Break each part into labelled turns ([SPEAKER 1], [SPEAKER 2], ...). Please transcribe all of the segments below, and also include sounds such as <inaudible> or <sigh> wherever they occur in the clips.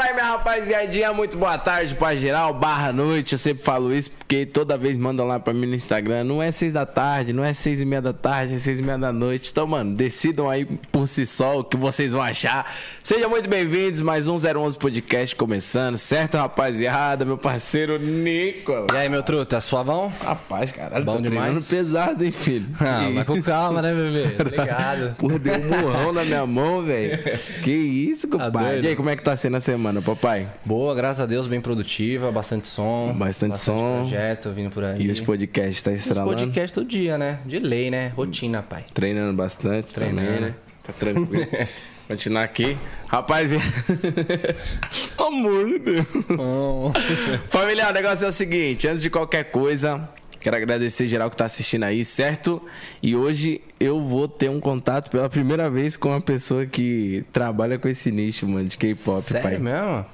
[SPEAKER 1] aí, minha rapaziadinha, muito boa tarde pra geral, barra noite, eu sempre falo isso porque toda vez mandam lá pra mim no Instagram, não é seis da tarde, não é seis e meia da tarde, é seis e meia da noite, então, mano, decidam aí por si só o que vocês vão achar. Sejam muito bem-vindos, mais um 011 Podcast começando, certo, rapaziada, meu parceiro Nicolas.
[SPEAKER 2] E aí, meu truta, é suavão?
[SPEAKER 1] Rapaz, caralho,
[SPEAKER 2] Bom
[SPEAKER 1] tá
[SPEAKER 2] demais.
[SPEAKER 1] treinando pesado, hein, filho?
[SPEAKER 2] Ah,
[SPEAKER 1] Que
[SPEAKER 2] mas com
[SPEAKER 1] isso?
[SPEAKER 2] calma, né, <laughs> bebê? Obrigado.
[SPEAKER 1] Porra, deu um murrão na minha mão,
[SPEAKER 2] <laughs>
[SPEAKER 1] velho. Que isso, compadre.
[SPEAKER 2] doido?
[SPEAKER 1] e aí, como é que tá sendo a semana, papai?
[SPEAKER 2] Boa, graças a Deus, bem produtiva, bastante som.
[SPEAKER 1] Bastante som.
[SPEAKER 2] projeto vindo por aí.
[SPEAKER 1] E os podcasts tá
[SPEAKER 2] Os
[SPEAKER 1] estralando?
[SPEAKER 2] podcast todo dia, né? De lei, né? Rotina, pai.
[SPEAKER 1] Treinando bastante também,
[SPEAKER 2] Treinando.
[SPEAKER 1] né? Tá tranquilo. Continuar aqui. Rapaziada. <laughs> Amor de Deus. Família, o negócio é o seguinte, antes de qualquer coisa, quero agradecer geral que tá assistindo aí, certo? E hoje eu vou ter um contato pela primeira vez com uma pessoa que trabalha com esse nicho, mano, de K-pop,
[SPEAKER 2] Sério
[SPEAKER 1] pai.
[SPEAKER 2] mesmo?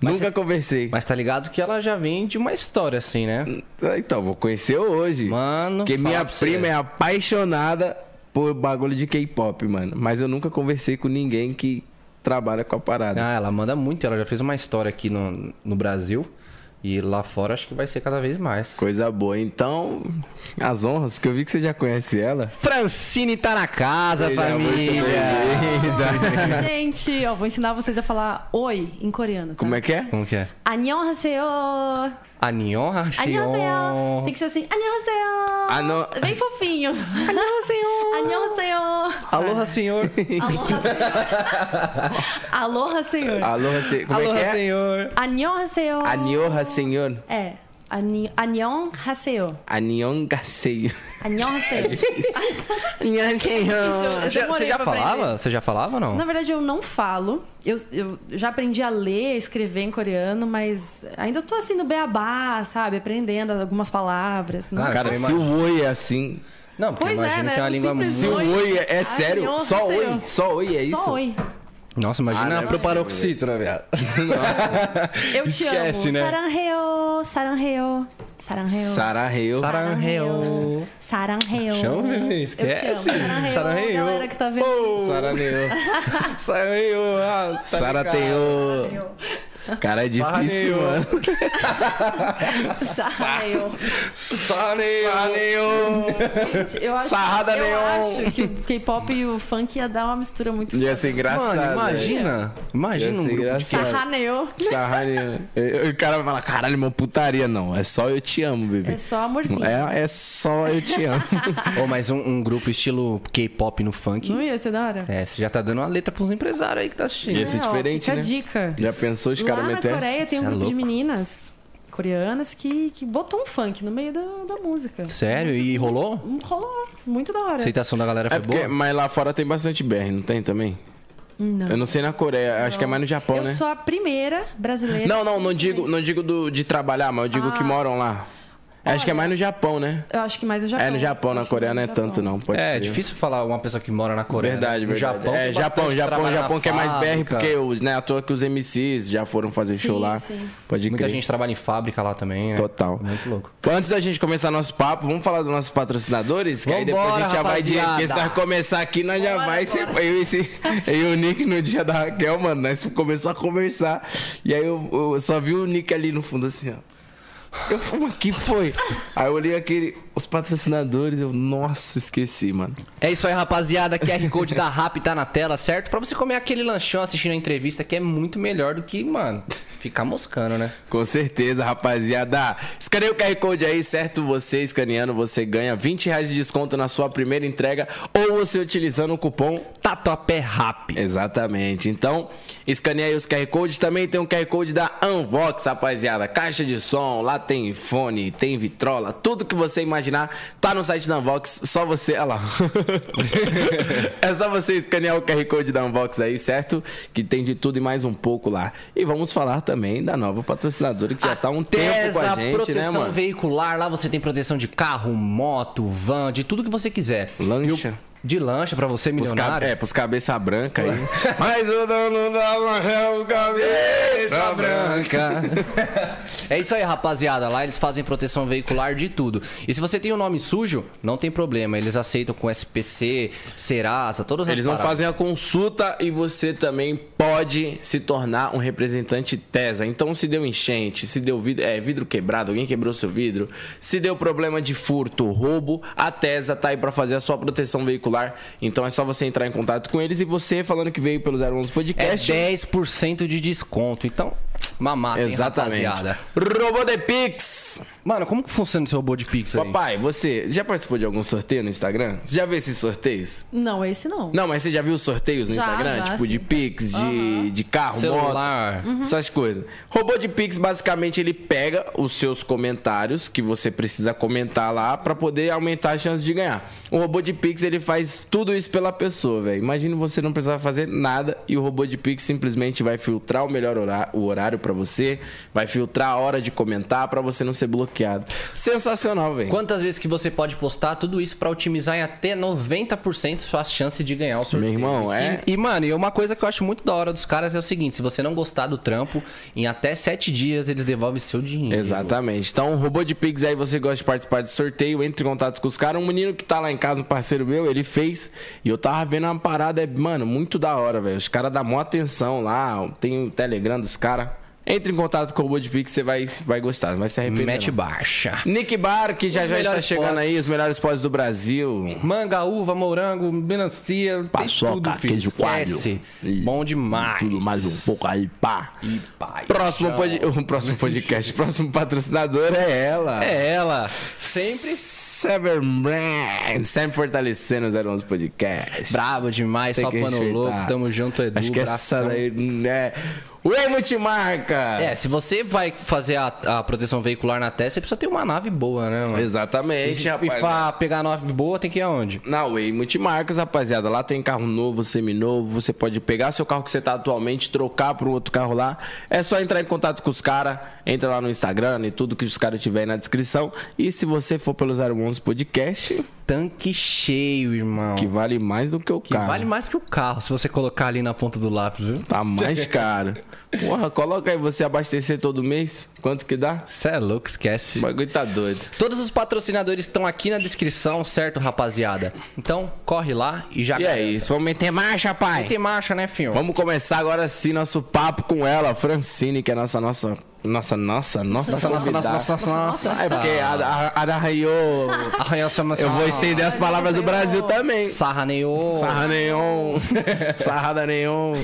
[SPEAKER 1] Nunca conversei.
[SPEAKER 2] Mas tá ligado que ela já vem de uma história, assim, né?
[SPEAKER 1] Então, vou conhecer hoje.
[SPEAKER 2] Mano,
[SPEAKER 1] Porque
[SPEAKER 2] fala
[SPEAKER 1] minha
[SPEAKER 2] pra você.
[SPEAKER 1] prima é apaixonada por bagulho de K-pop, mano. Mas eu nunca conversei com ninguém que trabalha com a parada.
[SPEAKER 2] Ah, ela manda muito. Ela já fez uma história aqui no, no Brasil. E lá fora acho que vai ser cada vez mais.
[SPEAKER 1] Coisa boa. Então, as honras, porque eu vi que você já conhece ela.
[SPEAKER 2] Francine tá na casa,
[SPEAKER 1] Seja muito bem-vinda. <laughs>
[SPEAKER 3] Gente, ó, vou ensinar vocês a falar oi em coreano. Tá?
[SPEAKER 1] Como é que é?
[SPEAKER 2] Como que é?
[SPEAKER 3] Annyeonghaseyo.
[SPEAKER 2] Anion Hashion.
[SPEAKER 3] Annyeonghaseyo. Tem que ser assim. Annyeonghaseyo.
[SPEAKER 1] Ah, não. <laughs>
[SPEAKER 3] Bem fofinho. <laughs> Annyeonghaseyo.
[SPEAKER 2] Aloha, senhor.
[SPEAKER 3] Aloha, senhor. Aloha, senhor.
[SPEAKER 1] Aloha, se... como é
[SPEAKER 2] Aloha,
[SPEAKER 1] que é?
[SPEAKER 2] senhor.
[SPEAKER 3] Annyeonghaseyo.
[SPEAKER 1] Anioha, senhor.
[SPEAKER 3] É. Anni- Annyeonghaseyo.
[SPEAKER 1] Aniongaseio. É
[SPEAKER 3] Annyeonghaseyo.
[SPEAKER 1] Aniongaseio.
[SPEAKER 3] Eu
[SPEAKER 2] Já- Você
[SPEAKER 3] demorei
[SPEAKER 2] já
[SPEAKER 3] pra
[SPEAKER 2] falava?
[SPEAKER 3] aprender.
[SPEAKER 2] Você já falava ou não?
[SPEAKER 3] Na verdade, eu não falo. Eu, eu já aprendi a ler, a escrever em coreano, mas ainda tô assim no beabá, sabe? Aprendendo algumas palavras. Não-
[SPEAKER 2] Ah,
[SPEAKER 1] Cara,
[SPEAKER 2] Eu
[SPEAKER 1] se o oi é assim...
[SPEAKER 2] Não, porque
[SPEAKER 3] Pois é,
[SPEAKER 2] imagina
[SPEAKER 3] né?
[SPEAKER 2] que é uma
[SPEAKER 3] Um
[SPEAKER 2] língua muito...
[SPEAKER 3] simples
[SPEAKER 1] Se o
[SPEAKER 3] Oi.
[SPEAKER 1] oi é, é
[SPEAKER 3] Ai,
[SPEAKER 1] sério,
[SPEAKER 3] Anioha,
[SPEAKER 1] só oi,
[SPEAKER 3] senhor.
[SPEAKER 1] só oi, é isso?
[SPEAKER 3] Só oi.
[SPEAKER 2] Nossa,
[SPEAKER 1] Ah, não é
[SPEAKER 2] imagina pro
[SPEAKER 1] possível,
[SPEAKER 2] paroxítona, <laughs> viado.
[SPEAKER 3] Eu te
[SPEAKER 2] Esquece,
[SPEAKER 3] amo.
[SPEAKER 2] né?
[SPEAKER 3] Saranreo, saranreo, saranreo.
[SPEAKER 1] Saraheu.
[SPEAKER 2] Saranreo.
[SPEAKER 3] Saranreo.
[SPEAKER 2] Chama, bebê,
[SPEAKER 3] Eu
[SPEAKER 2] esquece.
[SPEAKER 3] te amo.
[SPEAKER 2] Saranreo.
[SPEAKER 3] Saranreo. Galera que tá vendo.
[SPEAKER 1] Saraneu.
[SPEAKER 2] Saranreo. ah, tá
[SPEAKER 1] Sarateu. Cara, é difícil,
[SPEAKER 2] Saraneu.
[SPEAKER 1] mano.
[SPEAKER 3] Saranreo.
[SPEAKER 2] Saranreo.
[SPEAKER 3] Gente, eu acho,
[SPEAKER 1] Sarrada
[SPEAKER 3] eu
[SPEAKER 1] neon.
[SPEAKER 3] acho que o K-pop e o funk ia dar uma mistura muito
[SPEAKER 1] Ia
[SPEAKER 3] foda.
[SPEAKER 1] ser engraçado.
[SPEAKER 2] Mano,
[SPEAKER 1] né?
[SPEAKER 2] imagina. Imagina
[SPEAKER 1] Ia
[SPEAKER 2] um
[SPEAKER 1] ser
[SPEAKER 2] grupo de...
[SPEAKER 1] engraçado.
[SPEAKER 3] Sarraneo.
[SPEAKER 1] Sarraneu. E- e O cara vai falar, caralho, uma putaria. Não, é só eu te amo, bebê.
[SPEAKER 3] É só amorzinho.
[SPEAKER 1] É, é só eu te
[SPEAKER 3] <laughs>
[SPEAKER 1] amo.
[SPEAKER 2] Ou mais um, um grupo estilo K-pop no funk.
[SPEAKER 3] Não ia ser da hora?
[SPEAKER 2] É, você já tá dando uma letra pros empresários aí que tá assistindo.
[SPEAKER 1] Ia ser
[SPEAKER 3] É, ó,
[SPEAKER 1] diferente,
[SPEAKER 3] fica
[SPEAKER 1] né?
[SPEAKER 3] a dica.
[SPEAKER 1] Já pensou os caras
[SPEAKER 3] Lá na
[SPEAKER 1] meter essa?
[SPEAKER 3] Coreia tem um
[SPEAKER 2] Cê é
[SPEAKER 3] grupo de
[SPEAKER 2] louco.
[SPEAKER 3] meninas coreanas que, que botou um funk no meio da, da música.
[SPEAKER 2] Sério? E rolou?
[SPEAKER 3] Hum, Rolou. Muito da
[SPEAKER 2] A
[SPEAKER 3] hora.
[SPEAKER 2] aceitação da galera foi
[SPEAKER 1] É porque,
[SPEAKER 2] boa?
[SPEAKER 1] mas lá fora tem bastante BR, não tem também?
[SPEAKER 3] Não.
[SPEAKER 1] Eu não sei na Coreia, acho que é mais no Japão,
[SPEAKER 3] eu
[SPEAKER 1] né?
[SPEAKER 3] sou a primeira brasileira.
[SPEAKER 1] Não, não, não
[SPEAKER 3] Sim,
[SPEAKER 1] digo,
[SPEAKER 3] sim. Ah.
[SPEAKER 1] não digo do, de trabalhar, mas eu digo que moram lá. Acho que é mais no Japão, né?
[SPEAKER 3] Eu acho que mais no Japão.
[SPEAKER 1] É, no Japão, na
[SPEAKER 3] Acho que
[SPEAKER 1] Coreia não é
[SPEAKER 3] mais no Japão.
[SPEAKER 1] tanto, não. Pode
[SPEAKER 2] É,
[SPEAKER 1] crer.
[SPEAKER 2] difícil falar uma pessoa que mora na Coreia. né?
[SPEAKER 1] Verdade,
[SPEAKER 2] No
[SPEAKER 1] verdade.
[SPEAKER 2] Japão,
[SPEAKER 1] é,
[SPEAKER 2] tem
[SPEAKER 1] Japão,
[SPEAKER 2] bastante
[SPEAKER 1] Japão,
[SPEAKER 2] trabalho na
[SPEAKER 1] Japão que é mais BR,
[SPEAKER 2] fábrica.
[SPEAKER 1] porque os, né, à toa que os MCs já foram fazer
[SPEAKER 3] Sim,
[SPEAKER 1] show lá.
[SPEAKER 3] sim.
[SPEAKER 1] Pode
[SPEAKER 2] Muita
[SPEAKER 1] crer.
[SPEAKER 2] gente trabalha em fábrica lá também, né?
[SPEAKER 1] Total.
[SPEAKER 2] Muito louco.
[SPEAKER 1] Antes da gente começar nosso papo, vamos falar dos nossos patrocinadores? Que aí depois a
[SPEAKER 2] Vambora,
[SPEAKER 1] gente já vai de. Porque se
[SPEAKER 2] rapaziada.
[SPEAKER 1] nós começar aqui, nós já
[SPEAKER 3] Bora,
[SPEAKER 1] vai. ser-
[SPEAKER 3] bora.
[SPEAKER 1] eu, e esse, eu e o Nick no dia da Raquel, mano, nós começamos a conversar. E aí eu, eu só vi o Nick ali no fundo assim, ó. Eu fumo aqui, foi. Aí eu olhei aquele. Os patrocinadores, eu, nossa, esqueci, mano.
[SPEAKER 2] É isso aí, rapaziada. QR Code da Rap tá na tela, certo? Pra você comer aquele lanchão assistindo a entrevista, que é muito melhor do que, mano, ficar moscando, né?
[SPEAKER 1] Com certeza, rapaziada. Escaneia o QR Code aí, certo? Você escaneando, você ganha 20 reais de desconto na sua primeira entrega ou você utilizando o cupom.
[SPEAKER 2] Tatuapé Rap.
[SPEAKER 1] Exatamente. Então, escaneia aí os QR Codes. Também tem um QR Code da Unvox, rapaziada. Caixa de som, lá tem fone, tem vitrola, tudo que você imaginar tá no site da Unvox. Só você. Olha lá. <laughs> é só você escanear o QR Code da Unvox aí, certo? Que tem de tudo e mais um pouco lá. E vamos falar também da nova patrocinadora que já
[SPEAKER 2] Ah,
[SPEAKER 1] tá há um tempo com a
[SPEAKER 2] Tesa,
[SPEAKER 1] gente, né,
[SPEAKER 2] proteção
[SPEAKER 1] mano?
[SPEAKER 2] veicular. Lá você tem proteção de carro, moto, van, de tudo que você quiser.
[SPEAKER 1] Lancha.
[SPEAKER 2] E o- De lancha pra você,
[SPEAKER 1] Pros cabe-
[SPEAKER 2] milionário.
[SPEAKER 1] é, <laughs> pros é cabeça Tá branca aí. Mas o dono da marrão, cabeça branca.
[SPEAKER 2] branca. é isso aí, rapaziada. Lá eles fazem proteção veicular de tudo. E se você tem o nome sujo, não tem problema. Eles aceitam com SPC, Serasa, todas
[SPEAKER 1] Eles
[SPEAKER 2] as
[SPEAKER 1] vão
[SPEAKER 2] paradas.
[SPEAKER 1] fazer a consulta e você também pode se tornar um representante TESA. Então, se deu enchente, se deu vidro, é, vidro quebrado, alguém quebrou seu vidro, se deu problema de furto, roubo, a TESA tá aí pra fazer a sua proteção veicular. Então, é só você entrar em contato com eles e você falando que veio pelo 011
[SPEAKER 2] É
[SPEAKER 1] Podcast.
[SPEAKER 2] 10% de desconto. Então, mamata, hein,
[SPEAKER 1] Exatamente.
[SPEAKER 2] rapaziada.
[SPEAKER 1] Robô de Pix.
[SPEAKER 2] Mano, como que funciona esse robô de Pix aí?
[SPEAKER 1] Papai, você já participou de algum sorteio no Instagram? Você já viu esses sorteios?
[SPEAKER 3] Não, esse não.
[SPEAKER 1] Não, mas você já viu os sorteios no
[SPEAKER 3] Já,
[SPEAKER 1] Instagram?
[SPEAKER 3] já,
[SPEAKER 1] tipo,
[SPEAKER 3] sim.
[SPEAKER 1] de Pix, de, de carro,
[SPEAKER 2] Celular.
[SPEAKER 1] moto, essas coisas. Robô de Pix, basicamente, ele pega os seus comentários que você precisa comentar lá pra poder aumentar a chance de ganhar. O robô de Pix, ele faz tudo isso pela pessoa, velho. Imagina você não precisar fazer nada e o robô de Pix simplesmente vai filtrar o melhor hora- o horário pra você, vai filtrar a hora de comentar pra você não ser bloqueado. Sensacional, velho.
[SPEAKER 2] Quantas vezes que você pode postar tudo isso pra otimizar em até 90% sua chance de ganhar o sorteio.
[SPEAKER 1] Meu irmão,
[SPEAKER 2] e, se-
[SPEAKER 1] é-
[SPEAKER 2] E, mano, e uma coisa que eu acho muito da hora dos caras é o seguinte, se você não gostar do trampo, em até 7 dias eles devolvem seu dinheiro.
[SPEAKER 1] Exatamente. Então, robô de Pix aí, você gosta de participar de sorteio, entre em contato com os caras. Um menino que tá lá em casa, um parceiro meu, ele fez. E eu tava vendo uma parada, é, mano, muito da hora, velho. Os caras dão mó atenção lá, tem o Telegram dos caras. Entre em contato com o robô de Pix, você vai, vai gostar, não vai se arrepender.
[SPEAKER 2] Mete
[SPEAKER 1] não.
[SPEAKER 2] baixa.
[SPEAKER 1] Nick Bar, que já,
[SPEAKER 2] Os
[SPEAKER 1] já está
[SPEAKER 2] melhores
[SPEAKER 1] chegando
[SPEAKER 2] spots.
[SPEAKER 1] aí, os melhores spots do Brasil.
[SPEAKER 2] Manga, uva, morango, melancia, tem
[SPEAKER 1] Paçoca,
[SPEAKER 2] filho.
[SPEAKER 1] queijo coalho.
[SPEAKER 2] Esquece.
[SPEAKER 1] E
[SPEAKER 2] Bom demais.
[SPEAKER 1] Tudo mais um pouco aí, pá.
[SPEAKER 2] E pai.
[SPEAKER 1] Próximo, pod... <laughs> o próximo podcast, próximo patrocinador é ela.
[SPEAKER 2] É ela. Sempre
[SPEAKER 1] Severn Brand, sempre fortalecendo o 011 Podcast.
[SPEAKER 2] brava demais,
[SPEAKER 1] Tem
[SPEAKER 2] só
[SPEAKER 1] que
[SPEAKER 2] pano
[SPEAKER 1] respeitar.
[SPEAKER 2] louco. Tamo junto, Edu.
[SPEAKER 1] Acho que essa
[SPEAKER 2] abração.
[SPEAKER 1] daí, né? Way Multimarca!
[SPEAKER 2] É, se você vai fazer a, a proteção veicular na testa, você precisa ter uma nave boa, né, mano?
[SPEAKER 1] Exatamente,
[SPEAKER 2] Se
[SPEAKER 1] rapaz. né?
[SPEAKER 2] pra pegar nave boa, tem que ir aonde?
[SPEAKER 1] Na Way Multimarcas, rapaziada. Lá tem carro novo, seminovo. Você pode pegar seu carro que você tá atualmente, trocar para um outro carro lá. É só entrar em contato com os caras. Entra lá no Instagram e tudo que os caras tiver aí na descrição. E se você for pelo 011 Podcast,
[SPEAKER 2] Tanque cheio, irmão.
[SPEAKER 1] que
[SPEAKER 2] Que,
[SPEAKER 1] vale mais do que o carro.
[SPEAKER 2] vale mais que o carro, se você colocar ali na ponta do lápis, viu?
[SPEAKER 1] Tá mais caro. Porra, coloca aí você abastecer todo mês. Quanto que dá?
[SPEAKER 2] Você é louco, esquece.
[SPEAKER 1] O bagulho tá doido.
[SPEAKER 2] Todos os patrocinadores estão aqui na descrição, certo, rapaziada? Então, corre lá e já...
[SPEAKER 1] E é isso, vamos meter marcha, pai.
[SPEAKER 2] Tem marcha, né, filho?
[SPEAKER 1] Vamos começar agora sim nosso papo com ela, Francine, que é nossa, nossa, nossa, nossa, nossa, nossa, nossa, nossa,
[SPEAKER 3] nossa,
[SPEAKER 1] É porque a, a, a da Rayo,
[SPEAKER 2] Arranhar essa
[SPEAKER 1] eu vou estender as palavras do Brasil também.
[SPEAKER 2] Sarra neô.
[SPEAKER 1] Sarra <laughs> nenhum, sarrada nenhum.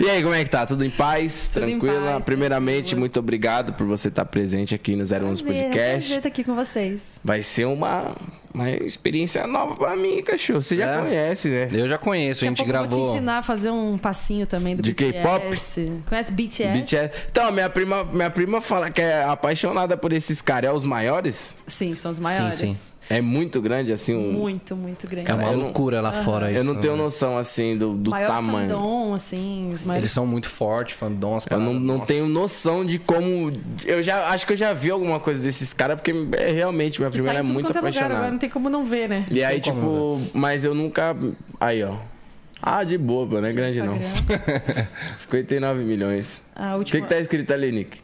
[SPEAKER 1] E aí, como é que tá? Tudo em paz?
[SPEAKER 3] Tudo em
[SPEAKER 1] Tranquila?
[SPEAKER 3] paz,
[SPEAKER 1] Primeiramente,
[SPEAKER 3] tranquilo.
[SPEAKER 1] muito obrigado por você estar presente aqui no 011
[SPEAKER 3] Prazer, é um
[SPEAKER 1] Podcast.
[SPEAKER 3] prazer estar aqui com vocês.
[SPEAKER 1] Vai ser uma, uma experiência nova pra mim, cachorro. Você já
[SPEAKER 2] É?
[SPEAKER 1] conhece, né?
[SPEAKER 2] Eu já conheço, a
[SPEAKER 3] Daqui
[SPEAKER 2] gente
[SPEAKER 3] a pouco eu vou te
[SPEAKER 2] gravou...
[SPEAKER 3] ensinar a fazer um passinho também do
[SPEAKER 1] De
[SPEAKER 3] BTS. Conhece BTS?
[SPEAKER 1] BTS. Então, minha prima, minha prima fala que é apaixonada por esses caras. É os maiores?
[SPEAKER 3] Sim, são os maiores.
[SPEAKER 2] sim.
[SPEAKER 1] É muito grande, assim. um-
[SPEAKER 3] Muito, muito grande.
[SPEAKER 2] É uma
[SPEAKER 1] Eu não-
[SPEAKER 2] loucura lá fora isso.
[SPEAKER 1] eu não tenho
[SPEAKER 2] mano.
[SPEAKER 1] noção, assim, do, do
[SPEAKER 3] maior
[SPEAKER 1] tamanho.
[SPEAKER 3] fandom, assim, os maiores.
[SPEAKER 2] Eles são muito fortes, fandom, as
[SPEAKER 1] Eu não,
[SPEAKER 2] paradas.
[SPEAKER 1] não
[SPEAKER 3] é
[SPEAKER 2] Nossa.
[SPEAKER 1] tenho noção de como. Eu já acho que eu já vi alguma coisa desses caras, porque é, realmente minha
[SPEAKER 3] tá
[SPEAKER 1] prima
[SPEAKER 3] em
[SPEAKER 1] ela é
[SPEAKER 3] tudo
[SPEAKER 1] muito
[SPEAKER 3] quanto é lugar,
[SPEAKER 1] apaixonada.
[SPEAKER 3] agora não tem como não ver, né?
[SPEAKER 1] E aí,
[SPEAKER 2] tem
[SPEAKER 1] tipo,
[SPEAKER 2] como,
[SPEAKER 1] mas eu nunca. Aí, ó. Ah, de boba, não é grande não. <laughs>
[SPEAKER 3] Instagram.
[SPEAKER 1] 59 milhões.
[SPEAKER 3] A
[SPEAKER 1] <laughs> O que,
[SPEAKER 3] última...
[SPEAKER 1] que tá escrito ali, Nick?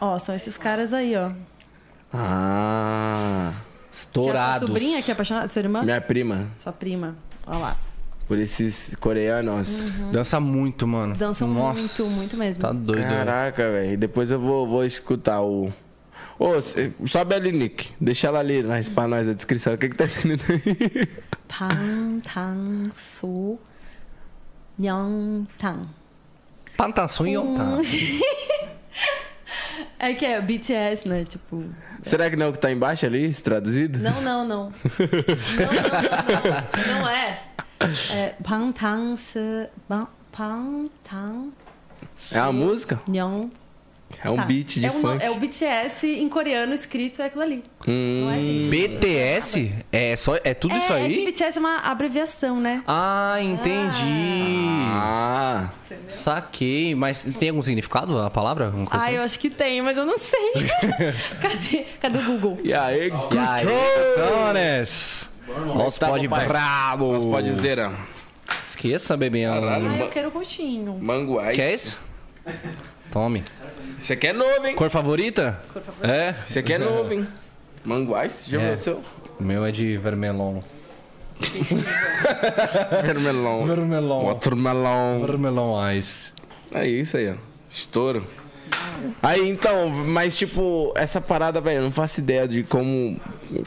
[SPEAKER 3] Ó, são esses caras aí, ó.
[SPEAKER 1] Ah.
[SPEAKER 3] Que é a sua
[SPEAKER 2] Estourados.
[SPEAKER 3] sobrinha que é apaixonada, sua irmã?
[SPEAKER 1] Minha prima.
[SPEAKER 3] Sua prima. Ó lá.
[SPEAKER 1] Por esses coreanos.
[SPEAKER 2] Dança muito, mano.
[SPEAKER 3] Dançam
[SPEAKER 2] Nossa,
[SPEAKER 3] Uhum. muito, muito mesmo.
[SPEAKER 2] Tá doido. velho.
[SPEAKER 1] Caraca, velho. Depois eu vou, vou escutar o. Ô, cê- sobe ali, Nick. Deixa ela ali nós, pra nós a descrição. O que, que tá escrito aí?
[SPEAKER 3] Tang, tang, su, nyang, tang.
[SPEAKER 2] Pantação e
[SPEAKER 3] Uhum.
[SPEAKER 2] ontem.
[SPEAKER 3] É que é BTS, né? Tipo.
[SPEAKER 1] <laughs> Será que não é o que tá embaixo ali, traduzido?
[SPEAKER 3] Não, não,
[SPEAKER 1] <laughs>
[SPEAKER 3] não. Não, não, não, não. Não é. É. Pang, tang, se. bang, Pang, tang,
[SPEAKER 1] É uma música?
[SPEAKER 3] nyang.
[SPEAKER 1] É um
[SPEAKER 3] tang.
[SPEAKER 1] beat de
[SPEAKER 3] é o no-
[SPEAKER 1] funk.
[SPEAKER 3] É o BTS em coreano escrito, é aquilo ali. Não
[SPEAKER 1] Hum.
[SPEAKER 3] é, gente?
[SPEAKER 2] BTS? É, só, é tudo
[SPEAKER 3] É,
[SPEAKER 2] isso
[SPEAKER 3] é que
[SPEAKER 2] aí?
[SPEAKER 3] BTS é uma abreviação, né?
[SPEAKER 2] Ah, entendi.
[SPEAKER 1] Ah.
[SPEAKER 2] Saquei. Mas tem algum significado a palavra? Alguma coisa
[SPEAKER 3] Ah,
[SPEAKER 1] é.
[SPEAKER 2] assim?
[SPEAKER 3] eu acho que tem, mas eu
[SPEAKER 1] <laughs>
[SPEAKER 3] não sei. cadê, cadê o Google?
[SPEAKER 1] E aí,
[SPEAKER 2] E aí, Tones? Nosso
[SPEAKER 1] Tá,
[SPEAKER 2] pod
[SPEAKER 1] papai.
[SPEAKER 2] brabo.
[SPEAKER 1] Nós
[SPEAKER 2] né?
[SPEAKER 1] pode dizer, ó.
[SPEAKER 2] Esqueça, bebê.
[SPEAKER 1] Caralho.
[SPEAKER 3] Ah, eu quero roxinho.
[SPEAKER 1] Manguais.
[SPEAKER 2] Que é isso? Tome.
[SPEAKER 1] Isso aqui é novo, hein?
[SPEAKER 2] Cor favorita?
[SPEAKER 3] Cor favorita.
[SPEAKER 2] É?
[SPEAKER 1] Isso aqui é novo, hein? Manguais, já
[SPEAKER 2] É.
[SPEAKER 1] viu o
[SPEAKER 2] <laughs>
[SPEAKER 1] seu?
[SPEAKER 2] O meu é de vermelon.
[SPEAKER 1] Vermelão.
[SPEAKER 2] Vermelon.
[SPEAKER 1] Watermelon.
[SPEAKER 2] Vermelon Ice.
[SPEAKER 1] É isso aí, ó. Estouro. Aí então, mas tipo, essa parada, velho, eu não faço ideia de como.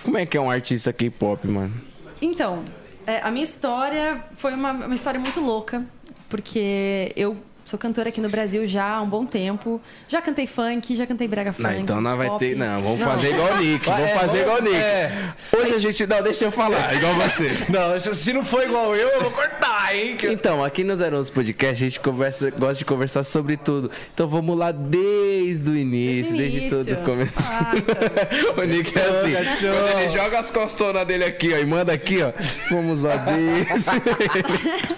[SPEAKER 1] Como é que é um artista K-pop, mano?
[SPEAKER 3] Então, é, a minha história foi uma, uma história muito louca, porque eu sou cantora aqui no Brasil já há um bom tempo. Já cantei funk, já cantei brega
[SPEAKER 1] Não,
[SPEAKER 3] funk.
[SPEAKER 1] então não vai
[SPEAKER 3] pop.
[SPEAKER 1] ter. Não, vamos fazer igual o Nick. Vamos
[SPEAKER 2] É,
[SPEAKER 1] fazer igual o Nick.
[SPEAKER 2] é.
[SPEAKER 1] Hoje a gente. Não, deixa eu falar, igual você.
[SPEAKER 2] Não, se- se não for igual eu, eu vou cortar, hein? que eu-
[SPEAKER 1] Então, aqui no Zero Onze Podcast a gente conversa, gosta de conversar sobre tudo. Então vamos lá desde o início, desde,
[SPEAKER 3] Desde o
[SPEAKER 1] todo o
[SPEAKER 3] início.
[SPEAKER 1] começo.
[SPEAKER 3] Ah,
[SPEAKER 1] <laughs> o Nick é assim.
[SPEAKER 2] Joga,
[SPEAKER 1] Quando ele joga as costonas dele aqui, ó, e manda aqui, ó. Vamos lá desde.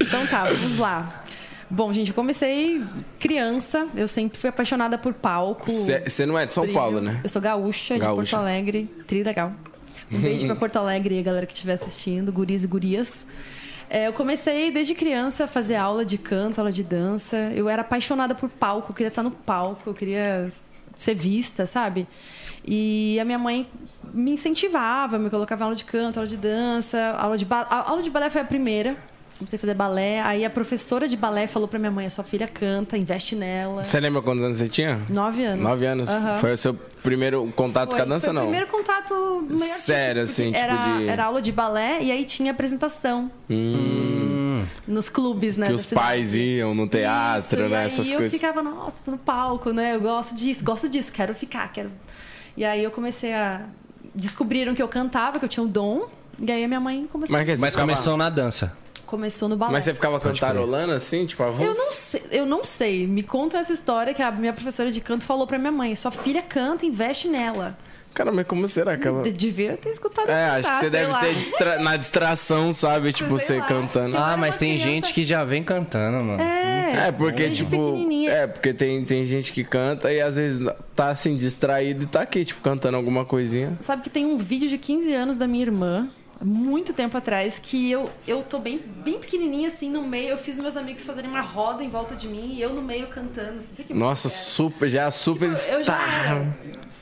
[SPEAKER 3] Então tá, vamos lá. Bom, gente, eu comecei criança, eu sempre fui apaixonada por palco.
[SPEAKER 1] Você não é de São
[SPEAKER 3] brilho.
[SPEAKER 1] Paulo, né?
[SPEAKER 3] Eu sou gaúcha, de
[SPEAKER 1] Gaúcha.
[SPEAKER 3] Porto Alegre, tri legal. Um
[SPEAKER 1] <laughs>
[SPEAKER 3] beijo pra Porto Alegre e a galera que estiver assistindo, guris e gurias. É, eu comecei desde criança a fazer aula de canto, aula de dança. Eu era apaixonada por palco, eu queria estar no palco, eu queria ser vista, sabe? E a minha mãe me incentivava, me colocava em aula de canto, aula de dança, aula de balé. A aula de balé foi a primeira. Comecei a fazer balé. Aí a professora de balé falou pra minha mãe: a sua filha canta, investe nela.
[SPEAKER 1] Você lembra quantos anos você tinha?
[SPEAKER 3] Nove anos.
[SPEAKER 1] Nove anos.
[SPEAKER 3] Aham.
[SPEAKER 1] Foi o seu primeiro contato
[SPEAKER 3] Foi-
[SPEAKER 1] com a dança,
[SPEAKER 3] foi
[SPEAKER 1] não?
[SPEAKER 3] O primeiro contato meio
[SPEAKER 1] Sério,
[SPEAKER 3] artístico,
[SPEAKER 1] assim,
[SPEAKER 3] porque
[SPEAKER 1] tipo
[SPEAKER 3] era,
[SPEAKER 1] de-
[SPEAKER 3] era aula de balé e aí tinha apresentação. Nos clubes,
[SPEAKER 1] Hum,
[SPEAKER 3] né?
[SPEAKER 1] Que
[SPEAKER 3] da
[SPEAKER 1] os
[SPEAKER 3] cidade.
[SPEAKER 1] pais iam no teatro,
[SPEAKER 3] Isso,
[SPEAKER 1] né?
[SPEAKER 3] E aí
[SPEAKER 1] Essas
[SPEAKER 3] eu
[SPEAKER 1] coisas.
[SPEAKER 3] ficava, nossa, tô no palco, né? Eu gosto disso, gosto disso, quero ficar, quero. E aí eu comecei a. Descobriram que eu cantava, que eu tinha um dom. E aí a minha mãe começou,
[SPEAKER 1] que você
[SPEAKER 2] Mas
[SPEAKER 1] ficava-
[SPEAKER 2] começou na dança.
[SPEAKER 3] começou no balé.
[SPEAKER 1] Mas você ficava cantarolando assim, tipo, avanço?
[SPEAKER 3] Eu não, sei, eu não sei. Me conta essa história que a minha professora de canto falou pra minha mãe: sua filha canta, investe nela.
[SPEAKER 1] Cara, mas como será que ela.
[SPEAKER 3] De- Devia ter escutado
[SPEAKER 1] É,
[SPEAKER 3] eu
[SPEAKER 1] acho que
[SPEAKER 3] cantar,
[SPEAKER 1] você
[SPEAKER 3] sei
[SPEAKER 1] deve
[SPEAKER 3] lá.
[SPEAKER 1] ter distra- na distração, sabe? Tipo,
[SPEAKER 3] Sei
[SPEAKER 1] você
[SPEAKER 3] lá.
[SPEAKER 1] cantando.
[SPEAKER 3] Eu
[SPEAKER 2] Ah,
[SPEAKER 3] era
[SPEAKER 2] mas
[SPEAKER 3] uma
[SPEAKER 2] tem
[SPEAKER 3] criança-
[SPEAKER 2] gente que já vem cantando, mano.
[SPEAKER 3] É,
[SPEAKER 1] É, porque,
[SPEAKER 3] desde
[SPEAKER 1] tipo.
[SPEAKER 3] pequenininha.
[SPEAKER 1] É, porque tem, tem gente que canta e às vezes tá assim, distraído e tá aqui, tipo, cantando alguma coisinha.
[SPEAKER 3] Sabe que tem um vídeo de 15 anos da minha irmã, muito tempo atrás, que eu, eu tô bem, bem pequenininha, assim, no meio. Eu fiz meus amigos fazerem uma roda em volta de mim e eu no meio cantando. Não sei que
[SPEAKER 1] Nossa,
[SPEAKER 3] música
[SPEAKER 1] super, já super.
[SPEAKER 3] era. Tipo, eu já
[SPEAKER 1] star.
[SPEAKER 3] era.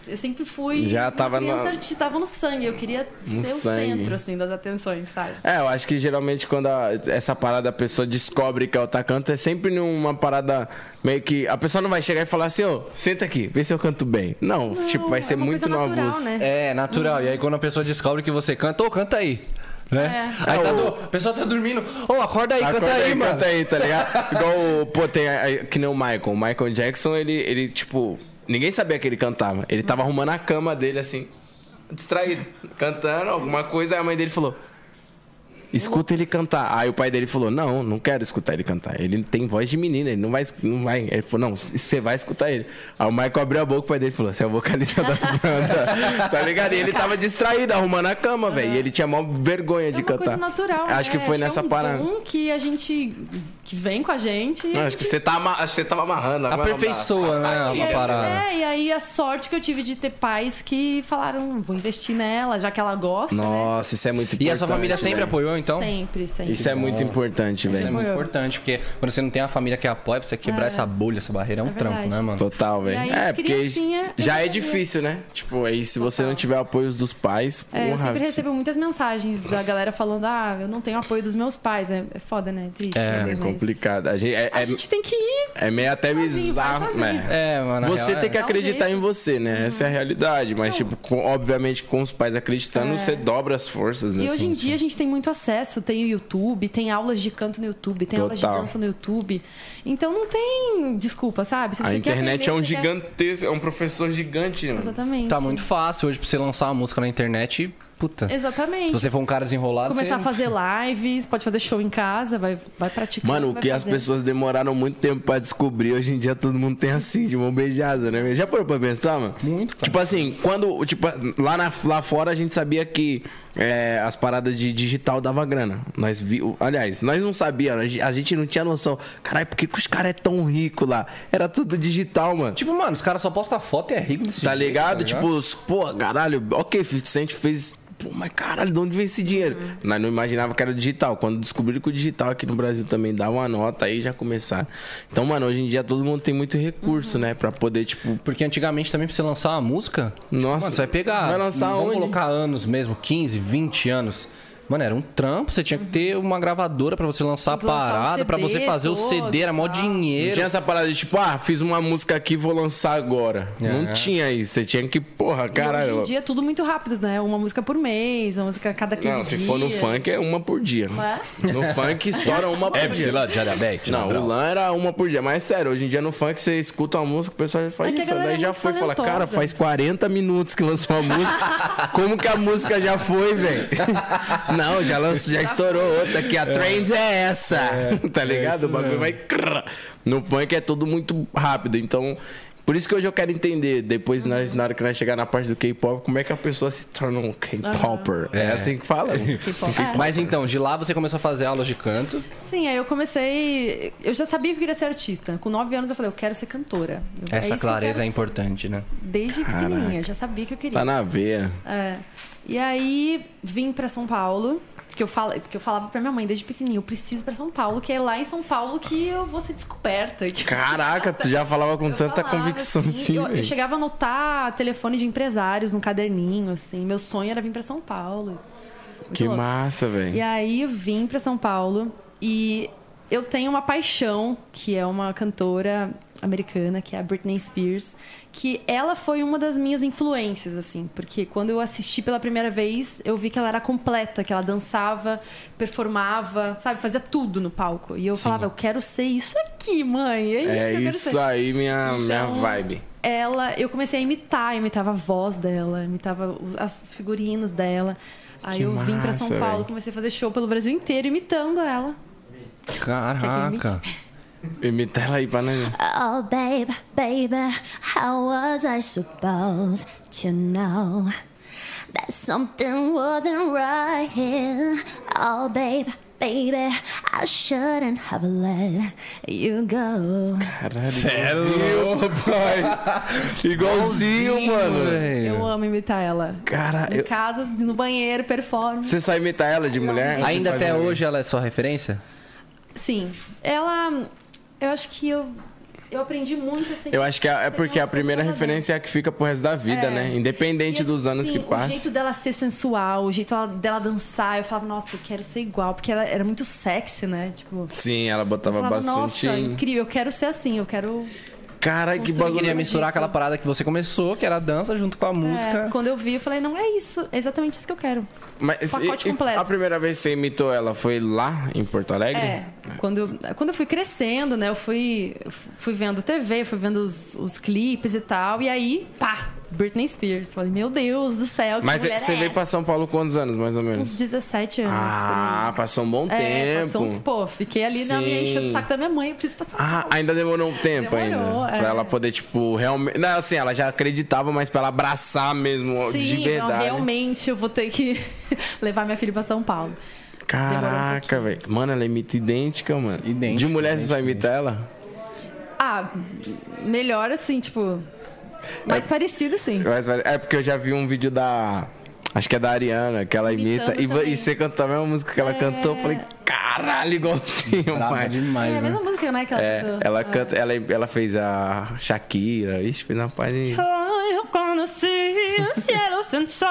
[SPEAKER 3] Eu sempre fui.
[SPEAKER 1] Já
[SPEAKER 3] uma
[SPEAKER 1] tava
[SPEAKER 3] criança
[SPEAKER 1] na-
[SPEAKER 3] artista, tava no sangue. Eu queria
[SPEAKER 1] No
[SPEAKER 3] ser
[SPEAKER 1] sangue.
[SPEAKER 3] o centro, assim, das atenções, sabe?
[SPEAKER 1] É, eu acho que geralmente quando a- essa parada a pessoa descobre que ela tá cantando, é sempre numa parada meio que. A pessoa não vai chegar e falar assim, ô, senta aqui, vê se eu canto bem. Não, tipo, vai
[SPEAKER 3] é
[SPEAKER 1] ser
[SPEAKER 3] uma
[SPEAKER 1] muito
[SPEAKER 3] coisa
[SPEAKER 1] no
[SPEAKER 3] natural,
[SPEAKER 1] avulso.
[SPEAKER 3] né?
[SPEAKER 2] É, natural. E aí quando a pessoa descobre que você canta, ô, canta aí. Né?
[SPEAKER 3] É.
[SPEAKER 2] Aí tá
[SPEAKER 1] É, o-
[SPEAKER 2] do... a pessoa tá dormindo. Ô, acorda aí,
[SPEAKER 1] Acorda
[SPEAKER 2] canta aí,
[SPEAKER 1] aí,
[SPEAKER 2] mano.
[SPEAKER 1] canta aí, tá ligado? <laughs> Igual, o- pô, tem a- a- que nem o Michael. O Michael Jackson, ele, ele, tipo, ninguém sabia que ele cantava. Ele tava arrumando a cama dele, assim, distraído, cantando alguma coisa. Aí a mãe dele falou: Escuta ele cantar. Aí o pai dele falou: Não, não quero escutar ele cantar. Ele tem voz de menina, ele não vai. Não vai. Ele falou: Não, c- você vai escutar ele. Aí o Michael abriu a boca, o pai dele falou: Você é o vocalista da banda. <laughs> tá ligado? E ele tava distraído, arrumando a cama, velho. E ele tinha maior vergonha
[SPEAKER 3] É
[SPEAKER 1] de
[SPEAKER 3] uma
[SPEAKER 1] cantar.
[SPEAKER 3] coisa natural.
[SPEAKER 1] Acho
[SPEAKER 3] né?
[SPEAKER 1] que foi nessa
[SPEAKER 3] é um
[SPEAKER 1] parada.
[SPEAKER 3] dom que a gente. que vem com a gente. e
[SPEAKER 1] Não,
[SPEAKER 3] a
[SPEAKER 1] acho que
[SPEAKER 3] gente
[SPEAKER 1] você tá, ama- acho que você tava amarrando. como é o nome da-
[SPEAKER 2] Aperfeiçoa, né?
[SPEAKER 3] E
[SPEAKER 2] Uma
[SPEAKER 3] aí,
[SPEAKER 2] parada.
[SPEAKER 3] É, e aí a sorte que eu tive de ter pais que falaram, vou investir nela, já que ela gosta.
[SPEAKER 1] Nossa, isso é muito importante.
[SPEAKER 2] E a sua família sempre
[SPEAKER 1] velho.
[SPEAKER 2] apoiou, então?
[SPEAKER 3] Sempre, sempre.
[SPEAKER 1] Isso é muito importante,
[SPEAKER 2] Isso é
[SPEAKER 1] velho.
[SPEAKER 2] muito
[SPEAKER 3] Apoiou.
[SPEAKER 2] importante, porque quando você não tem a família que apoia, pra você quebrar
[SPEAKER 3] É.
[SPEAKER 2] essa bolha, essa barreira, é um
[SPEAKER 3] É
[SPEAKER 2] trampo,
[SPEAKER 3] verdade.
[SPEAKER 2] né, mano?
[SPEAKER 1] Total, velho.
[SPEAKER 3] aí,
[SPEAKER 1] É, porque
[SPEAKER 3] criancinha, eu
[SPEAKER 1] já é
[SPEAKER 3] recebia.
[SPEAKER 1] difícil, né? Tipo, aí se você não tiver apoio dos pais,
[SPEAKER 3] É, eu
[SPEAKER 1] porra,
[SPEAKER 3] sempre recebo muitas mensagens da galera falando, ah, eu não tenho apoio dos meus pais. É, é foda, né? É triste.
[SPEAKER 2] É,
[SPEAKER 1] é
[SPEAKER 3] mas
[SPEAKER 1] complicado. A gente, é,
[SPEAKER 3] A
[SPEAKER 1] é-
[SPEAKER 3] gente tem que ir.
[SPEAKER 1] é meio até
[SPEAKER 3] sozinho, faz
[SPEAKER 1] bizarro.
[SPEAKER 3] sozinho.
[SPEAKER 1] né?
[SPEAKER 2] É, mano. na
[SPEAKER 1] Você
[SPEAKER 2] real,
[SPEAKER 1] tem
[SPEAKER 2] é.
[SPEAKER 1] que
[SPEAKER 3] Dá um
[SPEAKER 1] acreditar
[SPEAKER 3] jeito. Uhum.
[SPEAKER 1] em você, né? Essa é a realidade. Mas, tipo, com- obviamente, com os pais acreditando,
[SPEAKER 3] É.
[SPEAKER 1] você dobra as forças, né?
[SPEAKER 3] E hoje
[SPEAKER 1] assim?
[SPEAKER 3] em dia a gente tem muito acesso. Tem o YouTube, tem aulas de canto no YouTube, tem aulas de
[SPEAKER 1] Total.
[SPEAKER 3] dança no YouTube. Então não tem desculpa, sabe? Se
[SPEAKER 1] A
[SPEAKER 3] você quer
[SPEAKER 1] internet
[SPEAKER 3] aprender,
[SPEAKER 1] é um
[SPEAKER 3] você quer-
[SPEAKER 1] gigantesco, é um professor gigante, mano.
[SPEAKER 3] Exatamente.
[SPEAKER 2] Tá muito fácil hoje pra você lançar uma música na internet e, puta. Se
[SPEAKER 3] Exatamente.
[SPEAKER 2] você for um cara desenrolado,
[SPEAKER 3] Começar a
[SPEAKER 2] você...
[SPEAKER 3] fazer lives, pode fazer show em casa, vai, vai praticando.
[SPEAKER 1] Mano, o
[SPEAKER 3] vai
[SPEAKER 1] que as
[SPEAKER 3] fazendo.
[SPEAKER 1] pessoas demoraram muito tempo pra descobrir, hoje em dia todo mundo tem assim, de mão beijada, né? Já parou pra pensar, mano?
[SPEAKER 2] Muito, cara.
[SPEAKER 1] Tipo assim, quando. Tipo, lá, na, lá fora a gente sabia que é, as paradas de digital dava grana. Nós vi, aliás, nós não sabíamos, a gente- a gente não tinha noção. Caralho, por que, que os caras é tão rico lá? Era tudo digital, mano.
[SPEAKER 2] Tipo, mano, os caras só postam foto e é rico desse
[SPEAKER 1] Tá
[SPEAKER 2] jeito,
[SPEAKER 1] ligado? Tipo, os- pô, caralho, ok, 50 Cent fez pô, mas caralho, de onde vem esse dinheiro?
[SPEAKER 3] Uhum.
[SPEAKER 1] Nós não imaginava que era digital. Quando descobriram que o digital aqui no Brasil também dá uma nota, aí já começaram. Então, mano, hoje em dia todo mundo tem muito recurso,
[SPEAKER 3] Uhum.
[SPEAKER 1] né? Pra poder, tipo,
[SPEAKER 2] Porque antigamente também pra você lançar uma música, tipo,
[SPEAKER 1] Nossa.
[SPEAKER 2] mano, você vai pegar.
[SPEAKER 1] Vai lançar
[SPEAKER 2] vamos
[SPEAKER 1] onde?
[SPEAKER 2] colocar anos mesmo, 15, 20 anos. Mano, era um trampo, você tinha que ter uma gravadora pra você lançar a
[SPEAKER 3] Tinha que lançar o
[SPEAKER 2] parada, pra
[SPEAKER 3] CD
[SPEAKER 2] você fazer o
[SPEAKER 3] todo, tá?
[SPEAKER 2] CD, era mó
[SPEAKER 3] tal.
[SPEAKER 1] Não
[SPEAKER 2] dinheiro.
[SPEAKER 1] tinha essa parada de tipo, ah, fiz uma música aqui vou lançar agora. Não
[SPEAKER 2] É.
[SPEAKER 1] tinha isso. Você tinha que, porra,
[SPEAKER 3] E
[SPEAKER 1] caralho.
[SPEAKER 3] hoje em dia é tudo muito rápido, né? Uma música por mês, uma música a cada 15
[SPEAKER 1] Não, se for no
[SPEAKER 3] dias.
[SPEAKER 1] funk é uma por dia.
[SPEAKER 3] Né?
[SPEAKER 1] No funk estoura
[SPEAKER 3] <laughs> É,
[SPEAKER 1] uma por dia.
[SPEAKER 2] diariamente.
[SPEAKER 1] Não, o LAN era uma por dia. Mas é sério, hoje em dia no funk você escuta uma música, o pessoal já fala,
[SPEAKER 3] É que a
[SPEAKER 1] isso,
[SPEAKER 3] galera
[SPEAKER 1] daí
[SPEAKER 3] é
[SPEAKER 1] já
[SPEAKER 3] muito
[SPEAKER 1] foi. Fala, cara,
[SPEAKER 3] talentosa.
[SPEAKER 1] faz 40 minutos que lançou a
[SPEAKER 3] <laughs>
[SPEAKER 1] música. Como que a música já foi, velho? Não, já lançou, já estourou outra aqui. A trend é essa. <laughs>
[SPEAKER 3] é
[SPEAKER 1] tá ligado? o bagulho vai. crrr. No funk é tudo muito rápido. Então. Por isso que hoje eu quero entender, depois nós, na hora que nós chegar na parte do K-pop, como é que a pessoa se torna um K-popper. É assim que fala.
[SPEAKER 3] <laughs> K-pop. É.
[SPEAKER 2] Mas então, de lá você começou a fazer aulas de canto.
[SPEAKER 3] Sim, aí eu comecei. Eu já sabia que eu queria ser artista. Com 9 anos eu falei, eu quero ser cantora. Eu-
[SPEAKER 2] Essa
[SPEAKER 3] é isso que eu
[SPEAKER 2] clareza é
[SPEAKER 3] quero ser.
[SPEAKER 2] importante, né?
[SPEAKER 3] Desde pequenininha, eu já sabia que eu queria.
[SPEAKER 1] Tá na veia.
[SPEAKER 3] É. E aí vim pra São Paulo, porque eu, fala, porque eu falava pra minha mãe desde pequenininha, eu preciso pra São Paulo, que é lá em São Paulo que eu vou ser descoberta. que-
[SPEAKER 1] Caraca, tu já falava com
[SPEAKER 3] Eu
[SPEAKER 1] tanta
[SPEAKER 3] falava,
[SPEAKER 1] convicção
[SPEAKER 3] assim,
[SPEAKER 1] assim,
[SPEAKER 3] eu, eu
[SPEAKER 1] velho.
[SPEAKER 3] chegava a anotar telefone de empresários num caderninho, assim. Meu sonho era vir pra São Paulo. Muito
[SPEAKER 1] Que
[SPEAKER 3] louco.
[SPEAKER 1] massa,
[SPEAKER 3] E
[SPEAKER 1] velho.
[SPEAKER 3] aí eu vim pra São Paulo e eu tenho uma paixão, que é uma cantora americana, que é a Britney Spears, que ela foi uma das minhas influências, assim, porque quando eu assisti pela primeira vez, eu vi que ela era completa, que ela dançava, performava, sabe, fazia tudo no palco. E eu falava, eu quero ser isso aqui, mãe. É isso que
[SPEAKER 1] É
[SPEAKER 3] eu quero
[SPEAKER 1] isso
[SPEAKER 3] ser.
[SPEAKER 1] aí, minha, minha
[SPEAKER 3] Então,
[SPEAKER 1] vibe.
[SPEAKER 3] Ela, eu comecei a imitar, eu imitava a voz dela, imitava os- as figurinos dela. Aí
[SPEAKER 1] Que
[SPEAKER 3] eu vim pra
[SPEAKER 1] massa,
[SPEAKER 3] São Paulo,
[SPEAKER 1] velho.
[SPEAKER 3] comecei a fazer show pelo Brasil inteiro imitando ela.
[SPEAKER 2] Caraca.
[SPEAKER 1] Imita ela aí pra nós.
[SPEAKER 4] Oh, babe, baby, how was I supposed to know that something wasn't right here? Oh, babe, baby, I shouldn't have let you go.
[SPEAKER 1] Caralho.
[SPEAKER 2] é
[SPEAKER 1] pai. Igualzinho, mano.
[SPEAKER 2] velho.
[SPEAKER 3] Eu amo imitar ela.
[SPEAKER 1] Cara,
[SPEAKER 3] Em
[SPEAKER 1] É. eu-
[SPEAKER 3] casa, no banheiro, performance.
[SPEAKER 1] você só imita ela de mulher? Ou você
[SPEAKER 2] Ainda
[SPEAKER 1] faz um
[SPEAKER 2] até
[SPEAKER 1] mulher?
[SPEAKER 2] hoje ela é sua referência?
[SPEAKER 3] Sim. Ela. Eu acho que eu. Eu aprendi muito assim.
[SPEAKER 1] Eu acho que é é porque a primeira referência é a que fica pro resto da vida,
[SPEAKER 3] É.
[SPEAKER 1] né? Independente
[SPEAKER 3] E,
[SPEAKER 1] dos anos
[SPEAKER 3] assim,
[SPEAKER 1] que
[SPEAKER 3] O jeito
[SPEAKER 1] passam.
[SPEAKER 3] dela ser sensual, o jeito ela- dela dançar, eu falava, nossa, eu quero ser igual, porque ela era muito sexy, né? Tipo,
[SPEAKER 1] Sim, ela
[SPEAKER 3] eu
[SPEAKER 1] botava
[SPEAKER 3] falava,
[SPEAKER 1] bastante.
[SPEAKER 3] nossa, incrível, eu quero ser assim, eu quero
[SPEAKER 1] Cara, que
[SPEAKER 3] Construir
[SPEAKER 2] Eu
[SPEAKER 1] bagulho.
[SPEAKER 2] queria é misturar
[SPEAKER 3] disso.
[SPEAKER 2] aquela parada que você começou, que era a dança, junto com a música.
[SPEAKER 3] É, quando eu vi, eu falei, não, é isso, é exatamente isso que eu quero.
[SPEAKER 1] Mas
[SPEAKER 3] Pacote
[SPEAKER 1] e- e
[SPEAKER 3] completo.
[SPEAKER 1] a primeira vez que você imitou ela foi lá em Porto Alegre?
[SPEAKER 3] É, quando eu, quando eu fui crescendo, né, eu fui, eu fui vendo TV, fui vendo os, os clipes e tal, e aí, pá, Britney Spears. Falei, meu Deus do céu, que
[SPEAKER 1] Mas
[SPEAKER 3] mulher
[SPEAKER 1] você
[SPEAKER 3] é
[SPEAKER 1] veio
[SPEAKER 3] essa?
[SPEAKER 1] pra São Paulo quantos anos, mais ou menos?
[SPEAKER 3] Uns 17 anos.
[SPEAKER 1] Ah, passou um bom
[SPEAKER 3] por aí. É,
[SPEAKER 1] tempo.
[SPEAKER 3] passou um- pô, fiquei ali na minha
[SPEAKER 1] Sim.
[SPEAKER 3] enchendo o saco da minha mãe, eu preciso passar.
[SPEAKER 1] Ah, ainda demorou um tempo
[SPEAKER 3] Demorou,
[SPEAKER 1] ainda.
[SPEAKER 3] é.
[SPEAKER 1] Pra ela poder, tipo, realmente. Não, assim, ela já acreditava, mas pra ela abraçar mesmo,
[SPEAKER 3] Sim,
[SPEAKER 1] de
[SPEAKER 3] não,
[SPEAKER 1] verdade.
[SPEAKER 3] realmente eu vou ter que <laughs> levar minha filha pra São Paulo.
[SPEAKER 1] Caraca,
[SPEAKER 3] Demorou um
[SPEAKER 1] velho. Mano, ela imita idêntica, mano.
[SPEAKER 2] Idêntica,
[SPEAKER 1] de mulher você só imita ela?
[SPEAKER 3] Ah, melhor assim, tipo. Mais parecido, sim.
[SPEAKER 1] Mas, velho, é porque eu já vi um vídeo da. Acho que é da Ariana, que ela imita.
[SPEAKER 3] Imitando
[SPEAKER 1] E, va-
[SPEAKER 3] também.
[SPEAKER 1] e você cantou a mesma música que ela
[SPEAKER 3] É.
[SPEAKER 1] cantou. Eu falei, caralho, igualzinho,
[SPEAKER 2] Brava
[SPEAKER 1] pai.
[SPEAKER 3] É
[SPEAKER 2] demais,
[SPEAKER 3] a
[SPEAKER 2] né?
[SPEAKER 3] mesma música, né? Que ela
[SPEAKER 1] É,
[SPEAKER 3] cantou.
[SPEAKER 1] ela canta, ela, ela fez a Shakira, ixi, fez uma página.
[SPEAKER 3] <laughs>
[SPEAKER 5] Eu conheci o cielo sem sol,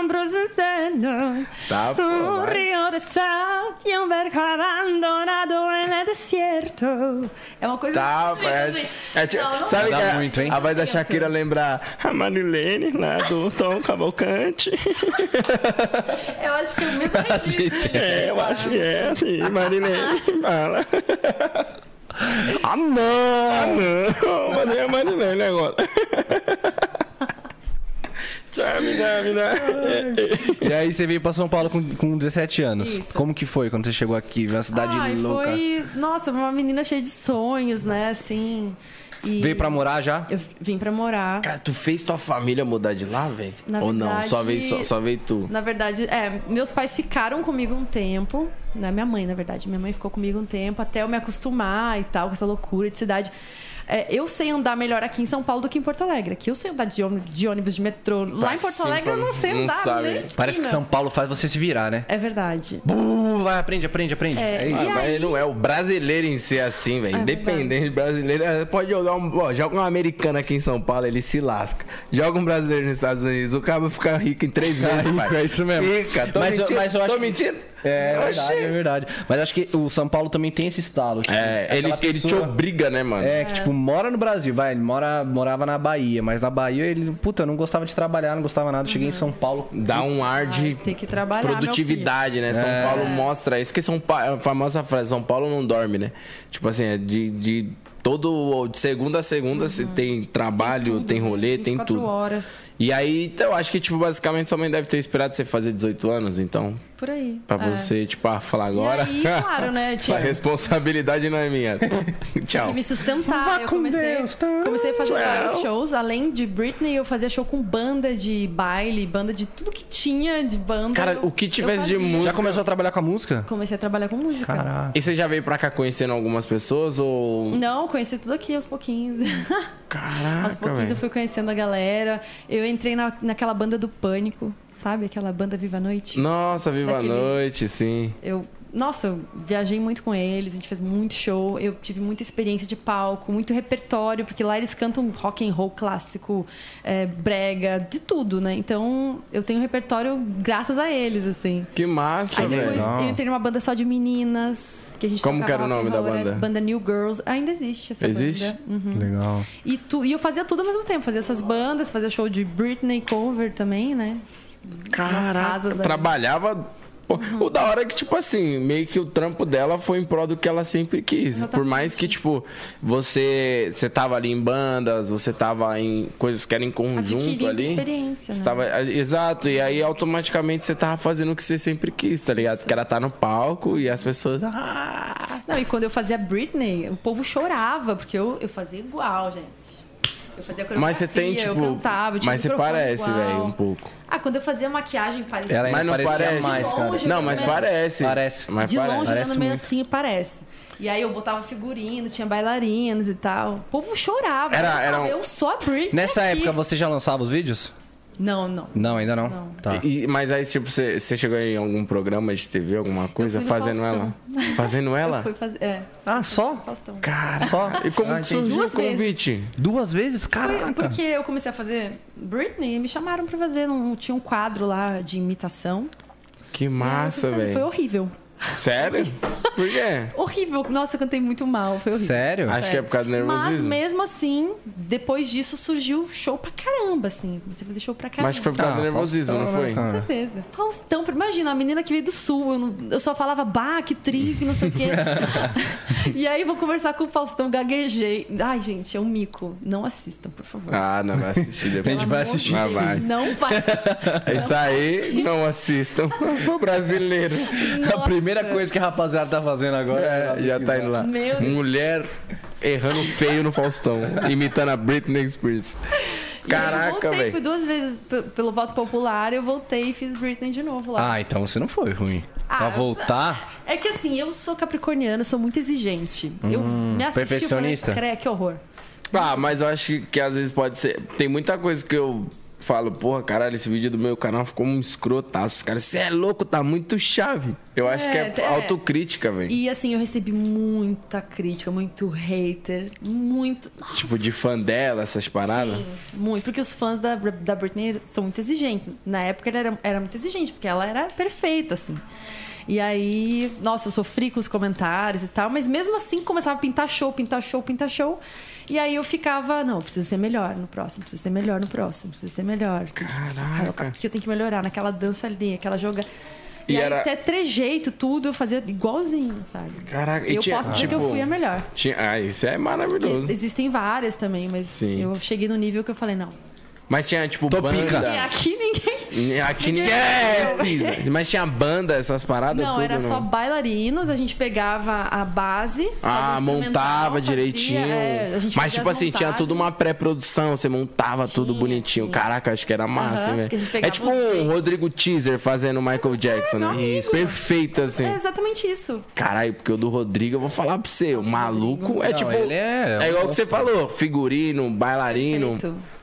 [SPEAKER 5] ombros em seno.
[SPEAKER 1] Tá, pô,
[SPEAKER 5] Un
[SPEAKER 1] vai.
[SPEAKER 5] río de sal y
[SPEAKER 3] um
[SPEAKER 5] un barco abandonado en el desierto.
[SPEAKER 3] É uma coisa.
[SPEAKER 1] Tá,
[SPEAKER 3] muito
[SPEAKER 1] é,
[SPEAKER 3] assim.
[SPEAKER 1] é, tipo,
[SPEAKER 3] Não, não
[SPEAKER 1] sabe
[SPEAKER 2] dá
[SPEAKER 1] que a,
[SPEAKER 2] muito, hein?
[SPEAKER 1] a voz da Shakira lembra a Marilene lá
[SPEAKER 3] <laughs>
[SPEAKER 1] do Tom Cavalcante.
[SPEAKER 3] Eu acho que é o
[SPEAKER 2] <laughs>
[SPEAKER 3] mesmo registro. né?
[SPEAKER 1] É, eu acho que é, sim,
[SPEAKER 3] <laughs>
[SPEAKER 1] Marilene. Fala.
[SPEAKER 2] Ah, não!
[SPEAKER 1] Ah, não, mas nem a Marilene agora.
[SPEAKER 3] <laughs>
[SPEAKER 1] Tchau, me dá, me dá.
[SPEAKER 2] E aí você veio pra São Paulo com, com 17 anos.
[SPEAKER 3] Isso.
[SPEAKER 2] Como que foi quando você chegou aqui? Uma cidade
[SPEAKER 3] Ai,
[SPEAKER 2] louca.
[SPEAKER 3] foi. Nossa, uma menina cheia de sonhos, né? Assim. E
[SPEAKER 2] Veio pra morar já?
[SPEAKER 3] Eu vim pra morar.
[SPEAKER 1] Cara, tu fez tua família mudar de lá, velho?
[SPEAKER 3] Na
[SPEAKER 1] Ou não? Só veio,
[SPEAKER 3] verdade-
[SPEAKER 1] só, só veio tu.
[SPEAKER 3] Na verdade, é, meus pais ficaram comigo um tempo, né? Minha mãe, na verdade, minha mãe ficou comigo um tempo até eu me acostumar e tal, com essa loucura de cidade. É, eu sei andar melhor aqui em São Paulo do que em Porto Alegre. Aqui eu sei andar de ônibus, de, ônibus, de metrô. Lá em
[SPEAKER 1] Pra
[SPEAKER 3] Porto
[SPEAKER 1] cima,
[SPEAKER 3] Alegre eu não sei
[SPEAKER 1] não
[SPEAKER 3] andar.
[SPEAKER 1] sabe.
[SPEAKER 3] nem
[SPEAKER 2] Parece que
[SPEAKER 3] esquina.
[SPEAKER 2] São Paulo faz você se virar, né?
[SPEAKER 3] É verdade.
[SPEAKER 2] Uh, vai, aprende, aprende, aprende.
[SPEAKER 3] É,
[SPEAKER 1] Ah,
[SPEAKER 3] e
[SPEAKER 1] mas
[SPEAKER 3] aí-
[SPEAKER 1] não é o brasileiro em si é assim, velho.
[SPEAKER 3] É
[SPEAKER 1] Independente de brasileiro, é, pode jogar um. Ó, joga um americano aqui em São Paulo, ele se lasca. Joga um brasileiro nos Estados Unidos, o cara fica rico em três meses,
[SPEAKER 2] rico,
[SPEAKER 1] pai.
[SPEAKER 2] é isso mesmo.
[SPEAKER 1] Fica, tô
[SPEAKER 2] Mas eu-
[SPEAKER 1] mentindo.
[SPEAKER 2] mas eu acho
[SPEAKER 1] tô
[SPEAKER 2] que-
[SPEAKER 1] mentindo.
[SPEAKER 2] É
[SPEAKER 1] Oxi.
[SPEAKER 2] verdade, é verdade. Mas acho que o São Paulo também tem esse estalo. tipo,
[SPEAKER 1] É, ele,
[SPEAKER 2] aquela
[SPEAKER 1] ele te
[SPEAKER 2] pessoa-
[SPEAKER 1] obriga, né, mano?
[SPEAKER 2] É, que tipo, mora no Brasil, vai, ele mora, morava na Bahia, mas na Bahia ele, puta, não gostava de trabalhar, não gostava nada, cheguei em
[SPEAKER 3] Uhum.
[SPEAKER 2] São Paulo.
[SPEAKER 1] Dá um ar de
[SPEAKER 3] tem que trabalhar, meu
[SPEAKER 1] produtividade, né?
[SPEAKER 2] É.
[SPEAKER 1] São Paulo mostra isso. Porque São Paulo, a famosa frase, São Paulo não dorme, né? Tipo assim, é de, de todo. De segunda a
[SPEAKER 2] Uhum.
[SPEAKER 1] segunda se tem trabalho, tem, rolê, tem
[SPEAKER 3] 24
[SPEAKER 1] tudo.
[SPEAKER 3] horas.
[SPEAKER 1] E aí, então, eu acho que, tipo, basicamente sua mãe deve ter esperado você fazer 18 anos, então.
[SPEAKER 3] Por aí.
[SPEAKER 1] Pra
[SPEAKER 3] É.
[SPEAKER 1] você, tipo, ah, falar agora.
[SPEAKER 3] aí, claro,
[SPEAKER 1] <laughs>
[SPEAKER 3] né,
[SPEAKER 1] Sua
[SPEAKER 3] tipo-
[SPEAKER 1] responsabilidade não é minha. <laughs> Tchau.
[SPEAKER 3] E me sustentar. Ah, Eu comecei,
[SPEAKER 1] tá?
[SPEAKER 3] comecei a fazer vários shows. Além de Britney, eu fazia show com banda de baile, banda de tudo que tinha de banda.
[SPEAKER 1] Cara,
[SPEAKER 3] eu-
[SPEAKER 1] o que
[SPEAKER 3] eu
[SPEAKER 1] tivesse de
[SPEAKER 3] fazia.
[SPEAKER 1] música.
[SPEAKER 2] Já começou a trabalhar com a música?
[SPEAKER 3] Comecei a trabalhar com música.
[SPEAKER 2] Caraca.
[SPEAKER 1] E você já veio pra cá conhecendo algumas pessoas ou.
[SPEAKER 3] Não, conheci tudo aqui aos pouquinhos. Hum, <laughs> aos
[SPEAKER 1] Caraca,
[SPEAKER 3] pouquinhos eu
[SPEAKER 1] velho.
[SPEAKER 3] fui conhecendo a galera. Eu entrei na, naquela banda do Pânico, sabe? Aquela banda Viva a Noite.
[SPEAKER 1] Nossa, viva
[SPEAKER 3] Daquele-
[SPEAKER 1] a noite, sim.
[SPEAKER 3] Eu, nossa, eu viajei muito com eles, a gente fez muito show, eu tive muita experiência de palco, muito repertório, porque lá eles cantam rock and roll clássico, é, brega, de tudo, né? Então, eu tenho repertório graças a eles, assim.
[SPEAKER 1] Que massa,
[SPEAKER 3] Aí depois
[SPEAKER 1] velho.
[SPEAKER 3] eu entrei numa banda só de meninas, que a gente
[SPEAKER 1] Como
[SPEAKER 3] tocava
[SPEAKER 1] que era o
[SPEAKER 3] rock
[SPEAKER 1] nome
[SPEAKER 3] and
[SPEAKER 1] da
[SPEAKER 3] roll, era
[SPEAKER 1] banda?
[SPEAKER 3] Banda New Girls, ainda existe essa
[SPEAKER 1] Existe?
[SPEAKER 3] banda. Uhum.
[SPEAKER 2] Legal.
[SPEAKER 3] E, tu, e eu fazia tudo ao mesmo tempo, fazia essas bandas, fazia show de Britney cover também, né?
[SPEAKER 1] Caraca,
[SPEAKER 3] casas ali.
[SPEAKER 1] trabalhava. Pô, O da hora é que, tipo assim, meio que o trampo dela foi em prol do que ela sempre quis. Por mais que, tipo, você, você tava ali em bandas, você tava em coisas que eram em conjunto
[SPEAKER 3] Adquirindo
[SPEAKER 1] ali.
[SPEAKER 3] experiência,
[SPEAKER 1] Você
[SPEAKER 3] né?
[SPEAKER 1] tava- ah, exato, e aí automaticamente você tava fazendo o que você sempre quis, tá ligado? Que ela tá no palco e as pessoas. "Ah!"
[SPEAKER 3] Não, e quando eu fazia Britney, o povo chorava, porque eu, eu fazia igual, gente. Eu fazia coreografia,
[SPEAKER 1] Mas você tem, tipo.
[SPEAKER 3] eu cantava, eu tinha
[SPEAKER 1] mas
[SPEAKER 3] um
[SPEAKER 1] você
[SPEAKER 3] microfone
[SPEAKER 1] parece,
[SPEAKER 3] igual.
[SPEAKER 1] velho, um pouco. é
[SPEAKER 3] Ah, quando eu fazia maquiagem, parecia.
[SPEAKER 2] Ela ainda
[SPEAKER 1] Mas não
[SPEAKER 2] parecia
[SPEAKER 1] parece.
[SPEAKER 2] mais,
[SPEAKER 3] De
[SPEAKER 2] cara.
[SPEAKER 3] longe,
[SPEAKER 1] Não, mas
[SPEAKER 3] pelo menos.
[SPEAKER 1] parece.
[SPEAKER 2] Parece.
[SPEAKER 1] Mas
[SPEAKER 3] de
[SPEAKER 1] parece.
[SPEAKER 3] longe,
[SPEAKER 2] Parece
[SPEAKER 3] olhando meio
[SPEAKER 2] muito.
[SPEAKER 3] assim, parece. E aí eu botava figurino, tinha bailarinas e tal. O povo chorava.
[SPEAKER 1] Era-
[SPEAKER 3] eu falava,
[SPEAKER 1] era um-
[SPEAKER 3] Eu sou a Britney.
[SPEAKER 2] É Nessa
[SPEAKER 3] aqui.
[SPEAKER 2] época você já lançava os vídeos?
[SPEAKER 3] Não, não.
[SPEAKER 2] Não, ainda não.
[SPEAKER 3] Não.
[SPEAKER 2] Tá.
[SPEAKER 1] E- e- mas aí, tipo, você você chegou em algum programa de TV, alguma coisa,
[SPEAKER 3] fui no
[SPEAKER 1] fazendo
[SPEAKER 3] Faustão.
[SPEAKER 1] ela? Fazendo
[SPEAKER 3] <laughs>
[SPEAKER 1] ela?
[SPEAKER 3] Eu fui fazer. É,
[SPEAKER 2] Ah, só?
[SPEAKER 3] Faustão.
[SPEAKER 1] Cara,
[SPEAKER 2] Só?
[SPEAKER 1] E como
[SPEAKER 2] Ah,
[SPEAKER 1] que
[SPEAKER 2] entendi.
[SPEAKER 1] surgiu
[SPEAKER 3] Duas
[SPEAKER 1] o convite?
[SPEAKER 2] Duas vezes? Caraca.
[SPEAKER 1] Ah, tá.
[SPEAKER 3] Foi um porque eu comecei a fazer Britney e me chamaram pra fazer. Não, tinha um quadro lá de imitação.
[SPEAKER 1] Que
[SPEAKER 3] E aí eu fui
[SPEAKER 1] massa,
[SPEAKER 3] fazer, É, Foi
[SPEAKER 1] velho.
[SPEAKER 3] horrível.
[SPEAKER 1] Sério? Por quê?
[SPEAKER 3] Horrível. Nossa, eu cantei muito mal. Foi horrível.
[SPEAKER 2] Sério?
[SPEAKER 1] Acho que é por causa do
[SPEAKER 3] Mas
[SPEAKER 1] nervosismo.
[SPEAKER 3] mesmo assim, depois disso surgiu show pra caramba, assim. Comecei a fazer show pra caramba.
[SPEAKER 1] Mas foi Ah. por causa
[SPEAKER 2] Ah,
[SPEAKER 1] do nervosismo, não
[SPEAKER 2] Faustão,
[SPEAKER 1] foi?
[SPEAKER 2] né,
[SPEAKER 3] Com certeza. Faustão, imagina, a menina que veio do sul, eu, não- eu só falava bah, que tri, que não sei
[SPEAKER 1] <laughs>
[SPEAKER 3] o quê. e aí vou conversar com o Faustão, gaguejei. Ai, gente, é um mico. Não assistam, por favor.
[SPEAKER 1] Ah, não, vai assistir depois.
[SPEAKER 2] <laughs> A gente
[SPEAKER 3] Pelo
[SPEAKER 2] vai
[SPEAKER 3] amor de
[SPEAKER 2] assistir
[SPEAKER 3] Deus,
[SPEAKER 1] sim. Vai, vai.
[SPEAKER 3] Não vai.
[SPEAKER 1] É Isso aí, não assistam. <laughs> O brasileiro.
[SPEAKER 2] A primeira coisa que a rapaziada tá fazendo agora
[SPEAKER 1] É, já tá indo lá.
[SPEAKER 3] Meu Deus.
[SPEAKER 1] Mulher errando feio no Faustão, imitando a Britney Spears.
[SPEAKER 3] E aí eu
[SPEAKER 1] Caraca,
[SPEAKER 3] voltei, fui
[SPEAKER 1] velho.
[SPEAKER 3] duas vezes pe- pelo voto popular, eu voltei e fiz Britney de novo lá.
[SPEAKER 2] Ah, então você não foi ruim.
[SPEAKER 3] Ah,
[SPEAKER 2] pra voltar,
[SPEAKER 3] É que assim, eu sou capricorniana, eu sou muito exigente. eu me assisti eu
[SPEAKER 2] Hum, perfeccionista?
[SPEAKER 3] Falei, Creia, que horror.
[SPEAKER 1] Ah, mas eu acho que, que às vezes pode ser. Tem muita coisa que eu falo, porra, caralho, esse vídeo do meu canal ficou um escrotaço. Os caras, você é louco, tá muito chave. Eu acho
[SPEAKER 3] É,
[SPEAKER 1] que é,
[SPEAKER 3] é.
[SPEAKER 1] autocrítica, velho.
[SPEAKER 3] E assim, eu recebi muita crítica, muito hater, muito. Nossa,
[SPEAKER 1] Tipo, de fã dela, essas paradas.
[SPEAKER 3] sim, muito. Porque os fãs da, da Britney são muito exigentes. Na época ela era, era muito exigente, porque ela era perfeita, assim. E aí, nossa, eu sofri com os comentários e tal, mas mesmo assim começava a pintar show, pintar show, pintar show. E aí eu ficava, não, eu preciso ser melhor no próximo, preciso ser melhor no próximo, preciso ser melhor.
[SPEAKER 1] Caraca.
[SPEAKER 3] Aqui eu tenho que melhorar, naquela dança ali, aquela joga. E,
[SPEAKER 1] E
[SPEAKER 3] aí,
[SPEAKER 1] era-
[SPEAKER 3] até trejeito, tudo, eu fazia igualzinho, sabe?
[SPEAKER 1] Caraca, tipo
[SPEAKER 3] eu posso dizer que eu fui a melhor.
[SPEAKER 1] Tinha, ah, isso é
[SPEAKER 3] Porque
[SPEAKER 1] maravilhoso.
[SPEAKER 3] existem várias também, mas
[SPEAKER 1] Sim.
[SPEAKER 3] eu cheguei no nível que eu falei, não.
[SPEAKER 1] Mas tinha, tipo,
[SPEAKER 2] Tô
[SPEAKER 1] banda.
[SPEAKER 2] pica.
[SPEAKER 3] É, aqui ninguém
[SPEAKER 1] Aqui ninguém pisa. Mas tinha banda, essas paradas?
[SPEAKER 3] Não,
[SPEAKER 1] tudo,
[SPEAKER 3] era
[SPEAKER 1] não?
[SPEAKER 3] só bailarinos, a gente pegava a base. só
[SPEAKER 1] Ah,
[SPEAKER 3] do instrumental,
[SPEAKER 1] montava
[SPEAKER 3] fazia,
[SPEAKER 1] direitinho.
[SPEAKER 3] é, a gente
[SPEAKER 1] Mas,
[SPEAKER 3] fazia
[SPEAKER 1] tipo
[SPEAKER 3] as
[SPEAKER 1] assim, tinha
[SPEAKER 3] montagens.
[SPEAKER 1] tudo uma pré-produção. Você montava tudo bonitinho. Caraca, acho que era massa,
[SPEAKER 3] Aham,
[SPEAKER 1] hein,
[SPEAKER 3] porque a gente
[SPEAKER 1] velho. É
[SPEAKER 3] pegava
[SPEAKER 1] tipo
[SPEAKER 3] os
[SPEAKER 1] um Rodrigo Teaser fazendo Michael Jackson, né?
[SPEAKER 3] amigo. Isso.
[SPEAKER 1] Perfeito, assim.
[SPEAKER 3] É exatamente isso.
[SPEAKER 1] Caralho, porque o do Rodrigo, eu vou falar pra você. O maluco é
[SPEAKER 2] Não,
[SPEAKER 1] tipo.
[SPEAKER 2] ele é-
[SPEAKER 1] igual o que você falou: figurino, bailarino.
[SPEAKER 3] Perfeito.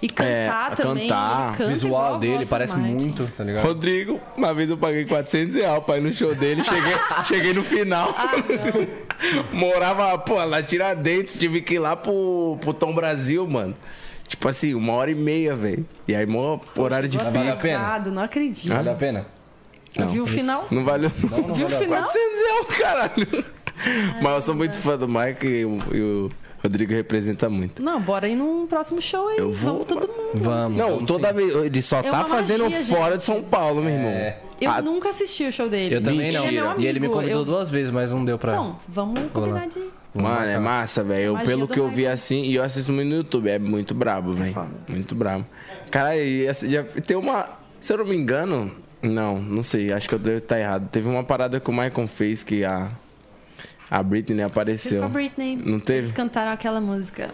[SPEAKER 3] E cantar
[SPEAKER 1] É,
[SPEAKER 3] também. ele
[SPEAKER 1] cantar,
[SPEAKER 2] O
[SPEAKER 3] canta igual
[SPEAKER 2] visual
[SPEAKER 3] a
[SPEAKER 2] dele
[SPEAKER 3] voz do
[SPEAKER 2] parece
[SPEAKER 3] Michael.
[SPEAKER 2] muito, tá ligado?
[SPEAKER 1] Rodrigo, uma vez eu paguei 400 reais pra ir no show dele,
[SPEAKER 3] <laughs>
[SPEAKER 1] cheguei, cheguei no final.
[SPEAKER 3] Ah,
[SPEAKER 1] Morava, pô, lá Tiradentes, tive que ir lá pro, pro Tom Brasil, mano. Tipo assim, uma hora e meia, velho. E aí, mó horário de
[SPEAKER 3] Tô
[SPEAKER 1] pico.
[SPEAKER 2] Vale a pena?
[SPEAKER 3] atrasado, Não acredito.
[SPEAKER 2] Vale a pena?
[SPEAKER 1] Ah, Não,
[SPEAKER 3] Viu o final?
[SPEAKER 1] Não valeu.
[SPEAKER 2] não
[SPEAKER 3] Viu o
[SPEAKER 2] valeu.
[SPEAKER 3] final?
[SPEAKER 1] 400 reais, caralho. Mas eu sou muito fã do Mike e, o- e o Rodrigo representa muito.
[SPEAKER 3] Não, bora ir num próximo show aí.
[SPEAKER 1] Eu vou,
[SPEAKER 3] Vamos todo mundo.
[SPEAKER 2] Vamos.
[SPEAKER 1] Não, toda vez. Ele só tá
[SPEAKER 3] Então, É uma
[SPEAKER 1] fazendo
[SPEAKER 3] magia,
[SPEAKER 1] fora
[SPEAKER 3] gente.
[SPEAKER 1] de São Paulo, meu irmão.
[SPEAKER 2] É.
[SPEAKER 3] Eu
[SPEAKER 1] Ah,
[SPEAKER 3] nunca assisti o show dele.
[SPEAKER 2] Eu também
[SPEAKER 3] Ele é meu
[SPEAKER 2] não.
[SPEAKER 3] amigo.
[SPEAKER 2] E ele me convidou
[SPEAKER 3] eu...
[SPEAKER 2] duas vezes, mas não deu pra.
[SPEAKER 3] Então, vamos combinar de.
[SPEAKER 1] Mano, é massa, velho. Eu,
[SPEAKER 3] Magia
[SPEAKER 1] Pelo
[SPEAKER 3] do
[SPEAKER 1] que eu vi
[SPEAKER 3] Michael.
[SPEAKER 1] assim, e eu assisto muito no YouTube, é muito brabo, velho. Muito brabo. Cara, e essa- já tem uma. Se eu não me engano. Não, não sei, acho que eu devo estar errado. Teve uma parada que o Michael fez que a. A Britney né,
[SPEAKER 3] Fiz
[SPEAKER 1] apareceu.
[SPEAKER 3] com a Britney.
[SPEAKER 1] Não teve?
[SPEAKER 3] Eles cantaram aquela música.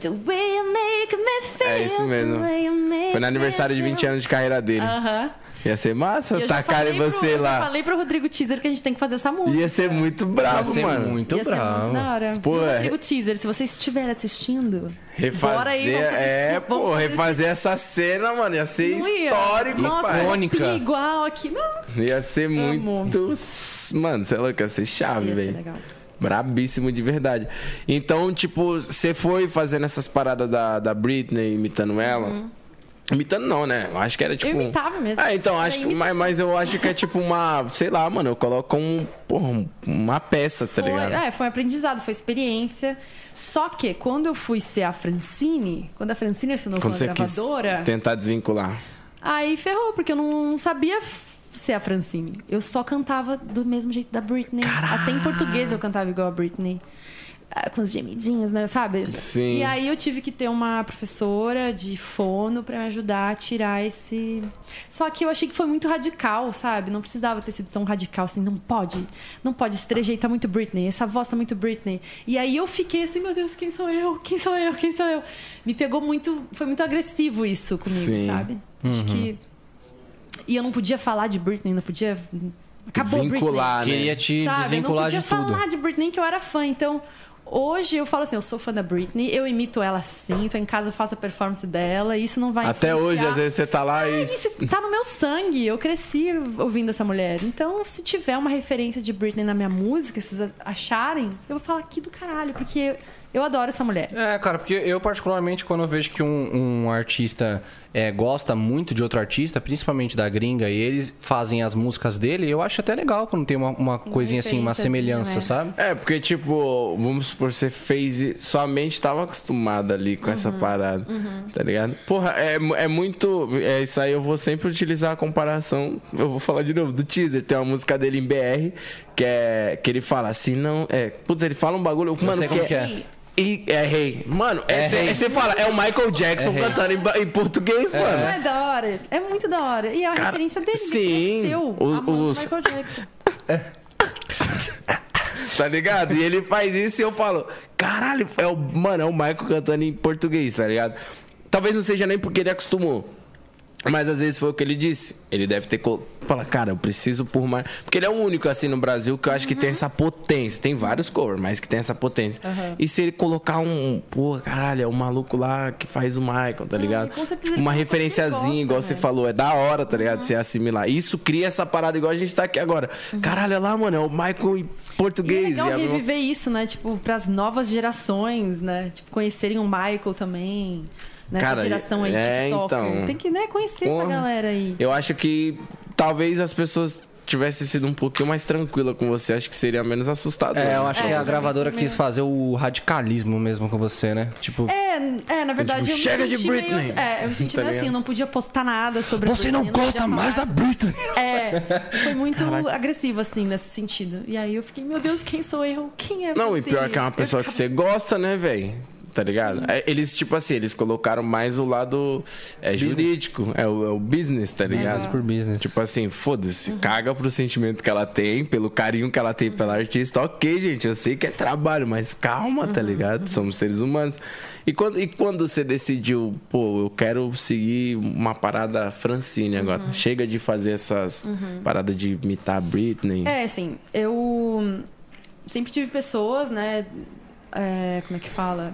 [SPEAKER 4] The way you make me feel.
[SPEAKER 1] É isso mesmo.
[SPEAKER 4] the way you make
[SPEAKER 1] Foi no aniversário de 20 anos de carreira dele. <laughs>
[SPEAKER 3] Aham.
[SPEAKER 1] Ia ser massa
[SPEAKER 3] Ah. eu já
[SPEAKER 1] tacar
[SPEAKER 3] falei
[SPEAKER 1] em você
[SPEAKER 3] pro, Eu já
[SPEAKER 1] lá.
[SPEAKER 3] falei pro Rodrigo Teaser que a gente tem que fazer essa música.
[SPEAKER 1] Ia ser muito brabo,
[SPEAKER 2] Ia ser
[SPEAKER 1] mano.
[SPEAKER 2] muito
[SPEAKER 3] Ia ser
[SPEAKER 2] bravo.
[SPEAKER 3] muito da hora.
[SPEAKER 1] Pô,
[SPEAKER 3] E o
[SPEAKER 1] é-
[SPEAKER 3] Rodrigo Teaser, se você estiver assistindo,
[SPEAKER 1] Refazer.
[SPEAKER 3] Bora aí, vamos fazer
[SPEAKER 1] é,
[SPEAKER 3] isso, vamos
[SPEAKER 1] pô,
[SPEAKER 3] fazer isso.
[SPEAKER 1] refazer essa cena, mano. Ia ser
[SPEAKER 3] Não ia?
[SPEAKER 1] histórico,
[SPEAKER 3] Nossa, é
[SPEAKER 1] pai. Tá
[SPEAKER 2] Icônica.
[SPEAKER 3] igual aqui. Não,
[SPEAKER 1] Ia ser muito. Mano, você é louco, ia ser chave,
[SPEAKER 3] ia ser
[SPEAKER 1] velho.
[SPEAKER 3] legal.
[SPEAKER 1] Brabíssimo de verdade. Então, tipo, você foi fazendo essas paradas da, da Britney, imitando ela. Imitando não, né? Eu acho que era tipo. um-
[SPEAKER 3] Uhum. imitava mesmo.
[SPEAKER 1] Ah, então,
[SPEAKER 3] Era
[SPEAKER 1] acho que,
[SPEAKER 3] imitação.
[SPEAKER 1] mas, mas eu acho que é tipo uma. Sei lá, mano, eu coloco um, porra, um- uma peça, tá
[SPEAKER 3] Foi,
[SPEAKER 1] ligado?
[SPEAKER 3] é, foi um aprendizado, foi experiência. Só que quando eu fui ser a Francine, quando a Francine assinou
[SPEAKER 1] Quando
[SPEAKER 3] com
[SPEAKER 1] você
[SPEAKER 3] a
[SPEAKER 1] quis
[SPEAKER 3] gravadora,
[SPEAKER 1] tentar desvincular.
[SPEAKER 3] aí ferrou, porque eu não sabia f- ser a Francine. Eu só cantava do mesmo jeito da Britney. Até em português eu cantava igual a Britney. Ah, Com os gemidinhos, né? Sabe?
[SPEAKER 1] Sim.
[SPEAKER 3] E aí eu tive que ter uma professora de fono pra me ajudar a tirar esse. Só que eu achei que foi muito radical, sabe? Não precisava ter sido tão radical assim. Não pode. Não pode. Esse trejeito tá muito Britney. Essa voz tá muito Britney. E aí eu fiquei assim, meu Deus, quem sou eu? Quem sou eu? Quem sou eu? Me pegou muito. Foi muito agressivo isso comigo,
[SPEAKER 1] Sim. Uhum.
[SPEAKER 3] sabe? Acho que. E eu não podia falar de Britney, não podia. Acabou Britney
[SPEAKER 1] Vincular, né?
[SPEAKER 2] Queria te
[SPEAKER 3] sabe? Eu não
[SPEAKER 2] desvincular
[SPEAKER 3] podia
[SPEAKER 2] de tudo.
[SPEAKER 3] falar de Britney que eu era fã. Então, hoje eu falo assim, eu sou fã da Britney, eu imito ela sim, tô em casa, eu faço a performance dela, e isso não vai
[SPEAKER 1] Até hoje,
[SPEAKER 3] influenciar.
[SPEAKER 1] às vezes, você tá lá e.
[SPEAKER 3] Isso tá no meu sangue, eu cresci ouvindo essa mulher. Então, se tiver uma referência de Britney na minha música, se vocês acharem, eu vou falar aqui do caralho, porque eu adoro essa mulher.
[SPEAKER 2] É, cara, porque eu particularmente, quando eu vejo que um, um artista é, gosta muito de outro artista, principalmente da gringa, e eles fazem as músicas dele, eu acho até legal quando tem uma, uma coisinha assim, uma
[SPEAKER 3] referência,
[SPEAKER 2] semelhança,
[SPEAKER 3] assim,
[SPEAKER 2] sabe?
[SPEAKER 3] né?
[SPEAKER 1] É, porque, tipo, vamos supor, você fez e sua mente tava acostumada ali com essa parada, tá ligado? Porra, é, mu- é muito. É isso aí, eu vou sempre utilizar a comparação. Eu vou falar de novo do teaser. Tem uma música dele em BR que é. Que ele fala assim, não. É, putz, ele fala um bagulho. mano,
[SPEAKER 2] sei como que é.
[SPEAKER 1] E é rei. Mano, é cê-
[SPEAKER 2] rei.
[SPEAKER 1] é- você fala, é o Michael Jackson
[SPEAKER 2] rei.
[SPEAKER 1] cantando em, ba- em português, mano.
[SPEAKER 3] Não é da hora? É muito da hora. E é a
[SPEAKER 1] Cara,
[SPEAKER 3] referência dele,
[SPEAKER 1] sim.
[SPEAKER 3] ele cresceu
[SPEAKER 1] O-
[SPEAKER 3] amando
[SPEAKER 1] os-
[SPEAKER 3] Michael Jackson.
[SPEAKER 1] Tá ligado? E ele faz isso e eu falo, caralho, é o, mano, é o Michael cantando em português, tá ligado? Talvez não seja nem porque ele acostumou. Mas às vezes foi o que ele disse. Ele deve ter. co- Fala, cara, eu preciso por mais. Porque ele é o único assim no Brasil que eu acho que
[SPEAKER 3] Uhum.
[SPEAKER 1] tem essa potência. Tem vários covers, mas que tem essa potência.
[SPEAKER 3] Uhum.
[SPEAKER 1] E se ele colocar um. Pô, caralho, é o maluco lá que faz o Michael, tá ligado?
[SPEAKER 3] Uhum, com certeza ele
[SPEAKER 1] Uma
[SPEAKER 3] coloca o que ele
[SPEAKER 1] referenciazinha,
[SPEAKER 3] gosta,
[SPEAKER 1] igual você
[SPEAKER 3] né?
[SPEAKER 1] falou, é da hora, tá ligado? Você assimilar. Isso cria essa parada igual a gente tá aqui agora. Caralho, olha lá, mano, é o Michael em
[SPEAKER 3] Uhum. E é
[SPEAKER 1] português.
[SPEAKER 3] legal
[SPEAKER 1] E a-
[SPEAKER 3] reviver isso, né? Tipo, pras novas gerações, né? Tipo, conhecerem o Michael também. Nessa
[SPEAKER 1] Cara,
[SPEAKER 3] geração aí,
[SPEAKER 1] é,
[SPEAKER 3] TikTok.
[SPEAKER 1] então.
[SPEAKER 3] Tem que, né, conhecer
[SPEAKER 1] Porra.
[SPEAKER 3] essa galera aí.
[SPEAKER 1] Eu acho que talvez as pessoas tivessem sido um pouquinho mais tranquila com você. Acho que seria menos assustador.
[SPEAKER 2] É, eu
[SPEAKER 1] né?
[SPEAKER 2] acho que a gravadora quis fazer o radicalismo mesmo com você, né? Tipo,
[SPEAKER 3] É, n- é, na verdade,
[SPEAKER 1] tipo,
[SPEAKER 3] eu me
[SPEAKER 1] chega de
[SPEAKER 3] senti meio-
[SPEAKER 1] Britney.
[SPEAKER 3] é, eu me senti
[SPEAKER 1] Tá
[SPEAKER 3] meio assim,
[SPEAKER 1] ligado?
[SPEAKER 3] eu não podia postar nada sobre a
[SPEAKER 2] você
[SPEAKER 3] Britney,
[SPEAKER 2] não
[SPEAKER 3] eu podia
[SPEAKER 2] gosta mais da
[SPEAKER 3] falar.
[SPEAKER 2] Britney!
[SPEAKER 3] É, foi muito agressivo, assim, nesse sentido. E aí eu fiquei, meu Deus, quem sou eu? Quem é
[SPEAKER 1] Não, e
[SPEAKER 3] você?
[SPEAKER 1] pior que é uma
[SPEAKER 3] Eu
[SPEAKER 1] pessoa que
[SPEAKER 3] ficava-
[SPEAKER 1] você gosta, né, velho? tá ligado? É, Eles, tipo assim, eles colocaram mais o lado é, jurídico, é o, é o business, tá ligado?
[SPEAKER 2] Business por business.
[SPEAKER 1] Tipo assim, foda-se, caga pro sentimento que ela tem, pelo carinho que ela tem pela artista. Ok, gente, eu sei que é trabalho, mas calma,
[SPEAKER 3] Uhum.
[SPEAKER 1] tá ligado? Somos seres humanos. E quando, e quando você decidiu, pô, eu quero seguir uma parada Francine agora.
[SPEAKER 3] Uhum.
[SPEAKER 1] Chega de fazer essas paradas de imitar a Britney.
[SPEAKER 3] É, assim, eu sempre tive pessoas, né? é, como é que fala?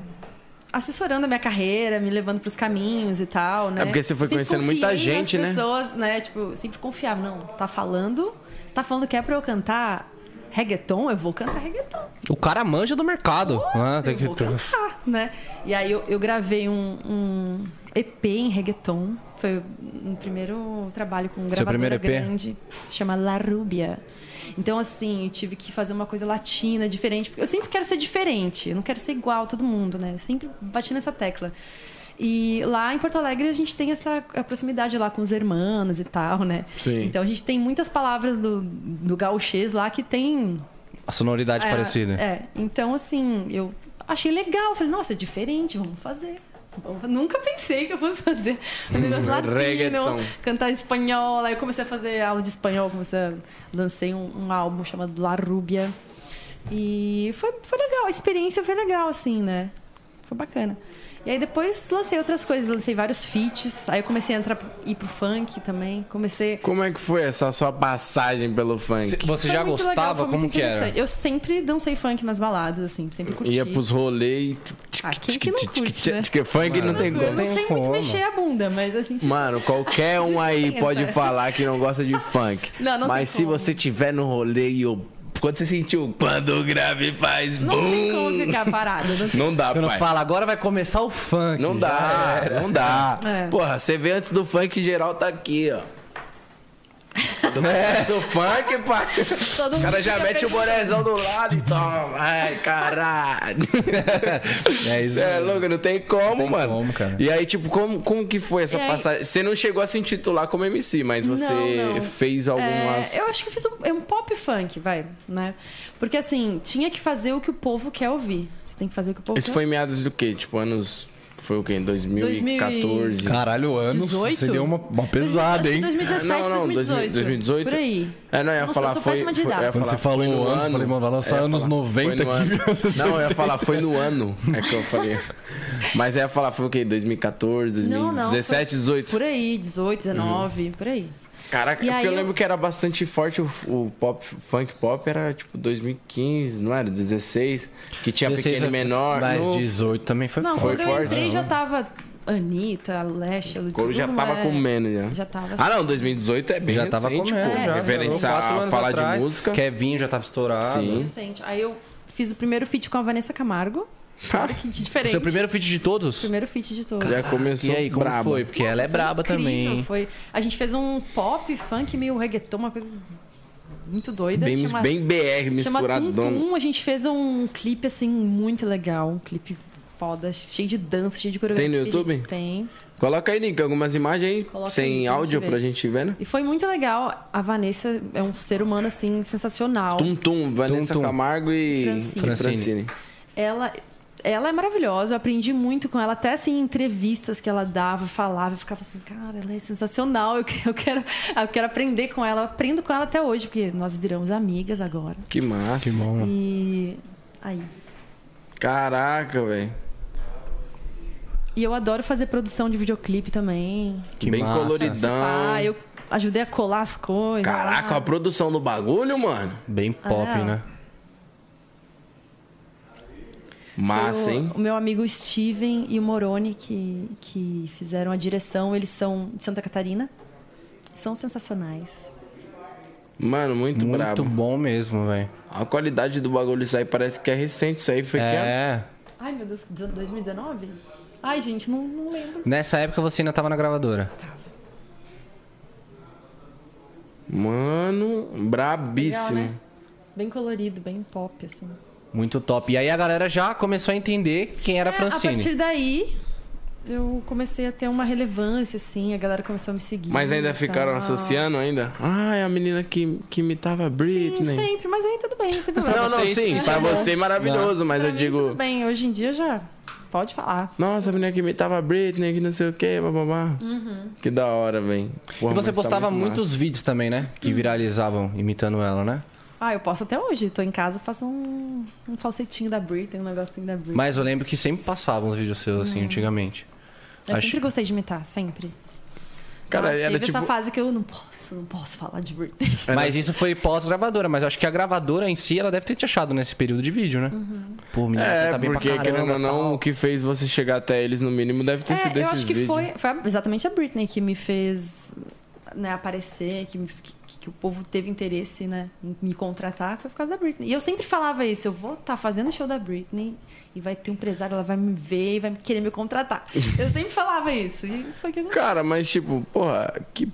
[SPEAKER 3] Assessorando a minha carreira, me levando pros caminhos e tal, né?
[SPEAKER 1] É porque você foi conhecendo muita
[SPEAKER 3] confiei nas
[SPEAKER 1] gente, né?
[SPEAKER 3] pessoas, né? Tipo, sempre confiava. Não, tá falando... Você tá falando que é pra eu cantar reggaeton? Eu vou cantar reggaeton.
[SPEAKER 2] O cara manja do mercado. Ah, tem
[SPEAKER 3] eu
[SPEAKER 2] que...
[SPEAKER 3] vou cantar, né? E aí eu, eu gravei um, um EP em reggaeton. Foi um primeiro trabalho com um
[SPEAKER 2] Seu
[SPEAKER 3] gravadora
[SPEAKER 2] primeiro EP?
[SPEAKER 3] grande. Chama La Rubia. Então, assim, eu tive que fazer uma coisa latina, diferente. Porque eu sempre quero ser diferente. Eu não quero ser igual a todo mundo, né? Eu sempre bati nessa tecla. E lá em Porto Alegre a gente tem essa a proximidade lá com os hermanos e tal, né?
[SPEAKER 1] Sim.
[SPEAKER 3] Então a gente tem muitas palavras do, do gauchês lá que tem
[SPEAKER 2] A sonoridade
[SPEAKER 3] é,
[SPEAKER 2] parecida.
[SPEAKER 3] É, então assim, eu achei legal. Falei, nossa, é diferente, vamos fazer. Vamos fa- Nunca pensei que eu fosse fazer
[SPEAKER 2] Hum,
[SPEAKER 3] um negócio
[SPEAKER 1] reggaeton.
[SPEAKER 3] latino, cantar espanhol. Aí eu comecei a fazer aula de espanhol, comecei a... lancei um, um álbum chamado La Rubia. E foi, foi legal, a experiência foi legal, assim, né? Foi bacana. E aí depois lancei outras coisas, lancei vários feats. Aí eu comecei a entrar, ir pro funk também. Comecei
[SPEAKER 1] Como é que foi essa sua passagem pelo funk?
[SPEAKER 2] Cê- Você
[SPEAKER 3] foi
[SPEAKER 2] já
[SPEAKER 3] muito legal,
[SPEAKER 2] gostava?
[SPEAKER 3] foi muito
[SPEAKER 2] Como que era?
[SPEAKER 3] interessante. Eu sempre dancei funk nas baladas, assim, sempre curti.
[SPEAKER 1] Ia pros rolês.
[SPEAKER 3] Ah, quem que não
[SPEAKER 1] <laughs>
[SPEAKER 3] curte, né?
[SPEAKER 1] Porque funk não tem
[SPEAKER 3] Eu
[SPEAKER 1] como.
[SPEAKER 3] não sei
[SPEAKER 2] Tem
[SPEAKER 3] muito
[SPEAKER 2] como.
[SPEAKER 3] mexer a bunda, mas a gente.
[SPEAKER 1] Mano,
[SPEAKER 3] <laughs>
[SPEAKER 1] qualquer um aí
[SPEAKER 3] Sustenta.
[SPEAKER 1] pode falar que não gosta de funk.
[SPEAKER 3] Não, não
[SPEAKER 1] Mas
[SPEAKER 3] tem
[SPEAKER 1] se
[SPEAKER 3] como.
[SPEAKER 1] você tiver no rolê e o. Quando você sentiu. Quando o grave faz
[SPEAKER 3] não tem
[SPEAKER 1] boom!
[SPEAKER 3] como ficar parada. Não tem...
[SPEAKER 1] Não dá,
[SPEAKER 2] Eu não
[SPEAKER 1] pai.
[SPEAKER 2] falo, agora vai começar o funk.
[SPEAKER 1] Não dá, não dá.
[SPEAKER 3] É.
[SPEAKER 1] Porra, você vê antes do funk geral tá aqui, ó. <laughs> É. Do começa o funk, pai.
[SPEAKER 3] Todo
[SPEAKER 1] Os caras
[SPEAKER 3] mundo
[SPEAKER 1] já
[SPEAKER 3] fica
[SPEAKER 1] metem o
[SPEAKER 3] pensando.
[SPEAKER 1] bonézão do lado e toma. Ai, caralho.
[SPEAKER 2] É isso
[SPEAKER 1] Cê <laughs> é
[SPEAKER 2] mesmo.
[SPEAKER 1] louco, não tem como,
[SPEAKER 2] tem
[SPEAKER 1] mano.
[SPEAKER 2] como, cara.
[SPEAKER 1] E aí, tipo, como, como que foi essa
[SPEAKER 3] E aí-
[SPEAKER 1] passagem? Você não chegou a se intitular como MC, mas <laughs> você
[SPEAKER 3] Não, não.
[SPEAKER 1] fez algumas.
[SPEAKER 3] É, eu acho que eu fiz um, é um pop funk, vai, né? Porque assim, tinha que fazer o que o povo quer ouvir. Você tem que fazer o que o povo
[SPEAKER 1] Isso
[SPEAKER 3] quer
[SPEAKER 1] foi em meados do quê? Tipo, anos. Foi o quê? Em 2014?
[SPEAKER 3] 2014.
[SPEAKER 2] Caralho, anos.
[SPEAKER 3] 18?
[SPEAKER 2] Você deu uma, uma pesada, hein?
[SPEAKER 3] 2017,
[SPEAKER 1] Ah, não, não,
[SPEAKER 3] 2018.
[SPEAKER 1] 2018.
[SPEAKER 3] Por aí.
[SPEAKER 1] É, não, eu ia
[SPEAKER 3] Nossa,
[SPEAKER 1] falar,
[SPEAKER 3] eu sou
[SPEAKER 1] foi,
[SPEAKER 3] péssima de
[SPEAKER 1] foi- eu ia
[SPEAKER 3] data.
[SPEAKER 2] Quando
[SPEAKER 1] falar,
[SPEAKER 2] você falou
[SPEAKER 1] foi É,
[SPEAKER 2] em anos, eu falei, mano, vai lançar
[SPEAKER 1] Eu ia
[SPEAKER 2] anos 90
[SPEAKER 1] foi no
[SPEAKER 2] aqui,
[SPEAKER 1] ano.
[SPEAKER 2] meu.
[SPEAKER 1] Não, eu ia falar, foi no ano. É que eu falei. <laughs> Mas eu ia falar, foi o quê? 2014,
[SPEAKER 3] Não, não,
[SPEAKER 1] 2017,
[SPEAKER 3] foi
[SPEAKER 1] 18.
[SPEAKER 3] Por aí, 18,
[SPEAKER 1] Uhum.
[SPEAKER 3] 19, por aí.
[SPEAKER 1] Caraca,
[SPEAKER 3] E
[SPEAKER 1] é porque
[SPEAKER 3] aí
[SPEAKER 1] eu
[SPEAKER 3] eu-
[SPEAKER 1] lembro que era bastante forte o, o pop, funk pop era tipo 2015, não era? 16, que tinha é pequeno e
[SPEAKER 2] é
[SPEAKER 1] menor. né?
[SPEAKER 2] Mas
[SPEAKER 1] no...
[SPEAKER 2] 18 também foi
[SPEAKER 3] Não,
[SPEAKER 1] Foi
[SPEAKER 3] quando
[SPEAKER 1] forte,
[SPEAKER 3] eu entrei
[SPEAKER 1] não.
[SPEAKER 3] já tava Anitta, Lesha,
[SPEAKER 1] O couro já tava comendo já.
[SPEAKER 3] é, Já tava
[SPEAKER 1] Ah, não, 2018 é bem
[SPEAKER 2] Já tava
[SPEAKER 1] recente,
[SPEAKER 2] comendo.
[SPEAKER 1] pô.
[SPEAKER 2] já,
[SPEAKER 1] Referente
[SPEAKER 2] já. Quatro
[SPEAKER 1] a
[SPEAKER 2] anos
[SPEAKER 1] falar
[SPEAKER 2] atrás,
[SPEAKER 1] de música.
[SPEAKER 2] Kevinho já tava estourado.
[SPEAKER 1] Sim.
[SPEAKER 3] Recente. Aí eu fiz o primeiro feat com a Vanessa Camargo. Olha que diferente.
[SPEAKER 2] Seu primeiro feat de todos?
[SPEAKER 3] Primeiro feat de todos.
[SPEAKER 1] Tá. Já começou
[SPEAKER 2] E aí, como
[SPEAKER 1] brabo.
[SPEAKER 2] foi? Porque
[SPEAKER 3] Nossa,
[SPEAKER 2] ela é
[SPEAKER 3] foi
[SPEAKER 2] braba
[SPEAKER 3] incrível,
[SPEAKER 2] também.
[SPEAKER 3] Foi... A gente fez um pop, funk, meio reggaeton, uma coisa muito doida.
[SPEAKER 1] Bem,
[SPEAKER 3] chama...
[SPEAKER 1] bem BR
[SPEAKER 3] Chama Tum
[SPEAKER 1] misturadona.
[SPEAKER 3] Tum, a gente fez um clipe, assim, muito legal. Um clipe foda, cheio de dança, cheio de coreografia.
[SPEAKER 1] Tem no YouTube?
[SPEAKER 3] Tem.
[SPEAKER 1] Coloca aí, Nick, algumas imagens aí,
[SPEAKER 3] Coloca aí
[SPEAKER 1] sem
[SPEAKER 3] pra
[SPEAKER 1] áudio
[SPEAKER 3] gente ver.
[SPEAKER 1] pra gente ver, né?
[SPEAKER 3] E foi muito legal. A Vanessa é um ser humano, assim, sensacional.
[SPEAKER 1] Tum Tum, Vanessa
[SPEAKER 2] Tum.
[SPEAKER 1] Camargo e
[SPEAKER 3] Francine.
[SPEAKER 1] e Francine.
[SPEAKER 3] Ela, ela é maravilhosa, eu aprendi muito com ela, até assim, em entrevistas que ela dava, falava, eu ficava assim, cara, ela é sensacional, eu que- eu quero, eu quero aprender com ela, eu aprendo com ela até hoje, porque nós viramos amigas agora.
[SPEAKER 1] Que massa.
[SPEAKER 2] bom.
[SPEAKER 3] E. Aí.
[SPEAKER 1] Caraca, velho.
[SPEAKER 3] E eu adoro fazer produção de videoclipe também.
[SPEAKER 2] Que
[SPEAKER 1] Bem
[SPEAKER 2] massa.
[SPEAKER 1] coloridão.
[SPEAKER 3] Ah, eu ajudei a colar as coisas.
[SPEAKER 1] Caraca, a
[SPEAKER 3] lá.
[SPEAKER 1] produção do bagulho, mano.
[SPEAKER 2] Bem pop,
[SPEAKER 3] Ah,
[SPEAKER 2] né?
[SPEAKER 1] Massa,
[SPEAKER 3] Foi o,
[SPEAKER 1] hein?
[SPEAKER 3] Ah, o meu amigo Steven e o Moroni, que, que fizeram a direção, eles são de Santa Catarina. São sensacionais.
[SPEAKER 1] Mano, muito,
[SPEAKER 2] Muito
[SPEAKER 1] brabo.
[SPEAKER 2] bom mesmo, velho.
[SPEAKER 1] A qualidade do bagulho, isso aí parece que é recente. Isso aí foi que ano?
[SPEAKER 2] É.
[SPEAKER 3] Ai, meu Deus, 2019? Ai, gente, não, não lembro.
[SPEAKER 2] Nessa época você ainda tava na gravadora.
[SPEAKER 1] Mano, brabíssimo.
[SPEAKER 3] Legal, né? Bem colorido, bem pop, assim.
[SPEAKER 2] Muito top. E aí a galera já começou a entender quem era a
[SPEAKER 3] É,
[SPEAKER 2] Francine.
[SPEAKER 3] A partir daí, eu comecei a ter uma relevância, assim, a galera começou a me seguir.
[SPEAKER 1] Mas ainda
[SPEAKER 3] e
[SPEAKER 1] ficaram
[SPEAKER 3] tal.
[SPEAKER 1] associando ainda? Ah, é a menina que, que imitava a
[SPEAKER 3] Sim,
[SPEAKER 1] Britney.
[SPEAKER 3] sempre, mas aí tudo bem, não tem
[SPEAKER 1] Não,
[SPEAKER 3] problema.
[SPEAKER 1] não,
[SPEAKER 2] vocês,
[SPEAKER 1] sim.
[SPEAKER 2] isso
[SPEAKER 1] Pra
[SPEAKER 2] é bom.
[SPEAKER 1] você maravilhoso, mas
[SPEAKER 3] Pra
[SPEAKER 1] eu
[SPEAKER 3] mim,
[SPEAKER 1] digo.
[SPEAKER 3] Tudo bem, hoje em dia já. Pode falar.
[SPEAKER 1] Nossa, a menina que imitava a Britney, que não sei o que, bababá.
[SPEAKER 3] Uhum.
[SPEAKER 1] Que da hora, velho.
[SPEAKER 2] E
[SPEAKER 1] tá
[SPEAKER 2] você postava muitos vídeos também, né? Que viralizavam imitando ela, né?
[SPEAKER 3] Ah, eu posso até hoje. Tô em casa, faço um, um falsetinho da Britney, um negocinho da Britney.
[SPEAKER 2] Mas eu lembro que sempre passavam os vídeos seus, assim, antigamente.
[SPEAKER 3] eu
[SPEAKER 2] acho-
[SPEAKER 3] sempre gostei de imitar, sempre.
[SPEAKER 1] Cara,
[SPEAKER 3] Nossa,
[SPEAKER 1] era
[SPEAKER 3] teve essa
[SPEAKER 1] tipo-
[SPEAKER 3] fase que eu não posso, não posso falar de Britney.
[SPEAKER 1] É,
[SPEAKER 2] Mas
[SPEAKER 1] né?
[SPEAKER 2] isso foi pós-gravadora, mas eu acho que a gravadora em si, ela deve ter te achado nesse período de vídeo, né?
[SPEAKER 3] Uhum.
[SPEAKER 2] Pô, menina,
[SPEAKER 1] É,
[SPEAKER 2] tá bem pra
[SPEAKER 1] porque
[SPEAKER 2] caramba.
[SPEAKER 1] querendo ou não,
[SPEAKER 2] tal.
[SPEAKER 1] o que fez você chegar até eles, no mínimo, deve ter sido
[SPEAKER 3] É, eu
[SPEAKER 1] esses
[SPEAKER 3] acho que
[SPEAKER 1] vídeos.
[SPEAKER 3] foi, foi exatamente a Britney que me fez né, aparecer, que, me- que- que o povo teve interesse né, em me contratar, foi por causa da Britney. E eu sempre falava isso, eu vou estar fazendo show da Britney e vai ter um empresário, ela vai me ver e vai querer me contratar. Eu sempre falava isso. E foi que eu...
[SPEAKER 1] Cara, mas tipo, porra, que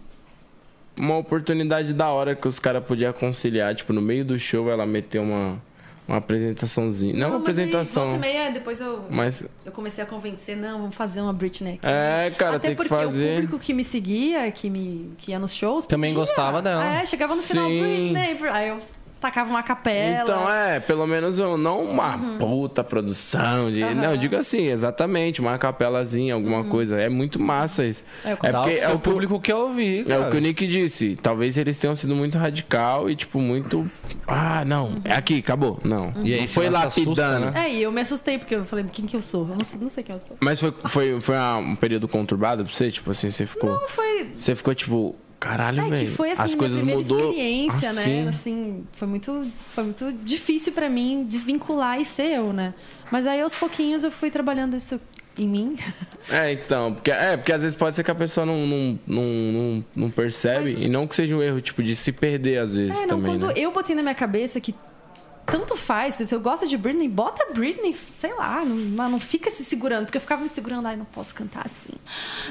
[SPEAKER 1] uma oportunidade da hora que os caras podiam conciliar, tipo, no meio do show ela meter uma, uma apresentaçãozinha. Não, é uma
[SPEAKER 3] mas aí,
[SPEAKER 1] apresentação,
[SPEAKER 3] volta e meia, depois eu,
[SPEAKER 1] mas
[SPEAKER 3] eu comecei a convencer, não, vamos fazer uma Britney aqui.
[SPEAKER 1] é, cara,
[SPEAKER 3] Até
[SPEAKER 1] tem que
[SPEAKER 3] porque o
[SPEAKER 1] fazer.
[SPEAKER 3] público que me seguia, que, me, que ia nos shows...
[SPEAKER 2] Também
[SPEAKER 3] pedia.
[SPEAKER 2] gostava dela.
[SPEAKER 3] Ah, é, chegava no final,
[SPEAKER 1] Sim.
[SPEAKER 3] Britney, Britney", aí eu tacava uma capela.
[SPEAKER 1] Então, é, pelo menos eu- não uma
[SPEAKER 3] Uhum.
[SPEAKER 1] puta produção de. Não, eu digo assim, exatamente, uma capelazinha, alguma coisa. É muito massa isso.
[SPEAKER 3] Uhum. É, eu
[SPEAKER 1] é
[SPEAKER 2] Dá
[SPEAKER 1] porque
[SPEAKER 2] o
[SPEAKER 1] é
[SPEAKER 2] seu
[SPEAKER 1] o que eu-
[SPEAKER 2] público que eu vi,
[SPEAKER 1] É
[SPEAKER 2] cara.
[SPEAKER 1] o que o Nick disse. Talvez eles tenham sido muito radical e, tipo, muito. Ah,
[SPEAKER 3] Uhum.
[SPEAKER 1] não. É aqui, acabou. Não.
[SPEAKER 2] E aí
[SPEAKER 1] Não
[SPEAKER 2] você
[SPEAKER 1] foi
[SPEAKER 2] se assusta,
[SPEAKER 1] lapidando.
[SPEAKER 2] né?
[SPEAKER 3] É, e eu me assustei, porque eu falei, quem que eu sou? Eu não sei, não sei quem eu sou.
[SPEAKER 1] Mas foi, foi, foi uma- um período conturbado pra você? Tipo assim, você ficou.
[SPEAKER 3] Não foi.
[SPEAKER 1] Você ficou, tipo, caralho,
[SPEAKER 3] É que
[SPEAKER 1] velho.
[SPEAKER 3] foi assim,
[SPEAKER 1] as
[SPEAKER 3] minha
[SPEAKER 1] coisas
[SPEAKER 3] primeira
[SPEAKER 1] mudou.
[SPEAKER 3] experiência,
[SPEAKER 1] assim.
[SPEAKER 3] né? Assim, foi muito, foi muito difícil pra mim desvincular e ser eu, né? Mas aí aos pouquinhos eu fui trabalhando isso em mim. <laughs>
[SPEAKER 1] É, então, porque, é, porque às vezes pode ser que a pessoa não, não, não, não, não percebe, e não que seja um erro, tipo, de se perder às vezes
[SPEAKER 3] É, não,
[SPEAKER 1] também,
[SPEAKER 3] quando
[SPEAKER 1] né?
[SPEAKER 3] eu botei na minha cabeça que tanto faz, se você gosta de Britney, bota Britney, sei lá, não, mas não fica se segurando, porque eu ficava me segurando, ai, não posso cantar assim,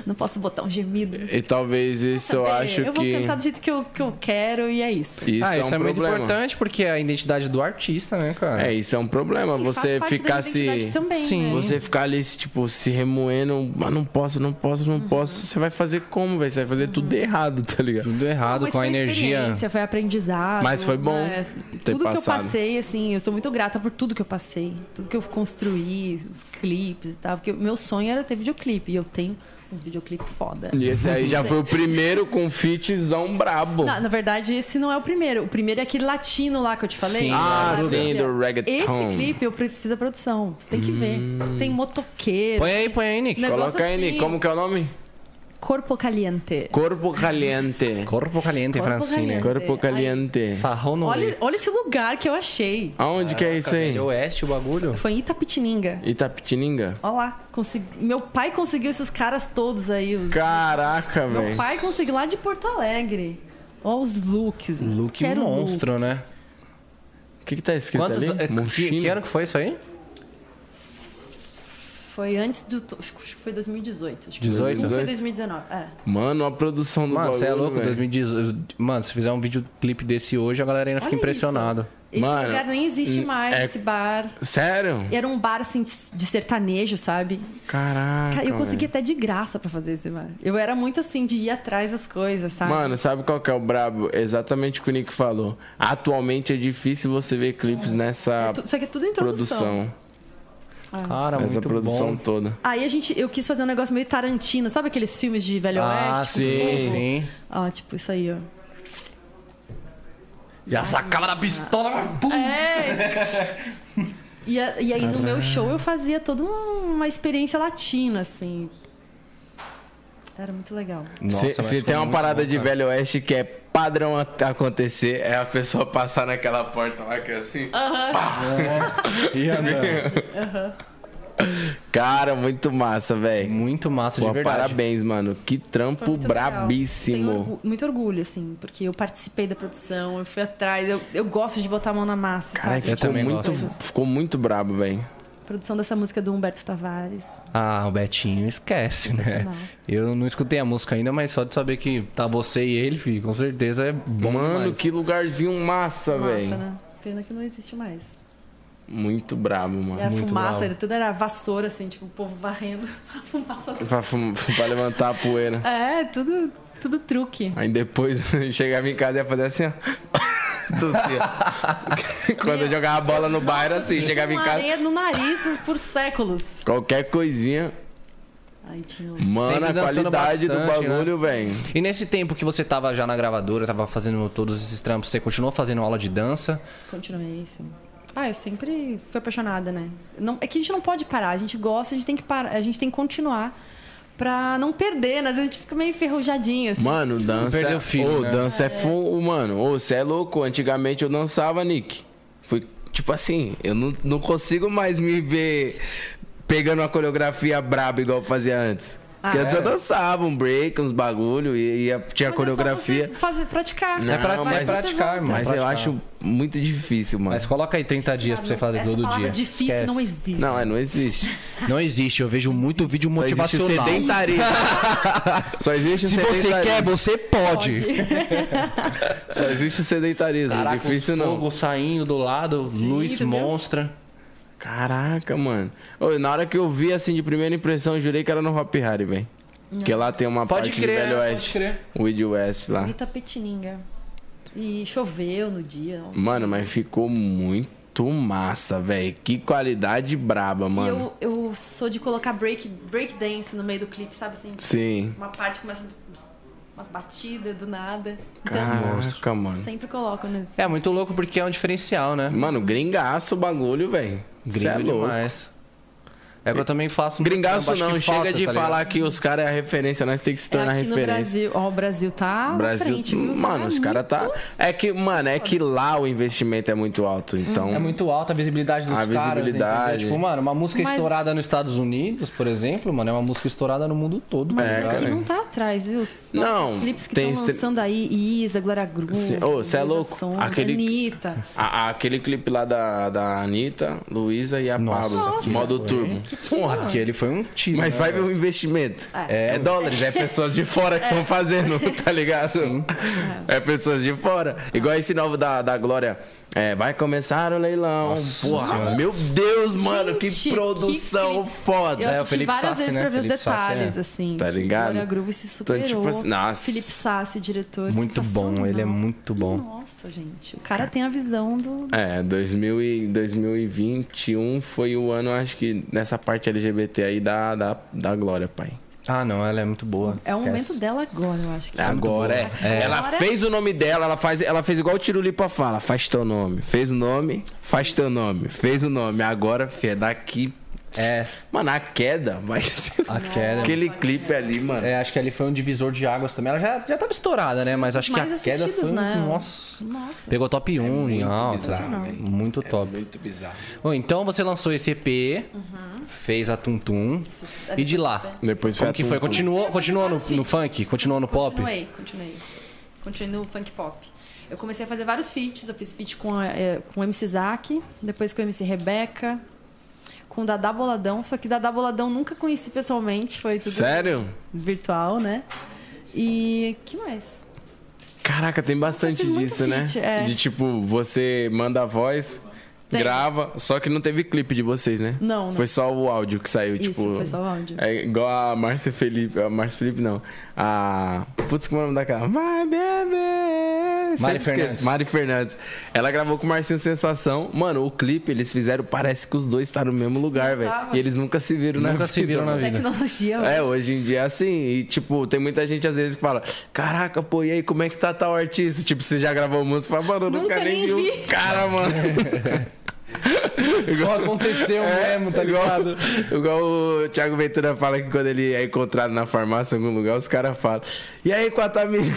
[SPEAKER 3] não posso botar um gemido. não sei
[SPEAKER 1] E talvez isso eu
[SPEAKER 3] saber,
[SPEAKER 1] acho
[SPEAKER 3] Eu vou
[SPEAKER 1] que.
[SPEAKER 3] cantar do jeito que eu, que eu quero e é isso.
[SPEAKER 1] Isso
[SPEAKER 2] ah,
[SPEAKER 1] é um
[SPEAKER 2] isso é, muito
[SPEAKER 1] problema.
[SPEAKER 2] importante porque é a identidade do artista, né, cara?
[SPEAKER 1] É, isso é um problema.
[SPEAKER 3] E
[SPEAKER 1] você
[SPEAKER 3] faz parte da
[SPEAKER 1] ficar
[SPEAKER 3] identidade
[SPEAKER 1] se.
[SPEAKER 3] Também,
[SPEAKER 2] Sim.
[SPEAKER 3] né?
[SPEAKER 1] Você ficar ali, se, tipo, se remoendo, mas não posso, não posso,
[SPEAKER 3] Uhum.
[SPEAKER 1] não posso. Você vai fazer como, velho? Você vai fazer tudo errado, tá ligado?
[SPEAKER 2] Tudo errado
[SPEAKER 3] Mas
[SPEAKER 2] com a
[SPEAKER 3] foi
[SPEAKER 2] energia.
[SPEAKER 3] experiência, foi aprendizado.
[SPEAKER 1] Mas foi bom
[SPEAKER 3] né?
[SPEAKER 1] ter
[SPEAKER 3] Tudo que eu
[SPEAKER 1] passado.
[SPEAKER 3] passei, assim, eu sou muito grata por tudo que eu passei. Tudo que eu construí, os clipes e tal. Porque o meu sonho era ter videoclipe. E eu tenho uns videoclipes foda.
[SPEAKER 1] <laughs> E esse aí já foi o primeiro com fitzão brabo.
[SPEAKER 3] Na, na verdade, esse Uhum. não é o primeiro. O primeiro é aquele latino lá que eu te falei.
[SPEAKER 2] Sim,
[SPEAKER 1] Ah,
[SPEAKER 3] Maravilha.
[SPEAKER 1] sim, do reggaeton.
[SPEAKER 3] Esse clipe eu pre- fiz a produção. Você tem que ver.
[SPEAKER 1] Hum.
[SPEAKER 3] Tem motoqueiro.
[SPEAKER 2] Põe aí, põe aí, Nick.
[SPEAKER 3] Negócio
[SPEAKER 1] Coloca aí,
[SPEAKER 3] assim.
[SPEAKER 1] Nick. Como que é o nome?
[SPEAKER 3] Corpo caliente.
[SPEAKER 1] Corpo Caliente.
[SPEAKER 2] Corpo caliente,
[SPEAKER 3] Corpo
[SPEAKER 2] Francine.
[SPEAKER 3] caliente.
[SPEAKER 1] Corpo Caliente.
[SPEAKER 2] Sarrão no
[SPEAKER 3] Olha, olha esse lugar que eu achei.
[SPEAKER 1] Aonde que é isso aí?
[SPEAKER 2] Oeste, o bagulho.
[SPEAKER 3] Foi em Itapetininga.
[SPEAKER 1] Itapetininga?
[SPEAKER 3] Olha lá, consegui- meu pai conseguiu esses caras todos aí. Os...
[SPEAKER 1] Caraca, velho.
[SPEAKER 3] Meu pai conseguiu lá de Porto Alegre. Olha os looks. gente.
[SPEAKER 2] Look
[SPEAKER 3] Quero
[SPEAKER 2] monstro, né?
[SPEAKER 1] O que que tá escrito
[SPEAKER 2] Quantos...
[SPEAKER 1] ali?
[SPEAKER 2] eh, Que,
[SPEAKER 1] Mochino?
[SPEAKER 2] que ano que foi isso aí?
[SPEAKER 3] look. Foi antes do. to- Acho que acho que foi 2018. Acho que
[SPEAKER 2] 18?
[SPEAKER 3] Não foi
[SPEAKER 1] 18?
[SPEAKER 3] 2019. É.
[SPEAKER 1] Mano, a produção do
[SPEAKER 2] Mano,
[SPEAKER 1] bagulho,
[SPEAKER 2] você é louco,
[SPEAKER 1] velho.
[SPEAKER 2] 2018. Mano, se fizer um videoclipe desse hoje, a galera ainda fica
[SPEAKER 3] Olha
[SPEAKER 2] impressionada.
[SPEAKER 3] Esse
[SPEAKER 1] Mano,
[SPEAKER 3] lugar nem existe
[SPEAKER 1] hum,
[SPEAKER 3] mais,
[SPEAKER 1] é-
[SPEAKER 3] esse bar.
[SPEAKER 1] Sério?
[SPEAKER 3] Era um bar assim de, de sertanejo, sabe?
[SPEAKER 1] Caraca,
[SPEAKER 3] Cara, eu consegui
[SPEAKER 1] velho.
[SPEAKER 3] até de graça pra fazer esse bar. Eu era muito assim de ir atrás das coisas, sabe?
[SPEAKER 1] Mano, sabe qual que é o brabo? Exatamente o que o Nick falou. Atualmente é difícil você ver clipes nessa
[SPEAKER 3] É tu- Só que é tudo introdução.
[SPEAKER 1] produção.
[SPEAKER 2] Cara,
[SPEAKER 1] Nessa
[SPEAKER 2] Tá muito
[SPEAKER 1] produção
[SPEAKER 2] bom.
[SPEAKER 1] toda.
[SPEAKER 3] Aí a gente, eu quis fazer um negócio meio Tarantino, sabe aqueles filmes de Velho
[SPEAKER 2] Ah,
[SPEAKER 3] Oeste? tipo,
[SPEAKER 2] sim,
[SPEAKER 3] fogo?
[SPEAKER 2] sim.
[SPEAKER 3] Ó, tipo isso aí, ó.
[SPEAKER 2] Já sacava da pistola. pum!
[SPEAKER 3] É! e, a- e aí no meu show eu fazia toda um- uma experiência latina, assim. Era muito legal.
[SPEAKER 2] Nossa,
[SPEAKER 1] se
[SPEAKER 2] mas
[SPEAKER 1] se
[SPEAKER 2] foi
[SPEAKER 1] tem uma
[SPEAKER 2] muito
[SPEAKER 1] parada
[SPEAKER 2] bom,
[SPEAKER 1] de
[SPEAKER 2] cara.
[SPEAKER 1] Velho Oeste que é padrão a- acontecer, é a pessoa passar naquela porta lá que é assim.
[SPEAKER 2] Ih, <laughs> André.
[SPEAKER 1] Cara, muito massa, velho.
[SPEAKER 2] É Muito massa,
[SPEAKER 1] Pô,
[SPEAKER 2] de verdade.
[SPEAKER 1] Parabéns, mano. Que
[SPEAKER 3] Foi
[SPEAKER 1] trampo
[SPEAKER 3] muito legal. Tenho
[SPEAKER 1] brabíssimo.
[SPEAKER 3] orgu- muito orgulho, assim, porque eu participei da produção, eu fui atrás, eu, eu gosto de botar a mão na massa,
[SPEAKER 1] Cara,
[SPEAKER 3] sabe?
[SPEAKER 1] ficou,
[SPEAKER 2] Eu também
[SPEAKER 1] muito,
[SPEAKER 3] gosto.
[SPEAKER 1] ficou muito brabo, velho.
[SPEAKER 3] Produção dessa música do Humberto Tavares.
[SPEAKER 2] Ah, o Betinho esquece, né?
[SPEAKER 3] Sensacional.
[SPEAKER 2] Eu não escutei a música ainda, mas só de saber que tá você e ele, filho, com certeza é bom
[SPEAKER 1] Mano,
[SPEAKER 2] demais.
[SPEAKER 1] que lugarzinho massa,
[SPEAKER 3] Massa,
[SPEAKER 1] velho.
[SPEAKER 3] né? Pena que não existe mais.
[SPEAKER 1] Ah, Muito brabo,
[SPEAKER 3] E a
[SPEAKER 1] mano.
[SPEAKER 2] Muito
[SPEAKER 3] fumaça,
[SPEAKER 2] bravo.
[SPEAKER 3] tudo era vassoura, assim, tipo, o povo varrendo <laughs> a fumaça.
[SPEAKER 1] Pra, fum- pra levantar a poeira.
[SPEAKER 3] É, tudo, tudo truque.
[SPEAKER 1] <laughs> Aí depois chegava em casa e ia fazer assim, ó. <laughs>
[SPEAKER 2] <laughs>
[SPEAKER 1] tossia. Quando eu jogava bola no bairro, assim, chegava em
[SPEAKER 3] Com
[SPEAKER 1] casa,
[SPEAKER 3] areia no nariz por séculos.
[SPEAKER 1] qualquer coisinha.
[SPEAKER 3] Ai, um- tio.
[SPEAKER 1] Mano,
[SPEAKER 2] Sempre
[SPEAKER 1] a
[SPEAKER 2] dançando
[SPEAKER 1] qualidade do
[SPEAKER 2] bastante, né?
[SPEAKER 1] bagulho, velho.
[SPEAKER 2] E nesse tempo que você tava já na gravadora, tava fazendo todos esses trampos, você continuou fazendo aula de dança?
[SPEAKER 3] Continuei, sim. Ah, eu sempre fui apaixonada, né? Não, é que a gente não pode parar, a gente gosta, a gente tem que parar, a gente tem que continuar pra não perder, né? Às vezes a gente fica meio enferrujadinho, assim.
[SPEAKER 1] Mano, dança.
[SPEAKER 2] Perdeu o filho,
[SPEAKER 1] Ô,
[SPEAKER 2] né?
[SPEAKER 1] dança é fun... Mano, ô, você é louco. Antigamente eu dançava, Nick. Fui, tipo assim, eu não, não consigo mais me ver pegando uma coreografia braba igual eu fazia antes. Porque
[SPEAKER 3] Ah,
[SPEAKER 1] antes eu dançava um break, uns bagulho, e, e tinha
[SPEAKER 3] Mas É
[SPEAKER 1] coreografia.
[SPEAKER 3] só você fazer, praticar.
[SPEAKER 1] Não,
[SPEAKER 2] pra-
[SPEAKER 3] Vai,
[SPEAKER 1] é
[SPEAKER 3] você
[SPEAKER 2] praticar,
[SPEAKER 3] volta.
[SPEAKER 2] irmão.
[SPEAKER 1] Mas eu
[SPEAKER 2] praticar.
[SPEAKER 1] acho muito difícil, mano.
[SPEAKER 2] Mas coloca aí 30 dias pra você fazer
[SPEAKER 3] Essa
[SPEAKER 2] todo
[SPEAKER 3] palavra
[SPEAKER 2] dia.
[SPEAKER 3] difícil
[SPEAKER 2] Esquece.
[SPEAKER 3] não existe.
[SPEAKER 1] Não, é, não existe.
[SPEAKER 2] Não existe, eu vejo muito vídeo
[SPEAKER 1] Só existe o
[SPEAKER 2] motivacional. <laughs>
[SPEAKER 1] sedentarismo. Só existe o
[SPEAKER 2] Se você quer,
[SPEAKER 1] sedentarismo.
[SPEAKER 2] você pode.
[SPEAKER 1] Só existe o sedentarismo.
[SPEAKER 2] Caraca,
[SPEAKER 1] difícil não.
[SPEAKER 2] fogo saindo do lado, luz
[SPEAKER 3] tu viu?
[SPEAKER 2] monstra.
[SPEAKER 1] Caraca, mano. Ô, na hora que eu vi, assim, de primeira impressão, eu jurei que era no Hop Harry, velho. Porque lá tem uma
[SPEAKER 2] Pode
[SPEAKER 1] parte
[SPEAKER 2] crer,
[SPEAKER 1] do Velho
[SPEAKER 2] pode
[SPEAKER 1] Oeste.
[SPEAKER 2] crer.
[SPEAKER 1] O Wild West lá.
[SPEAKER 3] Rita Petininga. E choveu no dia. ó.
[SPEAKER 1] Mano, mas ficou muito massa, velho. Que qualidade braba, mano.
[SPEAKER 3] E eu, eu sou de colocar break, break dance no meio do clipe, sabe assim?
[SPEAKER 1] Sim.
[SPEAKER 3] Uma parte começa umas batidas do nada. Então,
[SPEAKER 1] Caraca, mano.
[SPEAKER 3] sempre coloco nesse.
[SPEAKER 2] É muito louco porque é um diferencial, né?
[SPEAKER 1] Mano, gringaço o bagulho, velho. Cê é
[SPEAKER 2] Gringo
[SPEAKER 1] louco.
[SPEAKER 2] demais. É que eu também faço. muito
[SPEAKER 1] Gringaço
[SPEAKER 2] trampo, acho
[SPEAKER 1] não,
[SPEAKER 2] que
[SPEAKER 1] chega
[SPEAKER 2] falta,
[SPEAKER 1] de
[SPEAKER 2] tá ligado?
[SPEAKER 1] falar que os caras é a referência, nós tem que se
[SPEAKER 3] É
[SPEAKER 1] tornar
[SPEAKER 3] aqui no
[SPEAKER 1] referência.
[SPEAKER 3] Brasil. Ó, o Brasil tá.
[SPEAKER 1] Brasil,
[SPEAKER 3] na frente, viu?
[SPEAKER 1] mano, os caras tá. É que, mano, é que lá o investimento é muito alto, então.
[SPEAKER 2] É
[SPEAKER 3] Uhum.
[SPEAKER 2] muito alta a visibilidade dos
[SPEAKER 1] A
[SPEAKER 2] caras.
[SPEAKER 1] visibilidade.
[SPEAKER 2] entendeu? Tipo, mano, uma música
[SPEAKER 3] Mas-
[SPEAKER 2] estourada nos Estados Unidos, por exemplo, mano, é uma música estourada no mundo todo.
[SPEAKER 3] Mas
[SPEAKER 2] tá ligado?
[SPEAKER 3] aqui
[SPEAKER 1] cara.
[SPEAKER 3] não tá atrás, viu? Os
[SPEAKER 1] Não,
[SPEAKER 3] nossos clipes que
[SPEAKER 1] tem
[SPEAKER 3] estão
[SPEAKER 1] este-
[SPEAKER 3] lançando aí, Isa, Glória Groove,
[SPEAKER 1] Sim, ô, cê é louco? Aquele-
[SPEAKER 3] Aquele... Anitta.
[SPEAKER 1] A- a- aquele clipe lá da, da Anitta, Luísa e a
[SPEAKER 2] Nossa,
[SPEAKER 1] Pablo,
[SPEAKER 3] Nossa,
[SPEAKER 1] modo turbo.
[SPEAKER 2] Porra, que ele foi um tiro.
[SPEAKER 1] Mas
[SPEAKER 2] né,
[SPEAKER 1] vai ver o
[SPEAKER 2] velho?
[SPEAKER 1] investimento. É,
[SPEAKER 3] É.
[SPEAKER 1] dólares, é pessoas de fora que estão fazendo, tá ligado? É pessoas de fora. Igual esse novo da, da Glória. É, vai começar o leilão. Porra,
[SPEAKER 2] Senhora.
[SPEAKER 1] meu Deus, mano,
[SPEAKER 3] Gente,
[SPEAKER 1] que
[SPEAKER 3] que
[SPEAKER 1] produção
[SPEAKER 3] clipe.
[SPEAKER 1] foda.
[SPEAKER 3] Eu
[SPEAKER 2] É, o
[SPEAKER 3] assisti
[SPEAKER 2] Felipe
[SPEAKER 3] várias
[SPEAKER 2] Sassi,
[SPEAKER 3] vezes
[SPEAKER 2] né?
[SPEAKER 3] pra ver os
[SPEAKER 2] Felipe Sassi,
[SPEAKER 3] detalhes,
[SPEAKER 2] é.
[SPEAKER 3] assim.
[SPEAKER 1] Tá ligado?
[SPEAKER 3] Glória Groove se
[SPEAKER 1] Então,
[SPEAKER 3] superou.
[SPEAKER 1] tipo assim, nossa.
[SPEAKER 3] Felipe Sassi, diretor,
[SPEAKER 2] Muito bom,
[SPEAKER 3] sensacional.
[SPEAKER 2] ele é muito bom.
[SPEAKER 3] Nossa, gente. O cara tem a visão do...
[SPEAKER 1] É, 2000 e 2021 foi o ano, acho que, nessa parte LGBT aí da, da, da Glória, pai.
[SPEAKER 2] Ah, não, ela é muito boa.
[SPEAKER 3] É o
[SPEAKER 2] Esquece.
[SPEAKER 3] momento dela agora, eu acho que.
[SPEAKER 1] É Agora é.
[SPEAKER 2] É.
[SPEAKER 1] Ela
[SPEAKER 3] Agora-
[SPEAKER 1] fez o nome dela, ela, faz, ela fez igual o Tirulipa fala: faz teu nome. Fez o nome, faz teu nome. Fez o nome. Agora, fia, daqui.
[SPEAKER 2] É,
[SPEAKER 1] Mano, a queda vai ser.
[SPEAKER 2] a queda.
[SPEAKER 1] Aquele clipe ali, mano.
[SPEAKER 2] É, acho que ali foi um divisor de águas também. Ela já, já tava estourada, né? Mas acho que a
[SPEAKER 3] um Mais
[SPEAKER 2] queda
[SPEAKER 3] assistidas,
[SPEAKER 2] foi. um-
[SPEAKER 3] né?
[SPEAKER 2] Nossa.
[SPEAKER 3] Nossa.
[SPEAKER 2] Pegou
[SPEAKER 1] É
[SPEAKER 2] top 1 em alta.
[SPEAKER 1] bizarro, velho.
[SPEAKER 2] muito top.
[SPEAKER 1] Muito bizarro.
[SPEAKER 2] Bom, então você lançou esse EP,
[SPEAKER 3] Uhum.
[SPEAKER 2] fez a Tum Tum. E de lá?
[SPEAKER 1] Depois
[SPEAKER 2] Como
[SPEAKER 1] foi
[SPEAKER 2] que
[SPEAKER 1] a
[SPEAKER 2] foi?
[SPEAKER 1] Tum Tum.
[SPEAKER 2] Continuou,
[SPEAKER 3] Comecei a fazer
[SPEAKER 2] continuou no,
[SPEAKER 3] vários
[SPEAKER 2] no
[SPEAKER 3] feats.
[SPEAKER 2] funk? Continuou no pop?
[SPEAKER 3] Continuei, continuei. Continuei no funk pop. Eu comecei a fazer vários feats. Eu fiz feat com, a, eh, com o MC Zack, depois com o MC Rebeca, com o Dadá Boladão. Só que Dadá Boladão nunca conheci pessoalmente, foi tudo
[SPEAKER 1] Sério?
[SPEAKER 3] virtual, né? E que mais?
[SPEAKER 1] Caraca, tem bastante
[SPEAKER 3] Nossa, eu fiz
[SPEAKER 1] disso, né?
[SPEAKER 3] muito feat, é.
[SPEAKER 1] De tipo, você manda a voz,
[SPEAKER 3] Tem.
[SPEAKER 1] grava, só que não teve clipe de vocês, né?
[SPEAKER 3] Não, não.
[SPEAKER 1] Foi só o áudio que saiu,
[SPEAKER 3] Isso,
[SPEAKER 1] tipo.
[SPEAKER 3] foi só o áudio.
[SPEAKER 1] É igual a Márcia Felipe. A Márcia Felipe não. A. Putz, como é o nome daquela? Vai, bebê! Sempre esqueço.
[SPEAKER 2] Fernandes.
[SPEAKER 1] Mari Fernandes. Ela gravou com o Marcinho Sensação. Mano, o clipe eles fizeram, parece que os dois estão no mesmo lugar, velho.
[SPEAKER 3] tava.
[SPEAKER 1] E eles nunca se viram na
[SPEAKER 2] Nunca se
[SPEAKER 1] vida,
[SPEAKER 2] viram na
[SPEAKER 1] mano.
[SPEAKER 2] vida.
[SPEAKER 3] Tecnologia.
[SPEAKER 1] É, hoje em dia é assim. E, tipo, tem muita gente às vezes que fala: Caraca, pô, e aí, como é que tá tal artista? Tipo, você já gravou música? Fala, mano, eu nunca,
[SPEAKER 3] Nunca
[SPEAKER 1] nem
[SPEAKER 3] nem
[SPEAKER 1] vi
[SPEAKER 3] vi."
[SPEAKER 1] o cara, mano.
[SPEAKER 2] Só aconteceu mesmo, tá ligado?
[SPEAKER 1] É, <laughs> Igual, igual o Thiago Ventura fala que quando ele é encontrado na farmácia em algum lugar, os caras falam: E aí, quatro amigos? <laughs>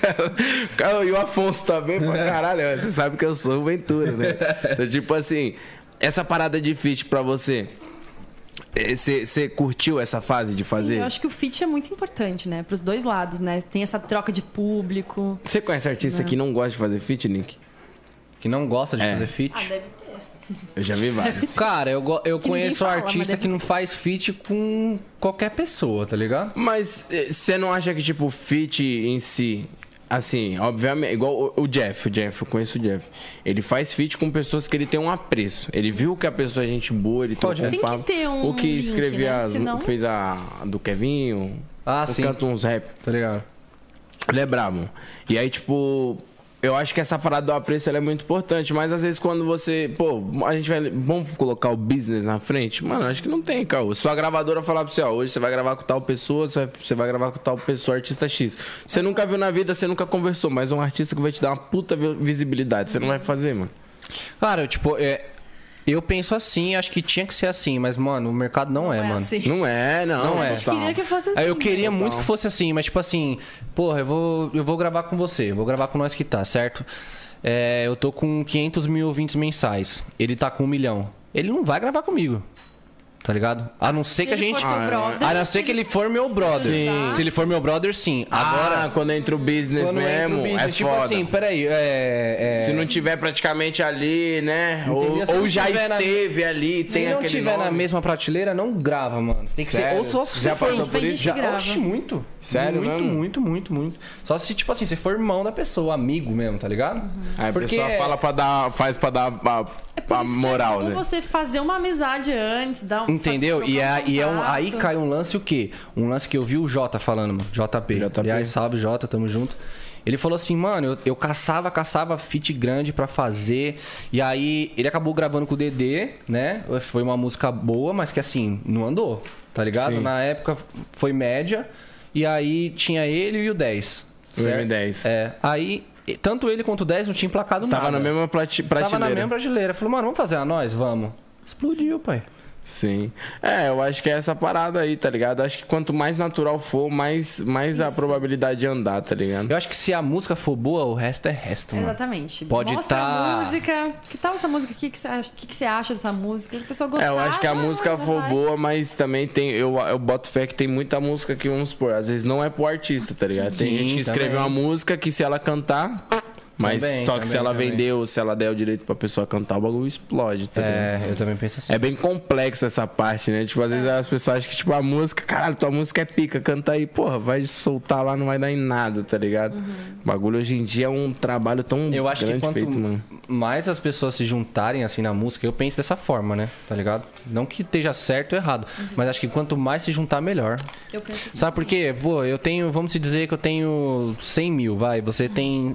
[SPEAKER 1] Cara, cara, e o Afonso tá bem? Fala, Caralho, você sabe que eu sou o Ventura, né? Então, tipo assim, essa parada de fit pra você. eh, Você curtiu essa fase de
[SPEAKER 3] Sim,
[SPEAKER 1] fazer?
[SPEAKER 3] eu acho que o feat é muito importante, né? Pros dois lados, né? Tem essa troca de público.
[SPEAKER 1] Você conhece artista que não gosta de fazer feat, Nick?
[SPEAKER 2] Que não gosta de
[SPEAKER 1] É.
[SPEAKER 2] fazer feat.
[SPEAKER 3] Ah, deve ter.
[SPEAKER 1] Eu já vi vários.
[SPEAKER 2] <laughs> Cara, eu, go- eu
[SPEAKER 3] Que ninguém
[SPEAKER 2] conheço
[SPEAKER 3] fala, mas
[SPEAKER 2] artista
[SPEAKER 3] deve
[SPEAKER 2] que não faz feat com qualquer pessoa, tá ligado?
[SPEAKER 1] Mas eh, você não acha que, tipo, feat em si. Assim, obviamente, igual o o Jeff, o Jeff, eu conheço o Jeff. Ele faz feat com pessoas que ele tem um apreço. Ele viu que a pessoa é gente boa, ele
[SPEAKER 2] Qual
[SPEAKER 1] tem,
[SPEAKER 2] Jeff?
[SPEAKER 3] Tem que ter um
[SPEAKER 1] O que
[SPEAKER 3] link,
[SPEAKER 1] escrevia,
[SPEAKER 3] né?
[SPEAKER 1] as-
[SPEAKER 3] Senão-
[SPEAKER 1] fez a a do Kevinho.
[SPEAKER 2] Ah,
[SPEAKER 1] eu
[SPEAKER 2] sim.
[SPEAKER 1] Canta uns rap.
[SPEAKER 2] Tá ligado?
[SPEAKER 1] Ele é brabo. E aí, tipo, eu acho que essa parada do apreço ela é muito importante, mas às vezes quando você, pô, a gente vai, vamos colocar o business na frente? Mano, acho que não tem, cara. Sua gravadora falar pra você, ó, hoje você vai gravar com tal pessoa, você vai, você vai gravar com tal pessoa, artista X. Você nunca viu na vida, você nunca conversou, mas é um artista que vai te dar uma puta vi- visibilidade, você não vai fazer, mano.
[SPEAKER 2] Cara, eu, tipo, é, eu penso assim, acho que tinha que ser assim, mas, mano, o mercado não, é,
[SPEAKER 3] é
[SPEAKER 2] mano.
[SPEAKER 3] assim.
[SPEAKER 1] Não é, não.
[SPEAKER 2] Não é.
[SPEAKER 1] total.
[SPEAKER 3] Queria que fosse assim.
[SPEAKER 2] Aí eu queria muito que fosse assim, mas tipo assim, porra, eu vou, eu vou gravar com você, eu vou gravar com nós que tá, certo? É, eu tô com 500 mil ouvintes mensais, ele tá com um milhão. Ele não vai gravar comigo, tá ligado? A não ser que a
[SPEAKER 3] ele
[SPEAKER 2] gente.
[SPEAKER 3] for teu
[SPEAKER 1] Ah, é.
[SPEAKER 3] brother,
[SPEAKER 2] A não ser que ele for meu brother. Se ele for meu brother, sim.
[SPEAKER 1] Agora,
[SPEAKER 2] Agora.
[SPEAKER 1] quando entra o business
[SPEAKER 2] Ah, quando entra o
[SPEAKER 1] Ah, mesmo,
[SPEAKER 2] business,
[SPEAKER 1] é
[SPEAKER 2] tipo
[SPEAKER 1] foda.
[SPEAKER 2] assim, peraí, é. é-
[SPEAKER 1] Se não tiver praticamente ali, né? Ou,
[SPEAKER 2] Entendeu? Se
[SPEAKER 1] ou
[SPEAKER 2] não
[SPEAKER 1] já
[SPEAKER 2] tiver na-
[SPEAKER 1] esteve ali,
[SPEAKER 2] se
[SPEAKER 1] tem
[SPEAKER 2] não
[SPEAKER 1] aquele
[SPEAKER 2] tiver na
[SPEAKER 1] nome.
[SPEAKER 2] mesma prateleira, não grava, mano. Tem que ser.
[SPEAKER 1] Sério?
[SPEAKER 2] Ou só se
[SPEAKER 1] Já
[SPEAKER 2] você for-
[SPEAKER 1] passou por
[SPEAKER 3] Tem isso? gente que
[SPEAKER 2] Já,
[SPEAKER 3] grava.
[SPEAKER 2] oxe, muito.
[SPEAKER 1] Sério
[SPEAKER 2] Muito,
[SPEAKER 1] mesmo?
[SPEAKER 2] muito, muito, muito. Só se, tipo assim, você for irmão da pessoa, amigo mesmo, tá ligado?
[SPEAKER 1] Aí a pessoa
[SPEAKER 2] é-
[SPEAKER 1] fala pra dar, faz pra dar a,
[SPEAKER 3] por
[SPEAKER 1] a
[SPEAKER 3] isso que é
[SPEAKER 1] moral,
[SPEAKER 3] bom
[SPEAKER 1] né?
[SPEAKER 3] você fazer uma amizade antes, dar um
[SPEAKER 2] Entendeu?
[SPEAKER 1] tá
[SPEAKER 3] fazer-
[SPEAKER 2] E,
[SPEAKER 3] trocar
[SPEAKER 2] é, e é um- aí
[SPEAKER 3] contato.
[SPEAKER 2] cai um lance o quê? Um lance que eu vi o Jota falando, mano. JP.
[SPEAKER 1] JP.
[SPEAKER 2] Aliás, salve Jota, tamo junto. Ele falou assim, mano, eu, eu caçava, caçava fit grande pra fazer. E aí ele acabou gravando com o Dedê, né? Foi uma música boa, mas que assim, não andou, tá ligado?
[SPEAKER 1] Sim.
[SPEAKER 2] Na época foi média. E aí tinha ele e o 10.
[SPEAKER 1] O
[SPEAKER 2] certo?
[SPEAKER 1] M10.
[SPEAKER 2] É. Aí, e- tanto ele quanto o 10 não tinha emplacado
[SPEAKER 1] Tava
[SPEAKER 2] nada.
[SPEAKER 1] na mesma plati- prateleira.
[SPEAKER 2] Tava na mesma brasileira. Falou, mano, vamos fazer a nós? Vamos. Explodiu, pai.
[SPEAKER 1] Sim. É, eu acho que é essa parada aí, tá ligado? Acho que quanto mais natural for, mais, mais a probabilidade de andar, tá ligado?
[SPEAKER 2] Eu acho que se a música for boa, o resto é resto, mano.
[SPEAKER 3] Exatamente.
[SPEAKER 2] Pode
[SPEAKER 3] Mostra
[SPEAKER 2] tá-
[SPEAKER 3] a música. Que tal essa música? O que, que, você, acha, o que, que você acha dessa música? A pessoa
[SPEAKER 1] É,
[SPEAKER 3] gostar.
[SPEAKER 1] eu acho que a
[SPEAKER 3] já-
[SPEAKER 1] música
[SPEAKER 3] já
[SPEAKER 1] for
[SPEAKER 3] vai.
[SPEAKER 1] boa, mas também tem. Eu, eu boto fé que tem muita música que, vamos supor, às vezes não é pro artista, tá ligado? Tem
[SPEAKER 2] Sim,
[SPEAKER 1] gente que escreveu
[SPEAKER 2] também.
[SPEAKER 1] uma música que se ela cantar. Mas
[SPEAKER 2] Também,
[SPEAKER 1] só que se
[SPEAKER 2] também,
[SPEAKER 1] ela
[SPEAKER 2] também.
[SPEAKER 1] vender ou se ela der o direito pra pessoa cantar, o bagulho explode, tá ligado?
[SPEAKER 2] É, eu também penso assim.
[SPEAKER 1] É bem complexa essa parte, né? Tipo, às vezes as pessoas acham que, tipo, a música, caralho, tua música é pica, canta aí, porra, vai soltar lá, não vai dar em nada, tá ligado? O bagulho hoje em dia é um trabalho tão
[SPEAKER 2] eu acho que
[SPEAKER 1] grande
[SPEAKER 2] quanto um
[SPEAKER 1] feito, mano.
[SPEAKER 2] mais as pessoas se juntarem assim na música, eu penso dessa forma, né? Tá ligado? Não que esteja certo ou errado,
[SPEAKER 3] Uhum.
[SPEAKER 2] mas acho que quanto mais se juntar, melhor.
[SPEAKER 3] Eu penso assim.
[SPEAKER 2] Sabe por quê? Pô, eu tenho, vamos se dizer que eu tenho 100 mil, vai. Você tem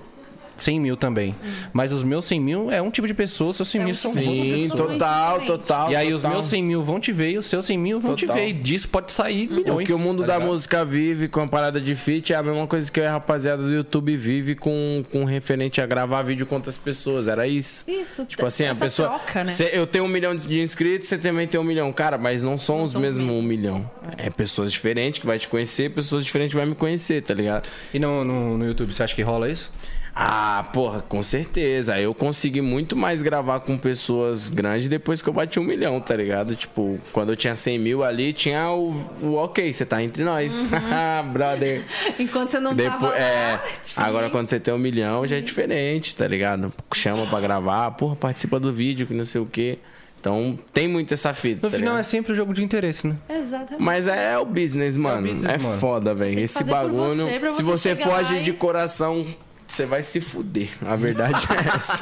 [SPEAKER 2] 100 mil também. Mas os meus 100 mil é um tipo de pessoa, seus 100
[SPEAKER 3] Uhum. É
[SPEAKER 2] mil
[SPEAKER 3] um
[SPEAKER 2] são
[SPEAKER 3] tipo de
[SPEAKER 2] outros.
[SPEAKER 1] Sim,
[SPEAKER 3] Sim, total,
[SPEAKER 1] total,
[SPEAKER 3] diferente.
[SPEAKER 1] total.
[SPEAKER 2] E aí os
[SPEAKER 1] total.
[SPEAKER 2] meus 100 mil vão te ver e os seus 100 mil vão
[SPEAKER 1] Total.
[SPEAKER 2] te ver. E disso pode
[SPEAKER 3] Uhum.
[SPEAKER 2] sair
[SPEAKER 1] O
[SPEAKER 2] milhões.
[SPEAKER 1] que o mundo
[SPEAKER 2] tá
[SPEAKER 1] da
[SPEAKER 2] ligado?
[SPEAKER 1] música vive com a parada de feat é a mesma coisa que a rapaziada do YouTube vive com, com referente a gravar vídeo com outras pessoas. Era isso.
[SPEAKER 3] Isso,
[SPEAKER 1] Tipo assim, a
[SPEAKER 3] essa
[SPEAKER 1] pessoa.
[SPEAKER 3] troca, né?
[SPEAKER 1] cê- eu tenho um milhão de inscritos, você também tem um milhão. Cara, mas não são os
[SPEAKER 3] são os
[SPEAKER 1] mesmos um milhão. É pessoas diferentes que vai te conhecer, pessoas diferentes que vai me conhecer, tá ligado?
[SPEAKER 2] E no, no, no YouTube, você acha que rola isso?
[SPEAKER 1] Ah, porra, com certeza. Eu consegui muito mais gravar com pessoas grandes depois que eu bati um milhão, tá ligado? Tipo, quando eu tinha 100 mil ali, tinha o, o ok, você tá entre nós. <laughs> Brother.
[SPEAKER 3] <laughs> Enquanto você não
[SPEAKER 1] Depois,
[SPEAKER 3] tava
[SPEAKER 1] é,
[SPEAKER 3] lá, <laughs> tipo,
[SPEAKER 1] agora
[SPEAKER 3] nem-
[SPEAKER 1] quando você tem um milhão já é diferente, tá ligado? Chama pra gravar, porra, participa do vídeo, que não sei o quê. Então tem muito essa fita.
[SPEAKER 2] No
[SPEAKER 1] tá
[SPEAKER 2] final é
[SPEAKER 1] ligado?
[SPEAKER 2] sempre o jogo de interesse, né?
[SPEAKER 3] Exatamente.
[SPEAKER 1] Mas é o business, mano. É,
[SPEAKER 2] business, mano.
[SPEAKER 1] foda, velho.
[SPEAKER 3] que
[SPEAKER 1] Esse
[SPEAKER 3] fazer por
[SPEAKER 1] bagulho.
[SPEAKER 3] você, pra
[SPEAKER 1] se
[SPEAKER 3] você
[SPEAKER 1] você
[SPEAKER 3] chegar lá
[SPEAKER 1] for agir
[SPEAKER 3] e-
[SPEAKER 1] de coração, você vai se fuder. A verdade é
[SPEAKER 3] <laughs>
[SPEAKER 1] essa.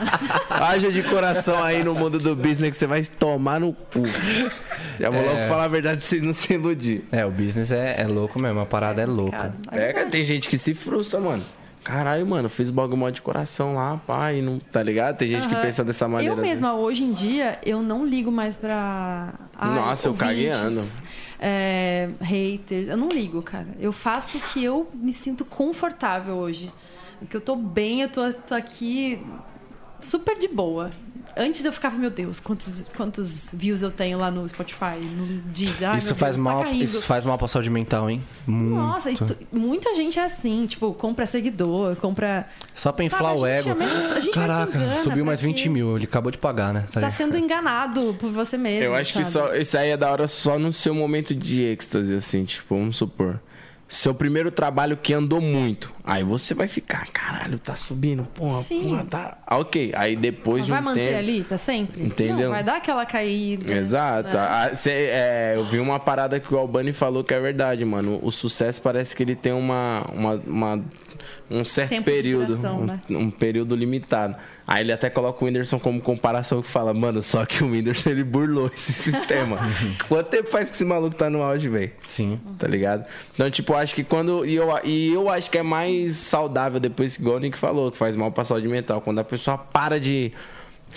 [SPEAKER 1] Haja de coração aí no mundo do business que você vai se tomar no cu. Já vou logo falar a verdade pra vocês não se iludir.
[SPEAKER 2] É, o business é, é louco mesmo, a parada é louca.
[SPEAKER 3] Complicado.
[SPEAKER 1] É, cara, tem gente que se frustra, mano. Caralho, mano, fiz bagulho mó de coração lá, pai, não, tá ligado? Tem gente que
[SPEAKER 3] Aham.
[SPEAKER 1] pensa dessa maneira.
[SPEAKER 3] Eu
[SPEAKER 1] assim.
[SPEAKER 3] mesma, hoje em dia, eu não ligo mais pra. ai,
[SPEAKER 1] Nossa, eu
[SPEAKER 3] ouvintes,
[SPEAKER 1] caguei ano.
[SPEAKER 3] é, haters. Eu não ligo, cara. Eu faço o que eu me sinto confortável hoje. Que eu tô bem, eu tô, tô aqui super de boa. Antes eu ficava, meu Deus, quantos, quantos views eu tenho lá no Spotify, no Deezer. Ai,
[SPEAKER 2] isso,
[SPEAKER 3] meu
[SPEAKER 2] faz
[SPEAKER 3] Deus, tá
[SPEAKER 2] mal,
[SPEAKER 3] caindo.
[SPEAKER 2] isso faz mal pra saúde mental, hein? Muito.
[SPEAKER 3] Nossa, e tu- muita gente é assim, tipo, compra seguidor, compra.
[SPEAKER 2] Só pra inflar
[SPEAKER 3] Sabe,
[SPEAKER 2] o
[SPEAKER 3] a gente
[SPEAKER 2] ego.
[SPEAKER 3] é mesmo- a gente
[SPEAKER 2] Caraca,
[SPEAKER 3] se engana,
[SPEAKER 2] subiu
[SPEAKER 3] pra
[SPEAKER 2] mais 20
[SPEAKER 3] quê?
[SPEAKER 2] mil, ele acabou de pagar, né?
[SPEAKER 3] Tá
[SPEAKER 2] ligado?
[SPEAKER 3] sendo enganado por você mesmo.
[SPEAKER 1] Eu acho que
[SPEAKER 3] sabe?
[SPEAKER 1] só, isso aí é da hora só no seu momento de êxtase, assim, tipo, vamos supor. Seu primeiro trabalho que andou muito. Aí você vai ficar, caralho, tá subindo, porra,
[SPEAKER 3] Sim.
[SPEAKER 1] porra, tá. Ah, Ok, aí depois de um
[SPEAKER 3] vai manter
[SPEAKER 1] tempo...
[SPEAKER 3] ali né? pra sempre?
[SPEAKER 1] Entendeu?
[SPEAKER 3] Não, vai dar aquela caída. né?
[SPEAKER 1] Exato. Ah, cê- é, eu vi uma parada que o Albani falou que é verdade, mano. O sucesso parece que ele tem uma, uma, uma- um certo
[SPEAKER 3] Tempo de
[SPEAKER 1] período,
[SPEAKER 3] duração,
[SPEAKER 1] um,
[SPEAKER 3] né?
[SPEAKER 1] um período limitado. Aí ele até coloca o Whindersson como comparação que fala, mano, só que o Whindersson ele burlou esse <laughs> sistema. Quanto tempo faz que esse maluco tá no auge, velho?
[SPEAKER 2] Sim.
[SPEAKER 1] Tá ligado? Então, tipo, eu acho que quando. E eu, e eu acho que é mais saudável depois que o Golden que falou, que faz mal pra saúde mental. Quando a pessoa para de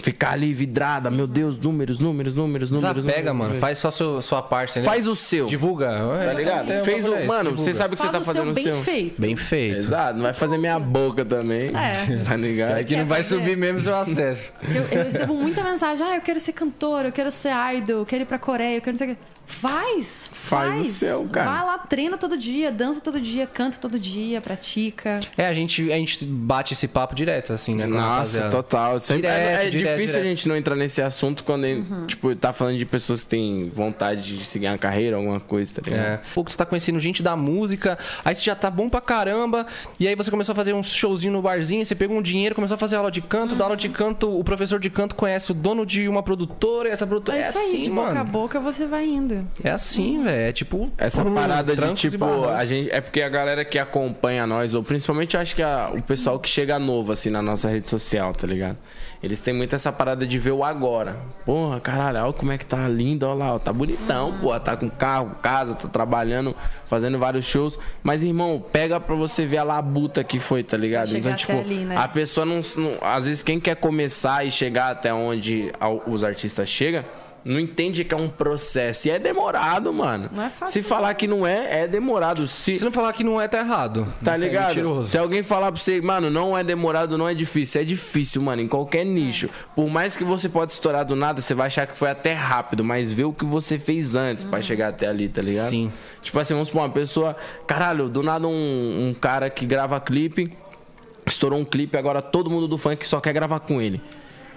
[SPEAKER 1] ficar ali vidrada, meu Deus, números, números, números, números.
[SPEAKER 3] né?
[SPEAKER 2] Desapega,
[SPEAKER 1] números,
[SPEAKER 2] mano.
[SPEAKER 1] números.
[SPEAKER 2] Faz só seu, sua parte, entendeu?
[SPEAKER 1] Faz o seu.
[SPEAKER 2] Divulga. É,
[SPEAKER 1] Tá ligado? Fez o. Mano, você sabe que você
[SPEAKER 3] Faz
[SPEAKER 1] tá
[SPEAKER 3] o seu
[SPEAKER 1] fazendo
[SPEAKER 3] bem
[SPEAKER 1] o seu.
[SPEAKER 3] feito.
[SPEAKER 2] Bem feito.
[SPEAKER 1] Exato, não vai fazer minha boca também.
[SPEAKER 3] É.
[SPEAKER 1] <laughs> Tá ligado?
[SPEAKER 2] É que
[SPEAKER 3] Quer
[SPEAKER 2] não vai
[SPEAKER 3] fazer?
[SPEAKER 2] subir mesmo seu
[SPEAKER 1] <laughs>
[SPEAKER 2] acesso.
[SPEAKER 3] Eu, eu recebo muita mensagem, ah, eu quero ser cantora, eu quero ser idol, eu quero ir pra Coreia, eu quero não sei o quê. Faz,
[SPEAKER 1] Faz
[SPEAKER 3] faz.
[SPEAKER 1] o seu, cara.
[SPEAKER 3] Vai lá, treina todo dia, dança todo dia, canta todo dia, pratica.
[SPEAKER 2] É, a gente, a gente bate esse papo direto, assim, né? com a
[SPEAKER 1] Nossa,
[SPEAKER 2] rapaziada.
[SPEAKER 1] total. Sempre-
[SPEAKER 2] Direto,
[SPEAKER 1] é é difícil
[SPEAKER 2] direto, direto. Uhum.
[SPEAKER 1] a gente não entrar nesse assunto quando, tipo, tá falando de pessoas que têm vontade de seguir uma carreira, alguma coisa, tá ligado?
[SPEAKER 2] É. Pouco você tá conhecendo gente da música, aí você já tá bom pra caramba, e aí você começou a fazer um showzinho no barzinho, você pegou um dinheiro, começou a fazer aula de canto, da aula de canto, o professor de canto conhece o dono de uma produtora, e essa produtora
[SPEAKER 3] É
[SPEAKER 2] é,
[SPEAKER 3] isso aí, Hum.
[SPEAKER 2] assim,
[SPEAKER 3] de boca a
[SPEAKER 2] mano.
[SPEAKER 3] boca você vai indo.
[SPEAKER 2] É assim, velho. É tipo.
[SPEAKER 1] Essa
[SPEAKER 2] hum,
[SPEAKER 1] parada de
[SPEAKER 2] trancos e
[SPEAKER 1] tipo,
[SPEAKER 2] barrancos.
[SPEAKER 1] a gente, é porque a galera que acompanha nós, ou principalmente eu acho que a- o pessoal que chega novo assim na nossa rede social, tá ligado? Eles têm muito essa parada de ver o agora. Porra, caralho, olha como é que tá lindo, olha lá, ó, tá bonitão, porra, tá com carro, casa, tá trabalhando, fazendo vários shows. Mas, irmão, pega pra você ver a labuta que foi, tá ligado?
[SPEAKER 3] Chegar
[SPEAKER 1] Então,
[SPEAKER 3] até
[SPEAKER 1] tipo,
[SPEAKER 3] ali, né?
[SPEAKER 1] a a pessoa não, não- Às vezes, quem quer começar e chegar até onde ao- os artistas chegam, não entende que é um processo. E é demorado, mano.
[SPEAKER 3] Não é fácil,
[SPEAKER 1] Se falar que não é, é demorado. Se,
[SPEAKER 2] Se não falar que não é, tá errado.
[SPEAKER 1] Tá
[SPEAKER 2] É
[SPEAKER 1] ligado?
[SPEAKER 2] mentiroso.
[SPEAKER 1] Se alguém falar pra você, mano, não é demorado, não é difícil. É difícil, mano, em qualquer nicho. Por mais que você pode estourar do nada, você vai achar que foi até rápido, mas vê o que você fez antes pra chegar até ali, tá ligado?
[SPEAKER 2] Sim.
[SPEAKER 1] Tipo assim, vamos supor, uma pessoa. Caralho, do nada um, um cara que grava clipe, estourou um clipe, agora todo mundo do funk só quer gravar com ele.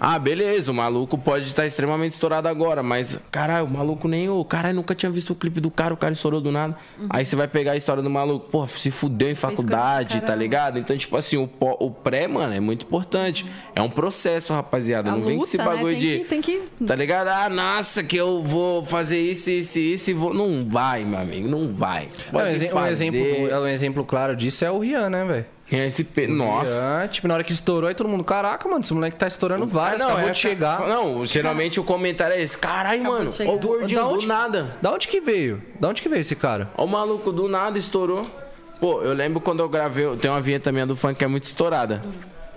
[SPEAKER 1] Ah, beleza, o maluco pode estar extremamente estourado agora, mas, caralho, o maluco nem. O caralho nunca tinha visto o clipe do cara, o cara estourou do nada. Aí você vai pegar a história do maluco, pô, se fudeu em
[SPEAKER 3] coisa pra
[SPEAKER 1] faculdade, tá
[SPEAKER 3] caramba.
[SPEAKER 1] ligado? Então, tipo assim, o, pó- o pré, mano, é muito importante. É um processo, rapaziada.
[SPEAKER 3] A
[SPEAKER 1] não vem com esse
[SPEAKER 3] luta, né?
[SPEAKER 1] bagulho
[SPEAKER 3] Tem
[SPEAKER 1] de.
[SPEAKER 3] que- tem que-
[SPEAKER 1] Tá ligado? Ah, nossa, que eu vou fazer isso, isso, isso e vou. Não vai, meu amigo, não vai.
[SPEAKER 2] É,
[SPEAKER 1] Pode
[SPEAKER 2] um, exe- um
[SPEAKER 1] fazer.
[SPEAKER 2] exemplo, é um exemplo claro disso é o Rian, né, velho?
[SPEAKER 1] SP, nossa.
[SPEAKER 2] Rian, tipo, na hora que estourou, aí todo mundo, caraca, mano, esse moleque tá estourando vários, acabou
[SPEAKER 1] é
[SPEAKER 2] de chegar.
[SPEAKER 1] ca- Não, geralmente o comentário é esse. Caralho,
[SPEAKER 3] Acabou
[SPEAKER 1] mano,
[SPEAKER 3] de
[SPEAKER 1] ó
[SPEAKER 3] chegar.
[SPEAKER 1] o gordinho
[SPEAKER 2] Da
[SPEAKER 1] do
[SPEAKER 2] onde-
[SPEAKER 1] nada.
[SPEAKER 2] Da onde que veio? Da onde que veio esse cara?
[SPEAKER 1] Ó o maluco do nada estourou. Pô, eu lembro quando eu gravei, tem uma vinheta minha do funk que é muito estourada.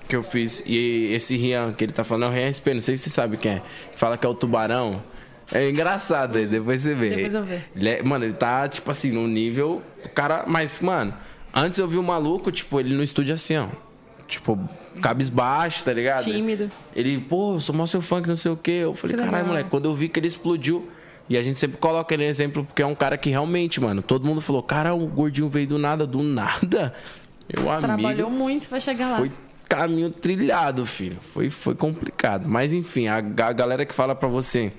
[SPEAKER 1] Que eu fiz. E esse Rian, que ele tá falando, é o Rian SP, não sei se você sabe quem é. que Fala que é o tubarão. É engraçado, aí depois você vê.
[SPEAKER 3] Depois eu vejo.
[SPEAKER 1] Ele é- mano, ele tá, tipo assim, num nível. O cara. Mas, mano, antes eu vi o maluco, tipo, ele no estúdio assim, ó. Tipo, cabisbaixo, tá ligado?
[SPEAKER 3] Tímido.
[SPEAKER 1] Ele, pô, eu sou mó seu funk, não sei o quê. Eu falei,
[SPEAKER 3] Que
[SPEAKER 1] caralho,
[SPEAKER 3] legal."
[SPEAKER 1] moleque, quando eu vi que ele explodiu. E a gente sempre coloca ele em exemplo, porque é um cara que realmente, mano, todo mundo falou, cara, o gordinho veio do nada, do nada. Meu
[SPEAKER 3] Trabalhou
[SPEAKER 1] amigo,
[SPEAKER 3] muito pra chegar lá.
[SPEAKER 1] foi caminho trilhado, filho. Foi, foi complicado. Mas enfim, a, ga- galera que fala pra você,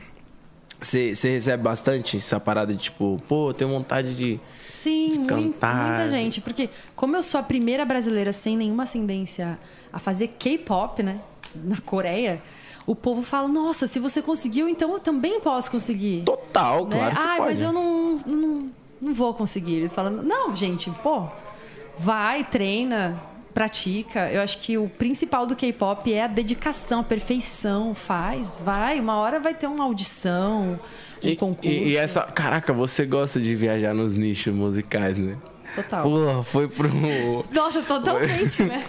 [SPEAKER 1] você você recebe bastante essa parada de tipo, pô, eu tenho vontade de.
[SPEAKER 3] Sim, muito-
[SPEAKER 1] cantar,
[SPEAKER 3] muita
[SPEAKER 1] de-
[SPEAKER 3] gente. Porque como eu sou a primeira brasileira sem nenhuma ascendência a fazer K-pop, né? Na Coreia, o povo fala, nossa, se você conseguiu, então eu também posso conseguir.
[SPEAKER 1] Total, oh,
[SPEAKER 3] né?
[SPEAKER 1] claro. que
[SPEAKER 3] Ai,
[SPEAKER 1] pode.
[SPEAKER 3] mas eu não, não, não vou conseguir. Eles falam, não, gente, pô, vai, treina, pratica. Eu acho que o principal do K-pop é a dedicação, a perfeição. Faz, vai, uma hora vai ter uma audição, um
[SPEAKER 1] E, é
[SPEAKER 3] concurso.
[SPEAKER 1] e- e essa. Caraca, você gosta de viajar nos nichos musicais, né?
[SPEAKER 3] Total.
[SPEAKER 1] Porra, foi
[SPEAKER 3] <laughs>
[SPEAKER 1] pro.
[SPEAKER 3] Nossa, totalmente, né?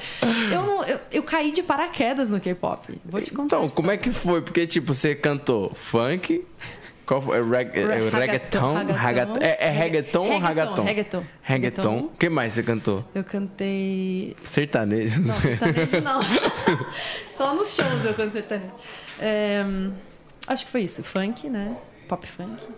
[SPEAKER 3] Eu, não- eu, eu caí de paraquedas no K-pop. Vou te contar.
[SPEAKER 1] Então, como é que foi? Porque, tipo, você cantou funk. Qual foi? É reg- é
[SPEAKER 3] Ragaton,
[SPEAKER 1] reggaeton? Ragaton.
[SPEAKER 3] ragaton.
[SPEAKER 1] É, é reggaeton ou
[SPEAKER 3] Reggaeton,
[SPEAKER 1] ragaton?
[SPEAKER 3] reggaeton.
[SPEAKER 1] Reggaeton. O que mais você cantou?
[SPEAKER 3] Eu cantei.
[SPEAKER 1] Sertanejo.
[SPEAKER 3] Não, sertanejo não. Só nos shows eu canto sertanejo. É, acho que foi isso. Funk, né? Pop funk.
[SPEAKER 1] <laughs>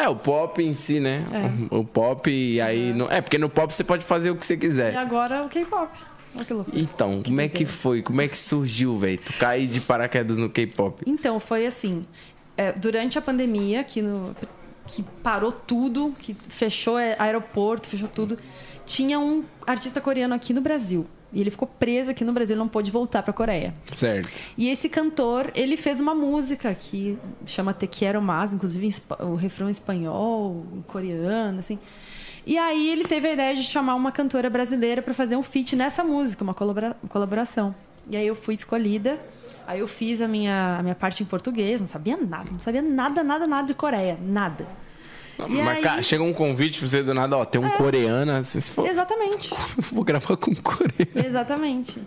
[SPEAKER 1] É, o pop em si, né?
[SPEAKER 3] É.
[SPEAKER 1] O pop, e aí. Não... É, porque no pop você pode fazer o que você quiser.
[SPEAKER 3] E agora o K-pop. Olha que louco.
[SPEAKER 1] Então, como é que
[SPEAKER 3] doideira.
[SPEAKER 1] foi? Como é que surgiu, velho? Tu cair de paraquedas no K-pop.
[SPEAKER 3] Então, foi assim. é, durante a pandemia, que, no- que parou tudo, que fechou é, aeroporto, fechou tudo, tinha um artista coreano aqui no Brasil. E ele ficou preso aqui no Brasil, ele não pôde voltar pra Coreia.
[SPEAKER 1] Certo.
[SPEAKER 3] E esse cantor, ele fez uma música que chama Te Quero Mas, inclusive em espa- o refrão em espanhol, em coreano, assim. E aí ele teve a ideia de chamar uma cantora brasileira para fazer um feat nessa música, uma colabora- colaboração. E aí eu fui escolhida Aí eu fiz a minha, a minha parte em português, não sabia nada, não sabia nada, nada, nada de Coreia, nada. E
[SPEAKER 1] Mas,
[SPEAKER 3] aí- É.
[SPEAKER 1] cara, chega um convite pra você do nada, ó, tem um coreano, assim, se for,
[SPEAKER 3] Exatamente,
[SPEAKER 1] <laughs> vou gravar com um coreano.
[SPEAKER 3] exatamente.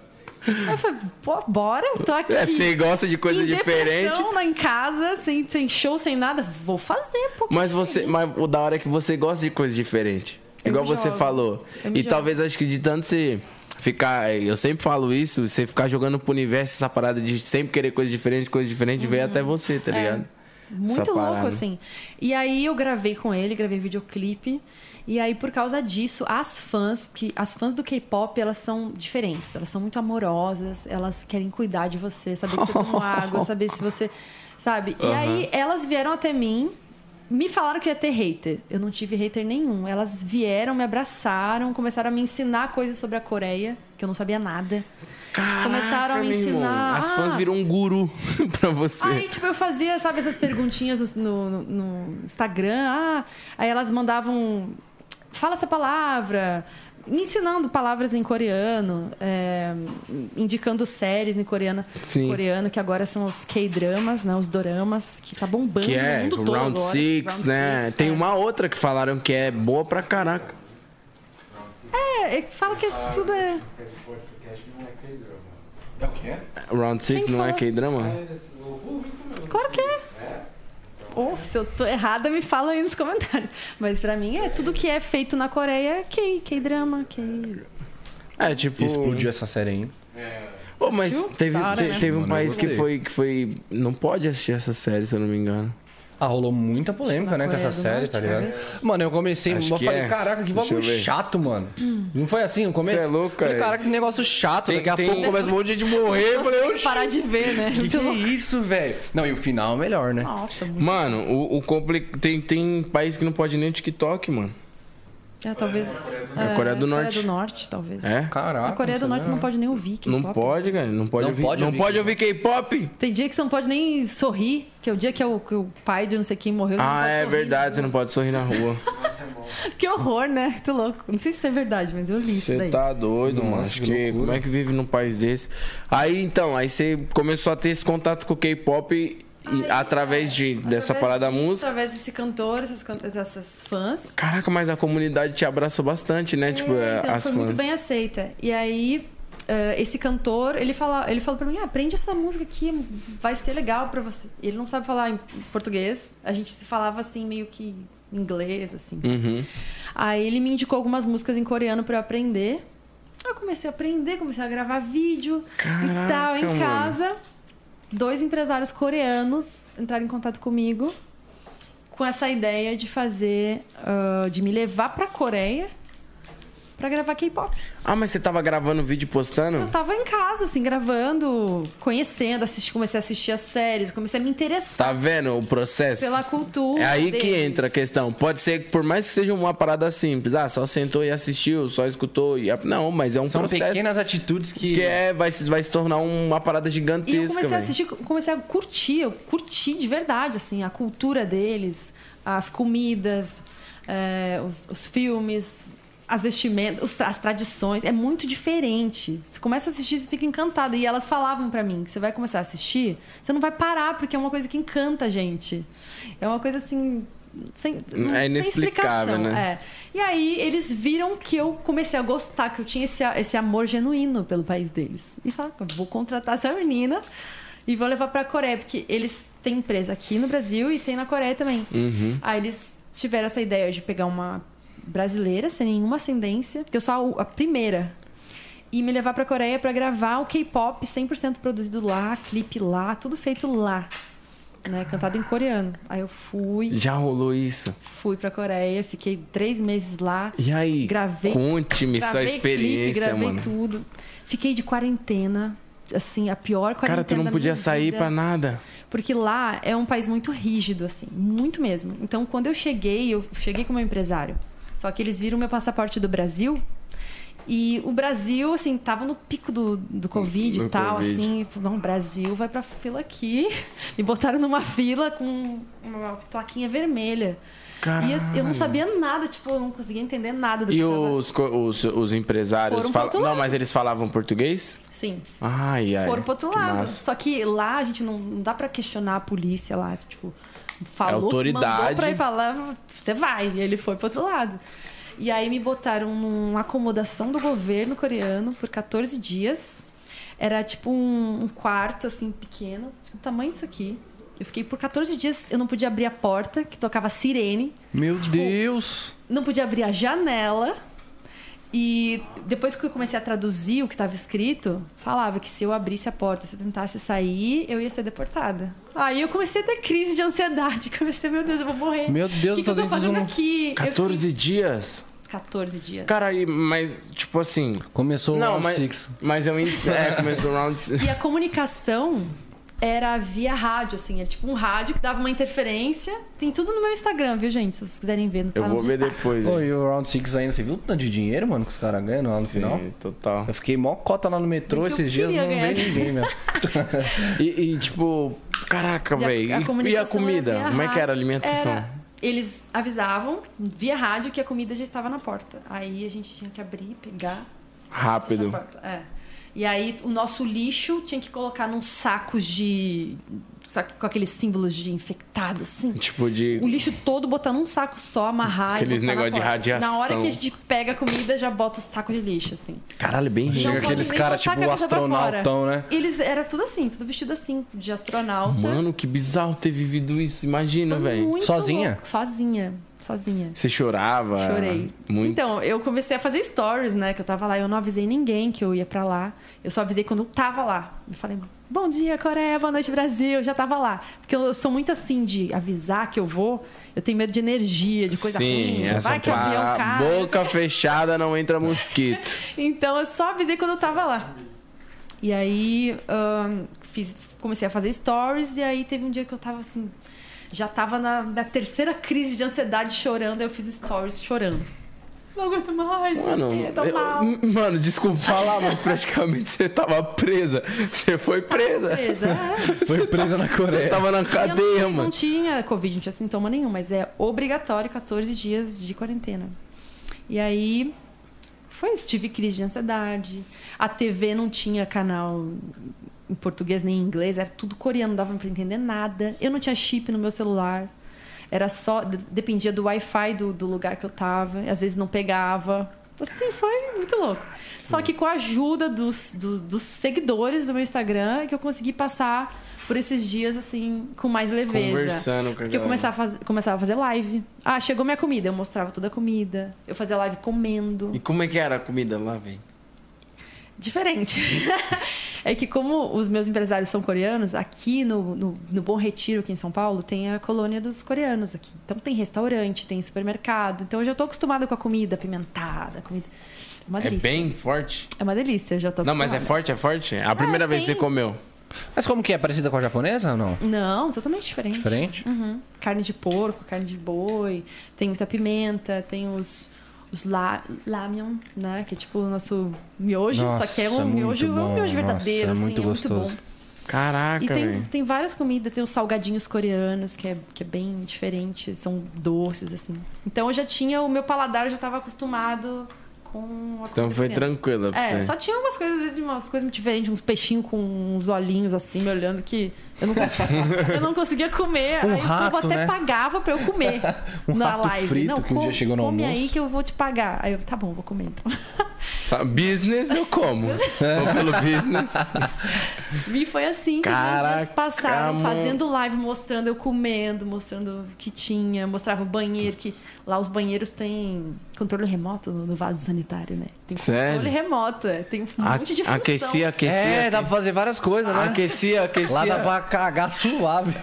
[SPEAKER 3] Aí eu falei, pô, bora, tô aqui.
[SPEAKER 1] É, você gosta de coisa
[SPEAKER 3] em
[SPEAKER 1] diferente.
[SPEAKER 3] depressão, lá em casa, sem, sem show, sem nada, vou fazer um pouquinho.
[SPEAKER 1] Mas você,
[SPEAKER 3] diferente.
[SPEAKER 1] mas o da hora é que você gosta de coisa diferente.
[SPEAKER 3] Eu
[SPEAKER 1] Igual
[SPEAKER 3] me
[SPEAKER 1] você
[SPEAKER 3] jogo.
[SPEAKER 1] falou.
[SPEAKER 3] Eu me
[SPEAKER 1] E
[SPEAKER 3] jogo.
[SPEAKER 1] talvez acho que de tanto você ficar, é, eu sempre falo isso, você ficar jogando pro universo essa parada de sempre querer coisa diferente, coisa diferente, veio até você, tá ligado?
[SPEAKER 3] Uhum. É. Muito
[SPEAKER 1] Essa
[SPEAKER 3] louco,
[SPEAKER 1] parada.
[SPEAKER 3] assim. E aí eu gravei com ele, gravei videoclipe. E aí, por causa disso, as fãs, que as fãs do K-pop, elas são diferentes, elas são muito amorosas, elas querem cuidar de você, saber que você
[SPEAKER 1] <laughs>
[SPEAKER 3] tomou água, saber se você. Sabe? E aí elas vieram até mim, me falaram que ia ter hater. Eu não tive hater nenhum. Elas vieram, me abraçaram, começaram a me ensinar coisas sobre a Coreia, que eu não sabia nada. Começaram a me
[SPEAKER 1] meu irmão,
[SPEAKER 3] ensinar,
[SPEAKER 1] As fãs
[SPEAKER 3] ah,
[SPEAKER 1] viram um guru <laughs> pra você.
[SPEAKER 3] Aí, tipo, eu fazia, sabe, essas perguntinhas no, no- no Instagram. Ah, aí elas mandavam. Fala essa palavra. Me ensinando palavras em coreano, é, indicando séries em coreano,
[SPEAKER 1] Sim.
[SPEAKER 3] coreano, que agora são os K-dramas, né? Os doramas, que tá bombando
[SPEAKER 1] que
[SPEAKER 3] no
[SPEAKER 1] é
[SPEAKER 3] mundo todo
[SPEAKER 1] Round
[SPEAKER 3] agora.
[SPEAKER 1] Six,
[SPEAKER 3] Round
[SPEAKER 1] né?
[SPEAKER 3] Six,
[SPEAKER 1] Tem
[SPEAKER 3] é.
[SPEAKER 1] uma outra que falaram que é boa pra caraca.
[SPEAKER 3] É, é, fala que tudo é.
[SPEAKER 1] Round Six
[SPEAKER 3] Quem
[SPEAKER 1] não é
[SPEAKER 3] falou?
[SPEAKER 1] K-drama?
[SPEAKER 3] Claro que é. Ou, se eu tô errada, me fala aí nos comentários. Mas pra mim é tudo que é feito na Coreia é K, K-drama, K.
[SPEAKER 1] É, tipo.
[SPEAKER 2] Explodiu essa série aí.
[SPEAKER 1] Pô, mas
[SPEAKER 3] Assistiu?
[SPEAKER 1] teve,
[SPEAKER 3] Da hora,
[SPEAKER 1] te-
[SPEAKER 3] né?
[SPEAKER 1] teve um
[SPEAKER 2] Mano, eu
[SPEAKER 1] país que
[SPEAKER 2] gostei.
[SPEAKER 1] foi, que foi. Não pode assistir essa série, se eu não me engano.
[SPEAKER 2] Ah, rolou muita polêmica,
[SPEAKER 3] Na
[SPEAKER 2] né, com
[SPEAKER 3] Coreia
[SPEAKER 2] essa
[SPEAKER 3] do
[SPEAKER 2] série,
[SPEAKER 3] Norte,
[SPEAKER 2] tá ligado?
[SPEAKER 3] talvez.
[SPEAKER 2] Mano, eu comecei,
[SPEAKER 1] Acho
[SPEAKER 2] eu
[SPEAKER 1] que
[SPEAKER 2] falei,
[SPEAKER 1] é.
[SPEAKER 2] caraca, que
[SPEAKER 1] Deixa eu
[SPEAKER 2] bagulho
[SPEAKER 1] ver.
[SPEAKER 2] chato, mano.
[SPEAKER 3] Hum.
[SPEAKER 2] Não foi assim no começo?
[SPEAKER 1] Cê é louco,
[SPEAKER 2] Falei,
[SPEAKER 1] cara.
[SPEAKER 2] cara, que negócio chato.
[SPEAKER 1] Tem-
[SPEAKER 2] Daqui a
[SPEAKER 1] tem- é
[SPEAKER 2] pouco começa um monte de gente morrer. Eu falei,
[SPEAKER 3] Tem que
[SPEAKER 2] oxi,
[SPEAKER 3] parar de ver, né?
[SPEAKER 2] que, que
[SPEAKER 3] Então,
[SPEAKER 2] é isso, velho? Não, e o final é o melhor, né?
[SPEAKER 3] Nossa, muito.
[SPEAKER 1] Mano, o, o compli- tem, tem país que não pode nem o TikTok, mano.
[SPEAKER 3] É, talvez.
[SPEAKER 1] É, Coreia do Norte.
[SPEAKER 3] Coreia do Norte, talvez.
[SPEAKER 1] É?
[SPEAKER 2] Caraca. né?
[SPEAKER 3] A Coreia do
[SPEAKER 2] não
[SPEAKER 3] Norte
[SPEAKER 2] sabia,
[SPEAKER 3] não pode nem ouvir K-pop.
[SPEAKER 1] Não pode, cara. Não pode
[SPEAKER 2] Não
[SPEAKER 1] ouvir.
[SPEAKER 2] pode
[SPEAKER 1] não
[SPEAKER 2] ouvir
[SPEAKER 1] pode ouvir K-pop?
[SPEAKER 3] Tem dia que né? você não pode nem sorrir, que é o dia que, é o, que o pai de não sei quem morreu. você não
[SPEAKER 1] Ah,
[SPEAKER 3] pode
[SPEAKER 1] é
[SPEAKER 3] sorrir,
[SPEAKER 1] verdade, você não pode sorrir na rua.
[SPEAKER 3] né? <laughs> Que horror, né? Tô louco. Não sei se isso é verdade, mas eu li isso
[SPEAKER 1] Você
[SPEAKER 3] daí.
[SPEAKER 1] tá doido, mano.
[SPEAKER 2] Nossa,
[SPEAKER 1] Acho
[SPEAKER 2] que
[SPEAKER 1] que
[SPEAKER 2] loucura.
[SPEAKER 1] como é que vive num país desse? Aí então, aí você começou a ter esse contato com o K-pop e- através de, dessa
[SPEAKER 3] é, Através
[SPEAKER 1] parada da
[SPEAKER 3] disso,
[SPEAKER 1] música.
[SPEAKER 3] Através desse cantor, essas, can- essas fãs.
[SPEAKER 1] Caraca, mas a comunidade te abraçou bastante, né? tipo,
[SPEAKER 3] É, então,
[SPEAKER 1] as
[SPEAKER 3] foi
[SPEAKER 1] fãs.
[SPEAKER 3] muito bem aceita. E aí, eh, esse cantor, ele, fala, ele falou pra mim, ah, aprende essa música aqui, vai ser legal pra você. E Ele não sabe falar em português, a gente se falava assim, meio que em inglês, assim. sabe?
[SPEAKER 1] Uhum.
[SPEAKER 3] Aí ele me indicou algumas músicas em coreano pra eu aprender. Eu comecei a aprender, comecei a gravar vídeo
[SPEAKER 1] Caraca,
[SPEAKER 3] e tal, em
[SPEAKER 1] mano.
[SPEAKER 3] casa. Dois empresários coreanos entraram em contato comigo com essa ideia de fazer, ah, de me levar pra Coreia pra gravar K-pop.
[SPEAKER 1] Ah, mas você tava gravando vídeo e postando?
[SPEAKER 3] Eu tava em casa, assim, gravando, conhecendo, assisti, comecei a assistir as séries, comecei a me interessar
[SPEAKER 1] Tá vendo o processo?
[SPEAKER 3] pela cultura.
[SPEAKER 1] É aí que
[SPEAKER 3] deles.
[SPEAKER 1] entra a questão. Pode ser, que, por mais que seja uma parada simples, ah, só sentou e assistiu, só escutou e. Não, mas é um
[SPEAKER 2] São
[SPEAKER 1] processo
[SPEAKER 2] pequenas atitudes que...
[SPEAKER 1] que é, vai, se- vai se tornar uma parada
[SPEAKER 3] E eu
[SPEAKER 1] gigantesca,
[SPEAKER 3] comecei a
[SPEAKER 1] velho.
[SPEAKER 3] assistir, comecei a curtir, eu curti de verdade, assim, a cultura deles, as comidas, eh, os, os filmes, as vestimentas, os tra- as tradições. É muito diferente. Você começa a assistir, você fica encantado. E elas falavam pra mim que você vai começar a assistir, você não vai parar, porque é uma coisa que encanta a gente. É uma coisa assim. Sem, não-
[SPEAKER 1] É
[SPEAKER 3] sem
[SPEAKER 1] inexplicável,
[SPEAKER 3] explicação,
[SPEAKER 1] né?
[SPEAKER 3] é. E aí eles viram que eu comecei a gostar, que eu tinha esse, esse amor genuíno pelo país deles. E falaram, vou contratar essa menina e vou levar pra Coreia, porque eles têm empresa aqui no Brasil e tem na Coreia também. Aí eles tiveram essa ideia de pegar uma brasileira sem nenhuma ascendência, porque eu sou a, a primeira. E me levar pra Coreia pra gravar o K-pop 100% produzido lá, clipe lá, tudo feito lá. Né, cantado em coreano. Aí eu fui.
[SPEAKER 1] Já rolou isso.
[SPEAKER 3] Fui pra Coreia, fiquei três meses lá.
[SPEAKER 1] E aí?
[SPEAKER 3] Gravei-
[SPEAKER 1] Conte-me sua
[SPEAKER 3] gravei clipe,
[SPEAKER 1] experiência,
[SPEAKER 3] gravei
[SPEAKER 1] mano.
[SPEAKER 3] tudo. Fiquei de quarentena, assim, a pior quarentena.
[SPEAKER 1] Cara, tu não
[SPEAKER 3] da
[SPEAKER 1] podia
[SPEAKER 3] minha
[SPEAKER 1] sair
[SPEAKER 3] vida.
[SPEAKER 1] pra nada.
[SPEAKER 3] Porque lá é um país muito rígido, assim, muito mesmo. Então, quando eu cheguei, eu cheguei com meu empresário. Só que eles viram meu passaporte do Brasil E o Brasil, assim, tava no pico do, do Covid
[SPEAKER 1] Do
[SPEAKER 3] e tal,
[SPEAKER 1] Covid.
[SPEAKER 3] assim. falou, Não, Brasil, vai pra fila aqui. <laughs> E botaram numa fila com uma plaquinha vermelha. E eu- eu, não sabia nada, tipo, eu não conseguia entender nada do que
[SPEAKER 1] E
[SPEAKER 3] tava-
[SPEAKER 1] os, co- os, os empresários
[SPEAKER 3] Foram pro
[SPEAKER 1] falam.
[SPEAKER 3] outro
[SPEAKER 1] Não,
[SPEAKER 3] lado.
[SPEAKER 1] mas eles falavam português?
[SPEAKER 3] Sim.
[SPEAKER 1] Ai, ai.
[SPEAKER 3] foram pro outro
[SPEAKER 1] que
[SPEAKER 3] lado.
[SPEAKER 1] massa.
[SPEAKER 3] Só que lá a gente não, não dá pra questionar a polícia lá, se, tipo, falou,
[SPEAKER 1] autoridade.
[SPEAKER 3] mandou pra ir pra lá, você vai. E ele foi pro outro lado. E aí me botaram numa acomodação do governo coreano por 14 dias. Era tipo um, um quarto, assim, pequeno, do tamanho disso aqui. Eu fiquei por 14 dias, eu não podia abrir a porta, que tocava sirene
[SPEAKER 2] Meu
[SPEAKER 1] Tipo,
[SPEAKER 2] Deus!
[SPEAKER 3] não podia abrir a janela. E depois que eu comecei a traduzir o que estava escrito, falava que se eu abrisse a porta, se eu tentasse sair, eu ia ser deportada. Aí eu comecei a ter crise de ansiedade. <laughs> Comecei, meu Deus, eu vou morrer.
[SPEAKER 2] Meu Deus,
[SPEAKER 3] o que, que
[SPEAKER 2] eu tô
[SPEAKER 3] eu tô
[SPEAKER 2] dentro de
[SPEAKER 3] fazendo
[SPEAKER 2] um-
[SPEAKER 3] aqui? Eu
[SPEAKER 1] 14 dias?
[SPEAKER 3] fiquei 14 dias.
[SPEAKER 1] Cara, e- mas, tipo assim.
[SPEAKER 2] Começou o
[SPEAKER 1] não,
[SPEAKER 2] Um round
[SPEAKER 1] mas.
[SPEAKER 2] six.
[SPEAKER 1] Mas eu. en- É, começou o round
[SPEAKER 3] <laughs>
[SPEAKER 1] six.
[SPEAKER 3] E a comunicação era via rádio, assim. Era tipo um rádio que dava uma interferência. Tem tudo no meu Instagram, viu, gente? Se vocês quiserem ver. Tá
[SPEAKER 1] Eu
[SPEAKER 3] nos
[SPEAKER 1] vou ver
[SPEAKER 3] destaques.
[SPEAKER 1] depois.
[SPEAKER 2] Pô, e o round six ainda, você viu o tanto de dinheiro, mano, que os caras ganham lá no final?
[SPEAKER 1] Sim, total.
[SPEAKER 2] Eu fiquei mó cota lá no metrô
[SPEAKER 3] Eu
[SPEAKER 2] esses dias,
[SPEAKER 3] queria
[SPEAKER 2] não
[SPEAKER 3] ganhar.
[SPEAKER 2] veio ninguém,
[SPEAKER 3] <laughs>
[SPEAKER 2] meu.
[SPEAKER 1] E, e, tipo, caraca,
[SPEAKER 3] E a-
[SPEAKER 1] velho.
[SPEAKER 3] a
[SPEAKER 1] E, e a
[SPEAKER 3] comunicação
[SPEAKER 1] comida?
[SPEAKER 3] era via
[SPEAKER 1] Como é que
[SPEAKER 3] rádio.
[SPEAKER 1] era a alimentação?
[SPEAKER 3] Era- eles avisavam via rádio que a comida já estava na porta. Aí a gente tinha que abrir, pegar fechar a
[SPEAKER 1] Rápido.
[SPEAKER 3] porta. É. E aí o nosso lixo tinha que colocar num sacos de sabe, com aqueles símbolos de infectado assim.
[SPEAKER 1] Tipo de.
[SPEAKER 3] O lixo todo botar num saco só, amarrar
[SPEAKER 1] Aqueles
[SPEAKER 3] e botar na
[SPEAKER 1] negócio de
[SPEAKER 3] porta.
[SPEAKER 1] radiação.
[SPEAKER 3] Na hora que a gente pega a comida, já bota o saco de lixo, assim.
[SPEAKER 1] Caralho, bem
[SPEAKER 3] Não
[SPEAKER 2] Chega
[SPEAKER 3] pode
[SPEAKER 1] rico.
[SPEAKER 2] aqueles
[SPEAKER 3] nem
[SPEAKER 2] cara,
[SPEAKER 3] botar a
[SPEAKER 2] tipo,
[SPEAKER 3] cabeça pra
[SPEAKER 2] astronautão,
[SPEAKER 3] fora.
[SPEAKER 2] né?
[SPEAKER 3] Eles, era tudo assim, tudo vestido assim, de astronauta.
[SPEAKER 1] Mano, que bizarro ter vivido isso. Imagina,
[SPEAKER 3] Foi
[SPEAKER 1] velho.
[SPEAKER 3] muito
[SPEAKER 2] Sozinha?
[SPEAKER 3] louco. Sozinha, sozinha.
[SPEAKER 1] Você chorava?
[SPEAKER 3] Chorei.
[SPEAKER 1] Ah, Muito.
[SPEAKER 3] Então, eu comecei a fazer stories, né? Que eu tava lá. Eu não avisei ninguém que eu ia pra lá. Eu só avisei quando eu tava lá. Eu falei, bom dia, Coreia, boa noite, Brasil. Eu já tava lá. Porque eu, eu sou muito assim de avisar que eu vou. Eu tenho medo de energia, de coisa
[SPEAKER 1] Sim, é
[SPEAKER 3] ruim.
[SPEAKER 1] essa
[SPEAKER 3] Vai que o avião
[SPEAKER 1] pá-
[SPEAKER 3] cai.
[SPEAKER 1] boca fechada não entra mosquito.
[SPEAKER 3] Então, eu só avisei quando eu tava lá. E aí, ahn, fiz- comecei a fazer stories. E aí, teve um dia que eu tava assim... Já tava na, na terceira crise de ansiedade chorando. Aí eu fiz stories chorando. Não aguento mais.
[SPEAKER 1] Mano,
[SPEAKER 3] eu É, tô
[SPEAKER 1] eu- hum.
[SPEAKER 3] mal.
[SPEAKER 1] <laughs> mano, desculpa falar, mas praticamente você tava presa. Você foi presa.
[SPEAKER 3] Beleza, é.
[SPEAKER 2] Foi presa na
[SPEAKER 1] Você
[SPEAKER 2] Coreia.
[SPEAKER 1] tava na
[SPEAKER 3] E eu não,
[SPEAKER 1] cadeia,
[SPEAKER 3] tinha, não
[SPEAKER 1] mano.
[SPEAKER 3] tinha Covid, não tinha sintoma nenhum, mas é obrigatório 14 dias de quarentena. E aí foi isso, tive crise de ansiedade. A TV não tinha canal em português nem em inglês, era tudo coreano, não dava pra entender nada. Eu não tinha chip no meu celular. Era só. de- Dependia do Wi-Fi do, do lugar que eu tava. e Às vezes não pegava. Assim, foi muito louco. Só que com a ajuda dos, do- dos seguidores do meu Instagram, é que eu consegui passar por esses dias, assim, com mais leveza.
[SPEAKER 1] Conversando com a
[SPEAKER 3] Porque eu
[SPEAKER 1] galera.
[SPEAKER 3] começava a, fazer, começava a fazer live. Ah, chegou minha comida. Eu mostrava toda a comida. Eu fazia live comendo
[SPEAKER 1] E como é que era a comida lá, velho?
[SPEAKER 3] diferente. <laughs> é que como os meus empresários são coreanos, aqui no, no, no Bom Retiro, aqui em São Paulo, tem a colônia dos coreanos aqui. Então tem restaurante, tem supermercado. Então eu já tô acostumada com a comida apimentada, comida... É uma
[SPEAKER 1] É
[SPEAKER 3] delícia.
[SPEAKER 1] bem forte?
[SPEAKER 3] É uma delícia, eu já tô
[SPEAKER 1] Não, mas é
[SPEAKER 3] acostumada.
[SPEAKER 1] forte, é forte? A primeira vez que
[SPEAKER 3] tem-
[SPEAKER 1] você comeu.
[SPEAKER 2] Mas como que é? Parecida com a japonesa ou não?
[SPEAKER 3] Não, totalmente diferente.
[SPEAKER 2] Diferente?
[SPEAKER 3] Uhum. Carne de porco, carne de boi, tem muita pimenta, tem os, os la, lamion, né? Que é tipo o nosso miojo,
[SPEAKER 2] Nossa,
[SPEAKER 3] só que é um
[SPEAKER 2] muito
[SPEAKER 3] miojo, é
[SPEAKER 2] bom.
[SPEAKER 3] um miojo verdadeiro,
[SPEAKER 2] Nossa, é
[SPEAKER 3] assim,
[SPEAKER 2] muito
[SPEAKER 3] é muito
[SPEAKER 2] gostoso.
[SPEAKER 3] bom.
[SPEAKER 1] Caraca,
[SPEAKER 3] E tem,
[SPEAKER 1] velho.
[SPEAKER 3] tem várias comidas, tem os salgadinhos coreanos, que é, que é bem diferente, são doces, assim. Então eu já tinha, o meu paladar já estava acostumado com a
[SPEAKER 1] Então
[SPEAKER 3] comida
[SPEAKER 1] foi
[SPEAKER 3] coreana.
[SPEAKER 1] tranquila pra
[SPEAKER 3] É,
[SPEAKER 1] você.
[SPEAKER 3] só tinha umas coisas, às vezes, umas coisas muito diferentes, uns peixinhos com uns olhinhos assim, me olhando, que eu não
[SPEAKER 2] <laughs>
[SPEAKER 3] conseguia, eu não conseguia comer.
[SPEAKER 2] Um
[SPEAKER 3] aí o
[SPEAKER 2] rato,
[SPEAKER 3] povo até
[SPEAKER 2] né?
[SPEAKER 3] pagava pra eu comer
[SPEAKER 2] <laughs> Um
[SPEAKER 3] na
[SPEAKER 2] rato
[SPEAKER 3] live.
[SPEAKER 2] frito
[SPEAKER 3] não,
[SPEAKER 2] que um dia
[SPEAKER 3] come-
[SPEAKER 2] chegou no
[SPEAKER 3] come aí
[SPEAKER 2] almoço.
[SPEAKER 3] que eu vou te pagar. Aí eu, tá bom, vou comer então.
[SPEAKER 1] Tá, Business eu
[SPEAKER 3] <laughs>
[SPEAKER 1] como. É. Vou pelo business.
[SPEAKER 3] E foi assim que os dias
[SPEAKER 1] Caraca,
[SPEAKER 3] passaram,
[SPEAKER 1] mano.
[SPEAKER 3] fazendo live, mostrando eu comendo, mostrando o que tinha, mostrava o banheiro, que lá os banheiros têm controle remoto no, no vaso sanitário, né? Tem
[SPEAKER 1] Sério?
[SPEAKER 3] controle remoto, é, tem <laughs> um
[SPEAKER 1] A-
[SPEAKER 3] monte de função.
[SPEAKER 1] Aquecia, aquecia.
[SPEAKER 2] é, dá pra fazer várias coisas, né?
[SPEAKER 1] Aquecia,
[SPEAKER 2] Lá dá
[SPEAKER 1] aquecia.
[SPEAKER 2] pra cagar suave.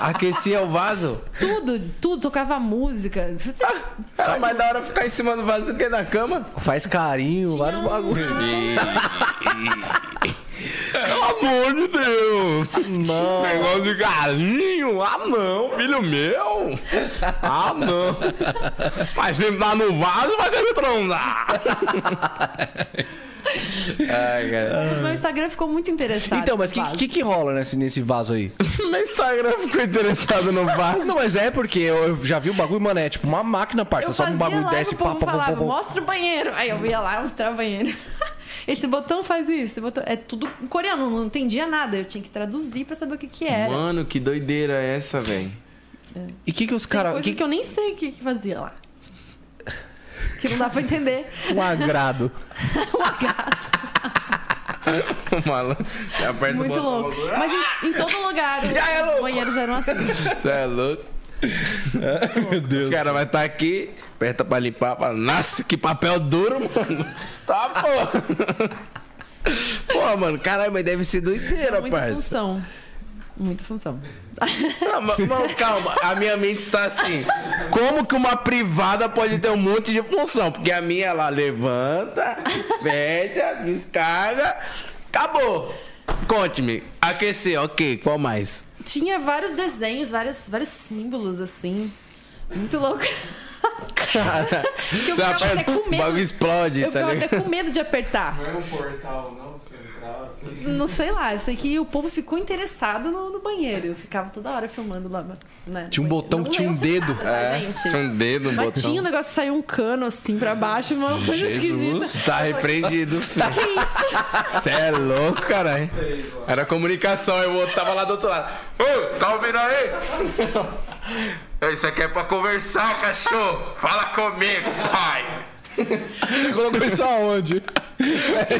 [SPEAKER 1] Aquecia o vaso.
[SPEAKER 3] Tudo, tudo, tocava música.
[SPEAKER 2] Ah.
[SPEAKER 1] Era mais da hora ficar em cima do vaso do que na cama.
[SPEAKER 2] um Faz carinho, vários bagulhos.
[SPEAKER 1] E- Pelo amor de Deus! Não. Negócio de galinho? Ah, não, filho meu! Ah, não! Mas se entrar no vaso, vai querer transar! Ai, cara.
[SPEAKER 3] Meu Instagram ficou muito interessado.
[SPEAKER 2] Então, mas o
[SPEAKER 3] no vaso.
[SPEAKER 2] que, que que rola nesse, nesse vaso aí?
[SPEAKER 1] Meu Instagram ficou interessado no vaso.
[SPEAKER 2] Não, mas é porque eu eu já vi o bagulho, mano, é tipo uma máquina, parça.
[SPEAKER 3] Eu
[SPEAKER 2] Sobe
[SPEAKER 3] fazia
[SPEAKER 2] um bagulho
[SPEAKER 3] lá
[SPEAKER 2] e desce,
[SPEAKER 3] e o povo
[SPEAKER 2] pá, pá, pá,
[SPEAKER 3] falava,
[SPEAKER 2] pá, pá.
[SPEAKER 3] mostra o banheiro. Aí eu ia lá mostrar o banheiro. <laughs> Esse botão faz isso, esse botão... É tudo em coreano, eu não entendia nada. Eu tinha que traduzir pra saber o que que era.
[SPEAKER 1] Mano, que doideira é essa, velho?
[SPEAKER 2] E Ah, o que que os
[SPEAKER 3] Tem
[SPEAKER 2] caras...
[SPEAKER 3] coisa
[SPEAKER 2] Que...
[SPEAKER 3] que... eu nem sei o que, que fazia lá. Que não dá pra entender. <laughs>
[SPEAKER 2] Um agrado.
[SPEAKER 1] <laughs> Malandro, você aperta o
[SPEAKER 3] Muito
[SPEAKER 1] botão.
[SPEAKER 3] louco. Mas em, em todo
[SPEAKER 2] <laughs>
[SPEAKER 3] lugar os
[SPEAKER 1] Ah, é louco.
[SPEAKER 3] banheiros eram assim.
[SPEAKER 1] Você é louco?
[SPEAKER 2] Meu Deus.
[SPEAKER 1] Os caras vão estar aqui, aperta pra limpar, fala, nossa, que papel duro, mano. <laughs> Tá, pô. Pô, mano, caralho, mas deve ser doideira,
[SPEAKER 3] Muita
[SPEAKER 1] parça.
[SPEAKER 3] Tá função. Muita função.
[SPEAKER 1] Não, mas, mas calma, a minha mente está assim. Como que uma privada pode ter um monte de função? Porque a minha, ela levanta, fecha, descarga, acabou. Conte-me, aquecer, ok, qual
[SPEAKER 3] <laughs>
[SPEAKER 1] mais?
[SPEAKER 3] Tinha vários desenhos, vários, vários símbolos assim.
[SPEAKER 2] <laughs>
[SPEAKER 3] Muito louco.
[SPEAKER 1] Cara,
[SPEAKER 3] eu ficava até com
[SPEAKER 1] o
[SPEAKER 3] medo.
[SPEAKER 1] bagulho explode,
[SPEAKER 3] né? Eu
[SPEAKER 1] tá
[SPEAKER 3] ficava até
[SPEAKER 1] ligado?
[SPEAKER 3] com medo de apertar.
[SPEAKER 6] Não é um portal, não, pra você entrar assim.
[SPEAKER 3] Não sei lá, eu sei que o povo ficou interessado no, no banheiro. Eu ficava toda hora filmando lá. Né,
[SPEAKER 2] Tinha um
[SPEAKER 3] no banheiro.
[SPEAKER 2] botão que
[SPEAKER 3] Não
[SPEAKER 2] tinha um
[SPEAKER 3] eu sentada,
[SPEAKER 2] dedo.
[SPEAKER 3] tá, gente?
[SPEAKER 1] Tinha um dedo, um
[SPEAKER 3] Mas
[SPEAKER 1] botão.
[SPEAKER 3] tinha um negócio que saiu um cano assim pra baixo, uma coisa esquisita.
[SPEAKER 1] Jesus, tá
[SPEAKER 3] <laughs>
[SPEAKER 1] repreendido. <laughs>
[SPEAKER 3] Que isso?
[SPEAKER 1] Você é louco, caralho.
[SPEAKER 6] Sei lá.
[SPEAKER 1] Era comunicação, eu outro tava lá do outro lado. Ô, tá ouvindo
[SPEAKER 3] <laughs>
[SPEAKER 1] aí? Ei, Isso aqui é pra conversar, cachorro. Fala comigo, pai.
[SPEAKER 2] Você colocou isso aonde?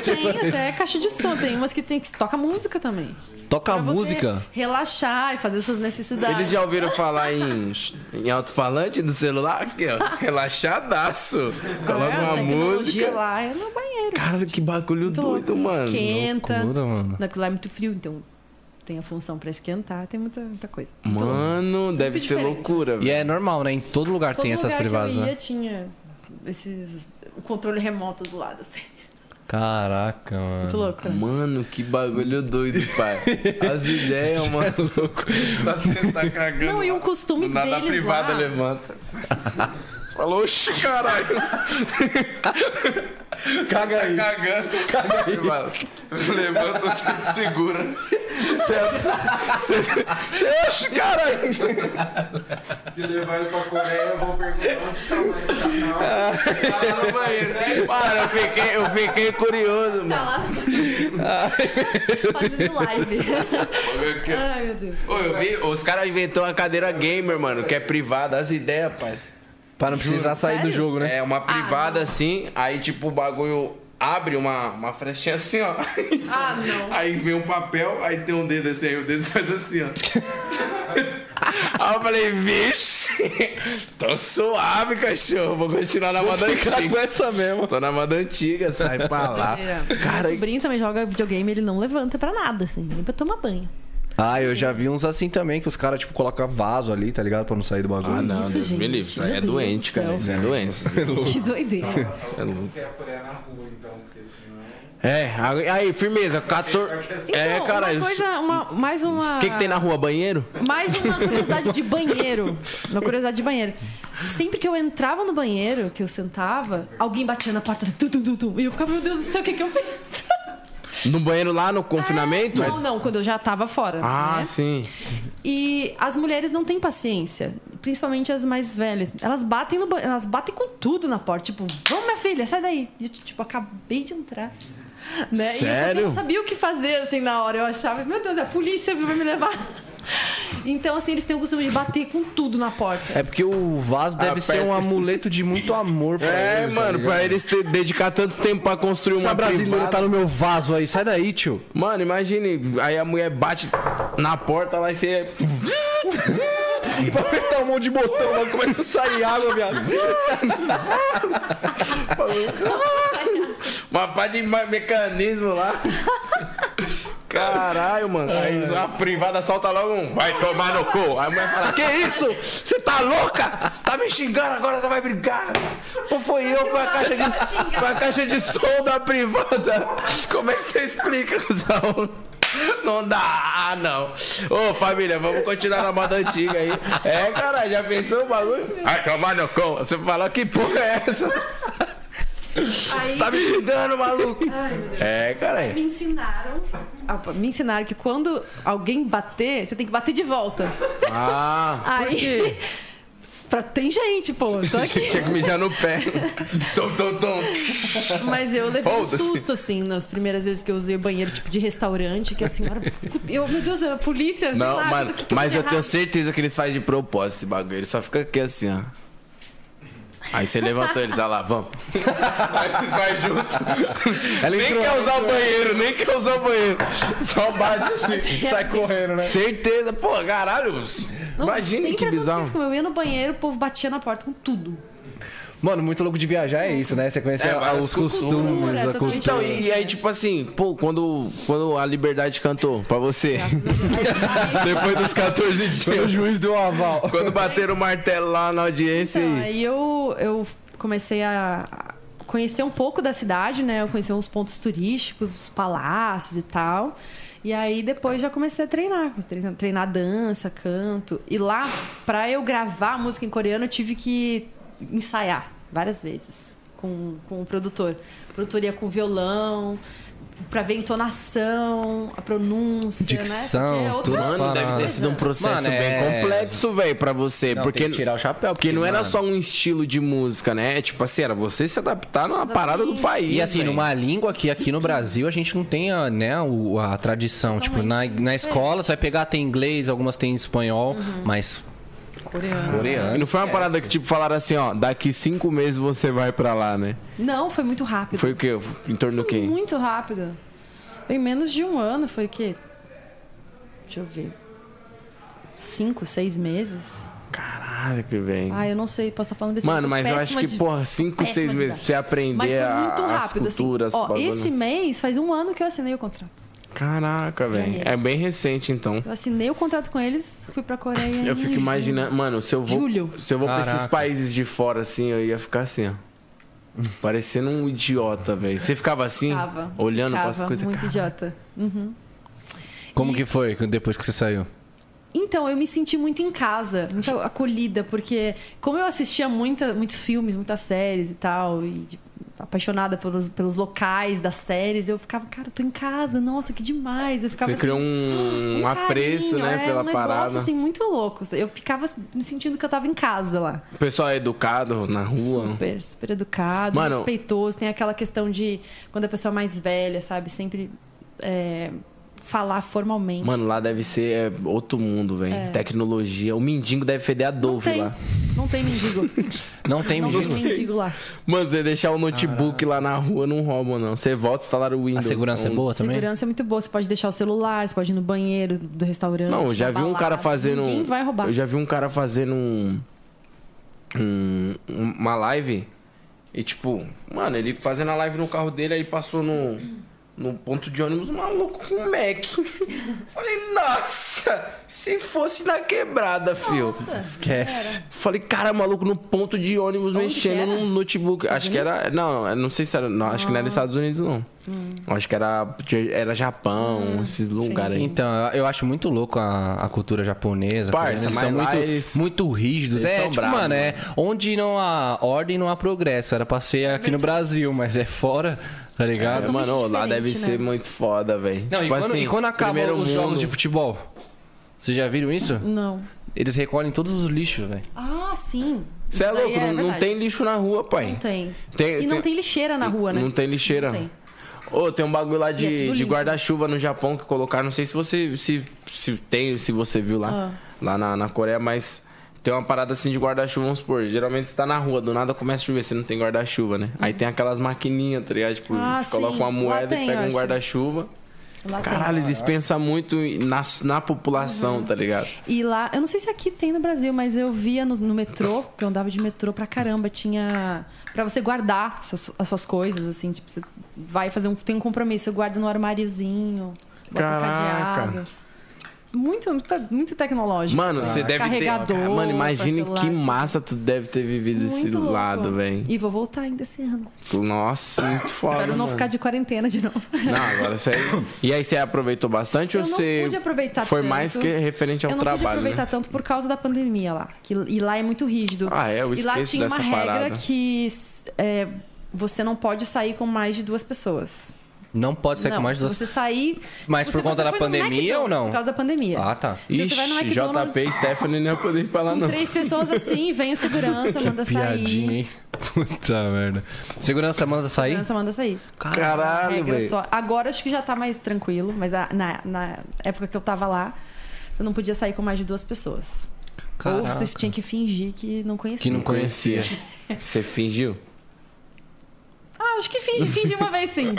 [SPEAKER 1] Tipo-
[SPEAKER 3] Tem até É caixa de som, tem umas que tem que toca música também.
[SPEAKER 2] Toca
[SPEAKER 3] Pra você Tá.
[SPEAKER 2] música.
[SPEAKER 3] relaxar e fazer suas necessidades.
[SPEAKER 1] Eles já ouviram falar em, em alto-falante do celular? Aqui,
[SPEAKER 3] <laughs>
[SPEAKER 1] ó. Relaxadaço. Coloca
[SPEAKER 3] É, a
[SPEAKER 1] uma
[SPEAKER 3] tecnologia
[SPEAKER 1] música.
[SPEAKER 3] lá é no banheiro.
[SPEAKER 1] Cara, que bagulho
[SPEAKER 3] Muito louco.
[SPEAKER 1] doido, mano.
[SPEAKER 3] Esquenta.
[SPEAKER 2] Loucura, mano.
[SPEAKER 3] Não, porque lá é muito frio, então tem a função pra esquentar, tem muita, muita coisa. Muito louco.
[SPEAKER 1] Mano, deve ser
[SPEAKER 3] diferente.
[SPEAKER 1] loucura,
[SPEAKER 2] E
[SPEAKER 1] velho.
[SPEAKER 2] é normal, né? Em todo lugar
[SPEAKER 3] Todo
[SPEAKER 2] tem essas
[SPEAKER 3] lugar
[SPEAKER 2] privadas,
[SPEAKER 3] que eu ia
[SPEAKER 2] né?
[SPEAKER 3] tinha esses o controle remoto do lado assim.
[SPEAKER 2] Caraca, mano.
[SPEAKER 3] Muito louco. Né?
[SPEAKER 1] Mano, que bagulho doido, <laughs> pai. As ideias, mano. Louco. Tá, você tá cagando.
[SPEAKER 3] Não, e um costume
[SPEAKER 1] Do nada a
[SPEAKER 3] deles
[SPEAKER 1] privada
[SPEAKER 3] lá.
[SPEAKER 1] levanta. Você falou, oxi, caralho. <laughs> Caga aí. Tá cagando. Caga aí. Mano. Levanta, se segura. é assim. Você, você, você, é, oxi, caralho.
[SPEAKER 6] Se levar ele pra Coreia, eu vou perguntar onde tá mais canal.
[SPEAKER 1] Tá lá no banheiro. Mano, eu fiquei, eu fiquei curioso,
[SPEAKER 3] Tá
[SPEAKER 1] mano.
[SPEAKER 3] lá fazendo live. <laughs> Ai, meu Deus.
[SPEAKER 1] Ô, eu vi, os caras inventou uma cadeira gamer, mano, que é privada. As ideias, parceiro.
[SPEAKER 2] Pra não precisar sair do
[SPEAKER 3] Sério?
[SPEAKER 2] jogo,
[SPEAKER 1] É,
[SPEAKER 2] né?
[SPEAKER 3] Ah,
[SPEAKER 1] uma privada assim, aí tipo o bagulho abre uma, uma frestinha assim, ó.
[SPEAKER 3] Ah, não.
[SPEAKER 1] <laughs> Aí vem um papel, aí tem um dedo assim, aí o dedo faz assim, ó. <laughs> aí eu falei, vixe, tô suave, cachorro, vou continuar na moda antiga.
[SPEAKER 2] essa mesmo.
[SPEAKER 1] Tô na moda antiga, sai pra lá. Cara,
[SPEAKER 3] Meu sobrinho também joga videogame, ele não levanta pra nada, assim, nem pra tomar banho.
[SPEAKER 2] Ah, eu já vi uns assim também, que os caras, tipo, colocam vaso ali, tá ligado? Pra não sair do bagulho.
[SPEAKER 1] ah, não,
[SPEAKER 3] isso,
[SPEAKER 1] Deus me
[SPEAKER 3] gente?
[SPEAKER 1] livre, isso aí
[SPEAKER 3] Meu
[SPEAKER 1] é
[SPEAKER 3] Deus
[SPEAKER 1] doente,
[SPEAKER 3] do
[SPEAKER 1] cara,
[SPEAKER 3] céu.
[SPEAKER 1] isso é doença.
[SPEAKER 3] <laughs> Que doideira.
[SPEAKER 1] É louco.
[SPEAKER 6] Quer apoiar na rua, então, porque senão.
[SPEAKER 1] <laughs> É, aí, firmeza, 14. é,
[SPEAKER 3] Então,
[SPEAKER 1] cara,
[SPEAKER 3] uma
[SPEAKER 1] isso-
[SPEAKER 3] coisa, uma- mais uma.
[SPEAKER 1] o que, que tem na rua? Banheiro?
[SPEAKER 3] Mais uma curiosidade de banheiro. Uma curiosidade de banheiro. Sempre que eu entrava no banheiro, que eu sentava, alguém batia na porta assim, tum, tum, tum, tum. E eu ficava, meu Deus do céu, o que, que eu fiz?
[SPEAKER 1] No banheiro lá no confinamento?
[SPEAKER 3] É, não, não, quando eu já tava fora.
[SPEAKER 1] Ah,
[SPEAKER 3] né?
[SPEAKER 1] sim.
[SPEAKER 3] E as mulheres não têm paciência, principalmente as mais velhas. Elas batem no ba- elas batem com tudo na porta, tipo, vamos minha filha, sai daí. E eu, tipo, acabei de entrar. Né? E eu só que eu
[SPEAKER 1] Sério?
[SPEAKER 3] não sabia o que fazer assim na hora. Eu achava, meu Deus, a polícia vai me levar. Então, assim, eles têm o costume de bater com tudo na porta.
[SPEAKER 2] É porque o vaso deve ser um
[SPEAKER 1] perto.
[SPEAKER 2] amuleto de muito amor pra
[SPEAKER 1] É,
[SPEAKER 2] eles, tá
[SPEAKER 1] mano,
[SPEAKER 2] ligado?
[SPEAKER 1] pra eles ter, dedicar tanto tempo pra construir uma
[SPEAKER 2] Essa brasileira
[SPEAKER 1] privada.
[SPEAKER 2] tá no meu vaso aí, sai daí, tio.
[SPEAKER 1] Mano, imagine, aí a mulher bate na porta lá e você...
[SPEAKER 2] Vou apertar um monte de botão, mano, começa a sair água, viado.
[SPEAKER 1] Uma pá de ma- mecanismo lá. <laughs> Caralho, mano. Aí a privada solta logo um. Vai tomar no cu. Aí a mulher fala: Que isso? Você tá louca? Tá me xingando agora, você vai brigar. Ou foi eu, foi a caixa de, foi a caixa de som da privada. Como é que você explica, cuzão? Não dá, ah, não. Ô família, vamos continuar na moda antiga aí. É, cara, já pensou o bagulho? Vai tomar no cu. Você falou que porra é essa? Você tá me xingando, maluco. É, caralho.
[SPEAKER 3] Me ensinaram. Ah, Me ensinaram que quando alguém bater, você tem que bater de volta.
[SPEAKER 1] Ah.
[SPEAKER 3] Aí. <laughs> Pra, tem gente, pô. eu Tô aqui.
[SPEAKER 1] Tinha que mijar no pé. tom, tom, tom.
[SPEAKER 3] Mas eu levei um
[SPEAKER 1] Foda-se.
[SPEAKER 3] susto, assim, nas primeiras vezes que eu usei o banheiro, tipo, de restaurante, que a senhora. Eu, meu Deus, é a polícia, sei
[SPEAKER 1] Não,
[SPEAKER 3] lá,
[SPEAKER 1] mano,
[SPEAKER 3] o que que
[SPEAKER 1] mas
[SPEAKER 3] fiz
[SPEAKER 1] eu tenho assim,
[SPEAKER 3] errado?
[SPEAKER 1] certeza que eles fazem de propósito esse bagulho. Ele só fica aqui assim, ó. Aí você levantou eles, olha lá, vamos. Aí eles vai junto. nem quer usar o banheiro, nem quer usar o banheiro. Só bate assim, sai correndo, né? Certeza, pô, caralho.
[SPEAKER 3] Não,
[SPEAKER 1] Imagina
[SPEAKER 3] sempre é assim
[SPEAKER 1] que
[SPEAKER 3] acontecia
[SPEAKER 1] bizarro.
[SPEAKER 3] isso, como Eu ia no banheiro, o povo batia na porta com tudo.
[SPEAKER 7] Mano, muito louco de viajar é isso, né? Você conhecer
[SPEAKER 1] É,
[SPEAKER 7] a-
[SPEAKER 1] várias
[SPEAKER 7] os costumes,
[SPEAKER 3] culturas,
[SPEAKER 7] a
[SPEAKER 3] é totalmente
[SPEAKER 7] cultura.
[SPEAKER 1] Então, e, e aí, tipo assim, pô, quando, quando a liberdade cantou pra você, <laughs> depois dos 14
[SPEAKER 7] O
[SPEAKER 1] dias,
[SPEAKER 7] juiz deu um aval.
[SPEAKER 1] quando bateram o martelo lá na audiência
[SPEAKER 3] Então,
[SPEAKER 1] e-
[SPEAKER 3] aí eu, eu comecei a a conhecer um pouco da cidade, né? Eu conheci uns pontos turísticos, os palácios e tal. E aí depois já comecei a treinar, treinar, treinar dança, canto. E lá, pra eu gravar música em coreano, eu tive que ensaiar várias vezes com, com o produtor. O produtor ia com violão, pra ver a entonação, a pronúncia,
[SPEAKER 2] Dicção,
[SPEAKER 3] né? Porque é outro-
[SPEAKER 2] tudo.
[SPEAKER 1] Mano, deve ter sido um processo
[SPEAKER 2] Mano,
[SPEAKER 1] bem
[SPEAKER 2] é-
[SPEAKER 1] complexo, velho, pra você.
[SPEAKER 7] Não,
[SPEAKER 1] porque
[SPEAKER 7] tem que tirar o chapéu,
[SPEAKER 1] Porque não
[SPEAKER 7] porque,
[SPEAKER 1] era
[SPEAKER 7] mano-
[SPEAKER 1] só um estilo de música, né? Tipo assim, era você se adaptar numa parada do país.
[SPEAKER 2] E assim,
[SPEAKER 1] velho.
[SPEAKER 2] numa língua que aqui no Brasil a gente não tem a, né, o- a tradição. Tipo, na, na escola você vai pegar, tem inglês, algumas tem espanhol,
[SPEAKER 3] Uhum.
[SPEAKER 2] mas
[SPEAKER 3] coreano.
[SPEAKER 2] coreano.
[SPEAKER 1] E não
[SPEAKER 3] É.
[SPEAKER 1] foi uma parada que, tipo, falaram assim, ó, daqui cinco meses você vai pra lá, né?
[SPEAKER 3] Não, foi muito rápido.
[SPEAKER 1] Foi o quê? Em torno do
[SPEAKER 3] Foi
[SPEAKER 1] quê?
[SPEAKER 3] Muito rápido. Foi em menos de um ano, foi o quê? Deixa eu ver. Cinco, seis meses?
[SPEAKER 1] Caralho, que vem.
[SPEAKER 3] Ah, eu não sei, posso estar falando desse
[SPEAKER 1] Mano, mas eu acho que, porra, cinco,
[SPEAKER 4] péssima
[SPEAKER 1] seis
[SPEAKER 4] de
[SPEAKER 1] meses
[SPEAKER 4] dar.
[SPEAKER 1] pra você
[SPEAKER 3] Mas
[SPEAKER 1] aprender
[SPEAKER 3] foi
[SPEAKER 1] a-
[SPEAKER 3] muito
[SPEAKER 1] as
[SPEAKER 3] rápido,
[SPEAKER 1] culturas.
[SPEAKER 3] assim. Ó,
[SPEAKER 1] bagulho.
[SPEAKER 3] esse mês faz um ano que eu assinei o contrato.
[SPEAKER 1] Caraca, velho. É bem recente, então.
[SPEAKER 3] Eu assinei o contrato com eles, fui pra Coreia. em
[SPEAKER 1] Eu fico
[SPEAKER 3] julho.
[SPEAKER 1] imaginando, mano, se eu vou,
[SPEAKER 3] Julho.
[SPEAKER 1] se eu vou pra esses
[SPEAKER 2] Caraca.
[SPEAKER 1] países de fora assim, eu ia ficar assim, ó. Parecendo um idiota, velho. Você ficava assim,
[SPEAKER 3] Ficava,
[SPEAKER 1] olhando
[SPEAKER 3] ficava,
[SPEAKER 1] para as coisas.
[SPEAKER 3] Muito idiota.
[SPEAKER 2] Como que foi depois que você saiu?
[SPEAKER 3] Então, eu me senti muito em casa, muito acolhida, porque como eu assistia muita, muitos filmes, muitas séries e tal, e de- apaixonada pelos, pelos locais das séries, eu ficava, cara, eu tô em casa, nossa, que demais. Eu ficava
[SPEAKER 1] Você criou um,
[SPEAKER 3] assim,
[SPEAKER 1] um
[SPEAKER 3] carinho,
[SPEAKER 1] apreço, né,
[SPEAKER 3] é,
[SPEAKER 1] pela
[SPEAKER 3] um negócio,
[SPEAKER 1] parada.
[SPEAKER 3] assim, muito louco. Eu ficava me sentindo que eu tava em casa lá.
[SPEAKER 1] O pessoal é educado na rua.
[SPEAKER 3] Super, super educado,
[SPEAKER 1] Mano-
[SPEAKER 3] respeitoso. Tem aquela questão de quando a pessoa é mais velha, sabe, sempre é, falar formalmente.
[SPEAKER 1] Mano, lá deve ser é, outro mundo, velho. Tecnologia. O mendigo deve feder a
[SPEAKER 3] não
[SPEAKER 1] Dove
[SPEAKER 3] tem,
[SPEAKER 1] lá.
[SPEAKER 3] não
[SPEAKER 1] <laughs>
[SPEAKER 3] tem mendigo.
[SPEAKER 2] Não tem
[SPEAKER 3] Não tem
[SPEAKER 2] mendigo?
[SPEAKER 3] mendigo lá.
[SPEAKER 1] Mano, você deixar o notebook lá na rua não rouba, não. Você volta e instalar o
[SPEAKER 2] A
[SPEAKER 1] Windows.
[SPEAKER 2] segurança é
[SPEAKER 1] 11.
[SPEAKER 2] boa também?
[SPEAKER 3] Segurança é muito boa. Você pode deixar o celular, você pode ir no banheiro do restaurante.
[SPEAKER 1] Não, eu já
[SPEAKER 3] na
[SPEAKER 1] vi um
[SPEAKER 3] balada.
[SPEAKER 1] cara fazendo.
[SPEAKER 3] Ninguém vai roubar.
[SPEAKER 1] Eu já vi um cara fazendo um, um- uma live. E tipo, mano, ele fazendo a live no carro dele, aí passou no, no ponto de ônibus um maluco com um
[SPEAKER 3] <laughs>
[SPEAKER 1] Mac. Falei, nossa, se fosse na quebrada, fio.
[SPEAKER 2] Esquece.
[SPEAKER 1] Falei, cara, maluco, no ponto de ônibus
[SPEAKER 3] Onde que
[SPEAKER 1] mexendo
[SPEAKER 3] era?
[SPEAKER 1] num notebook. acho que era. Não, eu não sei se era. Não, acho que
[SPEAKER 3] Ah.
[SPEAKER 1] não era nos Estados Unidos, não.
[SPEAKER 3] Hum.
[SPEAKER 1] Acho que era, era Japão, esses lugares aí.
[SPEAKER 2] Então, eu- eu acho muito louco a, a cultura japonesa.
[SPEAKER 1] Parça, mas
[SPEAKER 2] coreana, eles são
[SPEAKER 1] lá
[SPEAKER 2] muito,
[SPEAKER 1] eles-
[SPEAKER 2] muito rígidos.
[SPEAKER 1] eles
[SPEAKER 2] É,
[SPEAKER 1] são
[SPEAKER 2] tipo,
[SPEAKER 1] bravos,
[SPEAKER 2] mano, é
[SPEAKER 1] né?
[SPEAKER 2] onde não há ordem, não há progresso. Era pra
[SPEAKER 3] É
[SPEAKER 2] ser aqui no Brasil, mas é fora, tá ligado?
[SPEAKER 1] É, mano, lá deve
[SPEAKER 3] diferente,
[SPEAKER 1] ser
[SPEAKER 3] né?
[SPEAKER 1] muito foda, velho.
[SPEAKER 2] Não,
[SPEAKER 3] Tipo
[SPEAKER 2] e, quando, e
[SPEAKER 3] assim,
[SPEAKER 2] quando acabam os
[SPEAKER 1] primeiro
[SPEAKER 2] jogos
[SPEAKER 1] mundo-
[SPEAKER 2] de futebol? Vocês já viram isso?
[SPEAKER 3] Não.
[SPEAKER 2] Eles recolhem todos os lixos, velho.
[SPEAKER 3] Ah, sim.
[SPEAKER 1] Você é
[SPEAKER 3] Isso daí
[SPEAKER 1] louco, não- não,
[SPEAKER 3] verdade.
[SPEAKER 1] tem lixo na rua, pai.
[SPEAKER 3] Não tem.
[SPEAKER 1] Tem-
[SPEAKER 3] e não tem lixeira na rua, né?
[SPEAKER 1] Não tem lixeira.
[SPEAKER 3] Não tem.
[SPEAKER 1] Ô, tem um bagulho lá
[SPEAKER 3] E é
[SPEAKER 1] de,
[SPEAKER 3] tudo
[SPEAKER 1] de
[SPEAKER 3] limpo.
[SPEAKER 1] guarda-chuva no Japão que colocaram. Não sei se você se, se tem, se você viu
[SPEAKER 3] Ah.
[SPEAKER 1] lá, lá na, na Coreia, mas tem uma parada assim de guarda-chuva, vamos supor. Geralmente você tá na rua, do nada começa a chover, você não tem guarda-chuva, né? Aí tem aquelas maquininhas, tá ligado? Tipo,
[SPEAKER 3] Ah,
[SPEAKER 1] você coloca
[SPEAKER 3] sim.
[SPEAKER 1] uma
[SPEAKER 3] Lá
[SPEAKER 1] moeda
[SPEAKER 3] tem,
[SPEAKER 1] e
[SPEAKER 3] eu
[SPEAKER 1] pega um
[SPEAKER 3] acho.
[SPEAKER 1] guarda-chuva.
[SPEAKER 3] Lá
[SPEAKER 1] Caralho, eles pensam muito na, na população,
[SPEAKER 3] Uhum.
[SPEAKER 1] tá ligado?
[SPEAKER 3] tem. E lá, eu não sei se aqui tem no Brasil, mas eu via no, no metrô, que eu andava de metrô pra caramba, tinha Pra você guardar essas- as suas coisas assim, tipo, você vai fazer um tem um compromisso, você guarda no armáriozinho. bota o
[SPEAKER 1] Caraca.
[SPEAKER 3] cadeado. Muito, muito, muito tecnológico.
[SPEAKER 1] Mano,
[SPEAKER 3] assim.
[SPEAKER 1] você deve ter.
[SPEAKER 3] Carregador
[SPEAKER 1] Mano, imagine
[SPEAKER 3] pra celular.
[SPEAKER 1] que massa tu deve ter vivido
[SPEAKER 3] Muito
[SPEAKER 1] esse
[SPEAKER 3] louco.
[SPEAKER 1] lado, velho.
[SPEAKER 3] E vou voltar ainda esse ano.
[SPEAKER 1] Nossa, muito foda.
[SPEAKER 3] Espero não
[SPEAKER 1] mano.
[SPEAKER 3] ficar de <laughs> quarentena de novo.
[SPEAKER 1] Não, agora você. E aí você aproveitou bastante
[SPEAKER 3] Eu
[SPEAKER 1] ou
[SPEAKER 3] não
[SPEAKER 1] você.
[SPEAKER 3] pude aproveitar
[SPEAKER 1] Foi
[SPEAKER 3] tanto.
[SPEAKER 1] mais que referente ao
[SPEAKER 3] eu não pude
[SPEAKER 1] trabalho.
[SPEAKER 3] aproveitar
[SPEAKER 1] Né?
[SPEAKER 3] tanto por causa da pandemia lá. Que, e lá é muito rígido.
[SPEAKER 1] Ah, é, eu
[SPEAKER 3] E lá
[SPEAKER 1] esqueço
[SPEAKER 3] tinha uma
[SPEAKER 1] dessa
[SPEAKER 3] regra
[SPEAKER 1] parada.
[SPEAKER 3] que s- é, você não pode sair com mais de duas pessoas.
[SPEAKER 2] Não pode ser
[SPEAKER 3] não,
[SPEAKER 2] é com mais
[SPEAKER 3] se
[SPEAKER 2] duas.
[SPEAKER 3] você sair...
[SPEAKER 2] Mas
[SPEAKER 3] se
[SPEAKER 2] por
[SPEAKER 3] você
[SPEAKER 2] conta da
[SPEAKER 3] foi no
[SPEAKER 2] pandemia
[SPEAKER 3] McDonald's,
[SPEAKER 2] ou não?
[SPEAKER 3] Por causa da pandemia.
[SPEAKER 2] Ah, tá.
[SPEAKER 3] Se você vai no
[SPEAKER 1] Ixi,
[SPEAKER 3] McDonald's-
[SPEAKER 1] JP e Stephanie não ia poder falar,
[SPEAKER 3] Com
[SPEAKER 1] não.
[SPEAKER 3] três pessoas assim, vem
[SPEAKER 2] <laughs>
[SPEAKER 3] o segurança, manda
[SPEAKER 2] Piadinha,
[SPEAKER 3] sair.
[SPEAKER 2] hein? <laughs> Puta merda. Segurança manda sair?
[SPEAKER 3] Segurança manda sair.
[SPEAKER 1] Caralho,
[SPEAKER 3] regra
[SPEAKER 1] velho.
[SPEAKER 3] só. Agora acho que já tá mais tranquilo, mas a- na, na época que eu tava lá, você não podia sair com mais de duas pessoas. Ou você
[SPEAKER 2] Caraca.
[SPEAKER 3] tinha que fingir que não conhecia.
[SPEAKER 2] Que não
[SPEAKER 1] Não conhecia. Você fingiu?
[SPEAKER 3] Ah, acho que finge, finge uma vez
[SPEAKER 2] <laughs>
[SPEAKER 3] sim.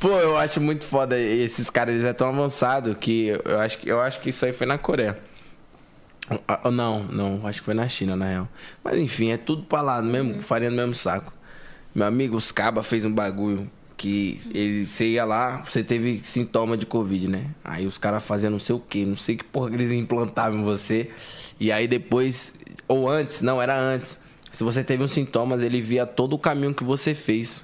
[SPEAKER 1] Pô, eu acho muito foda. Esses caras, eles é tão avançado que eu acho que, eu acho que isso aí foi na Coreia. Ah, ah, Não, não, acho que foi na China, na real. Mas enfim, é tudo pra lá, no mesmo, farinha no mesmo saco. Meu amigo, os Caba fez um bagulho que ele, você ia lá, você teve sintoma de Covid, né? Aí os caras faziam não sei o que, não sei que porra que eles implantavam em você. E aí depois, ou antes, não, era antes. Se você teve uns sintomas, ele via todo o caminho que você fez.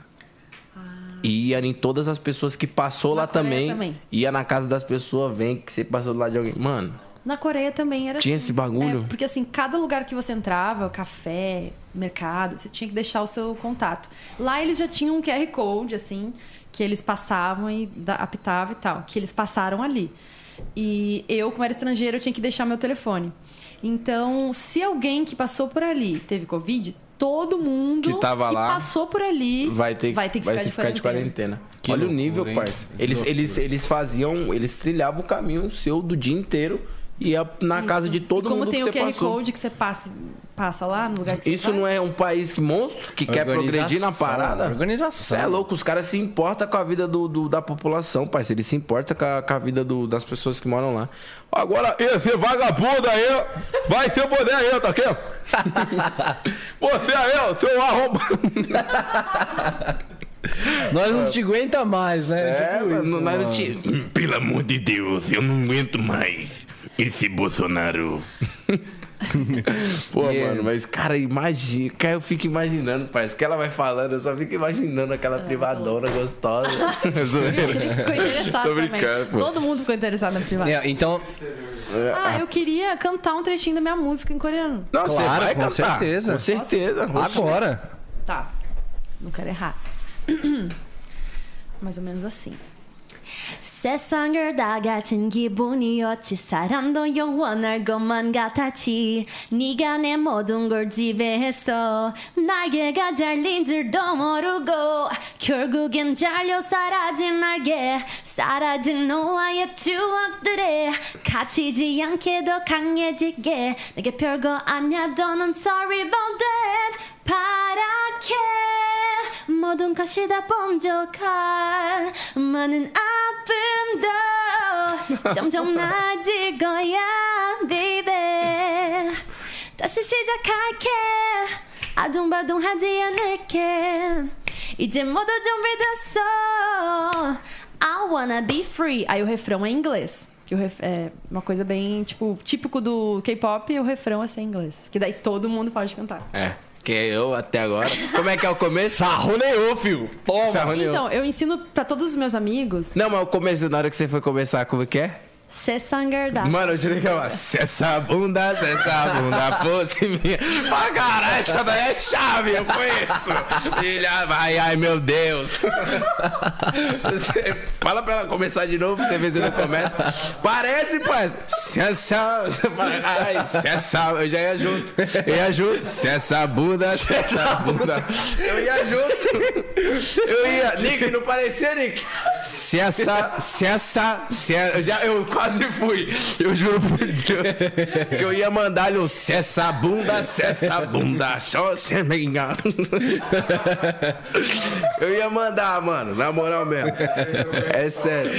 [SPEAKER 1] E ia em todas as pessoas que passou
[SPEAKER 3] Na
[SPEAKER 1] lá
[SPEAKER 3] Coreia
[SPEAKER 1] também,
[SPEAKER 3] também.
[SPEAKER 1] Ia na casa das pessoas, vem que você passou do lado de alguém. Mano,
[SPEAKER 3] Na Coreia também era
[SPEAKER 1] Tinha
[SPEAKER 3] assim.
[SPEAKER 1] esse bagulho?
[SPEAKER 3] É, porque assim, cada lugar que você entrava, café, mercado, você tinha que deixar o seu contato. Lá eles já tinham um QR Code, assim, que eles passavam e da- apitava e tal, que eles passaram ali. E eu, como era estrangeira, eu tinha que deixar meu telefone. Então, se alguém que passou por ali teve Covid, todo mundo
[SPEAKER 1] Que tava lá
[SPEAKER 3] passou por ali
[SPEAKER 1] vai ter,
[SPEAKER 3] vai ter que ficar de
[SPEAKER 1] de
[SPEAKER 3] quarentena.
[SPEAKER 1] quarentena.
[SPEAKER 2] Que
[SPEAKER 1] Olha o
[SPEAKER 2] loucura,
[SPEAKER 1] nível,
[SPEAKER 2] hein?
[SPEAKER 1] parça.
[SPEAKER 2] Que
[SPEAKER 1] Eles,
[SPEAKER 2] loucura.
[SPEAKER 1] eles, eles faziam, eles trilhavam o caminho seu do dia inteiro e ia na
[SPEAKER 3] Isso.
[SPEAKER 1] casa de todo
[SPEAKER 3] e como
[SPEAKER 1] mundo
[SPEAKER 3] tem
[SPEAKER 1] que
[SPEAKER 3] o
[SPEAKER 1] você
[SPEAKER 3] QR
[SPEAKER 1] passou.
[SPEAKER 3] Code que você passa, passa lá no lugar que você
[SPEAKER 1] Isso
[SPEAKER 3] vai?
[SPEAKER 1] não é um país que monstro que quer progredir na
[SPEAKER 2] Organização,
[SPEAKER 1] parada?
[SPEAKER 2] organização.
[SPEAKER 1] Você é louco, os caras se importam com a vida do, do- da população, parceiro. Eles se importam com a, com a vida do- das pessoas que moram lá. Agora, esse vagabundo aí vai ser poder aí, tá aqui? <laughs> Você aí, seu arrombado.
[SPEAKER 2] Nós não te aguenta mais, né?
[SPEAKER 1] É,
[SPEAKER 2] Tipo isso,
[SPEAKER 1] mano, nós não
[SPEAKER 2] mano.
[SPEAKER 1] te...
[SPEAKER 8] <clears throat> Pelo amor de Deus, eu não aguento mais esse Bolsonaro.
[SPEAKER 1] <laughs> Pô, mano, mas, cara, imagina. Cara, eu fico imaginando, parceiro. que ela vai falando, eu só fico imaginando aquela privadona gostosa.
[SPEAKER 3] Ele
[SPEAKER 1] <laughs>
[SPEAKER 3] ficou interessado
[SPEAKER 1] Tô brincando,
[SPEAKER 3] também.
[SPEAKER 1] pô.
[SPEAKER 3] Todo mundo ficou interessado na privada.
[SPEAKER 2] É, então,
[SPEAKER 3] Ah, eu queria cantar um trechinho da minha música em coreano.
[SPEAKER 1] Não, você
[SPEAKER 2] Claro,
[SPEAKER 1] vai
[SPEAKER 2] com
[SPEAKER 1] cantar.
[SPEAKER 2] certeza.
[SPEAKER 1] Com certeza. Oxe.
[SPEAKER 2] agora.
[SPEAKER 3] Tá. Não quero errar. <clears throat> Mais ou menos assim.
[SPEAKER 4] 세상을 다 같은 기분이 어찌 사람도 영원할 것만 같았지 네가 내 모든 걸 지배했어 날개가 잘린 줄도 모르고 결국엔 잘려 사라진 날개 사라진 너와의 추억들에 갇히지 않게 더 강해질게 내게 별거 아니야 너는 sorry about that 파랗게 모든 것이 다 번쩍할 많은 아픔도 점점 나아질 거야 baby 다시 시작할게 아둥바둥하지 않을게 이제 모두 준비됐어
[SPEAKER 3] I wanna be free. Aí o refrão é em inglês. Que o ref- é uma coisa bem, tipo, típico do K-pop e o refrão é ser em inglês. Que daí todo mundo pode cantar.
[SPEAKER 1] É. Que eu até agora. Como é que é o começo? Sarroneou, filho. Toma.
[SPEAKER 3] Então, eu ensino pra todos os meus amigos.
[SPEAKER 1] Não, mas o começo, na hora que você foi começar, como que é?
[SPEAKER 3] 세상을 다
[SPEAKER 1] Mano, eu tirei que é uma. Se essa bunda, se essa bunda fosse minha. Pra caralho, essa daí é chave, eu conheço. Filha, ai, ai, meu Deus. Você- fala pra ela começar de novo, você vê se não começa. Parece, parça. Se essa. Ai, se essa. Eu já ia junto. Eu ia junto. Se essa bunda, se essa bunda. Eu ia junto. Eu ia. Nick, não parecia, Nick? Se essa. Se essa. Se eu, já, eu quase fui. Eu juro por Deus. Que eu ia mandar-lhe um se essa bunda, se essa bunda. Só se me engano. Eu ia mandar, mano. Na moral mesmo. É sério.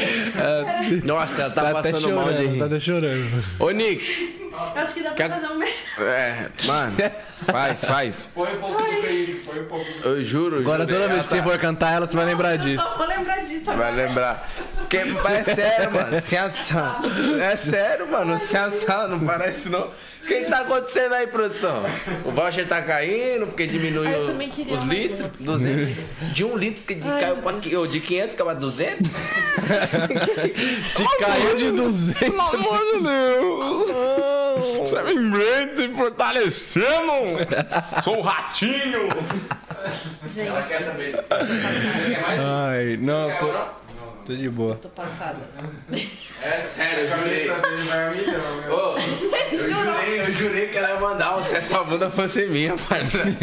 [SPEAKER 1] Nossa, ela tá, passando mal de rir.
[SPEAKER 7] tá-
[SPEAKER 2] chorando.
[SPEAKER 1] Ô, Nick.
[SPEAKER 3] Eu acho que dá pra fazer um mexe.
[SPEAKER 1] É, mano. Faz, faz.
[SPEAKER 6] Põe um pouco de brilho, põe um pouco de
[SPEAKER 1] Eu juro.
[SPEAKER 7] Agora
[SPEAKER 1] juro,
[SPEAKER 7] toda vez que você
[SPEAKER 1] ela
[SPEAKER 7] for cantar ela, você vai lembrar
[SPEAKER 3] Eu
[SPEAKER 7] disso.
[SPEAKER 3] só vou lembrar disso
[SPEAKER 1] tá-
[SPEAKER 3] agora.
[SPEAKER 1] Vai lembrar. Que, é sério, mano. Sem ação. É sério, mano. Sem ação, não parece não. O que que tá acontecendo aí, produção? O voucher tá caindo porque
[SPEAKER 3] Ah,
[SPEAKER 1] diminuiu
[SPEAKER 3] eu também queria
[SPEAKER 1] os
[SPEAKER 3] uma
[SPEAKER 1] litros. 200. De um litro que
[SPEAKER 3] Ai,
[SPEAKER 1] caiu
[SPEAKER 3] meu
[SPEAKER 1] pra, qui- ou de 500 caiu pra 200.
[SPEAKER 7] Se caiu de 200.
[SPEAKER 8] Pelo amor de Deus! Você me mente, se fortalecendo! Sou um ratinho!
[SPEAKER 3] Gente,
[SPEAKER 7] Ai, não, tô, tô de boa.
[SPEAKER 3] tô passada.
[SPEAKER 1] É sério, eu jurei.
[SPEAKER 6] cabeça dele, vai a milhão, né?
[SPEAKER 1] Ô, eu jurei, eu jurei que ela ia mandar um se essa bunda fosse minha, parceiro.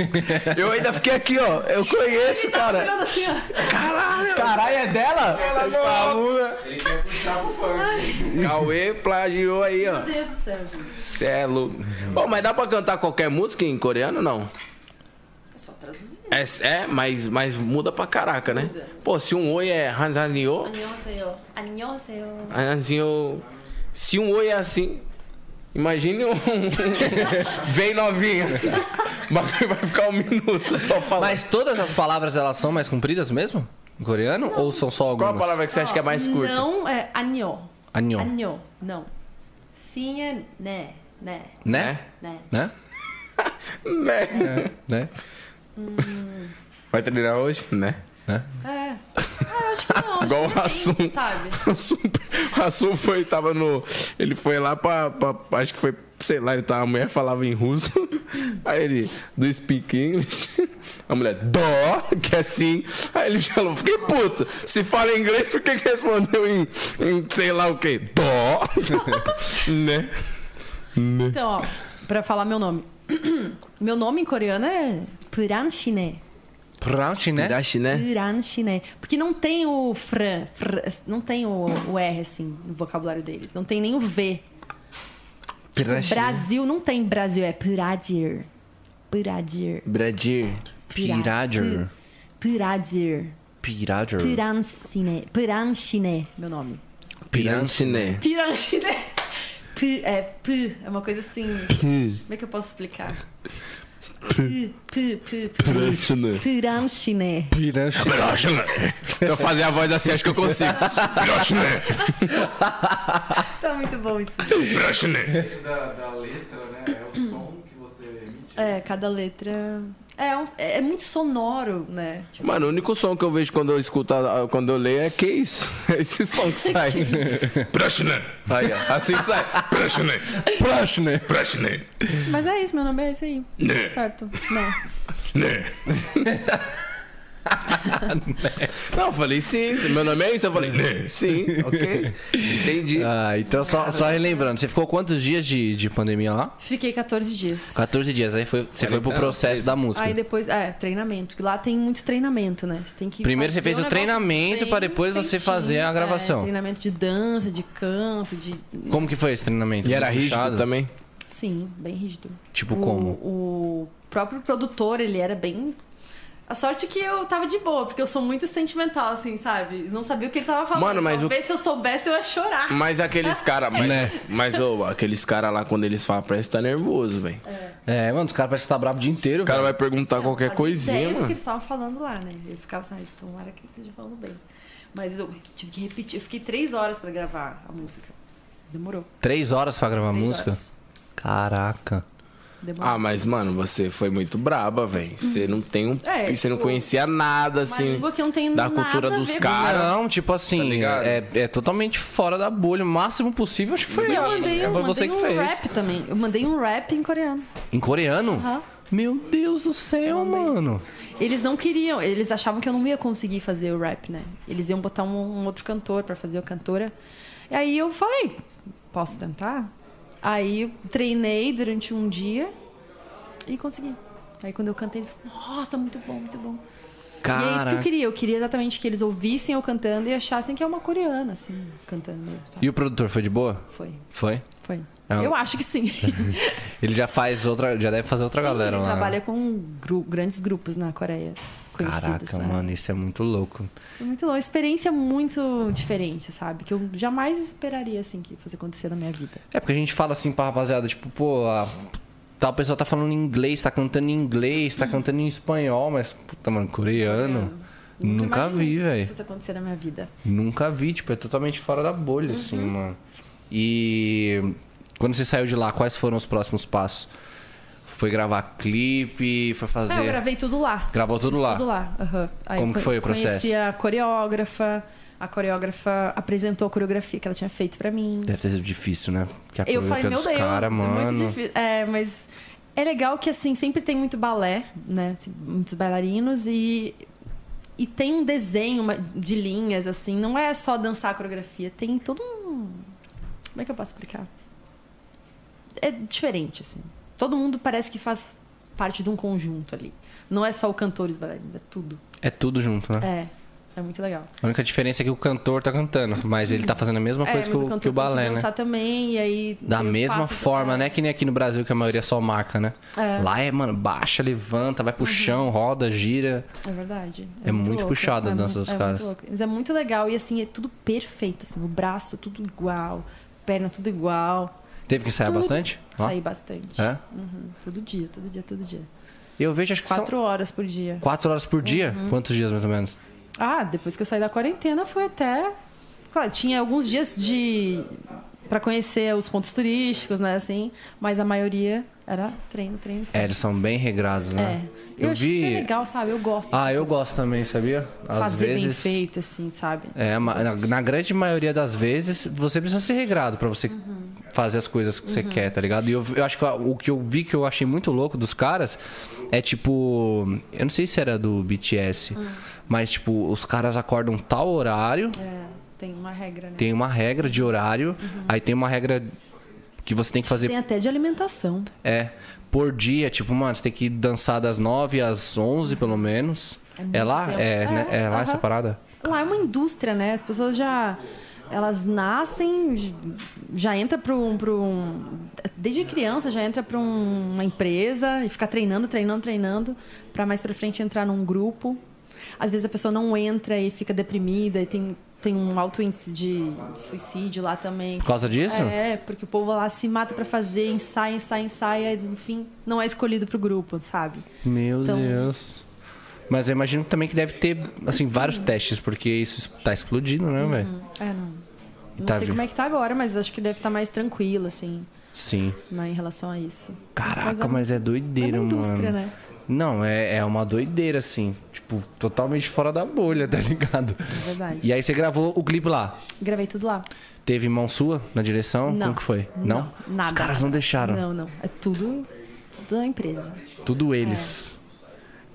[SPEAKER 1] Eu ainda fiquei aqui, ó. Eu conheço, cara.
[SPEAKER 3] Olhando assim, ó.
[SPEAKER 1] Caralho.
[SPEAKER 7] Caralho, é dela?
[SPEAKER 1] Essa bunda.
[SPEAKER 6] Ele quer puxar pro funk.
[SPEAKER 1] Cauê plagiou aí, ó.
[SPEAKER 3] Meu Deus do céu, gente.
[SPEAKER 1] Cê é louco. Ô, mas dá pra cantar qualquer música em coreano, não?
[SPEAKER 3] Eu só traduzi.
[SPEAKER 1] É, é mas, mas muda pra caraca, né? Pô, se um oi é Hanzanyo,
[SPEAKER 3] Annyeonghaseyo. Annyeonghaseyo.
[SPEAKER 1] Hanzanyo... Se um oi é assim, imagine um... <laughs> Vem novinha. Vai vai ficar um minuto só falando.
[SPEAKER 2] Mas todas as palavras elas são mais compridas mesmo? Em coreano? Ou são só algumas?
[SPEAKER 1] Qual a palavra que você acha que é mais curta?
[SPEAKER 3] Não, é anhyo.
[SPEAKER 2] Anhyo.
[SPEAKER 3] Anhyo, não. Sim é né, né,
[SPEAKER 1] É.
[SPEAKER 2] Né?
[SPEAKER 3] né.
[SPEAKER 2] Né?
[SPEAKER 1] Né?
[SPEAKER 2] Né?
[SPEAKER 1] Vai treinar hoje? Né?
[SPEAKER 3] É. Ah, eu acho que não. acho
[SPEAKER 1] Igual
[SPEAKER 3] que
[SPEAKER 1] o Hassum.
[SPEAKER 3] depende, Sabe?
[SPEAKER 1] <laughs> O Rassum foi, tava no. Ele foi lá pra, pra- Acho que foi, sei lá, ele tava, a mulher falava em russo. <laughs> Aí ele, do speak English. A mulher, dó, que é assim. Aí ele falou, fiquei puto. Se fala em inglês, por que que respondeu em, em sei lá o quê? Dó. <laughs> né?
[SPEAKER 3] Então, ó, pra falar meu nome. <clears throat> meu nome em coreano é Puranshine.
[SPEAKER 2] Pronto, né?
[SPEAKER 1] Dashi, né?
[SPEAKER 3] Puranshine. Porque não tem o fran, fr- não tem o, o R, assim, no vocabulário deles. Não tem nem o V. Tipo, Brasil não tem Brasil, é Puradir. Puradir.
[SPEAKER 1] Bradir.
[SPEAKER 2] Piradir.
[SPEAKER 3] Puradir.
[SPEAKER 2] Piradir.
[SPEAKER 3] Piranchine. Piranchine, meu nome.
[SPEAKER 1] Pirante, né?
[SPEAKER 3] Piranchine. P, é, p, é uma coisa assim. Como é que eu posso explicar? P, p, p, p.
[SPEAKER 1] Pirante, né?
[SPEAKER 3] Piranchine.
[SPEAKER 1] Se eu fazer a voz assim, acho que eu consigo. né?
[SPEAKER 3] Tá muito bom isso.
[SPEAKER 1] né?
[SPEAKER 6] Desde da, da letra, né? É o som que você emite.
[SPEAKER 3] É, cada letra. É, um- é muito sonoro, né? Tipo,
[SPEAKER 1] Mano, o único som que eu vejo quando eu escuto, a- quando eu leio é que isso? <laughs> É esse som que sai. Aí, ó, assim sai. né?
[SPEAKER 7] Proshne.
[SPEAKER 3] Mas é isso, meu nome é esse aí. Certo. Né?
[SPEAKER 1] <laughs> Não, eu falei sim, sim, meu nome é isso. Eu falei sim, ok. Entendi.
[SPEAKER 2] Ah, então só, só relembrando, você ficou quantos dias de, de pandemia lá?
[SPEAKER 3] Fiquei 14 dias.
[SPEAKER 2] 14 dias, aí foi, você foi pro
[SPEAKER 1] Quarentena,
[SPEAKER 2] processo da música.
[SPEAKER 3] Aí depois, é, treinamento. porque Lá tem muito treinamento, né? Você tem que
[SPEAKER 2] Primeiro você
[SPEAKER 3] fazer
[SPEAKER 2] fez o
[SPEAKER 3] negócio
[SPEAKER 2] treinamento
[SPEAKER 3] bem
[SPEAKER 2] pra depois você
[SPEAKER 3] feitinho,
[SPEAKER 2] fazer a
[SPEAKER 3] é,
[SPEAKER 2] gravação.
[SPEAKER 3] treinamento de dança, de canto, de.
[SPEAKER 2] Como que foi esse treinamento?
[SPEAKER 1] E era
[SPEAKER 2] Muito
[SPEAKER 1] rígido
[SPEAKER 2] puxado?
[SPEAKER 1] também?
[SPEAKER 3] Sim, bem rígido.
[SPEAKER 2] Tipo
[SPEAKER 3] O-
[SPEAKER 2] como?
[SPEAKER 3] O próprio produtor, ele era bem. A sorte que eu tava de boa, porque eu sou muito sentimental, assim, sabe? Não sabia o que ele tava falando.
[SPEAKER 1] Mano, mas o-
[SPEAKER 3] Talvez se eu soubesse, eu ia chorar.
[SPEAKER 2] Hum,
[SPEAKER 1] Mas aqueles caras, mas,
[SPEAKER 2] Né?
[SPEAKER 1] mas ô, aqueles caras lá, quando eles falam, parece que tá nervoso, velho.
[SPEAKER 2] É, mano, os caras parecem estar tá bravos o dia inteiro.
[SPEAKER 1] O cara
[SPEAKER 2] velho.
[SPEAKER 1] vai perguntar
[SPEAKER 3] Eu
[SPEAKER 1] qualquer
[SPEAKER 3] fazia
[SPEAKER 1] coisinha,
[SPEAKER 3] ideia do que
[SPEAKER 1] mano.
[SPEAKER 3] eles estavam falando lá, né? Eu ficava assim, ah, tomara que esteja falando bem. Mas eu tive que repetir. Eu fiquei três horas pra gravar a música. Demorou.
[SPEAKER 2] Três horas pra gravar
[SPEAKER 3] Três
[SPEAKER 2] música?
[SPEAKER 3] horas.
[SPEAKER 2] Caraca.
[SPEAKER 3] Demorou.
[SPEAKER 1] Ah, mas, mano, você foi muito braba, velho. Você não tem um.
[SPEAKER 3] É,
[SPEAKER 1] você não
[SPEAKER 3] tipo,
[SPEAKER 1] conhecia nada,
[SPEAKER 3] Uma
[SPEAKER 1] assim.
[SPEAKER 3] língua que não tem
[SPEAKER 1] da
[SPEAKER 3] nada
[SPEAKER 1] cultura
[SPEAKER 3] a
[SPEAKER 1] dos
[SPEAKER 3] ver com-
[SPEAKER 1] caras. Cara,
[SPEAKER 2] não, tipo assim,
[SPEAKER 1] Ah, Tá ligado?
[SPEAKER 2] é, é totalmente fora da bolha, o máximo possível, acho que foi
[SPEAKER 3] E Eu
[SPEAKER 2] ela.
[SPEAKER 3] mandei, eu
[SPEAKER 2] É foi
[SPEAKER 3] mandei
[SPEAKER 2] você que
[SPEAKER 3] um
[SPEAKER 2] fez.
[SPEAKER 3] rap também. Eu mandei um rap em coreano.
[SPEAKER 2] Em coreano?
[SPEAKER 3] Aham. é
[SPEAKER 2] Meu Deus do céu, mano.
[SPEAKER 3] Eles não queriam, eles achavam que eu não ia conseguir fazer o rap, né? Eles iam botar um, um outro cantor pra fazer a cantora. E aí eu falei, posso tentar? Aí eu treinei durante um dia e consegui. Aí quando eu cantei, eles falaram, nossa, muito bom, muito bom. E é isso que eu
[SPEAKER 2] Cara.
[SPEAKER 3] queria. Eu queria exatamente que eles ouvissem eu cantando e achassem que é uma coreana, assim, cantando mesmo, sabe?
[SPEAKER 2] E o produtor foi de boa?
[SPEAKER 3] Foi,
[SPEAKER 2] Foi?
[SPEAKER 3] foi.
[SPEAKER 2] É um-
[SPEAKER 3] Eu acho
[SPEAKER 2] <laughs>
[SPEAKER 3] que sim.
[SPEAKER 2] Ele já faz outra, já deve fazer outra galera
[SPEAKER 3] Ele
[SPEAKER 2] lá. né?
[SPEAKER 3] trabalha com gru- grandes grupos na Coreia. conhecidos,
[SPEAKER 2] Caraca,
[SPEAKER 3] né?
[SPEAKER 2] mano, isso é muito louco.
[SPEAKER 3] Foi muito longe. Experiência muito diferente, sabe? Que eu jamais esperaria, assim, que fosse acontecer na minha vida.
[SPEAKER 2] É porque a gente fala assim pra rapaziada, tipo, pô, a tal, o pessoal tá falando em inglês, tá cantando em inglês, tá cantando em espanhol, mas, puta, mano, coreano. Nunca vi, velho.
[SPEAKER 3] Isso acontecer na minha vida.
[SPEAKER 2] Nunca vi, tipo, é totalmente fora da bolha,
[SPEAKER 3] Uhum.
[SPEAKER 2] assim, mano. E quando você saiu de lá, quais foram os próximos passos? Foi gravar clipe, foi
[SPEAKER 3] Ah, eu
[SPEAKER 2] fazer.
[SPEAKER 3] gravei tudo lá.
[SPEAKER 2] Gravou tudo
[SPEAKER 3] Fiz
[SPEAKER 2] lá?
[SPEAKER 3] Tudo lá. aham. Aí
[SPEAKER 2] Como que
[SPEAKER 3] co-
[SPEAKER 2] foi o processo?
[SPEAKER 3] Conheci a coreógrafa. A coreógrafa apresentou a coreografia que ela tinha feito pra mim.
[SPEAKER 2] Deve ter sido difícil, né? Porque a
[SPEAKER 3] Eu falei,
[SPEAKER 2] coreografia
[SPEAKER 3] meu
[SPEAKER 2] dos
[SPEAKER 3] Deus, é
[SPEAKER 2] caras,
[SPEAKER 3] muito
[SPEAKER 2] mano.
[SPEAKER 3] difícil. É, mas é legal que, assim, sempre tem muito balé, né? Muitos bailarinos e... E tem um desenho uma- de linhas, assim. Não é só dançar a coreografia. Tem todo um... Como é que eu posso explicar? É diferente, assim. Todo mundo parece que faz parte de um conjunto ali. Não é só o cantor e os bailarinos, é tudo.
[SPEAKER 2] É tudo junto, né?
[SPEAKER 3] É, é muito legal.
[SPEAKER 2] A única diferença é que o cantor tá cantando, mas ele tá fazendo a mesma
[SPEAKER 3] é,
[SPEAKER 2] coisa que, o, que o balé,
[SPEAKER 3] tem que
[SPEAKER 2] né?
[SPEAKER 3] dançar também, e aí...
[SPEAKER 2] Da
[SPEAKER 3] tem os
[SPEAKER 2] mesma
[SPEAKER 3] passos-
[SPEAKER 2] forma,
[SPEAKER 3] é.
[SPEAKER 2] né? Que nem aqui no Brasil, que a maioria só marca, né?
[SPEAKER 3] É. Uhum.
[SPEAKER 2] Lá é, mano, baixa, levanta, vai pro chão, roda, gira.
[SPEAKER 3] É verdade.
[SPEAKER 2] É muito
[SPEAKER 3] louco.
[SPEAKER 2] puxada a
[SPEAKER 3] É
[SPEAKER 2] dança
[SPEAKER 3] muito-
[SPEAKER 2] dos
[SPEAKER 3] é
[SPEAKER 2] caras.
[SPEAKER 3] muito louco. Mas é muito legal e assim, é tudo perfeito. Assim, o braço tudo igual, perna tudo igual.
[SPEAKER 2] Teve que ensaiar
[SPEAKER 3] Tudo.
[SPEAKER 2] É bastante? Lá?
[SPEAKER 3] Saí bastante.
[SPEAKER 2] É?
[SPEAKER 3] Uhum. Todo dia, todo dia, todo dia.
[SPEAKER 2] Eu vejo, acho que
[SPEAKER 3] Quatro Uhum.
[SPEAKER 2] são
[SPEAKER 3] horas por dia.
[SPEAKER 2] quatro horas por dia. Quantos dias, mais ou menos?
[SPEAKER 3] Ah, depois que eu saí da quarentena foi até. Claro, tinha alguns dias de. Pra conhecer os pontos turísticos, né? Assim, mas a maioria era treino, treino.
[SPEAKER 2] É,
[SPEAKER 3] treino.
[SPEAKER 2] eles são bem regrados, né?
[SPEAKER 3] Eu, acho isso é legal, sabe? Eu gosto.
[SPEAKER 2] Ah, eu gosto também, sabia? Às
[SPEAKER 3] Fazer bem
[SPEAKER 2] vezes.
[SPEAKER 3] feito, assim, sabe?
[SPEAKER 2] É, ma- na, na grande maioria das vezes, você precisa ser regrado pra você
[SPEAKER 3] Uhum.
[SPEAKER 2] fazer as coisas que você quer, tá ligado? E eu, eu acho que a- o que eu vi que eu achei muito louco dos caras é tipo. Eu não sei se era do BTS,
[SPEAKER 3] Uhum.
[SPEAKER 2] mas tipo, os caras acordam tal horário,
[SPEAKER 3] É, tem uma regra, né?
[SPEAKER 2] tem uma regra de horário, aí tem uma regra que você tem que fazer
[SPEAKER 3] Uhum. Tem até de alimentação.
[SPEAKER 2] É. Por dia, tipo, mano, você tem que dançar das 9 às 11, pelo menos. É, lá?
[SPEAKER 3] tempo.
[SPEAKER 2] É, né?
[SPEAKER 3] É,
[SPEAKER 2] É lá essa
[SPEAKER 3] aham.
[SPEAKER 2] parada?
[SPEAKER 3] Lá é uma indústria, né? As pessoas já. Elas nascem, já entra para um, pra um. Desde criança já entra para uma empresa e fica treinando, treinando, treinando, para mais para frente entrar num grupo. Às vezes a pessoa não entra e fica deprimida e tem, tem um alto índice de suicídio lá também.
[SPEAKER 2] Por causa disso?
[SPEAKER 3] É, porque o povo lá se mata para fazer, ensaia, ensaia, ensaia, enfim, não é escolhido pro grupo, sabe?
[SPEAKER 2] Meu
[SPEAKER 3] Então-
[SPEAKER 2] Deus. Mas eu imagino também que deve ter, assim, vários
[SPEAKER 3] Uhum.
[SPEAKER 2] testes, porque isso tá explodindo, né, velho?
[SPEAKER 3] É, não. Não
[SPEAKER 2] Tá
[SPEAKER 3] sei
[SPEAKER 2] vi-
[SPEAKER 3] como é que tá agora, mas acho que deve estar mais tranquilo, assim,
[SPEAKER 2] Sim.
[SPEAKER 3] né, em relação a isso.
[SPEAKER 2] Caraca,
[SPEAKER 3] é-
[SPEAKER 2] mas é
[SPEAKER 3] é
[SPEAKER 2] doideira,
[SPEAKER 3] uma indústria,
[SPEAKER 2] mano.
[SPEAKER 3] né?
[SPEAKER 2] Não, é, é uma doideira, assim. Tipo, totalmente fora da bolha, tá <laughs> ligado?
[SPEAKER 3] É Verdade.
[SPEAKER 2] E aí você gravou o clipe lá.
[SPEAKER 3] Gravei tudo lá.
[SPEAKER 2] Teve mão sua na direção?
[SPEAKER 3] Não.
[SPEAKER 2] Como que foi? Não?
[SPEAKER 3] Nada.
[SPEAKER 2] Os caras não deixaram.
[SPEAKER 3] Não, não. É tudo, tudo da empresa. É.
[SPEAKER 2] Tudo eles.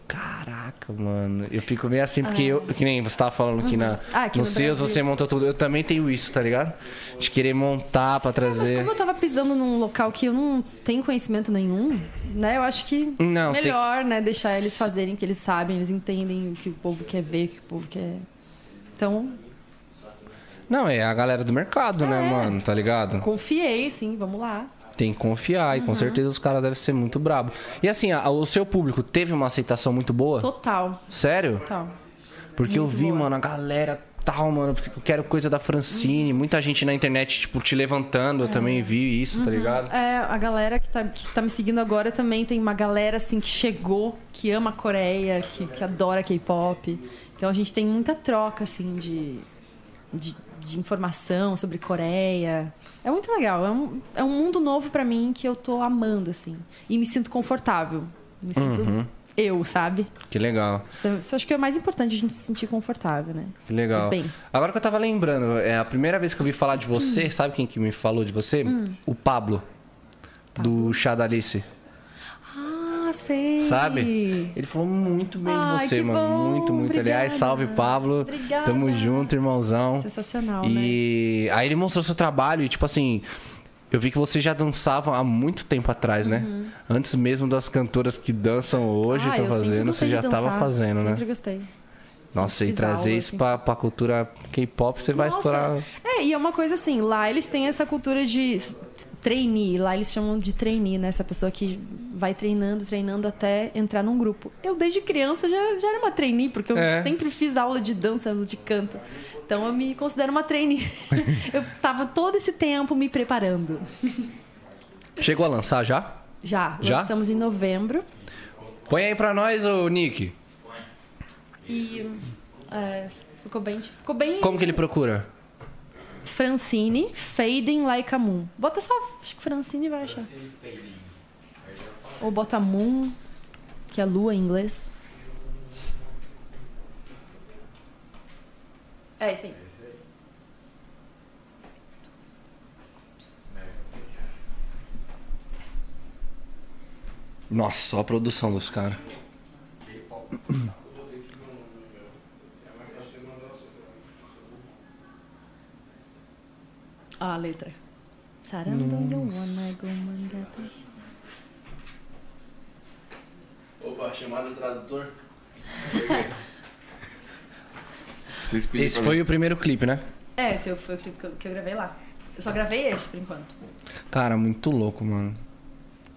[SPEAKER 2] Caraca, mano. Eu fico meio assim, porque eu, que nem você tava falando que na,
[SPEAKER 3] Ah, aqui
[SPEAKER 2] nos
[SPEAKER 3] no
[SPEAKER 2] seus
[SPEAKER 3] Brasil.
[SPEAKER 2] você montou tudo. Eu também tenho isso, tá ligado? De querer montar pra
[SPEAKER 3] Ah, Mas
[SPEAKER 2] trazer.
[SPEAKER 3] como eu tava pisando num local que eu não tenho conhecimento nenhum, né? Eu acho que
[SPEAKER 2] Não, tem-
[SPEAKER 3] melhor, né? Deixar eles fazerem o que eles sabem, eles entendem o que o povo quer ver, o que o povo quer... Então,
[SPEAKER 2] Não, é a galera do mercado, né,
[SPEAKER 3] É.
[SPEAKER 2] mano? Tá ligado?
[SPEAKER 3] confiei, sim, vamos lá.
[SPEAKER 2] Tem que confiar
[SPEAKER 3] Uhum.
[SPEAKER 2] e com certeza os caras devem ser muito brabo. E assim, a- o seu público teve uma aceitação muito boa?
[SPEAKER 3] Total,
[SPEAKER 2] Sério?
[SPEAKER 3] total.
[SPEAKER 2] Porque eu
[SPEAKER 3] Muito
[SPEAKER 2] vi,
[SPEAKER 3] boa.
[SPEAKER 2] mano, a galera tal, mano, eu quero coisa da Francine, muita gente na internet, tipo, te levantando, eu também vi isso, tá ligado?
[SPEAKER 3] É, a galera que tá, que tá me seguindo agora também tem uma galera assim que chegou, que ama a Coreia, que, que adora K-pop. Então a gente tem muita troca assim de, de, de informação sobre Coreia. É muito legal, é um, é um mundo novo pra mim que eu tô amando assim e me sinto confortável. Me sinto
[SPEAKER 2] Uhum.
[SPEAKER 3] eu, sabe?
[SPEAKER 2] Que legal.
[SPEAKER 3] Isso, isso eu acho que é o mais importante a gente se sentir confortável, né?
[SPEAKER 2] Que legal.
[SPEAKER 3] Bem. Hum.
[SPEAKER 2] Agora que eu tava lembrando, é a primeira vez que eu vi falar de você, sabe quem que me falou de você? O Pablo. Do chá da Alice,
[SPEAKER 3] Ah, sei.
[SPEAKER 2] sabe? Ele falou muito bem
[SPEAKER 3] Ai,
[SPEAKER 2] de você,
[SPEAKER 3] que
[SPEAKER 2] mano.
[SPEAKER 3] bom,
[SPEAKER 2] muito, muito. Aliás,
[SPEAKER 3] obrigada.
[SPEAKER 2] salve, Pablo.
[SPEAKER 3] Obrigada.
[SPEAKER 2] Tamo junto, irmãozão.
[SPEAKER 3] Sensacional, né?
[SPEAKER 2] E aí ele mostrou seu trabalho e, tipo assim, eu vi que você já dançava há muito tempo atrás, né? Antes mesmo das cantoras que dançam hoje,
[SPEAKER 3] Uhum. ah,
[SPEAKER 2] estão
[SPEAKER 3] eu sempre
[SPEAKER 2] fazendo, você
[SPEAKER 3] gostei de
[SPEAKER 2] já tava
[SPEAKER 3] dançar,
[SPEAKER 2] fazendo, né?
[SPEAKER 3] Sempre gostei.
[SPEAKER 2] Nossa, e
[SPEAKER 3] fiz
[SPEAKER 2] trazer
[SPEAKER 3] aula,
[SPEAKER 2] isso
[SPEAKER 3] sempre
[SPEAKER 2] pra, pra cultura K-pop, você vai
[SPEAKER 3] assim. Nossa,
[SPEAKER 2] estourar.
[SPEAKER 3] É, e é uma coisa assim, lá eles têm essa cultura de trainee, lá eles chamam de trainee, né? Essa pessoa que vai treinando, treinando até entrar num grupo. Eu desde criança já, já era uma trainee, porque eu
[SPEAKER 2] É.
[SPEAKER 3] sempre fiz aula de dança, aula de canto. Então eu me considero
[SPEAKER 2] <laughs>
[SPEAKER 3] uma trainee. eu tava todo esse tempo me preparando.
[SPEAKER 2] Chegou a lançar já?
[SPEAKER 3] Já.
[SPEAKER 2] Já?
[SPEAKER 3] Lançamos em novembro.
[SPEAKER 2] Põe aí pra nós, ô Nick.
[SPEAKER 3] E. é, ficou bem. Ficou bem.
[SPEAKER 2] Como que ele procura?
[SPEAKER 3] Francine, Fading Like a Moon. Bota só. Acho que Francine vai achar. Ou bota Moon, que é lua em inglês. É isso aí.
[SPEAKER 2] Nossa, só a produção dos caras.
[SPEAKER 3] Ó a letra. Sarando you wanna go mangata.
[SPEAKER 1] Opa, chamada do tradutor.
[SPEAKER 8] <laughs> Vocês pediram
[SPEAKER 2] Esse
[SPEAKER 8] pra
[SPEAKER 2] foi o primeiro clipe, né?
[SPEAKER 3] É, esse foi o clipe que eu, que eu gravei lá. Eu só gravei esse por enquanto.
[SPEAKER 2] Cara, muito louco, mano.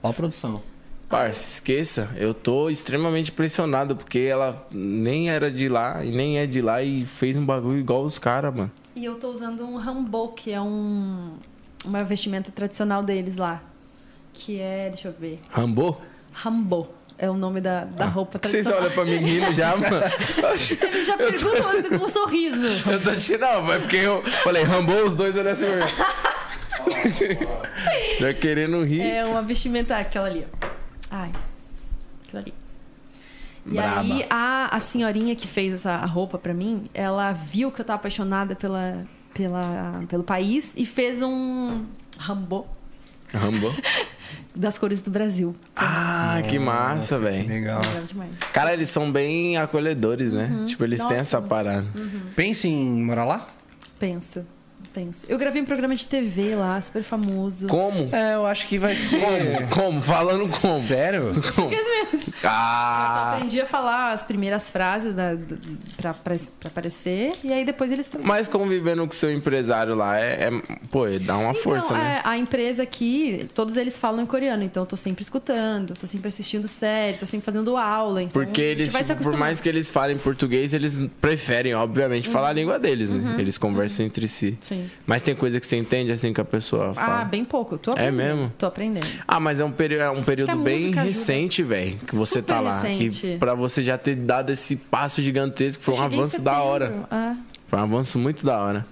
[SPEAKER 2] Ó a produção.
[SPEAKER 1] Parça, esqueça. Eu tô extremamente impressionado porque ela nem era de lá e nem é de lá e fez um bagulho igual os caras, mano.
[SPEAKER 3] E eu tô usando um hanbok, que é um uma vestimenta tradicional deles lá, que é, deixa eu ver,
[SPEAKER 1] Rambo?
[SPEAKER 3] hanbo. É o nome da, da roupa
[SPEAKER 1] Por que Ah, vocês
[SPEAKER 3] tradicional.
[SPEAKER 1] olham pra mim rindo
[SPEAKER 3] <laughs>
[SPEAKER 1] já, mano?
[SPEAKER 3] Ele
[SPEAKER 1] <laughs>
[SPEAKER 3] já perguntou assim, com um sorriso.
[SPEAKER 1] Eu tô te não, mas porque eu falei, Rambo, os dois olham assim <laughs> pra mim. Já querendo rir.
[SPEAKER 3] É uma vestimenta, aquela ali, ó. Ai, aquela ali. E
[SPEAKER 1] Braba.
[SPEAKER 3] aí, a, a senhorinha que fez essa roupa pra mim, ela viu que eu tava apaixonada pela, pela, pelo país e fez um rambô
[SPEAKER 1] Rambo.
[SPEAKER 3] das cores do Brasil.
[SPEAKER 1] <laughs> Ah, que massa,
[SPEAKER 7] Que
[SPEAKER 1] velho.
[SPEAKER 7] legal.
[SPEAKER 3] Legal demais.
[SPEAKER 1] Cara, eles são bem acolhedores, né? Tipo, eles têm
[SPEAKER 3] Uhum. Nossa. Uhum.
[SPEAKER 1] essa parada.
[SPEAKER 2] Pense em morar lá?
[SPEAKER 3] Penso, penso. Eu gravei um programa de TV lá, super famoso.
[SPEAKER 1] Como?
[SPEAKER 2] É, eu acho que vai
[SPEAKER 7] É.
[SPEAKER 2] ser.
[SPEAKER 1] Como? Como? Falando como?
[SPEAKER 2] Sério?
[SPEAKER 1] Como? Ah!
[SPEAKER 3] Aprendi a falar as primeiras frases né, do- pra, pra, pra aparecer, e aí depois eles tra-
[SPEAKER 1] Mas convivendo com seu empresário lá é, é- pô, dá uma força,
[SPEAKER 3] então,
[SPEAKER 1] né?
[SPEAKER 3] é, a empresa aqui, todos eles falam em coreano, então eu tô sempre escutando, tô sempre assistindo série, tô sempre fazendo aula. Então
[SPEAKER 1] Porque
[SPEAKER 3] a gente
[SPEAKER 1] eles,
[SPEAKER 3] vai se
[SPEAKER 1] tipo, por
[SPEAKER 3] acostumando.
[SPEAKER 1] mais que eles falem português, eles preferem, obviamente, falar a língua deles, né? Eles conversam entre si.
[SPEAKER 3] Uhum. Sim.
[SPEAKER 1] Mas tem coisa que você entende assim que a pessoa fala.
[SPEAKER 3] Ah, bem pouco. Tô
[SPEAKER 1] É
[SPEAKER 3] aprendendo,
[SPEAKER 1] mesmo?
[SPEAKER 3] Tô aprendendo.
[SPEAKER 1] Ah, mas é um, peri- é um período
[SPEAKER 3] a
[SPEAKER 1] bem
[SPEAKER 3] música ajuda.
[SPEAKER 1] recente, velho, que você
[SPEAKER 3] Super
[SPEAKER 1] tá lá. E
[SPEAKER 3] recente.
[SPEAKER 1] pra você já ter dado esse passo gigantesco, foi
[SPEAKER 3] Eu
[SPEAKER 1] um
[SPEAKER 3] cheguei em
[SPEAKER 1] avanço da hora.
[SPEAKER 3] setembro, ah.
[SPEAKER 1] Foi um avanço muito da hora.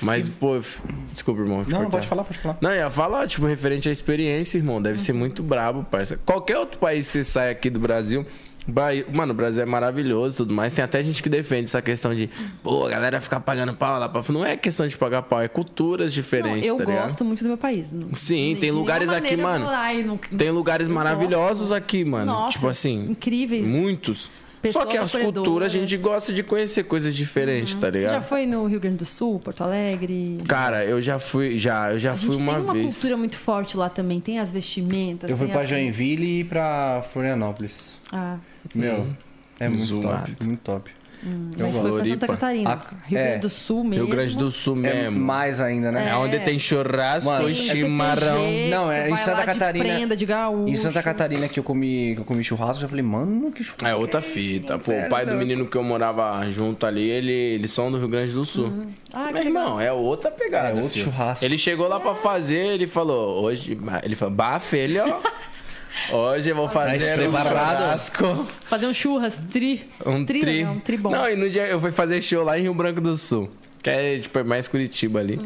[SPEAKER 1] Mas, pô, eu f- desculpa, irmão.
[SPEAKER 2] Não,
[SPEAKER 1] cortar.
[SPEAKER 2] pode falar, pode falar.
[SPEAKER 1] Não, eu ia falar, tipo, referente à experiência, irmão. Deve ser muito brabo, parça. Qualquer outro país que você sai aqui do Brasil. Bahia- Mano, o Brasil é maravilhoso e tudo mais. Tem até gente que defende essa questão de, pô, a galera ficar pagando pau lá pra fora. Não é questão de pagar pau, é culturas
[SPEAKER 3] Não,
[SPEAKER 1] diferentes,
[SPEAKER 3] eu
[SPEAKER 1] tá ligado?
[SPEAKER 3] gosto muito do meu país. Não-
[SPEAKER 1] Sim, tem
[SPEAKER 3] de nenhuma
[SPEAKER 1] lugares aqui,
[SPEAKER 3] maneira eu
[SPEAKER 1] mano.
[SPEAKER 3] vou lá e não-
[SPEAKER 1] Tem lugares
[SPEAKER 3] eu
[SPEAKER 1] maravilhosos
[SPEAKER 3] gosto.
[SPEAKER 1] aqui, mano.
[SPEAKER 3] Nossa,
[SPEAKER 1] tipo assim,
[SPEAKER 3] incríveis.
[SPEAKER 1] muitos. Só
[SPEAKER 3] Pessoas
[SPEAKER 1] que as culturas a gente
[SPEAKER 3] acolhedoras. gosta
[SPEAKER 1] gosta de conhecer coisas diferentes, tá
[SPEAKER 3] Você já
[SPEAKER 1] ligado?
[SPEAKER 3] foi no Rio Grande do Sul, Porto Alegre?
[SPEAKER 1] Cara, eu já fui, já, eu já
[SPEAKER 3] A gente
[SPEAKER 1] fui uma,
[SPEAKER 3] tem uma
[SPEAKER 1] vez.
[SPEAKER 3] cultura muito forte lá também. Tem as vestimentas.
[SPEAKER 2] Eu fui
[SPEAKER 3] tem
[SPEAKER 2] pra
[SPEAKER 3] a-
[SPEAKER 2] Joinville e pra Florianópolis.
[SPEAKER 3] Ah,
[SPEAKER 2] Meu, é muito
[SPEAKER 1] Zoado.
[SPEAKER 2] top. Muito top.
[SPEAKER 3] mas foi pra
[SPEAKER 1] Floripa.
[SPEAKER 3] Santa Catarina.
[SPEAKER 2] A-
[SPEAKER 3] Rio Grande
[SPEAKER 2] é.
[SPEAKER 3] do Sul mesmo.
[SPEAKER 1] Ah, Rio Grande do Sul
[SPEAKER 2] É
[SPEAKER 1] mesmo.
[SPEAKER 2] mais ainda, né?
[SPEAKER 1] É onde tem churrasco,
[SPEAKER 2] Mano,
[SPEAKER 1] e
[SPEAKER 2] Sim,
[SPEAKER 1] chimarrão.
[SPEAKER 2] jeito. Não, é em Santa Catarina.
[SPEAKER 3] De prenda, de gaúcho.
[SPEAKER 2] Em Santa Catarina que eu comi, que eu comi churrasco, eu já falei, mano, que churrasco.
[SPEAKER 1] É outra fita. Pô, o pai do menino que eu morava junto ali, ele, eles são do Rio Grande do Sul.
[SPEAKER 3] Ah, que É.
[SPEAKER 1] Meu irmão, é outra pegada.
[SPEAKER 2] É outro
[SPEAKER 1] filho.
[SPEAKER 2] churrasco.
[SPEAKER 1] Ele chegou lá pra fazer, ele falou, hoje. Ele falou, bah, filho.
[SPEAKER 3] <laughs>
[SPEAKER 1] Hoje eu
[SPEAKER 2] Tá
[SPEAKER 1] vou fazer um
[SPEAKER 2] despreparado.
[SPEAKER 1] churrasco.
[SPEAKER 3] Fazer um churras, tri.
[SPEAKER 1] Um tri.
[SPEAKER 3] legal, um tri bom.
[SPEAKER 1] Não, e no dia eu fui fazer show lá em Rio Branco do Sul. Que é tipo é mais Curitiba ali.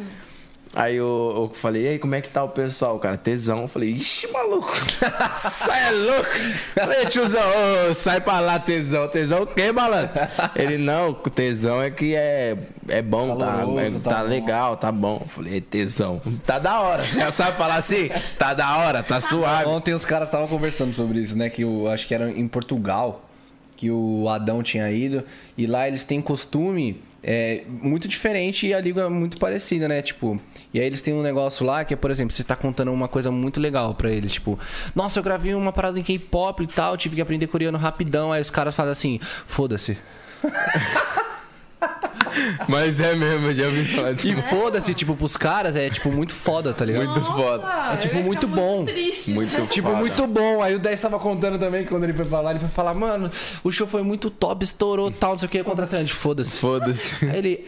[SPEAKER 1] Aí eu, eu falei, e aí, como é que tá o pessoal, cara? Tesão. Eu falei, ixi, maluco. <laughs> sai, é louco. Eu Falei, tiozão, ô, sai pra lá, tesão. Tesão o quê, malandro? Ele, não, o tesão é que é, é bom, tá, é-
[SPEAKER 2] Caloroso,
[SPEAKER 1] tá,
[SPEAKER 2] tá bom.
[SPEAKER 1] legal, tá bom. Eu falei, "É, tesão, tá da hora. Já sabe falar assim? Tá da hora, tá suave.
[SPEAKER 2] Ontem os caras estavam conversando sobre isso, né? Que eu acho que era em Portugal que o Adão tinha ido. E lá eles têm costume é, muito diferente e a língua é muito parecida, né? Tipo, e aí eles têm um negócio lá que é, por exemplo, você tá contando uma coisa muito legal pra eles. Tipo, nossa, eu gravei uma parada em K-pop e tal, tive que aprender coreano rapidão. Aí os caras falam assim, foda-se.
[SPEAKER 1] Mas é mesmo, eu já ouvi falar disso.
[SPEAKER 2] E foda-se, tipo, pros caras é, tipo, muito foda, tá ligado?
[SPEAKER 1] Muito foda.
[SPEAKER 3] Nossa,
[SPEAKER 2] É, tipo,
[SPEAKER 3] eu ia
[SPEAKER 2] muito
[SPEAKER 3] ficar
[SPEAKER 2] bom.
[SPEAKER 3] Ah, triste.
[SPEAKER 1] Muito
[SPEAKER 2] Tipo,
[SPEAKER 1] foda.
[SPEAKER 2] muito bom. Aí o 10 tava contando também que quando ele foi pra lá, ele foi falar, mano, o show foi muito top, estourou tal, não sei o que, o contratante, foda-se.
[SPEAKER 1] Foda-se.
[SPEAKER 2] Aí ele.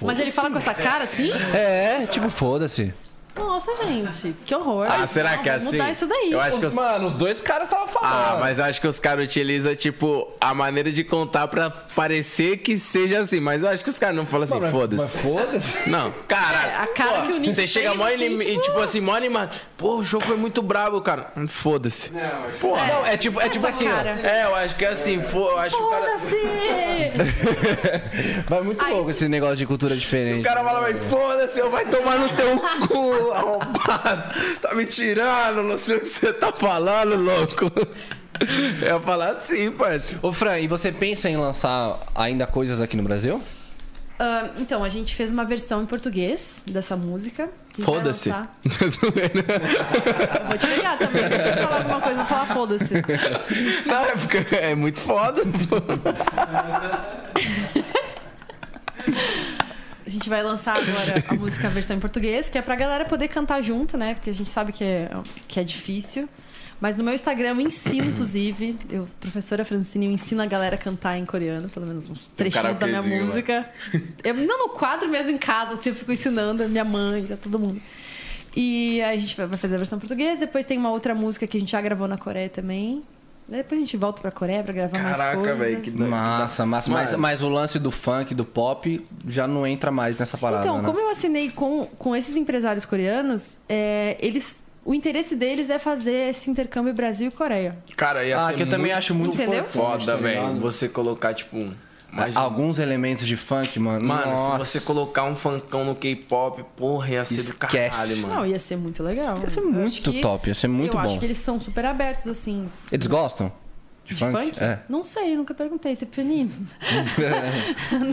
[SPEAKER 3] Mas ele fala com essa cara assim?
[SPEAKER 2] É, tipo, foda-se.
[SPEAKER 3] Nossa, gente, que horror.
[SPEAKER 1] Ah, será que é
[SPEAKER 3] Vamos
[SPEAKER 1] assim?
[SPEAKER 3] Mudar isso daí.
[SPEAKER 1] Eu acho que os...
[SPEAKER 2] Mano, os dois caras estavam falando.
[SPEAKER 1] Ah, mas eu acho que os caras utilizam, tipo, a maneira de contar pra parecer que seja assim. Mas eu acho que os caras não falam assim, foda-se.
[SPEAKER 2] Foda-se.
[SPEAKER 1] Não, caralho.
[SPEAKER 3] É, a cara
[SPEAKER 1] pô,
[SPEAKER 3] que o Nick
[SPEAKER 1] Você
[SPEAKER 3] fez,
[SPEAKER 1] chega mó
[SPEAKER 3] assim,
[SPEAKER 1] anima- e,
[SPEAKER 3] tipo-
[SPEAKER 1] tipo assim, mó animado. Pô, o jogo foi muito brabo, cara. Hum, Foda-se.
[SPEAKER 6] Não, acho
[SPEAKER 1] Porra.
[SPEAKER 2] Não, é tipo, é tipo
[SPEAKER 3] Essa
[SPEAKER 2] assim,
[SPEAKER 3] cara.
[SPEAKER 1] É, eu acho que é assim, fo- eu acho que o cara.
[SPEAKER 3] Foda-se! <laughs>
[SPEAKER 2] ó. Vai muito louco esse negócio de cultura
[SPEAKER 1] O
[SPEAKER 2] diferente.
[SPEAKER 1] cara fala, vai, foda-se, eu vai tomar no teu
[SPEAKER 3] <laughs>
[SPEAKER 1] cu, arrombado. Tá me tirando, não sei o que você tá falando, louco. Eu falo assim, parceiro.
[SPEAKER 2] Ô, Fran, e você pensa em lançar ainda coisas aqui no Brasil?
[SPEAKER 3] Ah, então, a gente fez uma versão em português dessa música. que vai
[SPEAKER 1] Foda-se.
[SPEAKER 3] lançar. tá.
[SPEAKER 1] <laughs>
[SPEAKER 3] Eu vou te pegar também. Se eu falar alguma coisa, eu vou falar foda-se.
[SPEAKER 1] Não, é porque é muito foda.
[SPEAKER 3] A gente vai lançar agora a música a versão em português, que é pra galera poder cantar junto, né? Porque a gente sabe que é, que é difícil. Mas no meu Instagram eu ensino, inclusive, eu, professora Francine, eu ensino a galera a cantar em coreano, pelo menos uns trechinhos da minha
[SPEAKER 1] um karaokezinho lá.
[SPEAKER 3] música. Eu, não no quadro mesmo, em casa, assim, eu fico ensinando a minha mãe, a todo mundo. E aí a gente vai vai fazer a versão em português, depois tem uma outra música que a gente já gravou na Coreia também. Depois a gente volta pra Coreia pra gravar mais
[SPEAKER 1] Caraca,
[SPEAKER 3] coisas.
[SPEAKER 1] velho, que
[SPEAKER 2] Massa, massa. Mas, mas o lance do funk, do pop, já não entra mais nessa parada,
[SPEAKER 3] Então,
[SPEAKER 2] né?
[SPEAKER 3] como eu assinei com, com esses empresários coreanos, é, eles, o interesse deles é fazer esse intercâmbio Brasil e Coreia.
[SPEAKER 1] Cara, ia
[SPEAKER 2] Ah,
[SPEAKER 1] ser
[SPEAKER 2] que eu também
[SPEAKER 1] muito
[SPEAKER 2] acho muito
[SPEAKER 3] Entendeu?
[SPEAKER 2] forte, tá
[SPEAKER 1] foda, velho.
[SPEAKER 2] ligado?
[SPEAKER 1] Você colocar, tipo, um. mais-
[SPEAKER 2] Alguns elementos de funk, mano.
[SPEAKER 1] Mano,
[SPEAKER 2] nossa.
[SPEAKER 1] se você colocar um funkão no K-pop, porra, ia ser do
[SPEAKER 2] Esquece.
[SPEAKER 1] caralho, mano.
[SPEAKER 3] Não, ia ser muito legal. Ia
[SPEAKER 2] ser muito top, ia ser muito
[SPEAKER 3] Eu acho
[SPEAKER 2] bom.
[SPEAKER 3] que eles são super abertos, assim,
[SPEAKER 2] Eles gostam?
[SPEAKER 3] de funk.
[SPEAKER 2] É. Tipo,
[SPEAKER 3] Não sei, nunca perguntei, tipo, tem pra mim.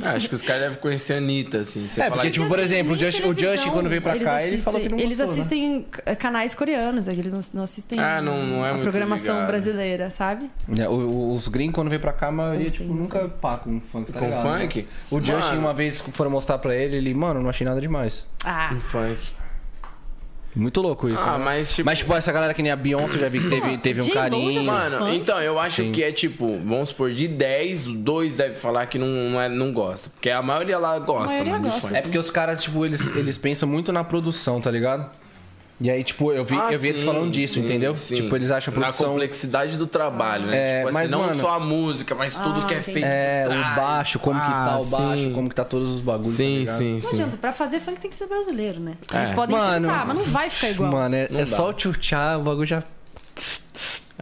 [SPEAKER 1] Ah, acho que os caras devem conhecer a Anitta, assim. Você
[SPEAKER 2] É,
[SPEAKER 1] fala
[SPEAKER 2] porque,
[SPEAKER 1] que-
[SPEAKER 2] tipo, por exemplo, o
[SPEAKER 3] Nem
[SPEAKER 2] Justin, o
[SPEAKER 3] televisão,
[SPEAKER 2] Justin, quando veio pra
[SPEAKER 3] eles
[SPEAKER 2] cá, ele
[SPEAKER 3] assistem-
[SPEAKER 2] falou que não gostou,
[SPEAKER 3] Eles
[SPEAKER 2] né?
[SPEAKER 3] assistem eh, canais coreanos, é que eles não, não assistem
[SPEAKER 1] Ah, não- não é
[SPEAKER 3] a
[SPEAKER 1] muito
[SPEAKER 3] programação
[SPEAKER 1] ligado.
[SPEAKER 3] brasileira, sabe?
[SPEAKER 2] É, o- o- os gringos, quando veio pra cá, a maioria,
[SPEAKER 3] Não sei,
[SPEAKER 2] tipo,
[SPEAKER 3] não
[SPEAKER 2] nunca pá com funk.
[SPEAKER 1] assim?
[SPEAKER 2] Tá
[SPEAKER 1] Com
[SPEAKER 2] ligado,
[SPEAKER 1] funk?
[SPEAKER 2] Né? O Justin,
[SPEAKER 1] Mano.
[SPEAKER 2] uma vez foram mostrar pra ele, ele, mano, não achei nada demais.
[SPEAKER 3] Ah,
[SPEAKER 1] Um funk.
[SPEAKER 2] Muito louco isso.
[SPEAKER 1] Ah,
[SPEAKER 2] né?
[SPEAKER 1] mas, tipo...
[SPEAKER 2] Mas, tipo, essa galera que nem a Beyoncé, eu já vi que
[SPEAKER 1] <coughs>
[SPEAKER 2] teve, teve um
[SPEAKER 3] J-Lo já
[SPEAKER 2] carinho.
[SPEAKER 3] faz
[SPEAKER 1] Mano,
[SPEAKER 3] funk?
[SPEAKER 1] então, eu acho
[SPEAKER 2] Sim.
[SPEAKER 1] que é tipo, vamos supor, de 10, 2 deve falar que não, não, é- não gosta. Porque a maioria lá gosta,
[SPEAKER 3] maioria
[SPEAKER 1] mano, de
[SPEAKER 3] gosta,
[SPEAKER 1] funk.
[SPEAKER 2] É porque os caras, tipo, eles, eles pensam muito na produção, tá ligado? E aí, tipo, eu vi,
[SPEAKER 1] Ah,
[SPEAKER 2] eu vi eles
[SPEAKER 1] sim,
[SPEAKER 2] falando disso,
[SPEAKER 1] sim,
[SPEAKER 2] entendeu?
[SPEAKER 1] sim.
[SPEAKER 2] Tipo, eles acham a
[SPEAKER 1] Na
[SPEAKER 2] produção.
[SPEAKER 1] complexidade do trabalho, né?
[SPEAKER 2] É,
[SPEAKER 1] tipo assim,
[SPEAKER 2] mas,
[SPEAKER 1] não
[SPEAKER 2] mano-
[SPEAKER 1] só a música, mas tudo que é
[SPEAKER 3] Ah, entendi.
[SPEAKER 1] feito.
[SPEAKER 2] É,
[SPEAKER 1] por
[SPEAKER 2] o
[SPEAKER 1] trás.
[SPEAKER 2] baixo, como que
[SPEAKER 1] Ah,
[SPEAKER 2] tá o baixo,
[SPEAKER 1] sim.
[SPEAKER 2] como que tá todos os bagulhos. tá
[SPEAKER 1] Sim,
[SPEAKER 2] ligado?
[SPEAKER 1] sim,
[SPEAKER 3] não
[SPEAKER 1] sim.
[SPEAKER 3] adianta, pra fazer funk tem que ser brasileiro, né? Eles
[SPEAKER 1] É.
[SPEAKER 3] podem
[SPEAKER 2] Mano.
[SPEAKER 3] tentar, tá, mas não vai ficar igual.
[SPEAKER 2] Mano, é,
[SPEAKER 1] Não
[SPEAKER 2] é
[SPEAKER 1] dá.
[SPEAKER 2] só o tchutchá, o bagulho já.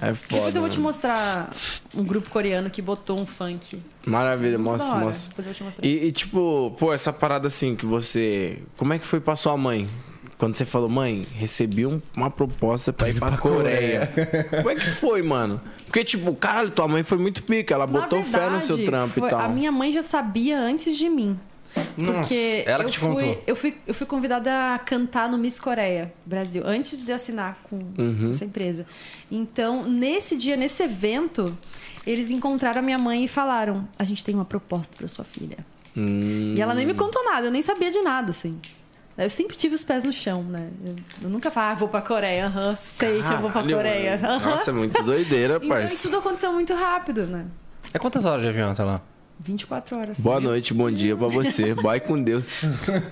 [SPEAKER 1] É
[SPEAKER 3] Depois
[SPEAKER 1] foda.
[SPEAKER 3] eu vou te
[SPEAKER 1] mano.
[SPEAKER 3] mostrar um grupo coreano que botou um funk.
[SPEAKER 1] Maravilha,
[SPEAKER 3] da
[SPEAKER 1] mostra,
[SPEAKER 3] hora.
[SPEAKER 1] mostra.
[SPEAKER 3] Depois eu vou te mostrar.
[SPEAKER 1] E, e, tipo, pô, essa parada assim que você. Como é que foi pra sua mãe? Quando você falou, mãe, recebi um- uma proposta
[SPEAKER 2] Tá
[SPEAKER 1] pra ir pra, Coreia. Como é que foi, mano? Porque, tipo, caralho, tua mãe foi muito pica. Ela
[SPEAKER 3] Na
[SPEAKER 1] botou fé no seu
[SPEAKER 3] verdade,
[SPEAKER 1] trampo e
[SPEAKER 3] foi-
[SPEAKER 1] tal.
[SPEAKER 3] A minha mãe já sabia antes de mim.
[SPEAKER 2] Nossa,
[SPEAKER 3] Porque
[SPEAKER 2] ela
[SPEAKER 3] eu
[SPEAKER 2] que te
[SPEAKER 3] fui,
[SPEAKER 2] contou.
[SPEAKER 3] Eu fui, eu fui convidada a cantar no Miss Coreia Brasil, antes de assinar com
[SPEAKER 1] Uhum.
[SPEAKER 3] essa empresa. Então, nesse dia, nesse evento, eles encontraram a minha mãe e falaram: A gente tem uma proposta pra sua filha.
[SPEAKER 1] Hum,
[SPEAKER 3] E ela nem me contou nada, eu nem sabia de nada, assim. Eu sempre tive os pés no chão, né? Eu, eu nunca falava, ah, vou pra Coreia, aham, sei que eu vou pra
[SPEAKER 1] caralho,
[SPEAKER 3] Coreia.
[SPEAKER 1] mano.
[SPEAKER 3] aham.
[SPEAKER 1] Nossa, é muito doideira,
[SPEAKER 3] Então,
[SPEAKER 1] parça.
[SPEAKER 3] isso tudo aconteceu muito rápido, né?
[SPEAKER 2] É quantas horas de avião tá lá?
[SPEAKER 3] 24 horas.
[SPEAKER 1] Boa noite, bom dia pra você. Vai com Deus.